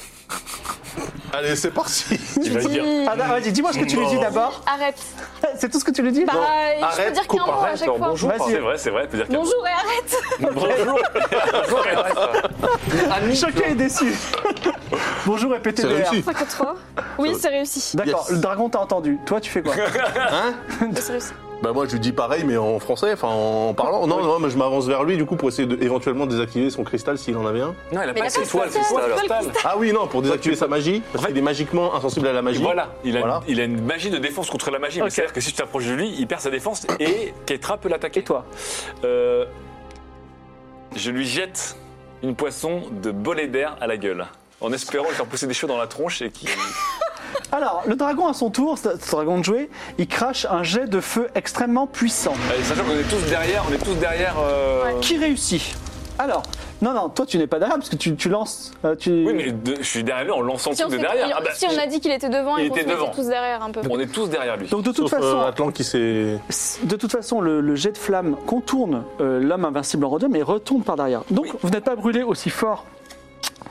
Allez, c'est parti
Il va
Dis-
dire.
Ah, non, vas-y, dis-moi ce que tu lui dis d'abord. [LAUGHS]
Arrête.
C'est tout ce que tu lui dis
Bah, euh, je peux
arrête,
dire
coupe,
qu'un mot à
arrête,
hein,
chaque fois.
bonjour.
C'est
Vas-y.
vrai, c'est vrai, elle peut dire qu'elle-
Bonjour et arrête.
Bonjour.
euh,
Chacun est déçu. [LAUGHS] Bonjour et pété
[LAUGHS] C'est
de l'air.
réussi
53. Oui, c'est réussi.
D'accord,
Yes.
le dragon t'a entendu. Toi, tu fais quoi
C'est réussi.
Bah moi je lui dis pareil mais en français, enfin en parlant. Non, non, mais je m'avance vers lui du coup pour essayer de, éventuellement désactiver son cristal s'il en avait un.
Non, elle a
Mais
pas
il a
assez
pas
de toile,
de
c'est
toile,
ça,
c'est
alors.
pas le
Ah oui, non, pour désactiver sa magie, parce qu'il est magiquement insensible à la magie.
Voilà, il a,
Voilà.
il a une magie de défense contre la magie. Mais c'est-à-dire que si tu t'approches de lui, il perd sa défense et Ketra peut l'attaquer.
Et toi
Euh, Je lui jette une poisson de bolée d'air à la gueule, en espérant lui faire pousser des cheveux dans la tronche et qui.
Alors, le dragon à son tour, ce ce dragon de jouet, il crache un jet de feu extrêmement puissant.
Euh, Sachant qu'on est tous derrière, on est tous derrière. euh,
Qui réussit Alors, non, non, toi tu n'es pas derrière parce que tu, tu lances. euh, tu...
Oui, mais de- je suis derrière lui en lançant le
Si on,
truc de
s'est-
derrière.
il-
Ah bah,
si on a dit qu'il était devant
il
et qu'on
était
se mettait
devant.
tous derrière un peu.
on est tous derrière lui.
Donc, de toute
Sauf
façon,
euh, Atlan qui s'est...
de toute façon le, le jet de flamme contourne euh, l'homme invincible en rodeux, mais retombe par derrière. Donc, vous n'êtes pas brûlé aussi fort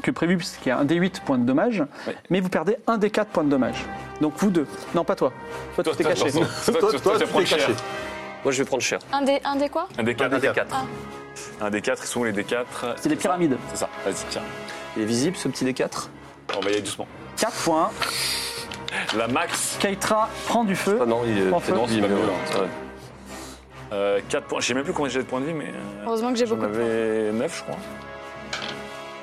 que prévu, puisqu'il y a un D8 points de dommage,
Oui.
mais vous perdez un D4 points de dommage. Donc, vous deux. Non, pas toi. Toi, tu t'es caché.
toi, toi, toi, toi, tu vas prendre cher.
Moi, je vais prendre cher.
Un des, un des quoi
Un des quatre.
Un des quatre.
Un des quatre, ils sont où les des quatre
C'est des pyramides.
C'est ça, vas-y, tiens.
Il est visible ce petit D4
On va y aller doucement.
4 points.
La max.
Keitra prend du feu.
Ah non, il est.
Hein En fait,
Non, c'est pas
mais
mieux,
ouais,
hein,
ça va.
Euh, 4 points. Je sais même plus combien j'ai de points de vie, mais. euh,
Heureusement que j'ai
J'en
beaucoup.
avais 9, je crois.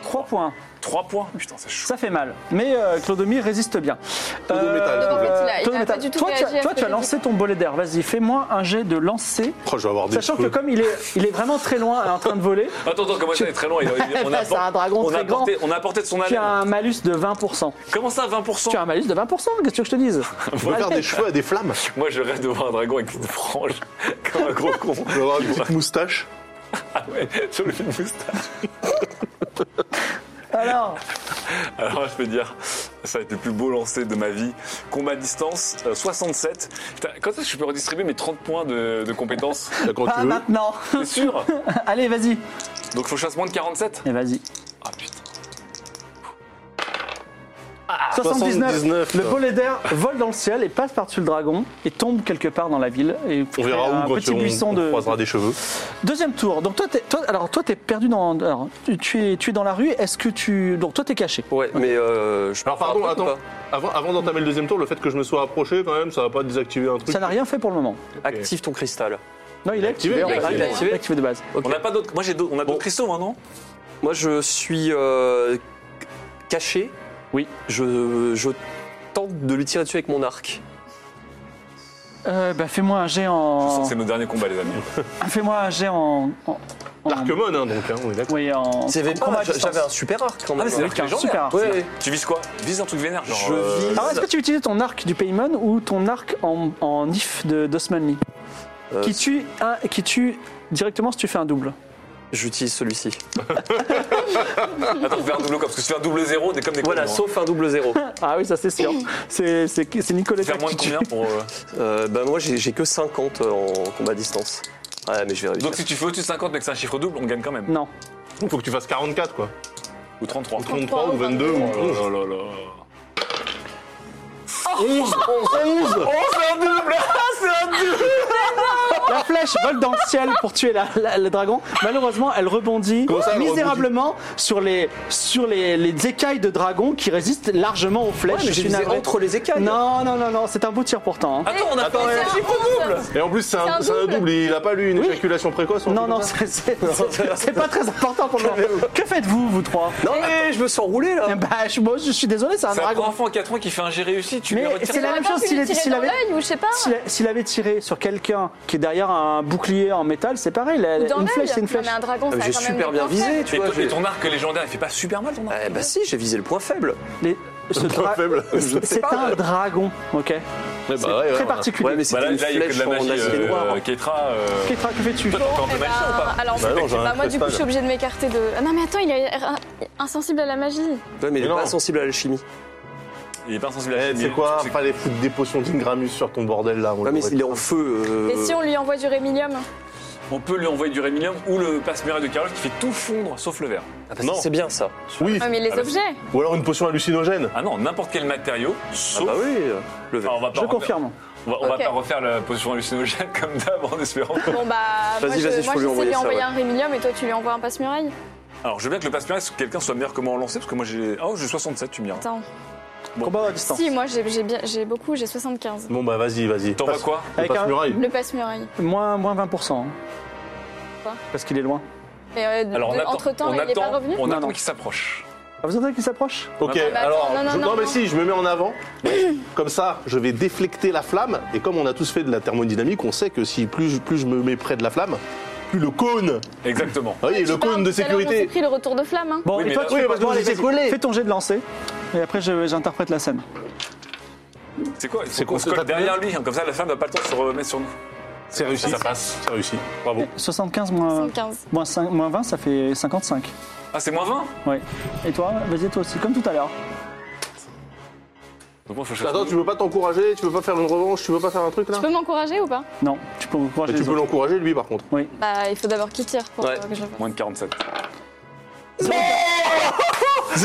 3 points.
3 points Putain, c'est chaud.
Ça fait mal. Mais euh, Clodomir résiste bien.
Clodomir métal, s'il vous plaît.
Donc, en fait, il a- il
Clodomir
a pas
métal.
du tout
toi, tu as,
réagi à
toi, tu
ce que
as
j'ai
lancé ton bolet d'air. Vas-y, fais-moi un jet de lancer.
Oh, je vais avoir des
Sachant que
cheveux.
comme il est, il est vraiment très loin et en train de
[LAUGHS]
voler,
Attends, attends, comment ça, il est très loin. il- il- On a,
[LAUGHS] C'est un dragon
on a
très grand.
porté, on a porté de son
tu as
haleine.
un malus de 20%.
Comment ça, 20%
Tu as un malus de 20%, qu'est-ce que tu veux que je te dise
Je vais faire des cheveux à des [LAUGHS] flammes.
Moi, je rêve de voir un dragon avec une frange, [LAUGHS] comme un gros con.
Je vais avoir une petite moustache.
Ah ouais, sur le fil de moustache.
[LAUGHS] Alors,
Alors, je peux dire, ça va être le plus beau lancer de ma vie. Combat à distance, euh, 67. Putain, quand est-ce que je peux redistribuer mes 30 points de, de compétences
Là, Quand
pas
tu veux.
maintenant. [LAUGHS]
C'est sûr
Allez, vas-y.
Donc, faut que je fasse moins de 47
Et Eh, vas-y.
Ah putain.
Ah,
79.
79.
Le bolet d'air vole dans le ciel et passe par-dessus le dragon et tombe quelque part dans la ville. Et
On verra
crée un
où quand
petit
tu- on,
buisson
on
de.
croisera des cheveux.
Deuxième tour. Donc toi, t'es, toi, alors toi, t'es perdu dans. alors, tu, tu es, tu es dans la rue. Est-ce que tu. Donc toi, t'es caché.
Ouais, mais euh, je peux
Alors
faire
pardon,
un truc ou
attends. Avant, avant d'entamer le deuxième tour, le fait que je me sois approché quand même, ça va pas désactiver un truc.
Ça n'a rien fait pour le moment.
pas Active ton cristal.
Non, il est activé. en
activé,
fait.
il est activé.
Il est activé de base.
Ok.
On n'a pas d'autres. Moi, j'ai d'autres. On a d'autres cristaux, hein, non
Moi, je suis euh, caché.
Oui.
Je, je tente de lui tirer dessus avec mon arc.
Euh, bah, fais-moi un jet
Je sens
en.
que c'est nos derniers combats, les amis.
Fais-moi un jet en. en- en-
L'arcmon, hein, donc, hein, on est d'accord.
Oui, en. en
pas-
combat à distance.
Ah, J'avais un super arc quand même.
mais c'est
Avec un
légendaire.
super arc.
Ouais, ouais.
Tu vises quoi Vise un truc vénère, genre. euh,
Je vise-
Alors, est-ce que tu utilises ton arc du Paymon ou ton arc en, en if de d'Osmanli
Euh,
qui, tue un- qui tue directement si tu fais un double
J'utilise celui-ci.
Attends, fais un double comme parce que si tu fais un double zéro, t'es comme des
Voilà,
cons, hein.
sauf un double zéro.
Ah oui, ça c'est sûr. [LAUGHS] C'est c'est- c'est
Tu
Nicoletta
fais moins de
qui tue.
combien pour. euh,
[LAUGHS] Euh, ben moi, j'ai j'ai que 50 en combat à distance. Ouais, mais je vais réussir.
Donc si tu fais au-dessus de 50 mais que c'est un chiffre double, on gagne quand même.
Non.
Il faut que tu fasses 44, quoi.
Ou 33.
Ou 33, ou 22, ou 11.
Oh là là.
11 11 11
Oh, Ah, La flèche vole dans le ciel pour tuer la- la- le dragon. Malheureusement, elle rebondit
Comment ça, elle
misérablement sur, les, sur les, les écailles de dragon qui résistent largement aux flèches.
Ouais, mais
Je
j'ai
suis
visé
navré.
entre les écailles.
Non, non, non, non, c'est un beau tir pourtant. hein.
Attends, on a pas
c'est un double.
Et en plus, c'est un,
C'est un
c'est un double. il a pas lu une
Oui.
éjaculation précoce ou un
Non,
truc
non,
comme ça
Ah, c'est- c'est c'est- c'est pas très important pour le moment. Que faites-vous, vous trois Eh,
Non, mais je me sens rouler là.
Bah, je, moi, je suis désolé, c'est un
C'est un
dragon.
enfant à 4 ans qui fait un G réussi, tu lui
Mais
retires
c'est la même chose s'il était- s'il
dans
avait.
l'œil ou je sais pas.
S'il a- S'il avait tiré sur quelqu'un qui est derrière un bouclier en métal, c'est pareil. la-
Ou dans
une
l'œil.
flèche, c'est une
Non,
flèche.
mais un dragon,
Ah,
ça
mais
a
J'ai
quand même
super
des
bien
points
visé,
faibles.
tu
Et,
vois.
toi- et
j'ai-
ton arc légendaire, il fait pas super mal ton arc.
Eh ben si, j'ai visé le point faible.
Les- ce dra-
faible.
C'est un dragon, ok
Ouais,
C'est
bah ouais,
très
voilà.
particulier.
Ouais, mais c'était
Bah là,
une
là, il y a que
flèche
de la magie.
en acier noir.
euh, Keitra. euh,
Qu'est-ce que fais-tu
Toi, t'as encore de
Eh
magie
ben,
ou pas
alors,
Bah non, j'ai un
bah, moi, du coup,
cristal.
je suis obligée de m'écarter de. Ah Non, mais attends, il est insensible à la magie.
Ouais, mais il
Mais
est
non.
pas sensible à l'alchimie.
Il est pas insensible à
Eh,
la
C'est quoi Pas les foutre des potions d'Ingramus sur ton bordel là. on
Ouais, mais
l'aurait
il est
dit.
en feu. euh,
Et si on lui envoie du rémilium
On peut lui envoyer du rémilium ou le passe-muraille de Carole qui fait tout fondre sauf le verre.
Ah, parce que
Non.
C'est bien ça.
Oui,
Ah, mais les
Ah, bah,
objets
ou alors une potion hallucinogène.
Ah non, n'importe quel matériau,
Ah
sauf.
bah oui, euh, le verre.
Enfin, on va pas
Je
refaire-
confirme.
On va, on va
Ok.
pas refaire la position hallucinogène [LAUGHS] comme d'hab en espérant.
Bon, bah.
Vas-y,
moi, je-
vas-y, je peux lui
moi, j'essaie de
envoyer
lui
ça,
envoyer
ouais.
un rémilium et toi, tu lui envoies un passe-muraille
Alors je veux bien que le passe-muraille, que quelqu'un soit meilleur que moi en lancer, parce que moi j'ai. Oh, j'ai 67, tu me diras.
Attends.
Bon.
Combat à distance.
Si, moi, j'ai j'ai bien- j'ai beaucoup, j'ai 75.
Bon bah vas-y, vas-y.
T'en vas
Passe-
quoi
le
Avec un-
passe-muraille.
Le passe-muraille.
Moins, moins 20%. hein.
Pourquoi
Parce qu'il est loin.
Mais euh, de-
Alors on attend.
entre-temps,
on
il est
attend,
pas revenu
on
Non,
attend
non.
qu'il s'approche.
Ah, vous entendez qu'il s'approche
Ok,
Bah,
bah,
alors.
attends, non,
je-
non, non,
mais
non.
si, je me mets en
[CLEARS THROAT]
avant. Comme ça, je vais déflecter la flamme. Et comme on a tous fait de la thermodynamique, on sait que si plus, je- plus je me mets près de la flamme, plus le cône.
Exactement.
Ah oui, le
Tout à l'heure,
cône de
tout à l'heure, On s'est
sécurité.
pris le retour de flamme. hein.
Bon,
Oui,
et
mais
toi,
là-
tu
Oui,
fais-
parce que
bon,
vous
allez,
étiez
vas-y.
collés.
Fais ton jet de lancer. Et après, je- j'interprète la scène.
C'est quoi C'est
C'est
qu'on
quoi,
se
c'est
colle
pas
derrière lui, hein, comme ça la femme n'a pas le temps de se remettre sur nous.
C'est réussi.
Ça passe.
C'est réussi. Bravo.
75
Ah.
moins,
75.
moins, 5 moins 20, ça fait 55.
Ah c'est moins 20
Ouais. Et toi, vas-y, toi aussi, comme tout à l'heure.
Donc moi faut que je
Attends, tu veux pas t'encourager Tu veux pas faire une revanche Tu veux pas faire un truc là
Tu peux m'encourager ou pas
Non, tu peux encourager
Bah, Tu
les
peux
autres.
l'encourager lui par contre.
Bah, il faut d'abord qu'il tire pour
Ouais.
euh, que je le fasse.
Moins de 47.
04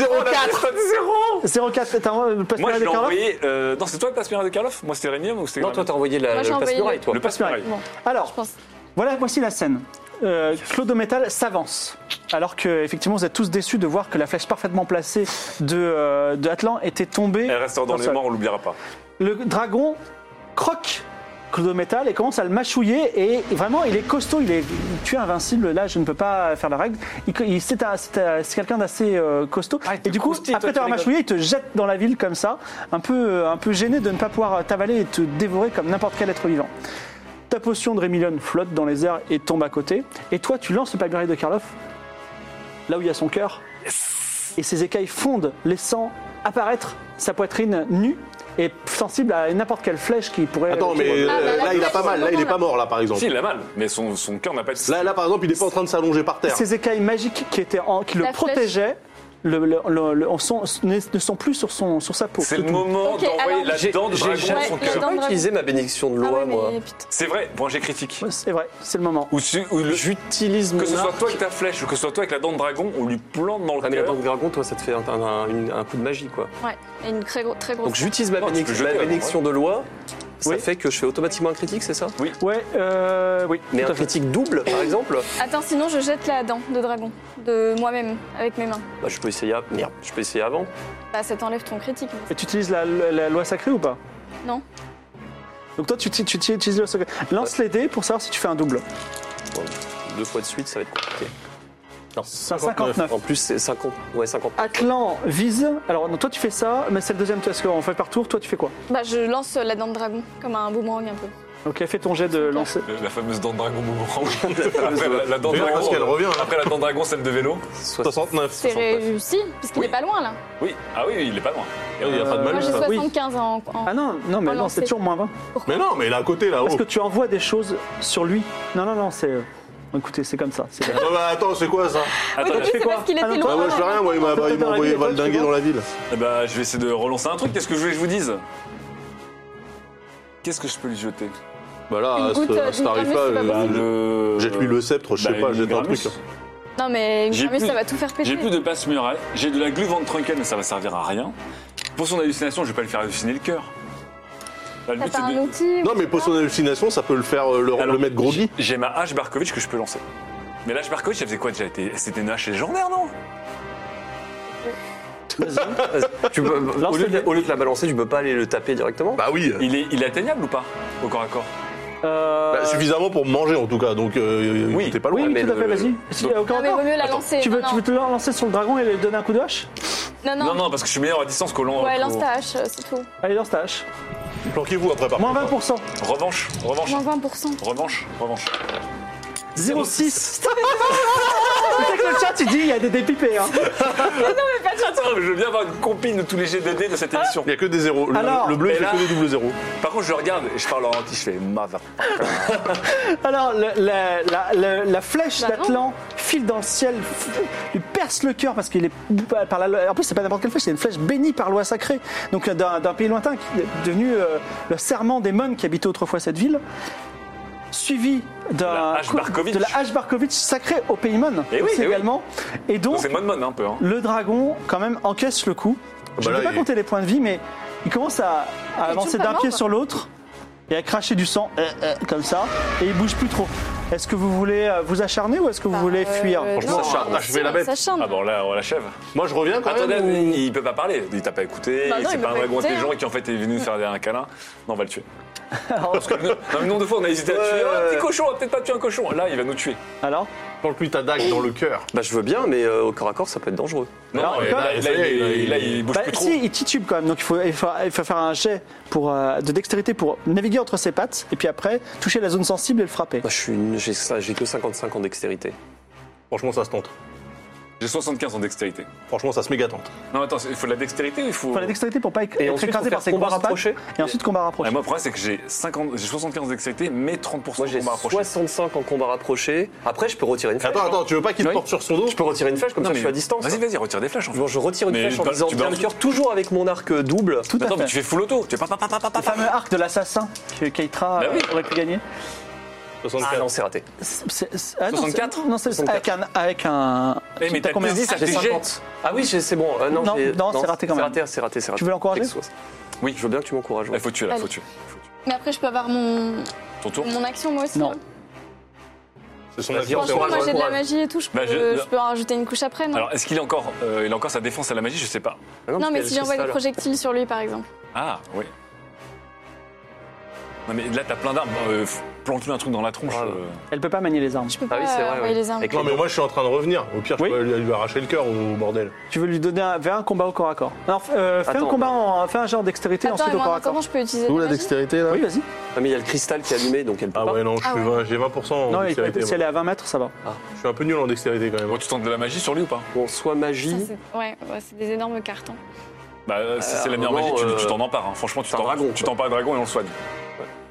04, t'as un passe
Moi je
de
l'ai
Carloff
envoyé. euh, non, c'est toi le passe-muraille de Karloff Moi c'était Rémium ou c'était.
Non, toi, t'as envoyé la,
Moi, j'ai
le
envoyé
passe-muraille,
le-
toi.
Le passe-muraille.
Bon, je
Alors,
pense.
Voilà, voici la scène. Euh, Claude au métal s'avance, alors que effectivement vous êtes tous déçus de voir que la flèche parfaitement placée de, euh, de Atlan était tombée.
Elle reste
dans
dans
le
les
sol.
morts, on l'oubliera pas.
Le dragon croque Claude au métal et commence à le mâchouiller et vraiment il est costaud, il est tu es invincible. Là je ne peux pas faire la règle. Il, il- c'est un- c'est un- c'est quelqu'un d'assez euh, costaud
Ah,
et du coup
croustille,
après
toi, tu
t'avoir
rigoles.
mâchouillé, il te jette dans la ville comme ça, un peu euh, un peu gêné de ne pas pouvoir t'avaler et te dévorer comme n'importe quel être vivant. Ta potion de Rémillion flotte dans les airs et tombe à côté. Et toi, tu lances le palmier de Karloff là où il y a son cœur. Et ses écailles fondent, laissant apparaître sa poitrine nue et sensible à n'importe quelle flèche qui pourrait.
Attends,
qui
mais
pourrait-
euh,
Ah, bah, la
là, il a
flèche,
pas mal. Là, il est
là.
pas mort, là, par exemple.
Si, il a mal, mais son, son cœur n'a pas été.
Là, là, par exemple, il est pas en train de s'allonger par terre.
Ses écailles magiques qui, étaient en- qui le
La flèche.
protégeaient le- le- le- le- en sont- ne ne sont plus sur, son, sur sa peau.
C'est
du
le
tout.
moment
Ok,
d'envoyer
alors-
la dent de
J'ai
dragon dans
jamais-
son
Ouais,
j'ai
la
cœur.
dent
pas
de
utilisé ma bénédiction de
Ah
loi,
ouais,
moi.
mais putain.
C'est vrai, pour un jet critique.
Ouais, C'est vrai, c'est le moment.
Ou, su- ou le-
J'utilise mon
que ce soit
arc.
toi avec ta flèche ou que ce soit toi avec la dent de dragon, on lui plante dans le
Ah, mais la
cœur.
bande dragon, toi, ça te fait un, un- un- une- un coup de magie, quoi.
Ouais, et une très, gro- très grosse.
Donc j'utilise ma,
Non, tu
bénédic-
peux jeter,
ma
avant,
bénédiction de loi. Ça
Oui.
fait que je fais automatiquement un critique, c'est ça
Ouais, euh, oui.
Mais
tout
un
à fait.
critique double, par exemple
Attends, sinon je jette la dent de dragon, de moi-même, avec mes mains.
Bah, je peux essayer. à- Merde, je peux essayer avant.
Bah, ça t'enlève ton critique. mais-
Et tu utilises la, la- la loi sacrée ou pas
Non.
Donc toi, tu, tu- tu utilises le secret. Lance les dés pour savoir si tu fais un double.
Deux fois de suite, ça va être compliqué. Non,
un 59.
En plus, c'est 50. Ouais, 50.
Atlan vise. Alors non, toi, tu fais ça, mais c'est le deuxième. Parce qu'on fait par tour. Toi, tu fais quoi
Bah, je lance la dent de dragon, comme un boomerang un peu.
Ok, fais ton jet de lancer.
La- La fameuse dent de dragon boomerang. Après, la, la dent de
Mais
dragon.
non, parce qu'elle revient, hein.
Après la dent de dragon, celle de vélo.
69.
C'est réussi, parce qu'il
Oui.
est pas loin là.
Oui, ah oui, oui, il est pas loin.
Il y a pas de
Moi
mal.
j'ai
Euh, oui.
75 en. en-
Ah non, non, mais non, c'est
En Oh, lancer.
toujours moins 20.
Oh.
Mais non, mais il est à côté,
Parce
là-haut.
que tu envoies des choses sur lui. Non, non, non, c'est. euh, Écoutez, c'est comme ça. c'est
[LAUGHS]
la-
Ah bah attends, c'est quoi ça
Attends,
Oui, c'est
quoi
parce qu'il
Ah,
était
non,
Bah
loin.
moi je fais rien, moi il m'a bah, il m'a envoyé valdinguer dans la ville.
eh ben, je vais essayer de relancer un truc. Qu'est-ce que je voulais que je vous dise Qu'est-ce que je peux lui jeter Bah,
Bah là,
Une
à
goutte,
ce-
euh,
à
d'une
ce tarif-là,
grammeuse, c'est pas
euh,
possible.
le...
jette lui le sceptre, je sais
Bah,
pas,
une
jette un truc.
Gramus.
Non, mais
J'ai
Gramus,
plus-
ça va tout faire péter.
J'ai plus de passe-muraille, j'ai de la glu de trunken, mais ça va servir à rien. Pour son hallucination, je vais pas lui faire halluciner le cœur. Là, le
T'as
but,
pas
c'est
un
de-
outil
Non mais pour son hallucination, ça peut le faire euh, le,
Alors,
le mettre groggy.
j'ai- J'ai ma hache Barkovitch que je peux lancer. Mais la hache Barkovitch, elle faisait quoi déjà Elle était- C'était une hache légendaire, non
Tu peux- au, lieu de, la- au lieu de la balancer, tu peux pas aller le taper directement
Bah oui.
il est, il est atteignable ou pas Au corps à corps
Euh,
Bah, suffisamment pour manger en tout cas, donc euh,
Oui.
t'es pas
Oui, oui,
loin.
Ah, mais
tout à
le-
fait, vas-y. Si, euh, encore,
Non, Ah, mais
encore.
vaut mieux la lancer.
Tu veux,
non,
tu veux te lancer sur le dragon et lui donner un coup de hache
non,
non. non,
non.
parce que je suis meilleur à distance qu'au long.
Ouais,
qu'au-
lance ta hache, euh, c'est tout.
Allez, lance ta hache.
Euh, Planquez-vous après
Ah,
par
Moins
contre.
20%.
Revanche, revanche,
Moins 20%.
revanche, revanche.
[LAUGHS] 06. Peut-être que le chat, il dit, il y a des dépipés. Hein.
Attends, mais Ah, je veux bien avoir une compile de tous les GDD de cette émission.
Il y a que des zéros. Le,
Alors,
le bleu il
mais
fait
là-
que des double zéros.
Par contre, je le regarde et je parle en anti, je fais mother.
Alors, le- la, la- la- la flèche
Bah non.
d'Atlan file dans le ciel, f- lui perce le cœur parce qu'il est. Par la loi- en plus, c'est pas n'importe quelle flèche, c'est une flèche bénie par loi sacrée, donc d'un d'un pays lointain, qui est devenu euh, le serment des mônes qui habitaient autrefois cette ville, suivi d'un
la hache Barkovitch.
de la hache Barkovitch sacrée au pays mône
Eh oui,
aussi
eh oui.
également. Et donc,
C'est Mon Mon un peu. Hein.
le dragon, quand même, encaisse le coup. Je ne
là,
peux pas
il-
compter les points de vie, mais il commence à, à
est
avancer
toujours pas
d'un
mort.
pied sur l'autre et à cracher du sang euh, euh, comme ça, et il bouge plus trop. Est-ce que vous voulez euh, vous acharner ou est-ce
Bah,
que vous voulez
euh,
fuir
Franchement, ça Ah charme. Ah, je vais la mettre.
Ah bon, là, on l'achève.
Moi je reviens quand
Attendez,
même. ou-
il peut pas parler. Il t'a pas écouté.
Bah non,
c'est
il
pas
m'a
un
pas
vrai gros
écouté,
intelligent qui en fait est venu nous faire un câlin. Non, on va le tuer. Parce que non, mais nombre de fois on a hésité à le tuer. Ah, petit cochon, on va peut-être pas tuer un cochon. Là, il va nous tuer.
Alors
Planque-lui ta dague dans le cœur.
Bah, je veux bien, mais euh, au corps à corps, ça peut être dangereux.
Non,
Alors,
non,
et
là,
là,
là,
ça y est,
il,
il-
là, il bouge
Bah,
plus trop.
si, il titube quand même, donc il faut, il faut, il faut faire un jet pour, euh, de dextérité pour naviguer entre ses pattes, et puis après, toucher la zone sensible et le frapper.
Bah,
Moi, Bah, je suis une- j'ai ça- j'ai que 55 en dextérité.
Franchement ça se tente.
J'ai 75 en dextérité.
Franchement ça se méga tente.
Non, attends, il faut de la dextérité ou il faut.
Faut la dextérité pour pas éc-
Et
être
ensuite,
écrasé
faut
par ses
faire combat
grosses pattes,
rapproché.
Et ensuite, combat
Ouais,
rapproché.
moi, le problème, c'est que j'ai 50 j'ai 75 en dextérité, mais 30%
Moi,
de
j'ai
combat rapproché.
65 en combat rapproché. Après, je peux retirer une flèche. hein.
Attends, attends, tu veux pas qu'il te
Oui.
porte sur son dos
Je peux retirer une flèche, comme
Non,
ça, je
mais
suis à distance.
hein.
hein.
Vas-y, vas-y, retire des flèches. en fait.
Bon, je retire une
Mais
flèche en
tu
disant
balances-
bien le cœur, toujours avec mon arc euh, double.
Tout à
Attends, mais
fait.
tu fais full auto. Tu fais pa, pa, pa, pa, pa, pa,
Le
pa.
fameux arc de l'assassin que Keitra
Bah oui.
euh, aurait pu gagner.
Ah non, c'est raté.
C'est- c'est- ah non,
64?
c'est- Non, c'est c'est avec un. Avec un
Eh, mais
t'as
t'as
combien
plus 10, ça
J'ai
fait G.
50. Ah oui, j'ai- c'est bon. Euh, non,
Non,
j'ai-
non, c'est raté quand même.
C'est raté, c'est raté, c'est raté.
veux l'encourager
J'ai que 60. Oui, je veux bien que tu m'encourages. ouais.
Il faut tuer, là, faut
Allez.
tuer.
Mais après, je peux avoir mon,
Ton tour.
mon action moi aussi.
Non.
hein.
C'est son
Vas-y,
action, c'est
Franchement,
courage,
moi j'ai de la
courage.
magie et tout, je peux,
Bah, je-
je... peux en rajouter une couche après, non
Alors, est-ce qu'il a encore, euh, il a encore sa défense à la magie Je sais pas.
Ah
Non,
parce
mais
qu'elle
si
fait
j'envoie
ça,
des
là.
projectiles sur lui, par exemple.
Ah, oui. Non, mais là, t'as plein d'armes. Euh, f- Planque-lui un truc dans la tronche.
Ah,
euh.
Elle peut pas manier les armes.
Je peux
Ah
pas
oui, c'est
euh,
vrai.
envoyer
oui.
les armes.
Avec
Non
les-
mais moi je suis en train de revenir. Au pire je
Oui.
peux lui lui arracher le cœur au bordel.
Tu veux lui donner un, fais un combat au corps à corps. Non, f- euh, fais un
Attends.
combat, en, fais un jet en dextérité
Attends,
ensuite
mais
au corps
en
à corps.
attendant, je peux utiliser.
Où
la
la
magie
dextérité là
Oui, vas-y.
Ah, mais il y a le cristal qui est allumé, donc elle peut
Ah
pas.
ouais non, je
Ah
suis
ouais.
20 j'ai 20% en
Non, il-
dextérité.
si elle
moi.
est à 20 mètres, ça va.
Je suis un peu nul en dextérité quand
Bon,
même. Hein.
tu tentes de la magie sur lui ou pas
Bon, soit
Ça,
magie.
c'est- Ouais, ouais, c'est des énormes cartes. hein.
Bah, euh, si c'est la
un
meilleure
moment,
magie, tu-
euh,
tu t'en empares. hein. Franchement, tu
c'est un
t'en
dragon,
tu
quoi.
t'empares du dragon et on le soigne.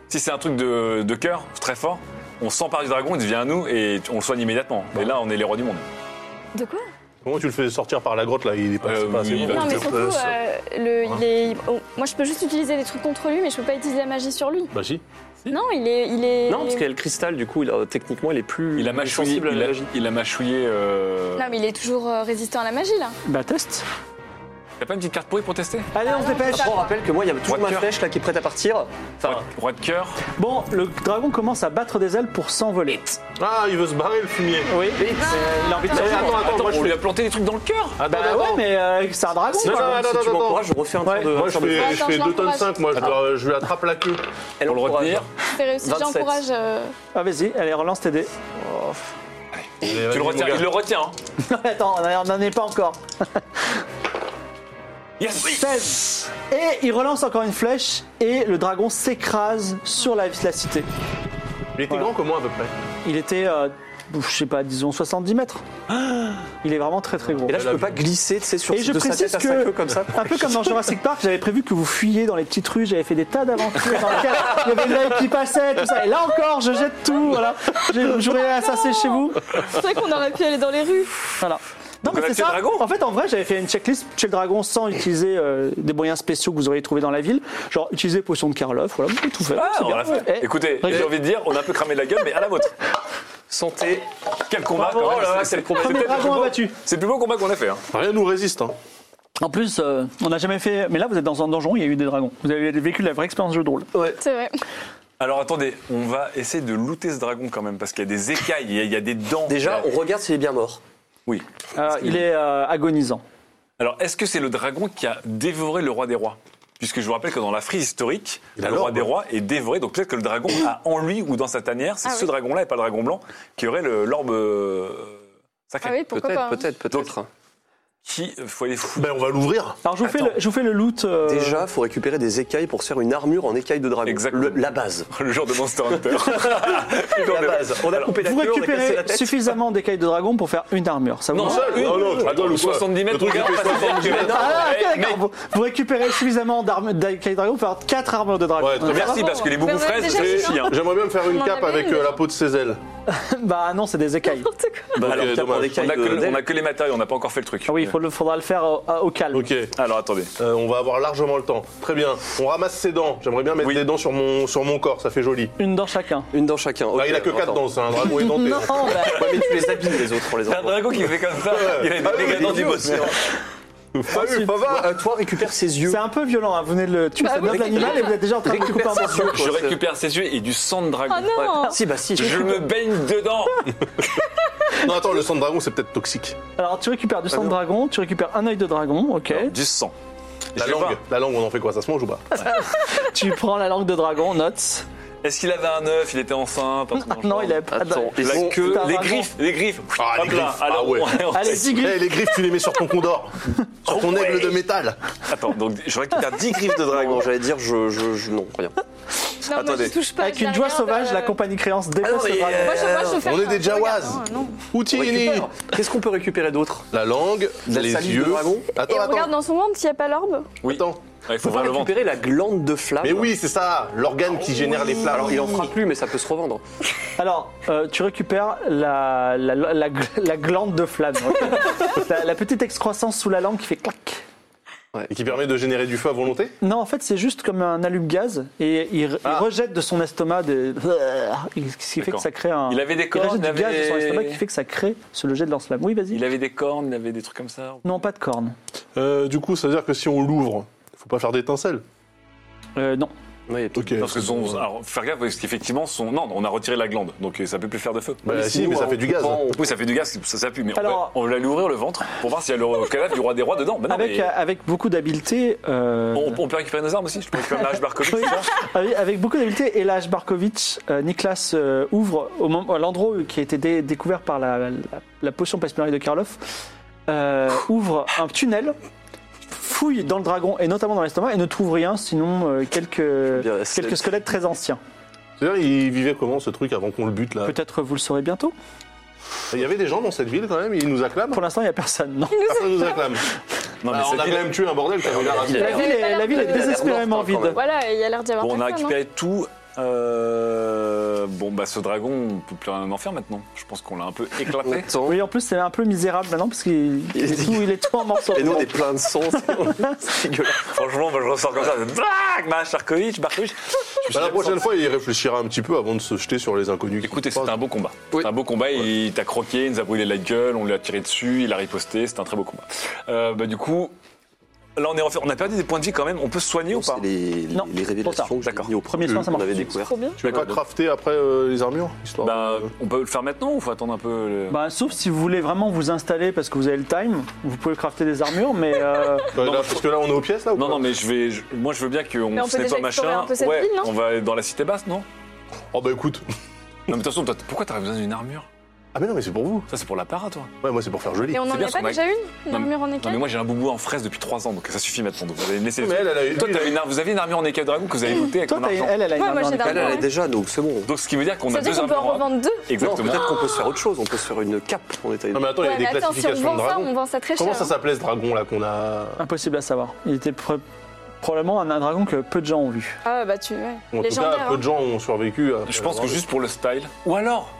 Si c'est un truc de, de cœur, très fort, on s'empare du dragon, il devient à nous et on le soigne immédiatement. Et là, on est les rois du monde.
De quoi
Comment tu le fais sortir par la grotte là Il est pas,
Euh,
c'est pas assez
oui,
grand.
Non, mais
je
surtout,
peux-
euh, le, il est. oh, moi, je peux juste utiliser des trucs contre lui, mais je peux pas utiliser la magie sur lui.
Bah si.
Non, il est. Il est...
Non, parce qu'il y a le cristal, du coup, il a- techniquement, il est plus
Il
il
a
est
mâchouillé.
sensible à
Il
la
a,
magie.
il a mâchouillé. euh,
Non, mais il est toujours euh, résistant à la magie, là.
Bah, teste.
T'as pas une petite carte pourrie pour tester
Allez, on se dépêche.
Après, on rappelle que moi, il y a toujours
Roi de
ma
cœur.
flèche là qui est prête à partir. Enfin,
Roi- Roi de cœur.
Bon, le dragon commence à battre des ailes pour s'envoler.
Ah, il veut se barrer le fumier.
Oui. Il a envie de
Attends,
sortir.
attends, attends, moi je
on
fais-
lui a planté des trucs dans le cœur.
Attends,
Bah
attends.
ouais, mais euh, c'est un dragon.
si
non,
tu
quoi.
m'en-
non,
si
non,
tu
non,
m'encourages, je refais un tour
Ouais,
de.
Moi
un
je
tour de flèche.
fais, je
Attends,
fais
je
2 tonnes
l'encourage.
5, moi je,
Attends.
dois- je lui attrape la queue.
Elle
Pour le
encourage.
retenir.
C'est réussi,
27.
j'encourage. euh,
Ah, vas-y, allez, relance tes dés.
Tu le retiens. Il le retient. hein.
[LAUGHS] Attends, on n'en est pas encore.
Yes.
16. Et il relance encore une flèche et le dragon s'écrase sur la, la cité.
Il était
Voilà.
grand comment à peu près
Il était euh, je sais pas, disons 70 mètres. Il est vraiment très très gros.
Et là, je peux pas glisser, tu sais, sur
Et je
de sa
précise
tête à sa
que-
queue comme ça.
Un peu comme dans Jurassic Park, j'avais prévu que vous fuyiez dans les petites rues, j'avais fait des tas d'aventures dans lesquelles il y avait de l'œil qui passait, tout ça. Et là encore, je jette tout, voilà. J'ai- J'aurais assassiné chez vous.
C'est vrai qu'on aurait pu aller dans les rues.
Voilà. Non, mais
Voilà,
c'est
tuer le
ça.
dragon.
En fait, en vrai, j'avais fait une checklist tuer le dragon sans utiliser euh, des moyens spéciaux que vous auriez trouvé dans la ville. Genre, utiliser potion de Karloff, voilà, vous pouvez tout fait.
Ah,
C'est
on
bien.
l'a fait.
Ouais.
Écoutez,
Eh,
j'ai envie de dire, on a un peu cramé la gueule, mais à la vôtre.
Santé.
Quel combat
Bravo.
quand même.
Oh là là,
C'est-
quel combat.
Ah,
c'est
Premier
peut-être le
dragon
plus beau-
abattu.
C'est le plus beau combat qu'on a fait. hein.
Rien nous résiste. Hein.
En plus, euh, on n'a jamais fait. Mais là, vous êtes dans un donjon, il y a eu des dragons. Vous avez vécu la vraie expérience jeu de rôle. Euh,
C'est vrai.
Alors attendez, on va essayer de looter ce dragon quand même, parce qu'il y a des écailles, il y a, il y a des dents.
Déjà,
Il y
on
a-
regarde s'il est bien mort.
Oui.
Alors, il est euh, agonisant.
Alors, est-ce que c'est le dragon qui a dévoré le roi des rois Puisque je vous rappelle que dans la frise historique,
a
le roi
l'orbe.
des rois est dévoré. Donc peut-être que le dragon a en lui ou dans sa tanière, c'est
Ah
ce
oui.
dragon-là et pas le dragon blanc qui aurait le- l'orbe euh, sacrée.
Ah oui, pourquoi
Peut-être,
hein.
pas.
peut-être, peut-être.
Qui, euh, faut aller fou. [LAUGHS]
Ben, on va l'ouvrir.
Alors, je vous, fais
Attends.
le, je vous fais le loot. euh,
Déjà, faut récupérer des écailles pour se faire une armure en écailles de dragon.
Exactement.
Le- la base.
le genre de Monster Hunter. Le genre
La
de-
base. On a
Alors,
coupé la
Vous
queue, on a cassé
récupérez
la tête.
suffisamment d'écailles de dragon pour faire une armure. Ça vous
Non,
va
seul,
Non, non, tu
Attends,
rigoles ou quoi
70 mètres,
Le truc, il
regarde,
fait
pas
70
70
mètres.
mètres.
Ah, ok,
Eh,
d'accord.
mec,
Vous, vous récupérez suffisamment d'armes- d'écailles de dragon pour faire 4 armures de dragon.
Ouais, très bien.
Merci, parce que les
Mais on
boubous
a
fraises,
Bah, déjà
c'est
fait
chiant.
J'aimerais bien me faire
On
une
en
cape
avait
avec
une,
euh, la
déjà.
peau de ses ailes.
[LAUGHS] bah non, c'est des écailles.
N'importe quoi.
Donc,
Alors,
euh,
t'as pas
dommage.
d'écailles.
on a, que,
de-
on a que les matériaux, on n'a pas encore fait le truc.
Ah oui, il faut le- faudra le faire au, à- au calme.
Ok,
Alors attendez.
euh, on va avoir largement le temps. Très bien. On ramasse ses dents. J'aimerais bien mettre
Oui.
des dents sur mon, sur mon corps, ça fait joli.
Une dans chacun.
Une dent chacun.
Ah,
Ok,
il a que
attends.
4 dents, c'est un
[LAUGHS]
dragon édenté.
Non, bah,
Ouais, mais tu les habilles les autres, on les
C'est un
envoie.
dragon qui fait comme ça, il a
Ah,
des dégâts dans du boss.
Pas vu, pas va.
Euh, toi, récupère ses yeux.
c'est un peu violent, hein. vous venez de le tuer,
Bah
ça
oui.
vient de l'animal et vous êtes déjà en train de le couper en
Récupère ses
morceaux.
yeux.
Je récupère ses yeux et du sang de dragon.
Ah
Oh non
Si, bah si.
Je
[LAUGHS]
me baigne dedans.
Non, attends, le sang de dragon, c'est peut-être toxique.
Alors tu récupères du sang de dragon, tu récupères un œil de dragon, ok.
Alors, Du sang.
La
Je vais
langue,
voir.
la langue, on en fait quoi Ça se mange ou pas
[LAUGHS] Tu prends la langue de dragon, note.
Est-ce qu'il avait un œuf Il était enceinte un truc dans
[LAUGHS]
le
Ah Non,
genre
il avait pas
Attends,
de-
et
La
son- [LAUGHS]
que-
queue,
c'est un
les
dragon.
griffes, les griffes.
Ah, les
Hop là,
griffes.
alors,
Ah ouais.
on- on-
Allez, dix griffes.
Eh, les griffes, tu les mets sur ton condor. Sur ton aigle de métal.
Attends, donc je
[LAUGHS]
récupère 10 griffes de
de dragon,
dragon.
j'allais dire, je, je, je- Non, rien.
Non, moi,
Attendez.
je touche pas.
Avec
je
une joie
regarde,
sauvage,
euh,
la compagnie créance
Ah non,
dépasse
mais,
le dragon.
Moi, je, moi, je fais
On est
un-
des
je regarde,
Jawas.
Non, non.
Outini.
Récupère. Qu'est-ce qu'on peut récupérer d'autre
La langue,
La
les
salive de
yeux.
dragon.
Et
Attends,
on
attends.
regarde dans son ventre s'il n'y a pas l'orbe.
Oui.
Attends.
Ouais, il
On
faut
va
voir le ventre.
récupérer la glande de flamme.
Mais oui, c'est ça, l'organe
Oh,
qui génère les flammes.
Alors, il en fera plus, mais ça peut se revendre.
Alors, euh, tu récupères la, la, la, la- la glande de flamme.
[LAUGHS]
ok. la, la petite excroissance sous la langue qui fait clac.
Et qui permet de générer du feu à volonté
Non, en fait, c'est juste comme un allume-gaz et il, il
Ah.
rejette de son estomac des. Ce qui fait que
D'accord.
ça crée un.
Il avait des
Il
cornes,
rejette
il
du gaz de son estomac
avait...
qui fait que ça crée ce le jet de lance-flamme. Oui, vas-y.
il avait des cornes, il avait des trucs comme ça.
Non, pas de cornes.
Euh, Du coup, ça veut dire que si on l'ouvre, faut pas faire d'étincelles.
Euh, non.
Oui,
Ok.
Parce que son, alors, faire gaffe parce qu'effectivement son, non, on a retiré la glande, donc euh, ça peut plus faire de feu.
Bah, si,
sinon,
mais ça
on
fait du gaz.
prend- on-
Oui, ça fait du gaz, ça, ça pue, mais on va-
Alors-
on va, lui ouvrir le ventre pour voir s'il y a le cadavre du roi des rois dedans. Bah non,
avec, euh,
mais-
avec beaucoup d'habileté. euh,
on, on peut récupérer nos armes aussi Je peux récupérer ma hache Barkovitch,
Oui.
c'est ça
Avec, avec beaucoup d'habileté, Elash Barkovitch, euh, Niklas euh, ouvre au moment- à l'endroit qui a été dé- découvert par la, la, la potion Passemenari de Karloff, euh, ouvre un tunnel, fouille dans le dragon et notamment dans l'estomac et ne trouve rien sinon euh, quelques,
Bien, c'est-
quelques squelettes très anciens.
C'est-à-dire, il vivait comment ce truc avant qu'on le bute là
Peut-être vous le saurez bientôt.
Il y avait des gens dans cette ville quand même, ils nous acclament.
Pour l'instant, il n'y a personne.
[LAUGHS]
Non.
Personne nous acclame.
Non, mais
Bah, on
cette
a quand
ville-
même tué un bordel. quand même.
La
l'air-
ville
il a
est,
l'air
la ville est
de- il a l'air
désespérément
morte, hein, quand
vide.
même.
Voilà, il y a l'air d'y avoir
Bon, on a
personne, hein.
récupéré tout. euh, Bon, bah ce dragon, on peut plus rien en faire maintenant. Je pense qu'on l'a un peu éclaté.
Attends.
Oui, en plus, c'est un peu misérable maintenant parce qu'il il
[LAUGHS]
est, tout- il est tout en morceaux.
Et nous,
[LAUGHS]
on est plein de sens. C'est dégueulasse.
Franchement, moi, je ressors comme ça. Black, ma hache Barkovitch, Barkovitch.
Bah, la prochaine fois, il réfléchira un petit peu avant de se jeter sur les inconnus.
Écoutez,
c'est
c'était un beau combat.
Oui.
C'était Un beau combat, il t'a croqué, il nous a brûlé la gueule, on lui a tiré dessus, il a riposté, c'était un très beau combat. Euh, bah, du coup, là on est en fait, on a perdu des points de vie quand même, on peut se soigner ou pas
C'est les, les,
Non,
les
trop tard.
révélations que j'ai
D'accord.
mis au
Premier
premier
soin, ça
qu'on
marche.
avait découvert.
hein. Trop bien.
Tu vas pas crafter après euh, les armures histoire
Bah,
de-
on peut le faire maintenant ou faut attendre un peu le-
Bah, sauf si vous voulez vraiment vous installer parce que vous avez le time, vous pouvez crafter des armures, mais
[LAUGHS]
euh,
Bah,
non,
là,
je-
parce que là, on est aux pièces là ou
Non,
pas
non, mais je vais, je- moi je veux bien
Mais
qu'on
on peut
se nettoie
déjà explorer
machin.
un peu cette
ouais,
ville, non
on va dans la cité basse, non
Oh bah écoute,
Non, mais de toute façon, toi, t- pourquoi t'aurais besoin d'une armure
Ah, mais non, mais c'est pour vous.
Ça, c'est pour la para, toi.
Ouais, moi, c'est pour faire joli.
Et on n'en
bien
a
qu'on
pas
a-
déjà une Une
Non, mais-
armure en
Non, mais
écaille
moi, j'ai un boubou en fraise depuis 3 ans, donc ça suffit maintenant. Donc, vous allez me laisser.
Mais elle, elle a eu-
Toi, t'as une armure- vous avez une armure en écaille dragon que vous avez votée avec
Toi,
mon
t'as-
argent.
elle, elle a une
Ouais,
armure
moi,
en
j'ai
écaille.
Elle, elle est
ouais.
déjà, donc c'est bon.
Donc, ce qui veut dire qu'on
Ça
a
veut dire
deux
qu'on peut en
armures. hein. en-
revendre deux
Non,
Exactement.
peut-être qu'on peut se faire autre chose. On peut se faire une cape en détail.
Non, mais attends, il y
Ouais,
a des
mais attends, si on
classifications
vend
de
ça,
dragons.
on vend ça très
Comment
cher. hein.
ça s'appelait ce dragon là qu'on a
Impossible à savoir. Il était pro- probablement un, un dragon que peu de gens ont vu.
Ah, bah tu. Ouais. hein.
En tout cas,
Légendaire.
peu de gens ont survécu. à-
Je pense que juste pour le style. Ou alors,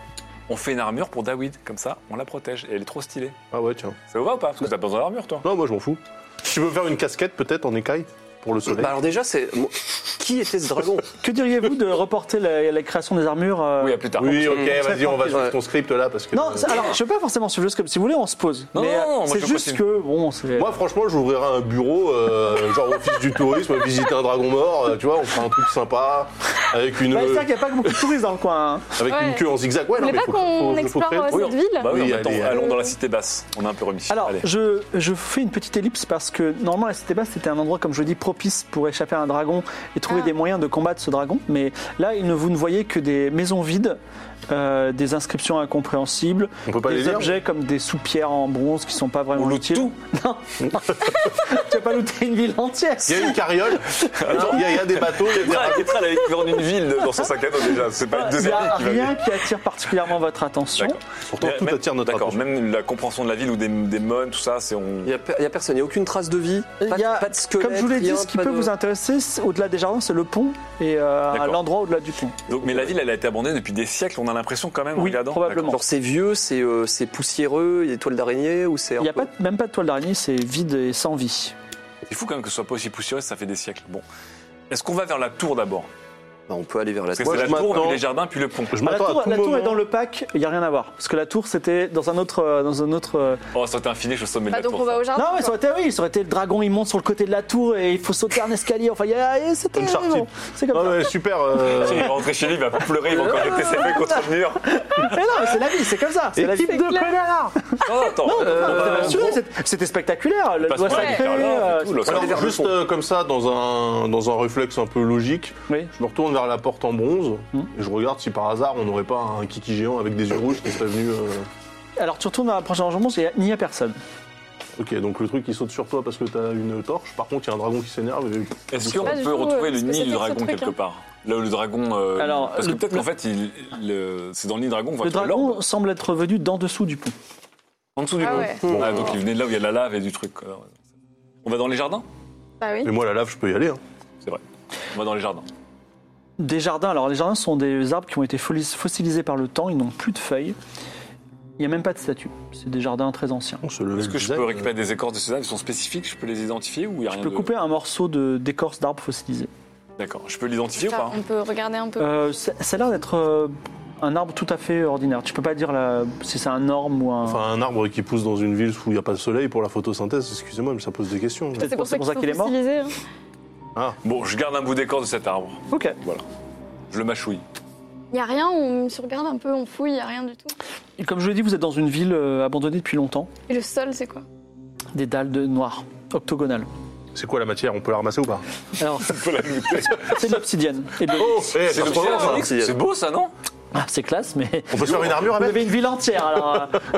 on fait une armure pour Dawid, comme ça, on la protège. Et elle est trop stylée.
Ah ouais, tiens.
Ça vous va ou pas Parce que t'as besoin d'armure, toi.
Non, moi, je m'en fous. Tu veux faire une casquette peut-être en écaille pour le soleil
Bah alors déjà, c'est moi- qui était ce dragon
Que diriez-vous de reporter la, la création des armures euh,
Oui, à plus tard.
Oui, ok, vas-y, on
[LAUGHS]
va
tranquille,
suivre
ouais.
ton script là parce que.
Non, ça- alors je veux pas forcément suivre le scope. Si vous voulez, on se pose.
Non,
Mais,
non,
euh,
non, moi, je
c'est
veux
juste
passer.
que bon, c'est. Bah,
Moi, franchement, j'ouvrirai un bureau, euh, genre office du tourisme, visiter un dragon mort, euh, tu vois, on fera un truc sympa, avec une,
Bah, c'est
euh,
vrai qu'il n'y a pas beaucoup de touristes dans le coin. hein.
avec
Ouais.
une queue en zigzag. Ouais,
Vous
non,
voulez
mais
pas
faut-
qu'on
faut- faut
explore
faire-
euh,
Oui,
cette ville
Bah oui,
Oui,
mais attends,
allez,
allons
allez.
dans la cité basse. On est un peu remis.
Alors,
Allez.
je, je fais une petite ellipse parce que normalement la cité basse c'était un endroit, comme je dis, propice pour échapper à un dragon et trouver
Ah.
des moyens de combattre ce dragon. Mais là, il ne, vous ne voyez que des maisons vides, euh, des inscriptions incompréhensibles,
On peut pas les
des
lire
objets comme des soupières en bronze qui sont pas vraiment
On loot
utiles.
tout
[LAUGHS] Non, tu vas pas looter une ville entière.
Il y a une carriole, il y, a- il y
[LAUGHS]
a des bateaux, il y a des
Kétra, Kétra, elle avait couvert une ville dans son sac à dos déjà. C'est pas une
Il n'y
deuxième
a
ville qui va
rien qui attire particulièrement votre attention.
D'accord.
Pourtant,
Mais
tout
même-
attire notre
D'accord,
attention.
même la compréhension de la ville ou des, des mônes, tout ça, c'est on.
Il n'y a, per- il y a personne, il n'y a aucune trace de vie,
Il
pas,
y a-
de- pas de squelette.
Comme je vous l'ai dit,
rien,
ce qui
pas
peut
de-
vous intéresser, c'est- au-delà des jardins, c'est le pont et euh,
D'accord.
l'endroit au-delà du pont.
Donc, mais la ville, elle a été abandonnée depuis des siècles. On a l'impression quand même. en
Oui,
regardant.
probablement.
Genre c'est vieux, c'est euh, c'est poussiéreux, il y a des toiles d'araignée ou c'est. un
Il n'y a
peu-
pas, même pas de toile d'araignée, c'est vide et sans vie.
D'accord. C'est fou quand même que ce soit pas aussi poussiéreux. Ça fait des siècles. Bon. Est-ce qu'on va vers la tour d'abord
Bah, on peut aller vers la.
Parce que
Moi,
c'est la
je
tour,
m'attends-
puis les jardins, puis le pont.
Je
Ah, la
m'attends
tour,
à tout
la tour
moment.
est dans le pack, il n'y a rien à voir. Parce que la tour, c'était dans un autre. euh, Dans un autre euh,
Oh, ça aurait été un finish au sommet
Bah,
de la
donc
tour.
on va
ça.
au jardin.
Non, mais ça
quoi.
aurait été, oui, ça aurait été le dragon immonde sur le côté de la tour et il faut sauter un escalier. Enfin, il y a- et c'était.
Uncharted.
bon, c'est comme
Non,
ça.
mais super.
[LAUGHS]
euh,
Il va rentrer chez lui, il va pas pleurer, il va encore jeter ses feuilles contre le mur.
Mais non, mais c'est la vie, c'est comme ça. C'est la vie.
Équipe de Euh,
connards
Non, attends.
Bah, assuré, c'est- C'était spectaculaire. Le
Parce
doigt
qu'on va aller
sacré.
vers là,
euh,
et tout, là, ça va
Alors,
aller vers le
juste
pont.
euh, comme ça, dans un, dans un réflexe un peu logique,
Oui.
je me retourne vers la porte en bronze
Hum.
et je regarde si par hasard on n'aurait pas un kiki géant avec des yeux rouges qui serait venu. euh,
Alors, tu retournes dans la prochaine jambon, il n'y a personne.
Ok, donc le truc il saute sur toi parce que t'as une torche. Par contre, il y a un dragon qui s'énerve. et-
Est-ce
sais
qu'on
pas du
peut
tout,
retrouver
euh,
le
ce que
nid
c'était
du
que ce
dragon
truc,
quelque
hein.
part Là où le dragon. euh,
Alors,
parce que
le-
peut-être
le-
qu'en fait, il- le- c'est dans le nid du dragon qu'on va
Le
trouver
dragon
l'orbe.
semble être venu d'en dessous du pont.
En dessous du
Ah
pont.
ouais.
Ah, donc il venait de là où il y a de la lave et du truc. quoi. On va dans les jardins
Bah oui.
Mais moi, la lave, je peux y aller. hein.
On va dans les jardins.
Des jardins, alors les jardins sont des arbres qui ont été folis- fossilisés par le temps, ils n'ont plus de feuilles. Il n'y a même pas de statue. C'est des jardins très anciens.
On se levait
Est-ce
le
que je
design,
peux
euh,
récupérer des écorces de ces arbres Ils sont spécifiques Je peux les identifier ou il n'y a rien
Je
Ah,
peux
bah.
de-
couper un morceau de- d'écorce d'arbre fossilisé.
D'accord. Je peux l'identifier ou
Enfin,
pas
on peut regarder un peu.
Euh, ça ça a l'air d'être euh, un arbre tout à fait ordinaire. Tu peux pas dire la- si c'est un orme ou un.
Enfin, un arbre qui pousse dans une ville où il n'y a pas de soleil pour la photosynthèse, excusez-moi, mais ça pose des questions.
Peut-être
c'est pour ça
c'est pour ça
qu'il
qu'il
faut
est mort.
fossiliser. hein.
Bon, je garde un bout d'écorce de cet arbre.
ok.
Je le mâchouille.
Y a rien, on se regarde un peu, on fouille, y a rien du tout.
Et comme je vous l'ai dit, vous êtes dans une ville euh, abandonnée depuis longtemps.
Et le sol, c'est quoi
Des dalles de noires, octogonales.
C'est quoi la matière On peut la ramasser ou pas
Alors,
[LAUGHS]
Faut la goûter.
c'est de l'obsidienne. et de-
Oh eh,
C'est
ça se
beau,
voit,
ça.
ça.
C'est beau ça, non
Ah, c'est classe, mais.
On peut se faire une armure
Vous
avec
avez une ville entière alors.
[LAUGHS]
euh,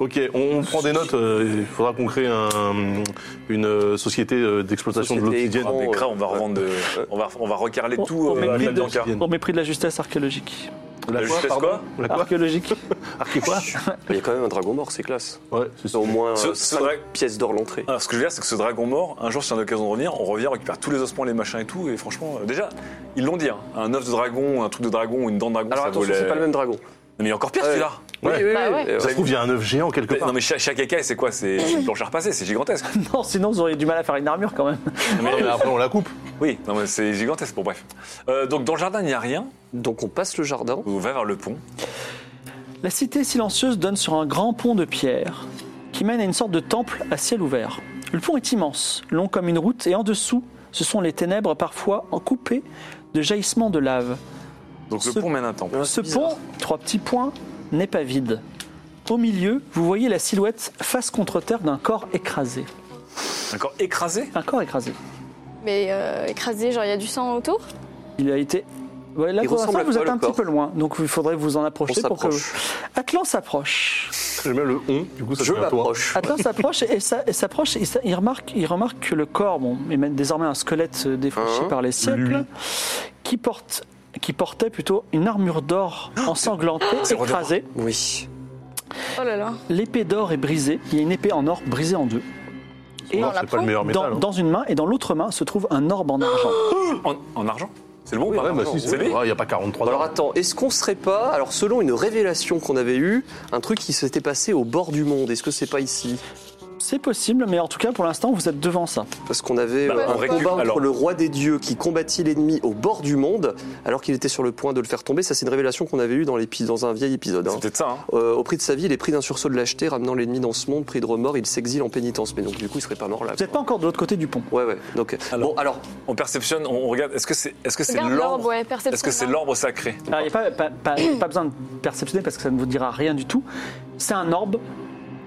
Ok, on prend des notes. euh, Il faudra qu'on crée un- une euh, société euh, d'exploitation de
Société
l'obsidienne.
écran.
Ah, Mais grave, on va
ouais.
revendre de- On va, on va recarler
On-
tout.
on met
euh,
plus
la
de-
banca.
Au mépris de la justesse archéologique.
La
La
quoi,
justesse
pardon
quoi
La quoi
Archéologique. [LAUGHS]
Archi quoi
Il y a quand même un dragon mort, c'est classe.
Ouais, c'est
C'est au moins
Ce-
euh,
ce
cinq
dra-
pièces d'or l'entrée.
Alors, ce que je veux dire, c'est que ce dragon mort, un jour, si on a l'occasion de revenir, on revient, on récupère tous les ossements, les machins et tout. Et franchement, euh, déjà, ils l'ont dit, hein, un œuf de dragon, un truc de dragon ou une dent de dragon,
Alors
ça
attention,
vaut
c'est pas le même dragon.
Non, mais encore pire
Ouais.
celui-là.
Oui, oui, oui.
Bah ouais.
Et, euh,
Ça se trouve, il y a un œuf géant quelque
Mais-
part.
Non, mais chaque, chaque écaille, c'est quoi C'est c'est une planche à repasser, c'est gigantesque.
Non, sinon vous auriez du mal à faire une armure quand même.
Non, mais-
Et après, on la coupe.
oui, non, mais c'est gigantesque, bon, bref. Euh, donc, dans le jardin, il n'y a rien.
Donc on passe le jardin.
On va vers le pont.
La cité silencieuse donne sur un grand pont de pierre qui mène à une sorte de temple à ciel ouvert. Le pont est immense, long comme une route, et en dessous, ce sont les ténèbres parfois en coupées de jaillissements de lave.
Donc, le
Ce- Euh.
pont mène un temple.
Ce pont, trois petits points, n'est pas vide. Au milieu, vous voyez la silhouette face contre terre d'un corps écrasé.
Encore écrasé
Un corps écrasé.
Mais euh, écrasé, genre il y a du sang autour
Il a été. Ouais, là,
Il
pour
ressemble
l'instant,
à
vous
quoi,
êtes
le
un petit
corps
peu loin, donc il faudrait vous en
On
approcher pour que.
s'approche.
Atlan s'approche.
J'aime bien le on, du coup ça
Je
devient toi.
m'approche.
Atlan s'approche et, ça- et s'approche et ça- il remarque, il remarque que le corps, bon, est même désormais un squelette euh, défriché par les siècles, qui porte qui portait plutôt une armure d'or ensanglantée, écrasée.
Oui.
Oh là là.
L'épée d'or est brisée. Il y a une épée en or brisée en deux. Et
Alors, C'est pas le meilleur métal.
dans,
hein.
dans une main et dans l'autre main se trouve un orbe en argent.
En, en argent C'est le bon ou pas
Ouais, bah si,
C'est
c'est
lui
Ouais, Il n'y a pas 43
Alors
ans.
attends, est-ce qu'on serait pas, alors selon une révélation qu'on avait eue, un truc qui s'était passé au bord du monde, est-ce que c'est pas ici
C'est possible, mais en tout cas pour l'instant vous êtes devant ça.
Parce qu'on avait
Bah,
euh,
on
un
récup-
combat entre
alors-
le roi des dieux qui combattit l'ennemi au bord du monde, alors qu'il était sur le point de le faire tomber. Ça, c'est une révélation qu'on avait eue dans, l'épi- dans un vieil épisode. hein.
C'est peut-être ça, hein
Euh, au prix de sa vie, il est pris d'un sursaut de lâcheté, ramenant l'ennemi dans ce monde, pris de remords, il s'exile en pénitence. Mais donc, du coup, il serait pas mort là.
Vous n'êtes pas encore de l'autre côté du pont.
Ouais, ouais. Donc,
Alors-
bon, alors,
On perceptionne, on on regarde. Est-ce que c'est est -ce que c'est
Regarde l'orbe,
l'ordre
ouais, perception.
Est-ce que c'est
de
l'orbre sacré
Alors, il n'y Ah, a pas, pas- pas- pas besoin de perceptionner parce que ça ne vous dira rien du tout. C'est un orbe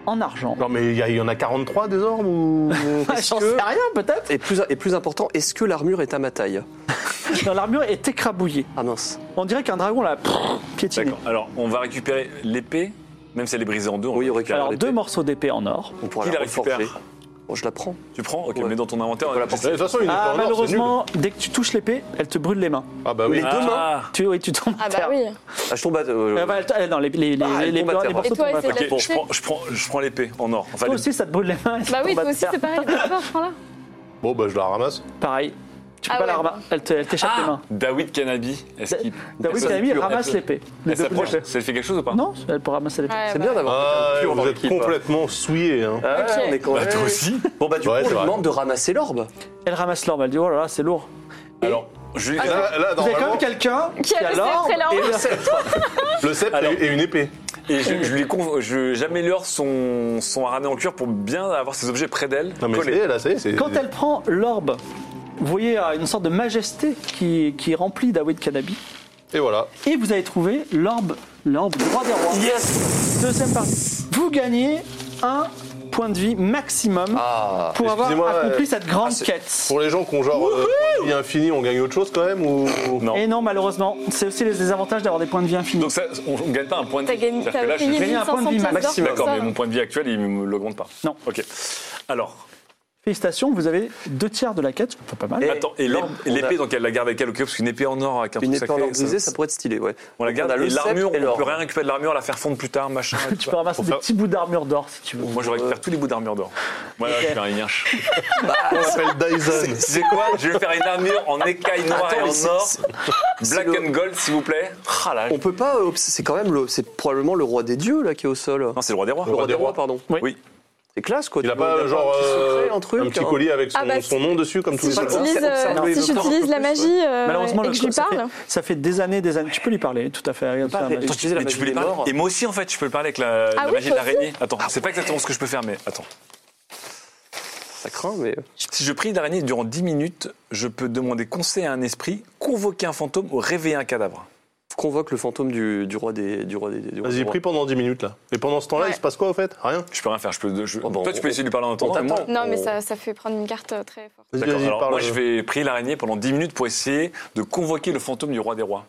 en argent.
Non mais il y, a- il y en a 43 des orbes ou
J'en sais rien peut-être.
et plus, et plus important, est-ce que l'armure est à ma taille
Non, L'armure est écrabouillée.
Ah mince.
On dirait qu'un dragon l'a piétiné.
D'accord. Alors, on va récupérer l'épée, même si elle est brisée en deux. on
Oui,
va
on récupère.
Alors
l'épée.
deux morceaux d'épée en or.
On pourra
Qui
la
la récupère
reforger. Bon, je la prends.
Tu prends Ok,
Ouais.
mets dans ton inventaire.
Voilà,
De toute façon, il n'est
Ah,
pas en or, c'est nul.
malheureusement, dès que tu touches l'épée, elle te brûle les mains.
Ah bah oui.
Les deux mains.
Ah,
Tu, oui, tu tombes à
Ah bah
terre.
oui.
Ah, je tombe à. euh,
Euh, bah, elle t- elle- non, les, les, les,
Ah, elle
les-
tombe à
les
terre.
morceaux
Et toi,
tombent à
essaie
terre.
de
ok,
la
je
toucher.
prends, je prends, je prends l'épée en or. Enfin,
Toi
les-
aussi, ça te brûle les mains. et ça
Bah oui,
tombe à
toi aussi,
terre.
c'est pareil. D'accord, prends-la.
Bon bah je la ramasse.
Pareil. Tu peux
Ah
pas la
ouais.
ramasser. Elle te- elle t'échappe des
Ah
mains.
Dawid Canabi, est-ce qu'il.
David
personne-
Kalami
elle
ramasse
peut-
l'épée. Les
Elle
deux bouts
s'approche,
d'épée.
ça fait quelque chose ou pas
Non, elle peut ramasser l'épée.
Ouais,
C'est
bah,
bien d'avoir.
Ah,
quelqu'un pur
vous
dans
êtes
l'équipe, hein.
complètement souillé. Hein.
Ah,
Ok.
on est quand
Bah, toi
même-
aussi
Bon, bah, du
Ouais,
coup, on
c'est
lui
vrai.
demande de ramasser l'orbe.
Elle ramasse l'orbe. Elle dit Oh là là, c'est lourd.
Alors, je lui
Et Ah,
Ah,
là, là,
C'est
normalement,
comme quelqu'un
Qui a le
l'orbe
sceptre et l'orbe.
et le-
le sceptre
Alors-
et et une épée.
Et je, je lui con- je- j'améliore son, son harnais en cuir pour bien avoir ses objets près d'elle,
Non mais ça y
collés.
est, là, ça y est, c'est.
Quand elle prend l'orbe, vous voyez euh, une sorte de majesté qui, qui est remplie d'Awed Kanabi.
Et voilà.
Et vous avez trouvé l'orbe, l'orbe du roi des rois. Deuxième partie. Vous gagnez un point de vie maximum
Ah.
pour avoir
excusez-moi,
accompli
euh,
cette grande
ah, c'est-
quête.
Pour les gens qui ont genre euh, point de vie infini, on gagne autre chose quand même ou
Non.
Et non, malheureusement, c'est aussi les désavantages d'avoir des points de vie infinis.
Donc ça, on on gagne pas un point de
T'as
vie.
gagné,
C'est-à-dire que
t'as
là, je
payé
payé un point de
1500
vie
pièces
maximum.
d'or pour
D'accord,
ça.
mais mon point de vie actuel, il ne l'augmente pas.
Non.
Ok. Alors,
Félicitations, vous avez deux tiers de la quête, enfin pas mal.
Et-
attends, et l'or-
on
l'épée,
a-
donc elle la garde avec elle, ok, parce qu'une épée en or avec un
Une
truc
épée en
sacré,
or brisée,
ça-
ça pourrait être stylé, ouais.
On la garde,
On a le
et
sceptre
l'armure,
et
on
l'orbe.
peut rien récupérer de l'armure, la faire fondre plus tard,
[LAUGHS]
machin.
tu peux ramasser
Pour
des
faire-
petits bouts d'armure d'or si tu veux.
Moi, je récupère tous les bouts d'armure d'or. Moi, là, je fais un yinche.
[LAUGHS]
On s'appelle Dyson.
Tu sais quoi Je vais faire une armure en écaille noire
Attends,
et
mais
en
c'est-
or.
c'est-
Black
le-
and gold, s'il vous plaît. Ah là,
On peut pas. euh, obs- C'est quand même le. C'est probablement le roi des dieux là qui est au sol.
Non, c'est le roi des rois.
Le roi des rois, pardon.
Oui.
Oui.
C'est classe quoi.
Il
tu
a
vois,
pas
y
genre
un petit
euh,
secret,
un
truc,
petit
hein.
collier avec son,
Ah bah,
son nom dessus comme tous les
Si
autres.
j'utilise, euh,
Observe-le,
si
il veut
j'utilise
pas
la
un peu plus,
magie euh,
Malheureusement,
et
le-
que je lui
ça,
parle,
fait, ça fait des années, des années. Tu peux lui parler, tout à fait. Regarde,
Pas
ça,
ré-
maintenant.
Attends, utiliser la
Mais tu
magie
peux
des
lui parler.
morts.
Et moi aussi, en fait, je peux le parler avec la, la
Ah oui,
magie de
toi aussi
l'araignée. Attends, c'est pas exactement ce que je peux faire, mais attends.
Ça craint, mais. euh,
Si je prie l'araignée durant 10 minutes, je peux demander conseil à un esprit, convoquer un fantôme ou réveiller un cadavre.
Convoque le fantôme du, du roi des. Du roi des. du roi des
Vas-y,
rois.
prie pendant 10 minutes là. Et pendant ce temps-là,
Ouais.
il se passe quoi au fait Rien.
Je peux rien faire. Je peux, je-
Oh, bon,
Toi, tu peux
on-
essayer de lui parler en
on
attendant. mais moi-
t'attend.
Non, mais
On-
ça, ça fait prendre une carte euh, très forte.
Vas-y,
D'accord,
vas-y,
alors
parle.
moi, je vais prier l'araignée pendant 10 minutes pour essayer de convoquer le fantôme du roi des rois.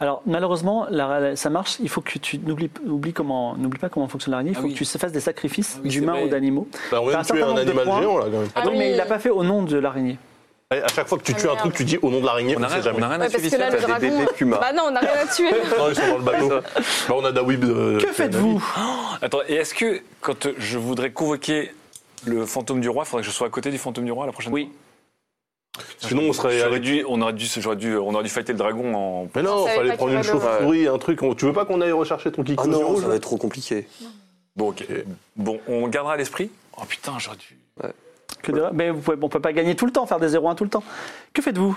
Alors malheureusement, la- la- ça marche. Il faut que tu n'oublies oublie comment- n'oublie pas comment fonctionne l'araignée. Il
Ah
faut
oui. Ah
que tu se fasses des sacrifices
oui, c'est
d'humains
vrai.
ou d'animaux.
Bah, on
T'as
vient
un
de tuer
certain
un
nombre de
animal
points.
géant là quand même.
Ah
non,
oui.
mais il l'a pas fait au nom de l'araignée.
Eh, À chaque fois que tu
Ah,
tues un
merde.
truc, tu dis au nom de l'araignée,
On
on
n'a
sait
rien, on
[LAUGHS] jamais.
a rien à
Ouais, parce que là, le
faire des- des
dragon.
pumas.
Bah non, on n'a rien à tuer.
[LAUGHS] Non, ils sont dans le bateau. bah, on a Dawib de.
Que faites-vous
Attends, et est-ce que quand je voudrais convoquer le fantôme du roi, il faudrait que je sois à côté du fantôme du roi la prochaine
Oui.
Sinon, on
fois
serait.
J'aurais dû, on aurait dû, j'aurais dû, on aurait dû fighter le dragon en.
Mais non,
savait pas
fallait
qu'il
prendre une
y avait le-
chauve-souris, un truc. On- Tu veux pas qu'on aille rechercher ton
Ah
kikoun
non,
rouge
ça va être trop compliqué.
Bon, ok. Bon, on gardera à l'esprit. Oh putain, j'aurais dû.
Que de- Mais vous pouvez- on peut pas gagner tout le temps, faire des 0-1 tout le temps. Que faites-vous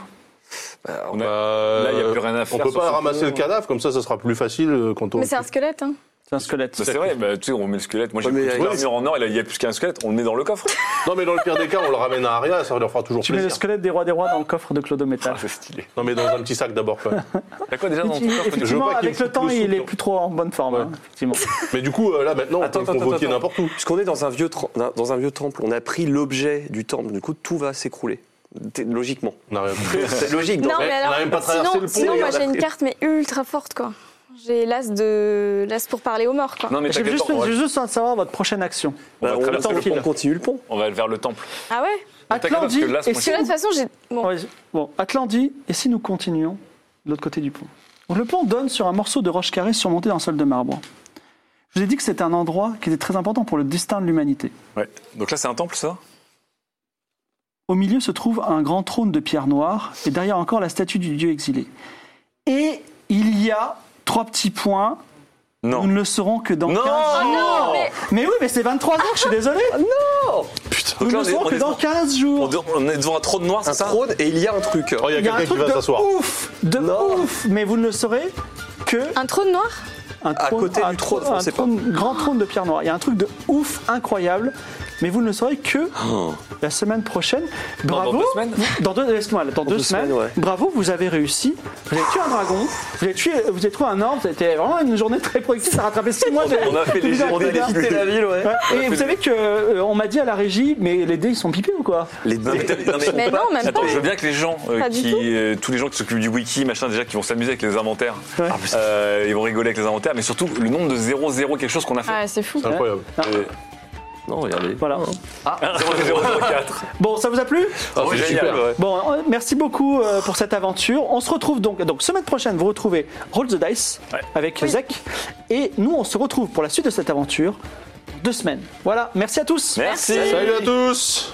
On a-
Bah,
Là, il y a plus rien à faire
On peut
sur
pas
ce hein.
ramasser
pont.
le cadavre, comme ça, ça sera plus facile euh, quand on.
Mais c'est un squelette, hein.
C'est un squelette.
Bah, c'est vrai, bah, tu sais, on met le squelette. Moi, j'ai
Ouais, mais
pris
avec-
l'armure en or, il y a plus qu'un squelette, on le met dans le coffre.
Non, mais dans le pire des cas, on le ramène à Aria, ça leur fera toujours
Tu mets le
plaisir.
squelette des rois des rois dans le coffre de Clodo Métal.
Ah, c'est stylé.
Non, mais dans un petit sac
[LAUGHS]
d'abord, quand même.
[LAUGHS] T'as quoi déjà dans ton
Il-
coffre du-
veux
Effectivement,
pas qu'il me
avec le
foute
temps,
le
il
sou
est
dedans.
plus trop en bonne forme. hein, effectivement.
Mais du coup, euh, là, maintenant, on peut
Attends, attends,
convoquer
attends,
n'importe où.
Puisqu'on est dans un vieux tran- dans- dans un vieux temple, on a pris l'objet du temple. Du coup, tout va s'écrouler. T'es- Logiquement.
On a rien.
C'est logique.
Non,
donc.
mais
on a
alors.
même pas traversé
Sinon,
le pont,
sinon
et
moi
on a
j'ai une
pris-
carte, mais ultra forte, quoi. J'ai l'as de l'as pour parler aux morts, quoi.
Non, mais
J'ai
t'inquiète
juste,
pas, on va-
j'ai juste envie de savoir votre prochaine action.
Bah,
on,
on-
attends,
on continue le pont.
on va vers le temple.
Ah ouais
t'inquiète pas, parce
Atlandi,
que là, ce
et
Parce
si
que là, de
nous-
toute façon, j'ai. Bon.
Ouais, Oh, bon, Atlandi, et si nous continuons de l'autre côté du pont Donc, Le pont donne sur un morceau de roche carrée surmonté d'un sol de marbre. Je vous ai dit que c'était un endroit qui était très important pour le destin de l'humanité.
Ouais. Donc là, c'est un temple, ça
Au milieu se trouve un grand trône de pierre noire et derrière encore la statue du dieu exilé. Et il y a trois petits points. Nous ne le saurons que dans 15 jours.
mais-
Ah Mais oui, mais c'est 23 heures, je suis désolé.
Putain.
Nous
Donc
ne
là,
le
on est-
saurons
on
que
est-
dans 15 jours.
on est- on est devant un trône noir,
Un
c'est ça
trône et il y a un truc.
Oh, il y a
Il y a un
quelqu'un qui
truc
va s'asseoir.
de ouf, de ouf, mais vous ne le saurez que
Un trône noir
un
À côté du trône, on
un
sait pas.
trône- grand trône de pierre noire. Il y a un truc de ouf incroyable, mais vous ne le saurez que la semaine prochaine. Bravo.
deux semaines
Vous- dans deux, laisse-moi, dans deux
deux
semaines.
semaines, ouais.
Bravo, vous avez réussi. Vous avez tué un dragon. Vous avez tué, vous avez trouvé un orbe. C'était vraiment une journées très productive. Ça a rattrapé six mois. de-
On a fait
de
les
misère
on a
avec les dés.
défilé la ville, ouais.
Ouais, Et vous savez que euh, on m'a dit à la régie, mais les dés ils sont pipés ou quoi
Les
Non, mais, t'as- non, mais-
Mais non, même
Attends,
pas.
je veux bien que les gens, euh,
Pas du
qui,
tout.
euh, tous les gens qui s'occupent du wiki, machin, déjà, qui vont s'amuser avec les inventaires,
Ouais.
euh, ils vont rigoler avec les inventaires, mais surtout le nombre de 0-0 quelque chose qu'on a fait.
Ah, c'est fou.
C'est incroyable.
Euh,
Non, regardez.
Voilà.
0-0-0-4.
Bon, ça vous a plu
Oh,
Ah, c'est super.
Bon, euh, merci beaucoup euh, pour cette aventure. On se retrouve donc, donc semaine prochaine, vous retrouvez Roll the Dice
Ouais.
avec Zek. Et nous, on se retrouve pour la suite de cette aventure deux semaines. Voilà, merci à tous.
Merci.
Salut à tous